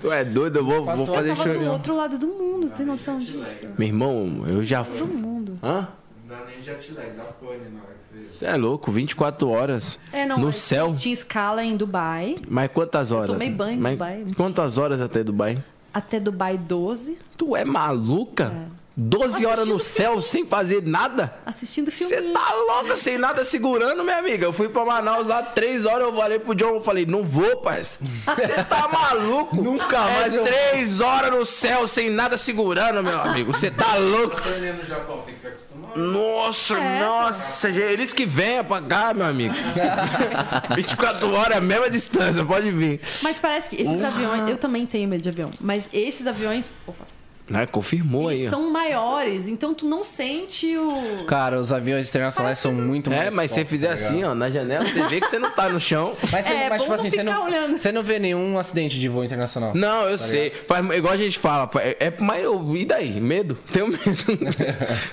[SPEAKER 1] Tu é doido, eu vou, vou
[SPEAKER 3] Eu
[SPEAKER 1] fazer
[SPEAKER 3] tava do
[SPEAKER 1] show.
[SPEAKER 3] outro lado do mundo, tem noção disso?
[SPEAKER 1] Meu irmão, eu já
[SPEAKER 3] Do
[SPEAKER 1] fui.
[SPEAKER 3] mundo.
[SPEAKER 1] Hã?
[SPEAKER 6] Não dá nem jet lag, dá pane na hora que você...
[SPEAKER 1] Você é louco, 24 horas.
[SPEAKER 3] É, não,
[SPEAKER 1] No
[SPEAKER 3] mas
[SPEAKER 1] céu?
[SPEAKER 3] Tinha escala em Dubai,
[SPEAKER 1] Mas quantas horas?
[SPEAKER 3] tomei banho em
[SPEAKER 1] Mas
[SPEAKER 3] Dubai.
[SPEAKER 1] Quantas horas até Dubai?
[SPEAKER 3] até Dubai 12,
[SPEAKER 1] Tu é maluca?
[SPEAKER 3] É.
[SPEAKER 1] 12 horas no
[SPEAKER 3] Assistindo
[SPEAKER 1] céu sem fazer nada?
[SPEAKER 3] assistindo
[SPEAKER 1] Você
[SPEAKER 3] filme.
[SPEAKER 1] tá louca, sem nada segurando, minha amiga. Eu fui pra Manaus lá, três horas, eu falei pro John, eu falei, não vou, parceiro. Você
[SPEAKER 3] <laughs>
[SPEAKER 1] tá maluco? Nunca mais. É três horas no céu, sem nada segurando, meu amigo. Você tá louco?
[SPEAKER 6] Pane no Japão, tem que se acostumar.
[SPEAKER 1] Nossa,
[SPEAKER 3] É.
[SPEAKER 1] nossa, gente, eles que venham pra cá, meu amigo. <laughs> 24 horas, mesma distância, pode vir.
[SPEAKER 3] Mas parece que esses aviões, eu também tenho medo de avião, mas esses aviões, opa,
[SPEAKER 1] Ah, confirmou aí.
[SPEAKER 3] eles
[SPEAKER 1] ó.
[SPEAKER 3] são maiores, então tu não sente o
[SPEAKER 2] Cara, os aviões internacionais são
[SPEAKER 3] um-
[SPEAKER 2] muito mais.
[SPEAKER 1] É, mas se você
[SPEAKER 2] top,
[SPEAKER 1] fizer
[SPEAKER 2] tá ligado?
[SPEAKER 1] assim, ó, na janela, você vê que você não tá no chão.
[SPEAKER 2] Mas, você,
[SPEAKER 3] É,
[SPEAKER 2] mas, tipo
[SPEAKER 3] bom não
[SPEAKER 2] assim, você
[SPEAKER 3] ficar
[SPEAKER 2] não,
[SPEAKER 3] olhando.
[SPEAKER 2] você não vê nenhum acidente de voo internacional.
[SPEAKER 1] Não, eu sei. Faz- igual a gente fala, pá, é, é- mas eu, e daí? Medo? Tenho medo.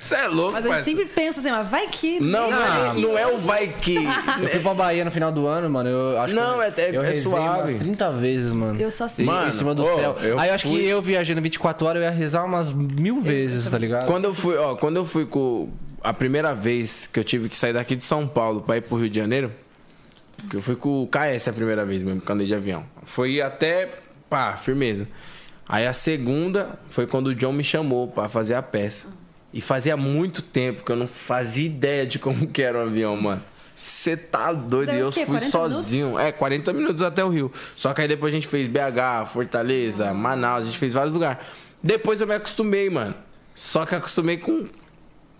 [SPEAKER 1] Você é louco,
[SPEAKER 3] Mas a gente
[SPEAKER 1] parceiro.
[SPEAKER 3] sempre pensa assim, mas vai que.
[SPEAKER 1] Não,
[SPEAKER 3] né?
[SPEAKER 1] mas não é o vai
[SPEAKER 3] <laughs>
[SPEAKER 1] que.
[SPEAKER 2] Eu fui pra Bahia no final do ano, mano. Eu acho
[SPEAKER 1] Não,
[SPEAKER 2] que eu,
[SPEAKER 1] é- é-
[SPEAKER 2] eu
[SPEAKER 1] é
[SPEAKER 2] rezei
[SPEAKER 1] suave.
[SPEAKER 2] umas 30 vezes, mano.
[SPEAKER 3] Eu sou assim.
[SPEAKER 2] E-
[SPEAKER 1] Mano,
[SPEAKER 2] em cima do
[SPEAKER 1] ô,
[SPEAKER 2] céu.
[SPEAKER 1] eu
[SPEAKER 2] Aí eu acho
[SPEAKER 1] fui- É,
[SPEAKER 2] que eu viajando 24 horas, eu ia rezar umas mil vezes, tá ligado?
[SPEAKER 1] Quando eu fui, ó, quando eu fui com. A primeira vez que eu tive que sair daqui de São Paulo pra ir pro Rio de Janeiro, que eu fui com o KS a primeira vez mesmo, que eu andei de avião. Foi até. pá, firmeza. Aí a segunda foi quando o John me chamou pra fazer a peça. E fazia muito tempo que eu não fazia ideia de como que era o avião, mano. Você tá doido,
[SPEAKER 3] Isso é
[SPEAKER 1] e
[SPEAKER 3] o
[SPEAKER 1] eu
[SPEAKER 3] quê?
[SPEAKER 1] fui
[SPEAKER 3] 40 minutos?
[SPEAKER 1] sozinho. É, 40 minutos até o Rio. Só que aí depois a gente fez BH, Fortaleza,
[SPEAKER 3] Ah.
[SPEAKER 1] Manaus, a gente fez vários lugares. Depois eu me acostumei, mano. Só que acostumei com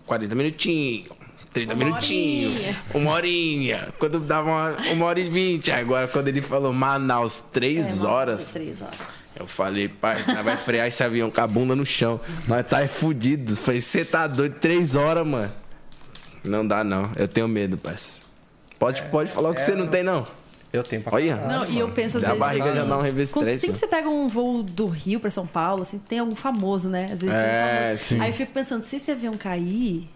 [SPEAKER 1] 40 minutinhos, 30 minutinhos,
[SPEAKER 3] horinha.
[SPEAKER 1] uma horinha. Quando dava uma, uma hora e vinte. Agora, quando ele falou Manaus,
[SPEAKER 3] É,
[SPEAKER 1] três horas,
[SPEAKER 3] Três horas.
[SPEAKER 1] eu falei, parça, nós vai frear esse avião com a bunda no chão. Nós tá é fudido. Falei, você tá doido, três horas, mano. Não dá, não. Eu tenho medo, parça. Pode, pode falar o que você não tem, não.
[SPEAKER 2] Eu tenho pra
[SPEAKER 1] Olha.
[SPEAKER 3] Não, e eu penso às
[SPEAKER 1] Dá a
[SPEAKER 3] vezes.
[SPEAKER 1] barriga
[SPEAKER 3] assim,
[SPEAKER 1] já dá um revés
[SPEAKER 3] quando
[SPEAKER 1] três,
[SPEAKER 3] sempre
[SPEAKER 1] né?
[SPEAKER 3] que você pega um voo do Rio pra São Paulo, assim, tem algum famoso, né? Às vezes tem um
[SPEAKER 1] É,
[SPEAKER 3] famoso.
[SPEAKER 1] sim.
[SPEAKER 3] Aí eu fico pensando, se esse avião cair.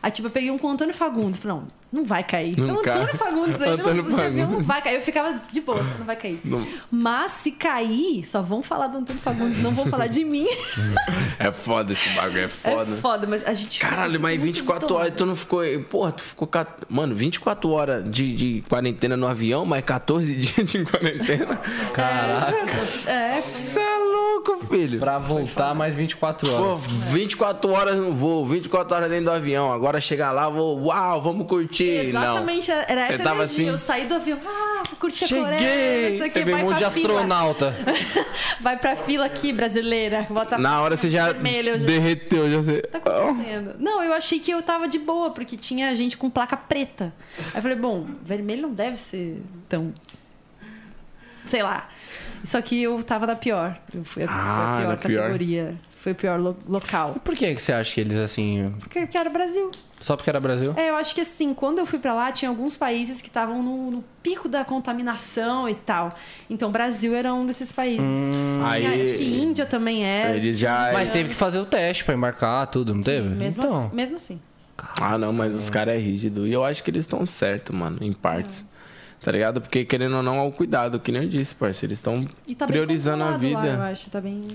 [SPEAKER 3] Aí, tipo, eu peguei um com o Antônio Fagundes. Falei, não, não vai cair.
[SPEAKER 1] Não
[SPEAKER 3] Então,
[SPEAKER 1] cai.
[SPEAKER 3] Antônio Fagundes aí,
[SPEAKER 1] Antônio
[SPEAKER 3] não, esse avião não
[SPEAKER 1] Fagundes.
[SPEAKER 3] vai cair. Eu ficava de boa, não vai cair. Mas se cair, só vão falar do Antônio Fagundes, não vão falar de
[SPEAKER 1] <laughs>
[SPEAKER 3] mim.
[SPEAKER 1] É foda esse bagulho, é foda.
[SPEAKER 3] <laughs> É foda, mas a gente.
[SPEAKER 1] Caralho, mas 24 horas, tu não ficou. Porra, tu ficou. cat- Mano, 24 horas de, de quarentena no avião, mais 14 <laughs> dias de quarentena.
[SPEAKER 3] Caraca. É,
[SPEAKER 1] Você é louco, filho.
[SPEAKER 2] Pra voltar mais 24
[SPEAKER 1] Pô,
[SPEAKER 2] horas.
[SPEAKER 1] 24 horas no voo, 24 horas dentro do avião. Agora chegar lá, vou. Uau, vamos curtir.
[SPEAKER 3] Exatamente,
[SPEAKER 1] não.
[SPEAKER 3] era essa
[SPEAKER 1] Você
[SPEAKER 3] a
[SPEAKER 1] tava
[SPEAKER 3] energia.
[SPEAKER 1] assim.
[SPEAKER 3] Eu saí do avião, ah, curti a Coreia, não
[SPEAKER 2] Cheguei!
[SPEAKER 3] sei o que,
[SPEAKER 2] Teve um
[SPEAKER 3] vai
[SPEAKER 2] monte de
[SPEAKER 3] pra fila.
[SPEAKER 2] astronauta.
[SPEAKER 3] Vai pra fila aqui, brasileira. Bota
[SPEAKER 1] Na hora você já
[SPEAKER 3] vermelha, eu já-
[SPEAKER 1] derreteu, já sei.
[SPEAKER 3] tá acontecendo. Não, eu achei que eu tava de boa, porque tinha gente com placa preta. Aí eu falei, bom, vermelho não deve ser tão. Sei lá. Só que eu tava na pior. Eu fui a, foi
[SPEAKER 1] Ah,
[SPEAKER 3] a pior
[SPEAKER 1] na pior.
[SPEAKER 3] categoria. Foi o pior lo- local.
[SPEAKER 2] Por que, que você acha que eles, assim...
[SPEAKER 3] Porque porque era o Brasil.
[SPEAKER 2] Só porque era Brasil?
[SPEAKER 3] É, eu acho que assim, quando eu fui pra lá, tinha alguns países que estavam no, no pico da contaminação e tal. Então, o Brasil era um desses países. tinha,
[SPEAKER 1] Hum, aí-
[SPEAKER 3] acho que né? Índia também é, era.
[SPEAKER 1] Ele já.
[SPEAKER 2] Mas teve que fazer o teste pra embarcar tudo, não teve?
[SPEAKER 3] Mesmo,
[SPEAKER 2] então,
[SPEAKER 3] assim, mesmo assim.
[SPEAKER 1] Ah, não, mas os caras é rígido. E eu acho que eles estão certo, mano, em partes. Tá ligado? Porque querendo ou não, é o cuidado, que nem eu disse, parceiro. Eles estão
[SPEAKER 3] E tá bem
[SPEAKER 1] priorizando a
[SPEAKER 3] controlado
[SPEAKER 1] vida.
[SPEAKER 3] Lá, eu acho, tá bem.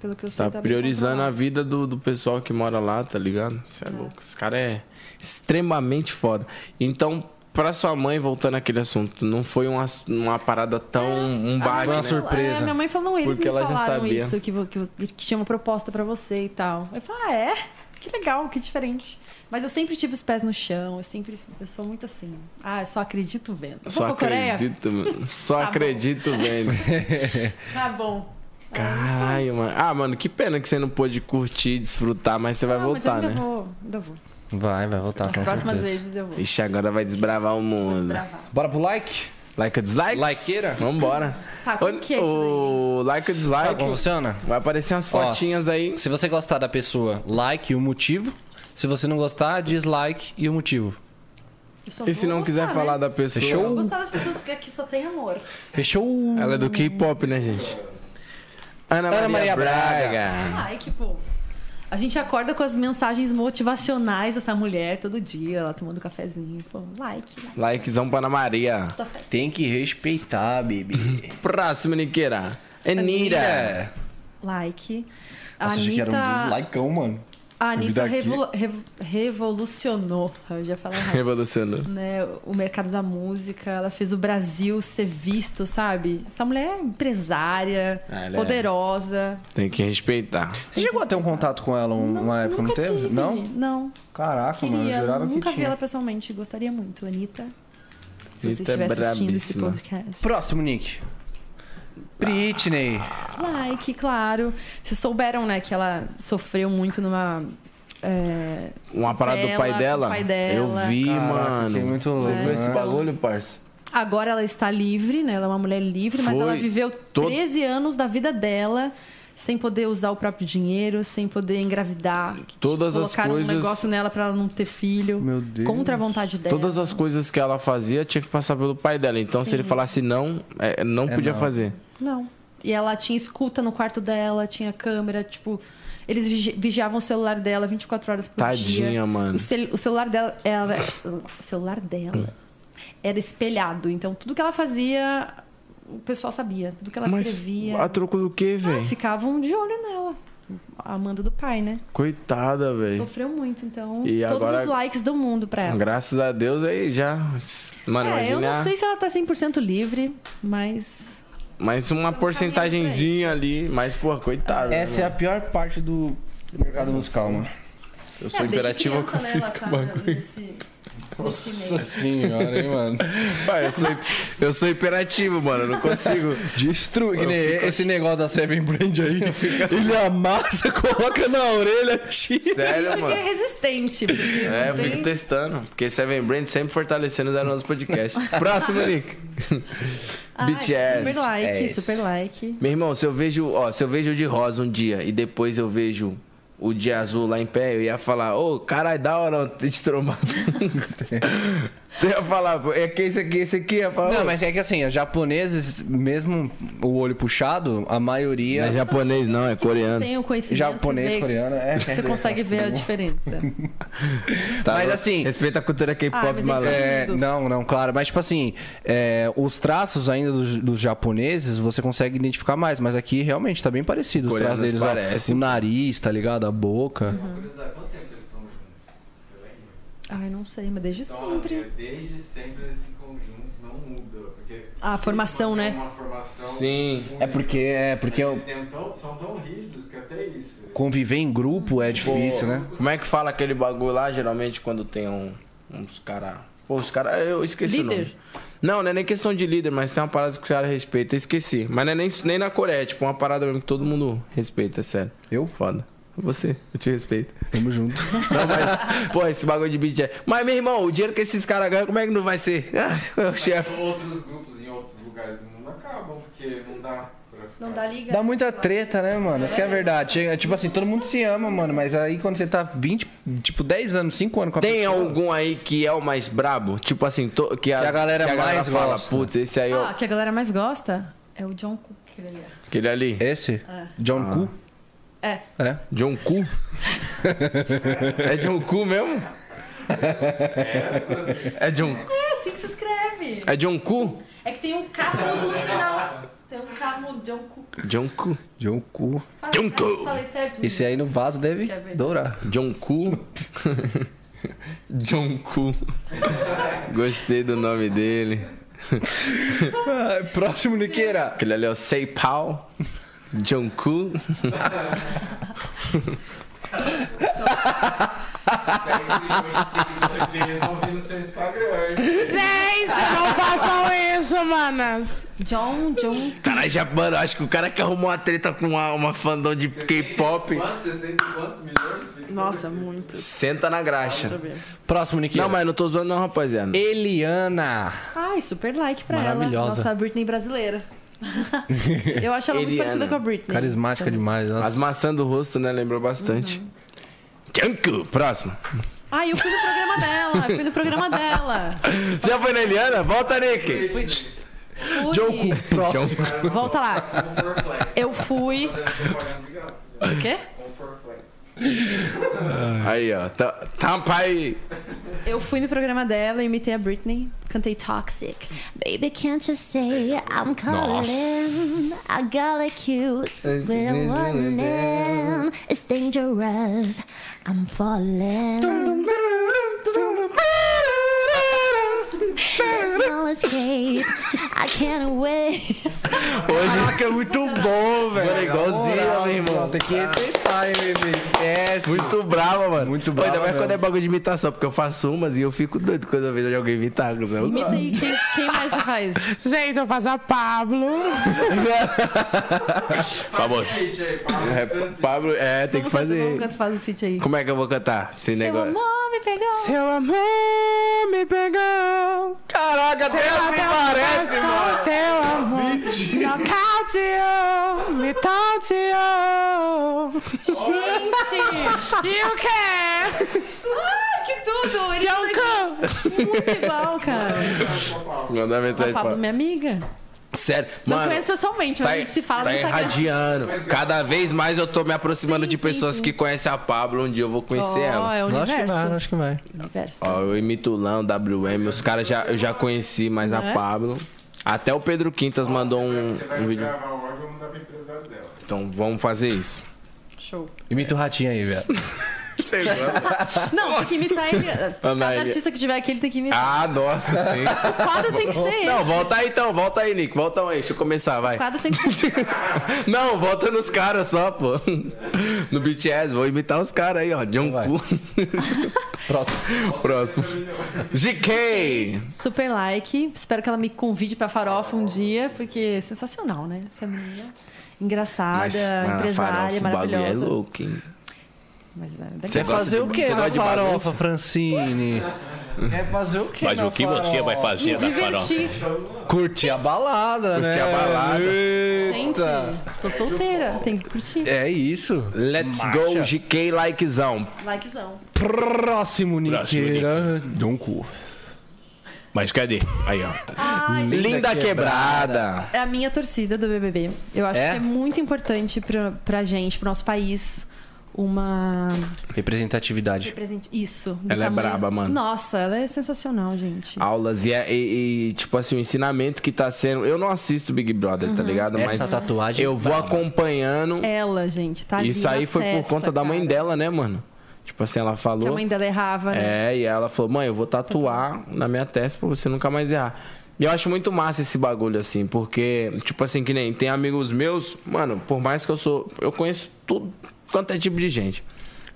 [SPEAKER 3] Pelo que eu sei,
[SPEAKER 1] tá
[SPEAKER 3] tá, bem
[SPEAKER 1] priorizando a
[SPEAKER 3] controlado.
[SPEAKER 1] vida do, do pessoal que mora lá, tá ligado? Você é, louco. Esse cara é extremamente foda. Então, pra sua mãe, voltando àquele assunto, não foi uma, uma parada tão. um
[SPEAKER 3] Ah,
[SPEAKER 1] baque,
[SPEAKER 2] Foi
[SPEAKER 1] né?
[SPEAKER 2] uma surpresa.
[SPEAKER 3] É, minha mãe falou, não, eles
[SPEAKER 1] Porque
[SPEAKER 3] me
[SPEAKER 1] ela já
[SPEAKER 3] falaram
[SPEAKER 1] sabia.
[SPEAKER 3] isso, que, vo- que, vo- que tinha uma proposta pra você e tal. Eu falei, ah, é? Que legal, que diferente. Mas eu sempre tive os pés no chão, eu sempre. Eu sou muito assim. Ah, eu só acredito vendo.
[SPEAKER 1] Só
[SPEAKER 3] Vamos pra Coreia? Tá
[SPEAKER 1] acredito, mano.
[SPEAKER 3] <laughs>
[SPEAKER 1] Só
[SPEAKER 3] bom.
[SPEAKER 1] acredito
[SPEAKER 3] <laughs>
[SPEAKER 1] vendo.
[SPEAKER 3] Tá bom.
[SPEAKER 1] Caralho, mano. Ah, mano, que pena que você não pôde curtir, desfrutar, mas você vai
[SPEAKER 3] Ah,
[SPEAKER 1] voltar,
[SPEAKER 3] mas eu ainda
[SPEAKER 1] né?
[SPEAKER 3] vou, ainda vou.
[SPEAKER 2] Vai, vai voltar,
[SPEAKER 3] assim. As
[SPEAKER 2] com
[SPEAKER 3] próximas
[SPEAKER 2] certeza.
[SPEAKER 3] vezes eu vou.
[SPEAKER 1] Ixi, agora vai desbravar o mundo.
[SPEAKER 2] Bora pro like?
[SPEAKER 1] Like ou dislike?
[SPEAKER 2] Likeira?
[SPEAKER 1] Vambora.
[SPEAKER 3] Tá, como
[SPEAKER 1] O-
[SPEAKER 3] que é isso
[SPEAKER 1] O like ou
[SPEAKER 2] Sabe
[SPEAKER 1] dislike?
[SPEAKER 2] como funciona?
[SPEAKER 1] Vai aparecer umas
[SPEAKER 2] Tá Ó,
[SPEAKER 1] fotinhas aí.
[SPEAKER 2] Se você gostar da pessoa, like e o motivo. Se você não gostar, dislike e o motivo.
[SPEAKER 3] Eu só
[SPEAKER 1] E se
[SPEAKER 3] vou
[SPEAKER 1] não quiser
[SPEAKER 3] gostar,
[SPEAKER 1] falar
[SPEAKER 3] né?
[SPEAKER 1] da pessoa.
[SPEAKER 3] Eu vou gostar das pessoas porque aqui só tem amor.
[SPEAKER 2] Fechou?
[SPEAKER 1] Ela é do K-pop, né, gente? Ana Maria,
[SPEAKER 2] Maria
[SPEAKER 1] Braga.
[SPEAKER 2] Braga.
[SPEAKER 3] Ai, que bom. A gente acorda com as mensagens motivacionais dessa mulher todo dia, ela tomando cafezinho. Pô, like, like.
[SPEAKER 1] Likezão pra Ana Maria.
[SPEAKER 3] Tá certo.
[SPEAKER 2] Tem que respeitar, baby.
[SPEAKER 1] Próximo, Niqueira. Anira.
[SPEAKER 2] Mira.
[SPEAKER 3] Like. A
[SPEAKER 2] Nossa, achei que
[SPEAKER 3] Anitta,
[SPEAKER 2] era um dislikeão, mano.
[SPEAKER 3] a Anitta
[SPEAKER 2] Vida aqui.
[SPEAKER 3] revolu- revo- revolucionou. Eu já falei errado. <laughs>
[SPEAKER 1] Revolucionou.
[SPEAKER 3] né, o mercado da música, ela fez o Brasil ser visto, sabe? Essa mulher é empresária,
[SPEAKER 1] Ah, ela é-
[SPEAKER 3] poderosa.
[SPEAKER 1] Tem que respeitar.
[SPEAKER 2] Você chegou a ter um contato com ela um- uma época, não
[SPEAKER 3] nunca
[SPEAKER 2] teve?
[SPEAKER 3] tive.
[SPEAKER 2] Não?
[SPEAKER 3] Não.
[SPEAKER 2] Caraca, mano, eu
[SPEAKER 3] Queria,
[SPEAKER 2] jurava
[SPEAKER 3] nunca
[SPEAKER 2] que
[SPEAKER 3] vi
[SPEAKER 2] tinha.
[SPEAKER 3] ela pessoalmente. Gostaria muito, Anitta. Se você
[SPEAKER 1] Anitta é
[SPEAKER 3] estiver assistindo esse
[SPEAKER 1] brabíssima.
[SPEAKER 3] podcast.
[SPEAKER 2] Próximo, Nick. Britney.
[SPEAKER 3] Like, claro. Vocês souberam, né, que ela sofreu muito numa. é,
[SPEAKER 1] Uma parada do
[SPEAKER 3] Dela,
[SPEAKER 1] pai
[SPEAKER 3] com o
[SPEAKER 1] dela?
[SPEAKER 3] pai dela.
[SPEAKER 1] Eu vi,
[SPEAKER 2] Caraca,
[SPEAKER 1] mano.
[SPEAKER 2] fiquei muito
[SPEAKER 1] Você
[SPEAKER 2] louco,
[SPEAKER 1] viu esse
[SPEAKER 2] né?
[SPEAKER 1] bagulho, parça?
[SPEAKER 3] Agora ela está livre, né? Ela é uma mulher livre, mas
[SPEAKER 1] Foi
[SPEAKER 3] ela viveu
[SPEAKER 1] to-
[SPEAKER 3] 13 anos da vida dela sem poder usar o próprio dinheiro, sem poder engravidar. Que, tipo,
[SPEAKER 1] Todas as
[SPEAKER 3] colocaram
[SPEAKER 1] coisas-
[SPEAKER 3] um negócio nela para ela não ter filho.
[SPEAKER 2] Meu Deus.
[SPEAKER 3] Contra a vontade dela.
[SPEAKER 1] Todas as coisas que ela fazia tinha que passar pelo pai dela. Então, se ele falasse não, é, não
[SPEAKER 2] É
[SPEAKER 1] podia
[SPEAKER 2] não.
[SPEAKER 1] fazer.
[SPEAKER 3] Não. E ela tinha escuta no quarto dela, tinha câmera, tipo. Eles vigi- vigiavam o celular dela 24 horas por dia.
[SPEAKER 1] Tadinha, mano.
[SPEAKER 3] O, cel- o celular dela era. O celular dela era espelhado. Então, tudo que ela fazia, o pessoal sabia. Tudo que ela
[SPEAKER 1] Mas
[SPEAKER 3] escrevia.
[SPEAKER 1] a troco do quê,
[SPEAKER 3] Ah,
[SPEAKER 1] velho?
[SPEAKER 3] Ficavam de olho nela. amando do pai, né?
[SPEAKER 1] Coitada, velho.
[SPEAKER 3] Sofreu muito, então.
[SPEAKER 1] E
[SPEAKER 3] todos
[SPEAKER 1] agora-
[SPEAKER 3] os likes do mundo pra ela.
[SPEAKER 1] Graças a Deus aí já. Mano,
[SPEAKER 3] é, eu
[SPEAKER 1] imagina.
[SPEAKER 3] não sei se ela tá 100% livre, mas.
[SPEAKER 1] Mas uma porcentagemzinha ali. Mas, porra, coitado.
[SPEAKER 2] Essa é a pior parte do mercado musical, mano.
[SPEAKER 1] Eu sou imperativo com
[SPEAKER 3] né,
[SPEAKER 1] fiz com o bagulho.
[SPEAKER 3] nesse, nesse meio.
[SPEAKER 2] senhora, hein, mano.
[SPEAKER 1] Pai, eu, sou, eu sou imperativo, mano. Eu não consigo.
[SPEAKER 2] Destrui. que nem esse negócio da Seven Brand aí. Ele amassa, <laughs> coloca na orelha, tira.
[SPEAKER 1] Sério,
[SPEAKER 3] <laughs> Isso aqui é
[SPEAKER 1] mano.
[SPEAKER 3] resistente.
[SPEAKER 1] É, eu
[SPEAKER 3] Não tem-
[SPEAKER 1] fico testando. Porque Seven Brand sempre fortalecendo os nosso
[SPEAKER 3] <laughs>
[SPEAKER 1] podcast. Próximo, Nick.
[SPEAKER 3] Ah,
[SPEAKER 1] BTS.
[SPEAKER 3] Super like,
[SPEAKER 1] É isso.
[SPEAKER 3] super like.
[SPEAKER 1] Meu irmão, se eu vejo, ó, se eu vejo o de rosa um dia e depois eu vejo o de azul lá em pé, eu ia falar, ô, caralho, da hora ter te <laughs> trombado. tu ia falar, pô, é que esse aqui, esse aqui, ia falar,
[SPEAKER 2] Não,
[SPEAKER 1] ô,
[SPEAKER 2] mas é que assim, os japoneses, mesmo o olho puxado, a
[SPEAKER 1] não
[SPEAKER 2] maioria...
[SPEAKER 1] é japonês não, é coreano.
[SPEAKER 3] Tem o conhecimento.
[SPEAKER 2] Japonês,
[SPEAKER 3] vê-
[SPEAKER 2] coreano, é.
[SPEAKER 3] Você consegue ver a
[SPEAKER 1] <laughs>
[SPEAKER 3] diferença.
[SPEAKER 1] Tá
[SPEAKER 2] Mas
[SPEAKER 1] bom?
[SPEAKER 2] assim-
[SPEAKER 1] Respeita a cultura
[SPEAKER 3] Ah,
[SPEAKER 1] K-pop,
[SPEAKER 3] mas é
[SPEAKER 1] maluco.
[SPEAKER 3] isso.
[SPEAKER 2] É,
[SPEAKER 3] Unidos.
[SPEAKER 2] não, não, claro. Mas, tipo assim, é, os traços ainda dos, dos japoneses você consegue identificar mais. Mas aqui realmente tá bem parecido os
[SPEAKER 1] Coreanos
[SPEAKER 2] traços deles. ó.
[SPEAKER 1] parecem.
[SPEAKER 2] o nariz, tá ligado? A boca.
[SPEAKER 3] Ai, não sei, mas desde
[SPEAKER 6] Então,
[SPEAKER 3] sempre.
[SPEAKER 6] Desde sempre eles ficam juntos, não muda. Porque
[SPEAKER 3] A formação,
[SPEAKER 6] é
[SPEAKER 3] né?
[SPEAKER 6] uma formação
[SPEAKER 1] Sim.
[SPEAKER 6] única.
[SPEAKER 2] É porque, é porque
[SPEAKER 6] Eles
[SPEAKER 2] eu-
[SPEAKER 6] têm tão- são tão rígidos que até isso.
[SPEAKER 2] conviver em grupo é difícil, né?
[SPEAKER 1] Como é que fala aquele bagulho lá, geralmente, quando tem um, uns caras... Pô, os caras... Eu esqueci o
[SPEAKER 3] Líder.
[SPEAKER 1] nome. Não, não é nem questão de líder, mas tem uma parada que os caras respeitam. Eu Esqueci. Mas não é nem, nem na Coreia, é tipo uma parada mesmo que todo mundo respeita, é sério.
[SPEAKER 2] Eu?
[SPEAKER 1] Foda. Você, eu te respeito.
[SPEAKER 2] Tamo junto.
[SPEAKER 1] Não, mas, <laughs> pô, esse bagulho de BTS. Mas, meu irmão, o dinheiro que esses caras ganham, como é que não vai ser? <laughs> Ah, é o chefe.
[SPEAKER 6] Outros grupos em outros lugares do mundo acabam, porque não dá pra ficar.
[SPEAKER 3] Não dá
[SPEAKER 2] <laughs>
[SPEAKER 3] liga.
[SPEAKER 2] Dá muita treta, né, mano? Isso que é a verdade. Chega- Tipo assim, todo mundo se ama, mano. Mas aí quando você tá 20, tipo 10 anos, 5 anos com a
[SPEAKER 1] Tem
[SPEAKER 2] pessoa-
[SPEAKER 1] algum aí que é o mais brabo? Tipo assim, to- que, a,
[SPEAKER 2] Que a galera mais
[SPEAKER 1] fala,
[SPEAKER 2] gosta.
[SPEAKER 1] putz, esse aí, ó,
[SPEAKER 3] Ah, que a galera mais gosta é o John Cook.
[SPEAKER 1] aquele ali.
[SPEAKER 2] Esse? John Ku?
[SPEAKER 3] É.
[SPEAKER 2] É.
[SPEAKER 1] John Cu? é John Cu mesmo? É John,
[SPEAKER 3] É assim que se escreve.
[SPEAKER 1] é John Cu?
[SPEAKER 3] É que tem um K mudo no final. Tem um K mudo, John Cook.
[SPEAKER 1] John Cu.
[SPEAKER 2] John Ku.
[SPEAKER 3] Falei
[SPEAKER 1] John
[SPEAKER 3] certo?
[SPEAKER 1] Cook.
[SPEAKER 3] Falei certo?
[SPEAKER 2] Esse aí no vaso deve
[SPEAKER 3] Que é verdade.
[SPEAKER 2] dourar.
[SPEAKER 1] John Cu. John Cu. Gostei do nome dele.
[SPEAKER 2] Ai, Ah, próximo, Niqueira.
[SPEAKER 1] Aquele ali é o Sei Pau. John Cu.
[SPEAKER 6] assim, Eles vão vir no seu Instagram. hein?
[SPEAKER 5] Gente, não façam isso, manas.
[SPEAKER 3] John, John.
[SPEAKER 1] Caralho, já, mano, acho que o cara que arrumou a treta com uma, uma fandom de K-pop,
[SPEAKER 6] Quantos, 60 e Ah, quantos milhões? Fica-
[SPEAKER 5] Nossa, muito.
[SPEAKER 1] senta na graxa.
[SPEAKER 2] Próximo, Niqueira.
[SPEAKER 1] Não, mas não tô zoando não, rapaziada.
[SPEAKER 2] Eliana.
[SPEAKER 3] Ai, super like pra ela.
[SPEAKER 2] Maravilhosa.
[SPEAKER 3] Nossa, a
[SPEAKER 1] <laughs>
[SPEAKER 3] Britney brasileira. Eu acho ela muito
[SPEAKER 1] Eliana.
[SPEAKER 3] parecida com a Britney.
[SPEAKER 2] Carismática demais. Nossa.
[SPEAKER 1] As maçãs do rosto, né? Lembrou bastante. John Cu. Próximo.
[SPEAKER 3] Ai, eu fui no programa dela. Eu fui no programa dela.
[SPEAKER 1] Você <laughs> já foi na Eliana? Volta, Nick.
[SPEAKER 3] Fui.
[SPEAKER 1] John
[SPEAKER 9] <laughs>
[SPEAKER 1] Cu. Próximo.
[SPEAKER 3] Volta lá.
[SPEAKER 6] Comfort Flex.
[SPEAKER 3] Eu fui.
[SPEAKER 6] Tô tá pagando de graça. né?
[SPEAKER 3] O quê?
[SPEAKER 6] Comfort Flex.
[SPEAKER 1] Aí, ó. tá- Tampa aí.
[SPEAKER 3] Eu fui no programa dela, imitei a Britney, cantei Toxic.
[SPEAKER 4] Sick. Baby, can't you say I'm calling? I got accused with a warning. It's dangerous. I'm falling. There's no escape. I can't wait.
[SPEAKER 1] Hoje Caraca, é muito bom, velho. Mano, é igualzinho, meu irmão.
[SPEAKER 2] Tem que respeitar, hein, bebê. Esquece.
[SPEAKER 1] Muito brava, mano.
[SPEAKER 2] Muito
[SPEAKER 1] Pô,
[SPEAKER 2] brava
[SPEAKER 1] Ainda mais
[SPEAKER 2] mesmo.
[SPEAKER 1] quando é bagulho de imitação, porque eu faço umas e eu fico doido quando eu vejo alguém imitar. né? cuzão. Eu
[SPEAKER 3] Imita aí quem, quem mais você faz?
[SPEAKER 5] Gente, eu faço a
[SPEAKER 1] <laughs>
[SPEAKER 5] Pablo.
[SPEAKER 1] Pablo.
[SPEAKER 6] Gente, aí, pá.
[SPEAKER 1] É, Pablo, é, tem que
[SPEAKER 3] Vamos cantar,
[SPEAKER 1] fazer.
[SPEAKER 3] Vamos cantar, faz um feat aí.
[SPEAKER 1] Como é que eu vou cantar esse
[SPEAKER 3] Seu
[SPEAKER 1] negócio?
[SPEAKER 3] amor me pegou.
[SPEAKER 5] Seu amor me pegou.
[SPEAKER 1] Caraca, até assim parece, mano.
[SPEAKER 5] Com teu amor. Nocauteou, me tauteou.
[SPEAKER 3] Gente!
[SPEAKER 5] E o quê?
[SPEAKER 3] Ai, que tudo! Ele
[SPEAKER 5] John
[SPEAKER 3] tá
[SPEAKER 5] Cook.
[SPEAKER 3] muito igual, cara.
[SPEAKER 1] Manda mensagem
[SPEAKER 3] A
[SPEAKER 1] pra
[SPEAKER 3] Pablo, minha amiga.
[SPEAKER 1] Sério,
[SPEAKER 3] Não
[SPEAKER 1] mano.
[SPEAKER 3] conheço pessoalmente, mas a gente se fala
[SPEAKER 1] tá
[SPEAKER 3] no Instagram.
[SPEAKER 1] irradiando. Cada vez mais eu tô me aproximando
[SPEAKER 3] Sim,
[SPEAKER 1] de
[SPEAKER 3] sim,
[SPEAKER 1] pessoas
[SPEAKER 3] sim.
[SPEAKER 1] que conhecem a Pablo. Um dia eu vou conhecer ela.
[SPEAKER 3] Ó, é o
[SPEAKER 2] Acho que
[SPEAKER 3] universo.
[SPEAKER 2] vai, acho que vai.
[SPEAKER 3] universo.
[SPEAKER 1] Ó, eu imito o Lão, WM, os caras já, eu já conheci, mas
[SPEAKER 3] Não
[SPEAKER 1] a
[SPEAKER 3] é?
[SPEAKER 1] Pablo. Até o Pedro Quintas mandou um,
[SPEAKER 6] Você vai
[SPEAKER 1] um vídeo.
[SPEAKER 6] gravar hoje, eu vou mandar pra empresa dela.
[SPEAKER 1] Então vamos fazer isso.
[SPEAKER 3] Show.
[SPEAKER 2] Imita o ratinho aí, velho.
[SPEAKER 8] Sei lá.
[SPEAKER 3] Não, tem que imitar
[SPEAKER 1] <laughs>
[SPEAKER 3] ele. Cada
[SPEAKER 1] Anaília.
[SPEAKER 3] artista que tiver aqui, ele tem que imitar.
[SPEAKER 8] Ah, nossa,
[SPEAKER 3] <laughs>
[SPEAKER 8] sim.
[SPEAKER 3] O quadro tem que ser
[SPEAKER 1] Ah. Não,
[SPEAKER 3] esse.
[SPEAKER 1] volta aí então, volta aí, Nick. Volta aí, deixa eu começar, vai.
[SPEAKER 3] O quadro tem que ser.
[SPEAKER 1] <laughs> Não, volta nos caras só, pô. No BTS, vou imitar os caras aí, ó. Jungkook.
[SPEAKER 2] Então <laughs> Próximo.
[SPEAKER 1] Próximo. GK.
[SPEAKER 3] Super like. Espero que ela me convide pra farofa um dia, porque é sensacional, né? Essa menina. Engraçada, empresária,
[SPEAKER 1] bagulho é
[SPEAKER 3] maravilhosa.
[SPEAKER 1] louco, hein?
[SPEAKER 3] Mas é
[SPEAKER 1] Você
[SPEAKER 3] legal.
[SPEAKER 1] gosta
[SPEAKER 2] Fazer
[SPEAKER 1] de-
[SPEAKER 2] o quê
[SPEAKER 1] Você
[SPEAKER 2] na
[SPEAKER 1] gosta de
[SPEAKER 2] farofa,
[SPEAKER 1] bagunça?
[SPEAKER 2] Francine? Quer fazer o quê
[SPEAKER 9] Mas
[SPEAKER 2] na
[SPEAKER 9] o que você
[SPEAKER 2] farofa?
[SPEAKER 9] vai fazer
[SPEAKER 3] Me
[SPEAKER 9] na farofa?
[SPEAKER 3] divertir.
[SPEAKER 2] Curtir a balada, né?
[SPEAKER 1] Curtir a balada.
[SPEAKER 3] Gente,
[SPEAKER 2] Eita.
[SPEAKER 3] tô solteira. Tem que curtir.
[SPEAKER 2] É isso.
[SPEAKER 1] Let's
[SPEAKER 2] Marcha.
[SPEAKER 1] go, GK likezão.
[SPEAKER 3] Likezão.
[SPEAKER 2] Próximo,
[SPEAKER 9] Próximo,
[SPEAKER 2] Niqueira. Donku.
[SPEAKER 9] Mas cadê? Aí, ó.
[SPEAKER 1] Linda quebrada.
[SPEAKER 3] É a minha torcida do BBB. Eu acho
[SPEAKER 2] É?
[SPEAKER 3] que é muito importante pra, pra gente, pro nosso país, uma
[SPEAKER 2] Representatividade.
[SPEAKER 3] represente isso. do
[SPEAKER 1] Ela é braba, mano.
[SPEAKER 3] Nossa, ela é sensacional, gente.
[SPEAKER 1] Aulas e, é- e- e, tipo assim, o ensinamento que tá sendo. Eu não assisto Big Brother,
[SPEAKER 3] Uhum.
[SPEAKER 1] tá ligado?
[SPEAKER 2] Essa tatuagem
[SPEAKER 1] Eu vou
[SPEAKER 2] braba.
[SPEAKER 1] acompanhando.
[SPEAKER 3] Ela, gente, tá ali
[SPEAKER 1] Isso aí
[SPEAKER 3] na
[SPEAKER 1] foi por
[SPEAKER 3] festa,
[SPEAKER 1] conta da mãe
[SPEAKER 3] cara.
[SPEAKER 1] dela, né, mano? Tipo assim, ela
[SPEAKER 3] Que a
[SPEAKER 1] falou.
[SPEAKER 3] mãe dela errava, né?
[SPEAKER 1] É, e ela falou, mãe, eu vou tatuar na minha testa pra você nunca mais errar. E eu acho muito massa esse bagulho, assim, porque, tipo assim, que nem tem amigos meus, mano, por mais que eu sou. Eu conheço tudo quanto é tipo de gente.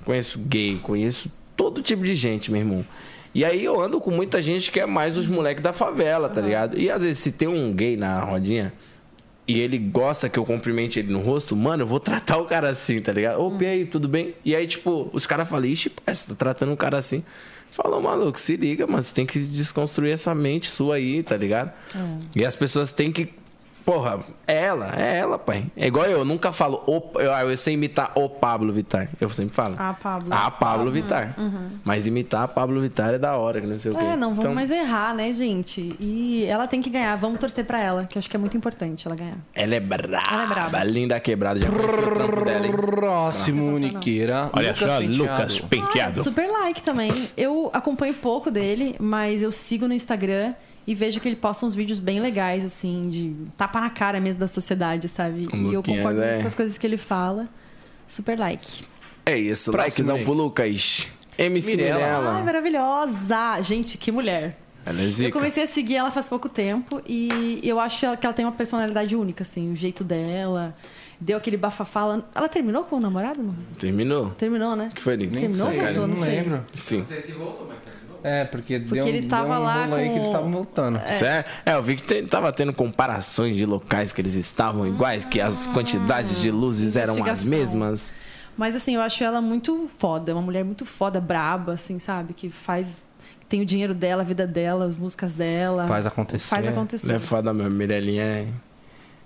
[SPEAKER 1] Conheço gay, conheço todo tipo de gente, meu irmão. E aí eu ando com muita gente que é mais os moleques da favela, tá ligado? E às vezes se tem um gay na rodinha, e ele gosta que eu cumprimente ele no rosto, mano, eu vou tratar o cara assim, tá ligado? Ô, e aí, tudo bem? E aí, tipo, os caras falam, ixi, parça, tá tratando um cara assim. Falou, maluco, se liga, mano, você tem que desconstruir essa mente sua aí, tá ligado?
[SPEAKER 3] É.
[SPEAKER 1] E as pessoas têm que. Porra, é ela, é ela, pai. É igual eu, eu nunca falo, o, eu, ah, eu sei imitar o Pablo Vittar. Eu sempre falo.
[SPEAKER 3] A Ah, Pablo. Uhum.
[SPEAKER 1] A Pablo Vittar. Mas imitar a Pablo Vittar é da hora, que não sei o quê.
[SPEAKER 3] É, não vamos
[SPEAKER 1] Então,
[SPEAKER 3] mais errar, né, gente? E ela tem que ganhar. Vamos torcer pra ela, que eu acho que é muito importante ela ganhar.
[SPEAKER 1] Ela é braba.
[SPEAKER 3] Ela é braba.
[SPEAKER 1] Linda quebrada. Já conheci o trampo dela, hein?
[SPEAKER 2] Próximo, Niqueira.
[SPEAKER 9] Olha só,
[SPEAKER 2] Penteado.
[SPEAKER 9] Lucas
[SPEAKER 3] Ah,
[SPEAKER 9] Penteado.
[SPEAKER 3] super like também. Eu acompanho pouco dele, mas eu sigo no Instagram e vejo que ele posta uns vídeos bem legais, assim, de tapa na cara mesmo da sociedade, sabe?
[SPEAKER 1] Um
[SPEAKER 3] e eu
[SPEAKER 1] Luquinhas,
[SPEAKER 3] concordo
[SPEAKER 1] é.
[SPEAKER 3] muito com as coisas que ele fala. Super like.
[SPEAKER 1] É isso,
[SPEAKER 2] Próximo
[SPEAKER 1] likezão
[SPEAKER 2] aí.
[SPEAKER 1] pro Lucas. MC
[SPEAKER 2] Mirella.
[SPEAKER 3] Ai,
[SPEAKER 1] Mirella.
[SPEAKER 3] maravilhosa! Gente, que mulher.
[SPEAKER 1] Ela é
[SPEAKER 3] Ah, Eu
[SPEAKER 1] Ah. zica.
[SPEAKER 3] comecei a seguir ela faz pouco tempo e eu acho ela- que ela tem uma personalidade única, assim, o jeito dela. Deu aquele bafafá. Ela, ela terminou com o namorado? Não?
[SPEAKER 1] Terminou? O
[SPEAKER 3] Terminou, né?
[SPEAKER 1] que foi, Nick?
[SPEAKER 3] Terminou ou
[SPEAKER 1] sei,
[SPEAKER 3] voltou?
[SPEAKER 1] cara.
[SPEAKER 3] Não,
[SPEAKER 2] Não
[SPEAKER 3] sei.
[SPEAKER 2] lembro.
[SPEAKER 1] Sim.
[SPEAKER 6] sei se voltou, mas terminou.
[SPEAKER 2] É, porque, deu
[SPEAKER 3] Porque ele
[SPEAKER 2] um-
[SPEAKER 3] tava
[SPEAKER 2] deu um
[SPEAKER 3] lá
[SPEAKER 2] rolo aí
[SPEAKER 3] com-
[SPEAKER 2] que eles estavam voltando.
[SPEAKER 1] É. é, eu vi que te- tava tendo comparações de locais que eles estavam iguais, que as quantidades de luzes eram as
[SPEAKER 3] Ah. investigação.
[SPEAKER 1] mesmas.
[SPEAKER 3] Mas assim, eu acho ela muito foda, uma mulher muito foda, braba, assim, sabe? Que faz. que Tem o dinheiro dela, a vida dela, as músicas dela.
[SPEAKER 2] Faz acontecer.
[SPEAKER 3] Faz
[SPEAKER 1] Ela é
[SPEAKER 3] acontecer.
[SPEAKER 1] foda mesmo, Mirelinha é,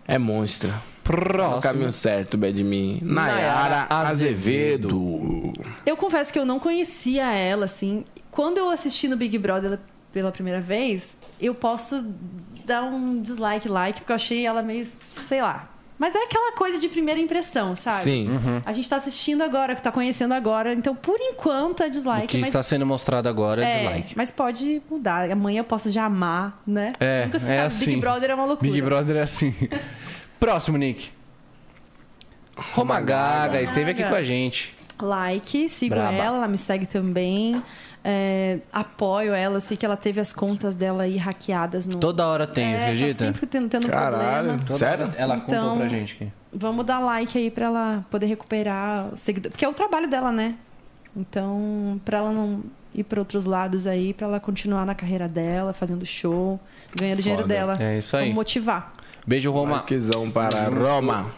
[SPEAKER 1] é monstro. É o
[SPEAKER 2] Próximo.
[SPEAKER 1] caminho certo, bad Mim.
[SPEAKER 2] Nayara
[SPEAKER 1] Nayara Azevedo.
[SPEAKER 3] Eu confesso que eu não conhecia ela, assim. Quando eu assisti no Big Brother pela primeira vez, eu posso dar um dislike, like, porque eu achei ela meio, sei lá. Mas é aquela coisa de primeira impressão, sabe?
[SPEAKER 1] Sim.
[SPEAKER 2] Uhum.
[SPEAKER 3] A gente tá assistindo agora, tá conhecendo agora, então por enquanto é
[SPEAKER 2] O
[SPEAKER 3] dislike,
[SPEAKER 2] que
[SPEAKER 3] mas
[SPEAKER 2] está sendo mostrado agora é
[SPEAKER 3] É,
[SPEAKER 2] dislike.
[SPEAKER 3] mas pode mudar. Amanhã eu posso já amar, né?
[SPEAKER 2] É,
[SPEAKER 3] Nunca se
[SPEAKER 2] é
[SPEAKER 3] sabe.
[SPEAKER 2] assim.
[SPEAKER 3] Big Brother é uma loucura.
[SPEAKER 2] Big Brother é assim. Próximo, Nick. Roma Gaga esteve aqui
[SPEAKER 3] Gaga.
[SPEAKER 2] com a gente.
[SPEAKER 3] Like, sigo
[SPEAKER 2] Braba.
[SPEAKER 3] ela, ela me segue também. É, apoio ela, sei que ela teve as contas dela aí hackeadas no.
[SPEAKER 2] Toda hora tem, você
[SPEAKER 3] é, tá
[SPEAKER 2] acredita?
[SPEAKER 3] sempre tendo, tendo
[SPEAKER 1] Caralho.
[SPEAKER 3] problema.
[SPEAKER 2] Toda
[SPEAKER 1] Sério?
[SPEAKER 2] hora Ela contou
[SPEAKER 3] Então-
[SPEAKER 2] pra gente aqui.
[SPEAKER 3] Vamos dar like aí pra ela poder recuperar o seguidor. Porque é o trabalho dela, né? Então, pra ela não ir pra outros lados aí, pra ela continuar na carreira dela, fazendo show, ganhando dinheiro
[SPEAKER 1] Foda.
[SPEAKER 3] dela.
[SPEAKER 2] É isso aí.
[SPEAKER 3] Vamos motivar.
[SPEAKER 2] Beijo, Roma.
[SPEAKER 1] Marquezão para
[SPEAKER 3] Uhum.
[SPEAKER 1] Roma.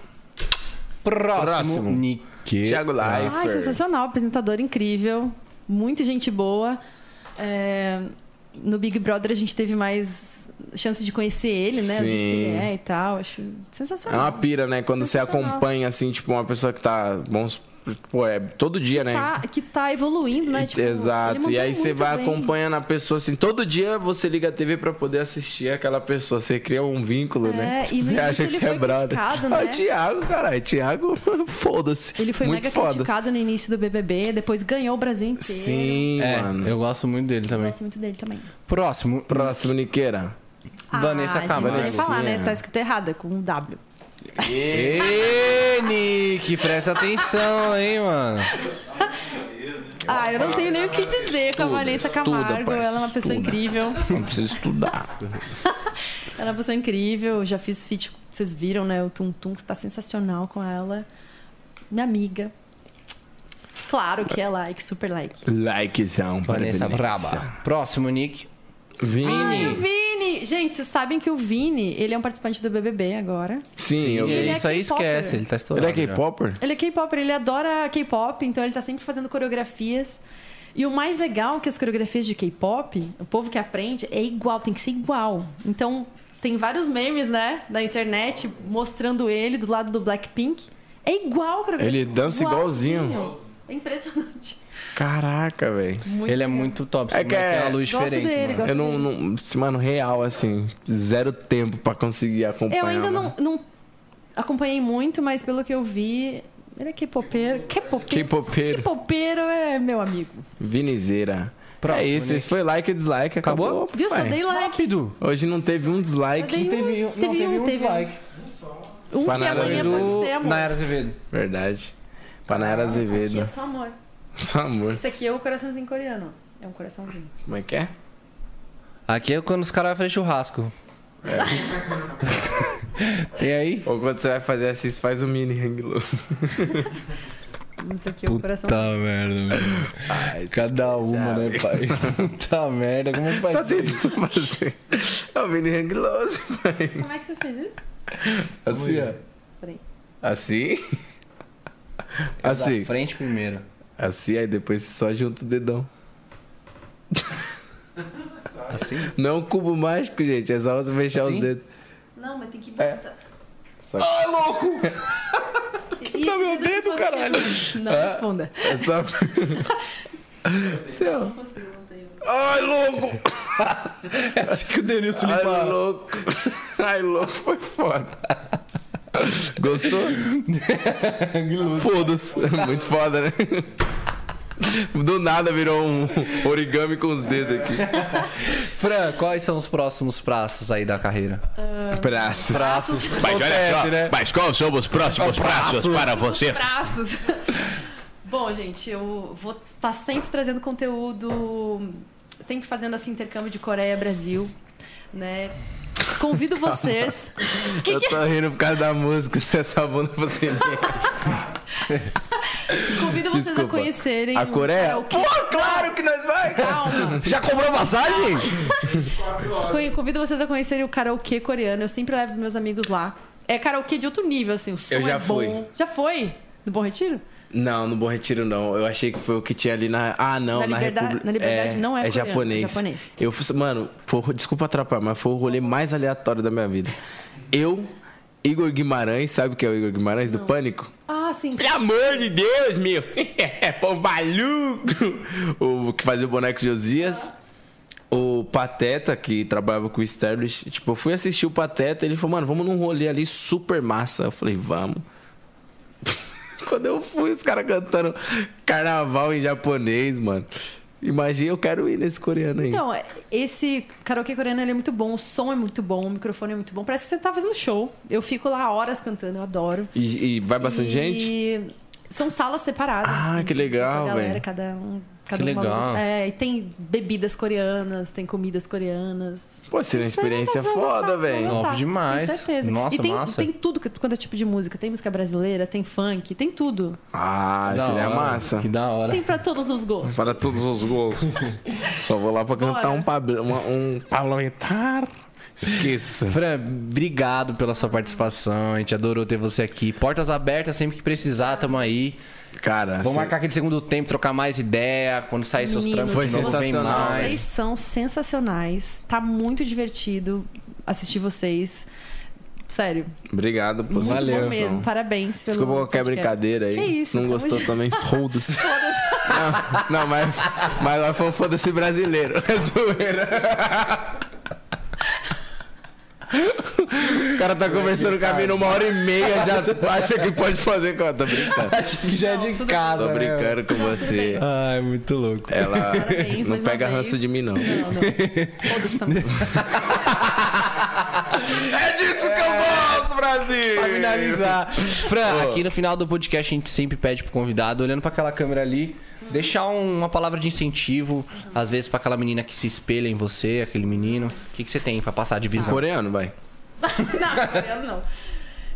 [SPEAKER 2] Próximo, Nick.
[SPEAKER 1] Thiago Life.
[SPEAKER 3] Ai, sensacional, apresentador incrível, muita gente boa. É, no Big Brother a gente teve mais chance de conhecer ele, né? O jeito que
[SPEAKER 1] Sim.
[SPEAKER 3] ele é e tal. Acho
[SPEAKER 1] É
[SPEAKER 3] sensacional.
[SPEAKER 1] uma pira, né? Quando você
[SPEAKER 3] Sensacional.
[SPEAKER 1] acompanha, assim, tipo, uma pessoa que tá. Vamos, pô, é todo dia, né?
[SPEAKER 3] Tá- que tá evoluindo, né? Tipo, ele
[SPEAKER 1] Exato.
[SPEAKER 3] mandou
[SPEAKER 1] E aí você
[SPEAKER 3] muito
[SPEAKER 1] vai
[SPEAKER 3] bem.
[SPEAKER 1] acompanhando a pessoa assim. Todo dia você liga a TV pra poder assistir aquela pessoa. Você cria um vínculo,
[SPEAKER 3] É,
[SPEAKER 1] né?
[SPEAKER 3] e
[SPEAKER 1] Tipo,
[SPEAKER 3] no
[SPEAKER 1] você
[SPEAKER 3] início
[SPEAKER 1] acha que
[SPEAKER 3] ele
[SPEAKER 1] você é
[SPEAKER 3] foi
[SPEAKER 1] brother.
[SPEAKER 3] criticado,
[SPEAKER 1] Ah,
[SPEAKER 3] né?
[SPEAKER 1] O Thiago, caralho. Thiago, <laughs> foda-se.
[SPEAKER 3] Ele foi
[SPEAKER 1] Muito
[SPEAKER 3] mega
[SPEAKER 1] foda.
[SPEAKER 3] criticado no início do BBB, depois ganhou o Brasil inteiro.
[SPEAKER 1] Sim,
[SPEAKER 2] É,
[SPEAKER 1] mano.
[SPEAKER 2] eu gosto muito dele
[SPEAKER 3] Eu
[SPEAKER 2] também.
[SPEAKER 3] Gosto muito dele também.
[SPEAKER 2] Próximo,
[SPEAKER 1] Próximo, Niqueira.
[SPEAKER 2] Vanessa
[SPEAKER 3] ah,
[SPEAKER 2] Camargo.
[SPEAKER 3] Gente, eu ia falar,
[SPEAKER 1] Vanessa. é.
[SPEAKER 3] né? Tá escrito errada, é com um W.
[SPEAKER 2] Ê, Nick, presta atenção, hein, mano.
[SPEAKER 3] Ah, eu não tenho nem o que dizer com a
[SPEAKER 1] Estuda,
[SPEAKER 3] Vanessa
[SPEAKER 1] estuda,
[SPEAKER 3] Camargo.
[SPEAKER 1] parça,
[SPEAKER 3] ela é uma
[SPEAKER 1] estuda.
[SPEAKER 3] pessoa incrível.
[SPEAKER 1] Não precisa estudar.
[SPEAKER 3] Ela é uma pessoa incrível. Já fiz feat, vocês viram, né? O Tum Tum, que tá sensacional com ela. Minha amiga. Claro que é like, super like.
[SPEAKER 1] Likezão. para
[SPEAKER 2] Vanessa Braba. Próximo, Nick.
[SPEAKER 3] Ai, o
[SPEAKER 2] Vini.
[SPEAKER 3] Vini! Gente, vocês sabem que o Vini, ele é um participante do BBB agora.
[SPEAKER 1] Sim, eu
[SPEAKER 3] ele
[SPEAKER 1] vi.
[SPEAKER 3] é
[SPEAKER 2] isso aí
[SPEAKER 3] K-popper.
[SPEAKER 2] esquece, ele tá estourado.
[SPEAKER 1] Ele é K-Popper?
[SPEAKER 3] Ele é K-Popper, ele adora K-Pop, então ele tá sempre fazendo coreografias. E o mais legal é que as coreografias de K-pop, o povo que aprende, é igual, tem que ser igual. Então, tem vários memes, né, da internet mostrando ele do lado do Blackpink. É igual a coreografia.
[SPEAKER 1] Ele dança igualzinho.
[SPEAKER 3] É impressionante.
[SPEAKER 1] Caraca, velho.
[SPEAKER 2] já. Ele é muito top,
[SPEAKER 1] É
[SPEAKER 2] é
[SPEAKER 1] que
[SPEAKER 2] que
[SPEAKER 1] é-
[SPEAKER 2] tem uma luz
[SPEAKER 3] Gosto
[SPEAKER 2] diferente.
[SPEAKER 3] dele,
[SPEAKER 2] mano.
[SPEAKER 3] gosto
[SPEAKER 1] Eu não, não. Mano, real, assim. Zero tempo pra conseguir acompanhar.
[SPEAKER 3] Eu ainda não,
[SPEAKER 1] mano.
[SPEAKER 3] não acompanhei muito, mas pelo que eu vi, ele é K-popeiro. K-popeiro.
[SPEAKER 1] K-popeiro.
[SPEAKER 3] K-popeiro é meu amigo.
[SPEAKER 1] Vinizeira.
[SPEAKER 2] Próximo,
[SPEAKER 1] é isso,
[SPEAKER 2] Nick.
[SPEAKER 1] esse foi like e dislike. Acabou?
[SPEAKER 2] Acabou?
[SPEAKER 3] né? Viu? Só
[SPEAKER 1] pai.
[SPEAKER 3] dei like.
[SPEAKER 2] Rápido.
[SPEAKER 1] Hoje não teve um
[SPEAKER 3] Eu
[SPEAKER 1] dislike.
[SPEAKER 3] dei
[SPEAKER 2] Teve, um-
[SPEAKER 3] um, teve um, teve um.
[SPEAKER 2] dislike.
[SPEAKER 3] Um que
[SPEAKER 1] Banana
[SPEAKER 3] amanhã
[SPEAKER 1] do-
[SPEAKER 3] pode ser, amor.
[SPEAKER 2] Nayara Azevedo.
[SPEAKER 1] Verdade. Panera
[SPEAKER 3] um- Aqui é
[SPEAKER 1] Azevedo.
[SPEAKER 3] só amor.
[SPEAKER 1] <laughs> Só amor.
[SPEAKER 3] Esse aqui é o coraçãozinho coreano. ó. É um coraçãozinho.
[SPEAKER 1] Como é que é?
[SPEAKER 2] Aqui é quando os caras vão fazer churrasco. É. <laughs> tem aí?
[SPEAKER 1] Ou quando você vai fazer assim, você faz o mini hang
[SPEAKER 3] <laughs>
[SPEAKER 1] loose.
[SPEAKER 3] Esse aqui é o coração.
[SPEAKER 2] merda, velho. Cada uma, né, pai? Puta merda, como vai
[SPEAKER 1] Tá tentando fazer. É o mini hang loose, pai.
[SPEAKER 3] Como é que você fez isso?
[SPEAKER 1] Assim, ó.
[SPEAKER 3] Peraí.
[SPEAKER 1] <laughs> Assim?
[SPEAKER 2] Assim.
[SPEAKER 1] Assim.
[SPEAKER 2] frente primeiro.
[SPEAKER 1] Assim, aí depois você só junta o dedão.
[SPEAKER 2] Assim?
[SPEAKER 1] Não é um cubo mágico, gente. É só você fechar
[SPEAKER 2] Assim?
[SPEAKER 1] os dedos.
[SPEAKER 3] Não, mas tem que botar.
[SPEAKER 1] Ah, louco!
[SPEAKER 3] Isso, meu dedo, caralho. Não responda.
[SPEAKER 1] É só. Seu.
[SPEAKER 3] Não consigo, não tenho.
[SPEAKER 1] Ai, louco!
[SPEAKER 2] É assim que o Denilson
[SPEAKER 1] Ai,
[SPEAKER 2] limpa.
[SPEAKER 1] louco! Ai, louco, foi foda. Gostou? <laughs> Foda-se. Muito foda, né? Do nada virou um origami com os dedos aqui.
[SPEAKER 2] Fran, quais são os próximos prazos aí da carreira?
[SPEAKER 1] Braços.
[SPEAKER 2] Prazos.
[SPEAKER 9] Mas olha só,
[SPEAKER 2] Acontece, né?
[SPEAKER 9] mas qual são os próximos passos para você?
[SPEAKER 3] braços. <laughs> Bom, gente, eu vou estar sempre trazendo conteúdo, sempre fazendo esse intercâmbio de Coreia Brasil, né?
[SPEAKER 1] <laughs>
[SPEAKER 3] Convido vocês. Que
[SPEAKER 1] Eu
[SPEAKER 3] que- é?
[SPEAKER 1] tô rindo por causa da música. <laughs> Se essa bunda você
[SPEAKER 3] Convido vocês a
[SPEAKER 1] Desculpa.
[SPEAKER 3] conhecerem
[SPEAKER 1] A
[SPEAKER 3] um
[SPEAKER 1] Coreia?
[SPEAKER 3] karaokê.
[SPEAKER 1] Pô, claro que nós vai!
[SPEAKER 3] Calma.
[SPEAKER 2] Já comprou passagem?
[SPEAKER 3] Con- Convido vocês a conhecerem o karaokê coreano. Eu sempre levo meus amigos lá. É karaokê de outro nível, assim. O som
[SPEAKER 1] Eu já
[SPEAKER 3] é
[SPEAKER 1] fui.
[SPEAKER 3] bom. Já foi? No Bom Retiro?
[SPEAKER 1] Não, no Bom Retiro não. Eu achei que foi o que tinha ali na. Ah, não,
[SPEAKER 3] Na
[SPEAKER 1] na,
[SPEAKER 3] Liberdade-
[SPEAKER 1] República.
[SPEAKER 3] na Liberdade não é
[SPEAKER 1] É
[SPEAKER 3] coreano, é
[SPEAKER 1] japonês.
[SPEAKER 3] japonês.
[SPEAKER 1] Eu fui. Mano, foi o- desculpa atrapalhar, mas foi o rolê mais aleatório da minha vida. Eu, Igor Guimarães, sabe o que é o Igor Guimarães? Do Pânico?
[SPEAKER 3] Ah, sim.
[SPEAKER 1] Pelo amor de Deus, meu! <laughs> É pão maluco! O que fazia o boneco de Josias. O Pateta, que trabalhava com o Sterling, tipo, eu fui assistir o Pateta ele falou, mano, vamos num rolê ali super massa. Eu falei, vamos. <laughs> Quando eu fui, os caras cantando carnaval em japonês, mano. Imagina, eu quero ir nesse coreano aí.
[SPEAKER 3] Então, esse karaokê coreano ele é muito bom, o som é muito bom, o microfone é muito bom. Parece que você tá fazendo show. Eu fico lá horas cantando, eu adoro.
[SPEAKER 1] E, e vai É bastante
[SPEAKER 3] e...
[SPEAKER 1] gente?
[SPEAKER 3] São salas separadas. assim,
[SPEAKER 1] Ah, que legal,
[SPEAKER 3] essa galera,
[SPEAKER 1] velho.
[SPEAKER 3] Cada um. Cada
[SPEAKER 2] Que
[SPEAKER 3] uma
[SPEAKER 2] legal.
[SPEAKER 3] luz. É, e tem bebidas coreanas, tem comidas coreanas.
[SPEAKER 1] Pô, seria uma experiência
[SPEAKER 3] Vocês vão gostar,
[SPEAKER 1] foda,
[SPEAKER 3] vocês vão
[SPEAKER 1] velho.
[SPEAKER 3] gostar,
[SPEAKER 2] Top demais.
[SPEAKER 3] Com certeza.
[SPEAKER 2] Nossa,
[SPEAKER 3] e tem,
[SPEAKER 2] massa.
[SPEAKER 3] tem tudo que- quanto é tipo de música. Tem música brasileira, tem funk, tem tudo.
[SPEAKER 1] Ah,
[SPEAKER 2] Da
[SPEAKER 1] seria
[SPEAKER 2] hora.
[SPEAKER 1] massa.
[SPEAKER 2] Que da hora.
[SPEAKER 3] Tem pra todos os gostos.
[SPEAKER 1] Para todos os
[SPEAKER 3] <laughs>
[SPEAKER 1] gostos. Só vou lá pra cantar
[SPEAKER 3] Bora.
[SPEAKER 1] um, pablo- uma- um parlamentar. Esqueça.
[SPEAKER 2] Fran, obrigado pela sua participação. A gente adorou ter você aqui. Portas abertas sempre que precisar, tamo aí.
[SPEAKER 1] Cara,
[SPEAKER 2] Vamos
[SPEAKER 1] assim,
[SPEAKER 2] marcar aquele segundo tempo, trocar mais ideia. Quando sair seus
[SPEAKER 3] Meninos,
[SPEAKER 2] trampos,
[SPEAKER 1] Foi
[SPEAKER 2] de novo, vem
[SPEAKER 1] sensacional.
[SPEAKER 2] mais.
[SPEAKER 3] Vocês são sensacionais. Tá muito divertido assistir vocês. Sério,
[SPEAKER 1] obrigado por
[SPEAKER 3] muito
[SPEAKER 1] sua
[SPEAKER 3] bom
[SPEAKER 1] atenção.
[SPEAKER 3] mesmo. Parabéns pelo
[SPEAKER 1] Desculpa qualquer
[SPEAKER 3] podcast.
[SPEAKER 1] brincadeira aí.
[SPEAKER 3] Que isso,
[SPEAKER 1] Não
[SPEAKER 3] tamo
[SPEAKER 1] gostou
[SPEAKER 3] junto.
[SPEAKER 1] também? Foda-se. <laughs> Não, não, mas, mas lá foi um foda-se brasileiro. <laughs> É zoeira. O cara
[SPEAKER 3] é
[SPEAKER 1] tá conversando com a mina uma hora e meia,
[SPEAKER 3] <laughs>
[SPEAKER 1] já acha que pode fazer. Não, Tô brincando.
[SPEAKER 2] Acho que já é
[SPEAKER 3] Não,
[SPEAKER 2] de
[SPEAKER 3] tudo
[SPEAKER 2] casa.
[SPEAKER 1] Tô
[SPEAKER 2] né?
[SPEAKER 1] brincando com você.
[SPEAKER 2] Ai, muito louco.
[SPEAKER 1] Ela
[SPEAKER 3] Parabéns,
[SPEAKER 1] não
[SPEAKER 3] mais uma
[SPEAKER 1] pega
[SPEAKER 3] vez.
[SPEAKER 1] ranço de mim, não.
[SPEAKER 3] <laughs> Não, não. Foda-se também.
[SPEAKER 1] É disso que eu gosto, Brasil!
[SPEAKER 8] Brasil!
[SPEAKER 2] Pra finalizar. Fran, aqui no final do podcast a gente sempre pede pro convidado, olhando pra aquela câmera ali, deixar um- uma palavra de incentivo, às vezes pra aquela menina que se espelha em você, aquele menino. O que, que você tem pra passar de visão?
[SPEAKER 1] Coreano, vai.
[SPEAKER 3] Não, eu não.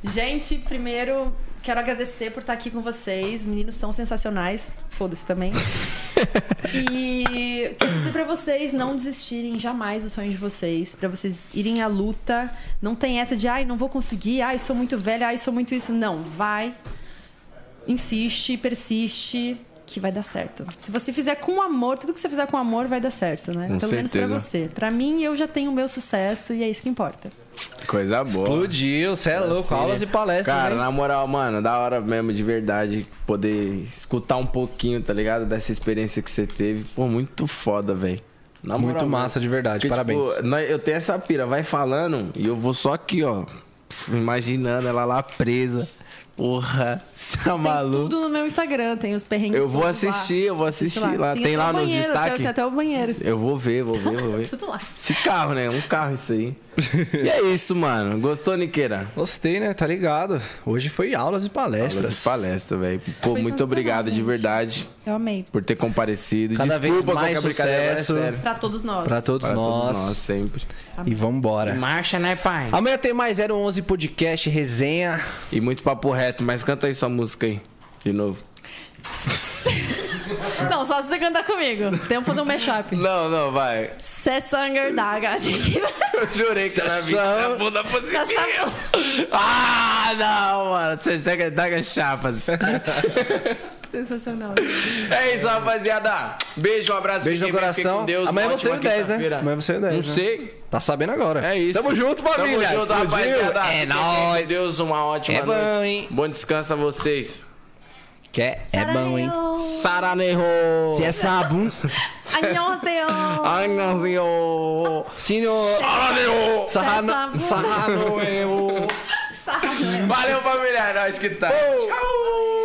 [SPEAKER 3] Gente, primeiro, quero agradecer por estar aqui com vocês. Meninos são sensacionais.
[SPEAKER 1] <laughs>
[SPEAKER 3] Foda-se também. E quero dizer pra vocês não desistirem jamais do sonho de vocês. Pra vocês irem à luta. Não tem essa de, ai, não vou conseguir. Ai, sou muito velha. Ai, sou muito isso. Não, vai. Insiste, persiste. Que vai dar certo. Se você fizer com amor, tudo que você fizer com amor vai dar certo, né?
[SPEAKER 1] Com
[SPEAKER 3] Pelo menos pra
[SPEAKER 1] certeza.
[SPEAKER 3] você. Pra mim, eu já tenho o meu sucesso e é isso que importa.
[SPEAKER 1] Coisa boa.
[SPEAKER 2] Explodiu, você é louco. Aulas e palestras.
[SPEAKER 1] Cara,
[SPEAKER 2] hein?
[SPEAKER 1] na moral, mano, da hora mesmo, de verdade, poder escutar um pouquinho, tá ligado? Dessa experiência que você teve. Pô, muito foda, velho. Na
[SPEAKER 2] Muito
[SPEAKER 1] moral,
[SPEAKER 2] massa, de verdade.
[SPEAKER 1] Porque,
[SPEAKER 2] Parabéns.
[SPEAKER 1] tipo, nós- eu tenho essa pira, vai falando e eu vou só aqui, ó, imaginando ela lá presa. Porra, <laughs> você é maluco.
[SPEAKER 3] Tudo no meu Instagram, tem os perrengues.
[SPEAKER 1] Eu vou
[SPEAKER 3] todos lá.
[SPEAKER 1] assistir, eu vou assistir lá. Tem
[SPEAKER 3] até
[SPEAKER 1] lá
[SPEAKER 3] o
[SPEAKER 1] nos
[SPEAKER 3] banheiro, tem-
[SPEAKER 1] destaques?
[SPEAKER 3] Tem até o banheiro.
[SPEAKER 1] Eu vou ver, vou ver, vou ver.
[SPEAKER 3] <laughs> Tudo lá.
[SPEAKER 1] Esse carro, né? Um carro isso aí. E é isso, mano. Gostou, Niqueira?
[SPEAKER 2] Gostei, né? Tá ligado. Hoje foi aulas e palestras.
[SPEAKER 1] Aulas de palestra, velho. Pô,
[SPEAKER 3] Foi
[SPEAKER 1] muito
[SPEAKER 3] sensacional,
[SPEAKER 1] obrigado de
[SPEAKER 3] gente.
[SPEAKER 1] verdade
[SPEAKER 3] Eu amei.
[SPEAKER 1] por ter comparecido.
[SPEAKER 2] Cada vez
[SPEAKER 1] Desculpa
[SPEAKER 2] mais
[SPEAKER 1] qualquer brincadeira, mas é
[SPEAKER 2] sucesso.
[SPEAKER 1] sério.
[SPEAKER 3] Pra todos nós.
[SPEAKER 2] Pra todos
[SPEAKER 1] Para
[SPEAKER 2] nós.
[SPEAKER 1] todos nós, sempre.
[SPEAKER 2] E vambora.
[SPEAKER 5] Marcha, né, pai?
[SPEAKER 2] Amanhã tem mais 011 Podcast, resenha.
[SPEAKER 1] E muito papo reto, mas canta aí sua música aí, de novo.
[SPEAKER 3] Não, só se você cantar comigo. Tem que fazer um mashup.
[SPEAKER 1] <laughs> Não, não, vai.
[SPEAKER 3] Sessanger Daga.
[SPEAKER 1] <laughs> Eu jurei que era
[SPEAKER 2] Sessão-
[SPEAKER 1] vida. Ah, não, mano. Vocês têm que dar as chapas.
[SPEAKER 3] Sensacional.
[SPEAKER 1] É isso, rapaziada. Beijo, um abraço.
[SPEAKER 2] Beijo no
[SPEAKER 1] fiquem bem, fiquem
[SPEAKER 2] coração.
[SPEAKER 1] Com Deus.
[SPEAKER 2] Amanhã
[SPEAKER 1] Uma
[SPEAKER 2] você e o
[SPEAKER 1] ótima
[SPEAKER 2] 10, né?
[SPEAKER 1] quinta-feira.
[SPEAKER 2] Amanhã você e o 10.
[SPEAKER 1] Não
[SPEAKER 2] né?
[SPEAKER 1] sei.
[SPEAKER 2] Tá sabendo agora.
[SPEAKER 1] É isso.
[SPEAKER 2] Tamo junto, família.
[SPEAKER 1] Tamo junto,
[SPEAKER 2] Explodiu.
[SPEAKER 1] rapaziada.
[SPEAKER 2] É
[SPEAKER 1] Fiquem bem
[SPEAKER 2] nóis.
[SPEAKER 1] Com Deus, uma ótima
[SPEAKER 2] É bom,
[SPEAKER 1] noite.
[SPEAKER 2] hein?
[SPEAKER 1] Bom descanso a vocês.
[SPEAKER 2] Que é, é bom, hein?
[SPEAKER 1] Saraneho.
[SPEAKER 2] Se é sabum.
[SPEAKER 3] Annyeonghaseyo.
[SPEAKER 1] Ah, Annyeonghaseyo.
[SPEAKER 2] Senhor.
[SPEAKER 1] Saraneho.
[SPEAKER 2] Sarrano.
[SPEAKER 3] Sarrano.
[SPEAKER 2] Sarrano. eu-
[SPEAKER 3] Sarrano.
[SPEAKER 1] Valeu, família. É nóis que tá. Tchau.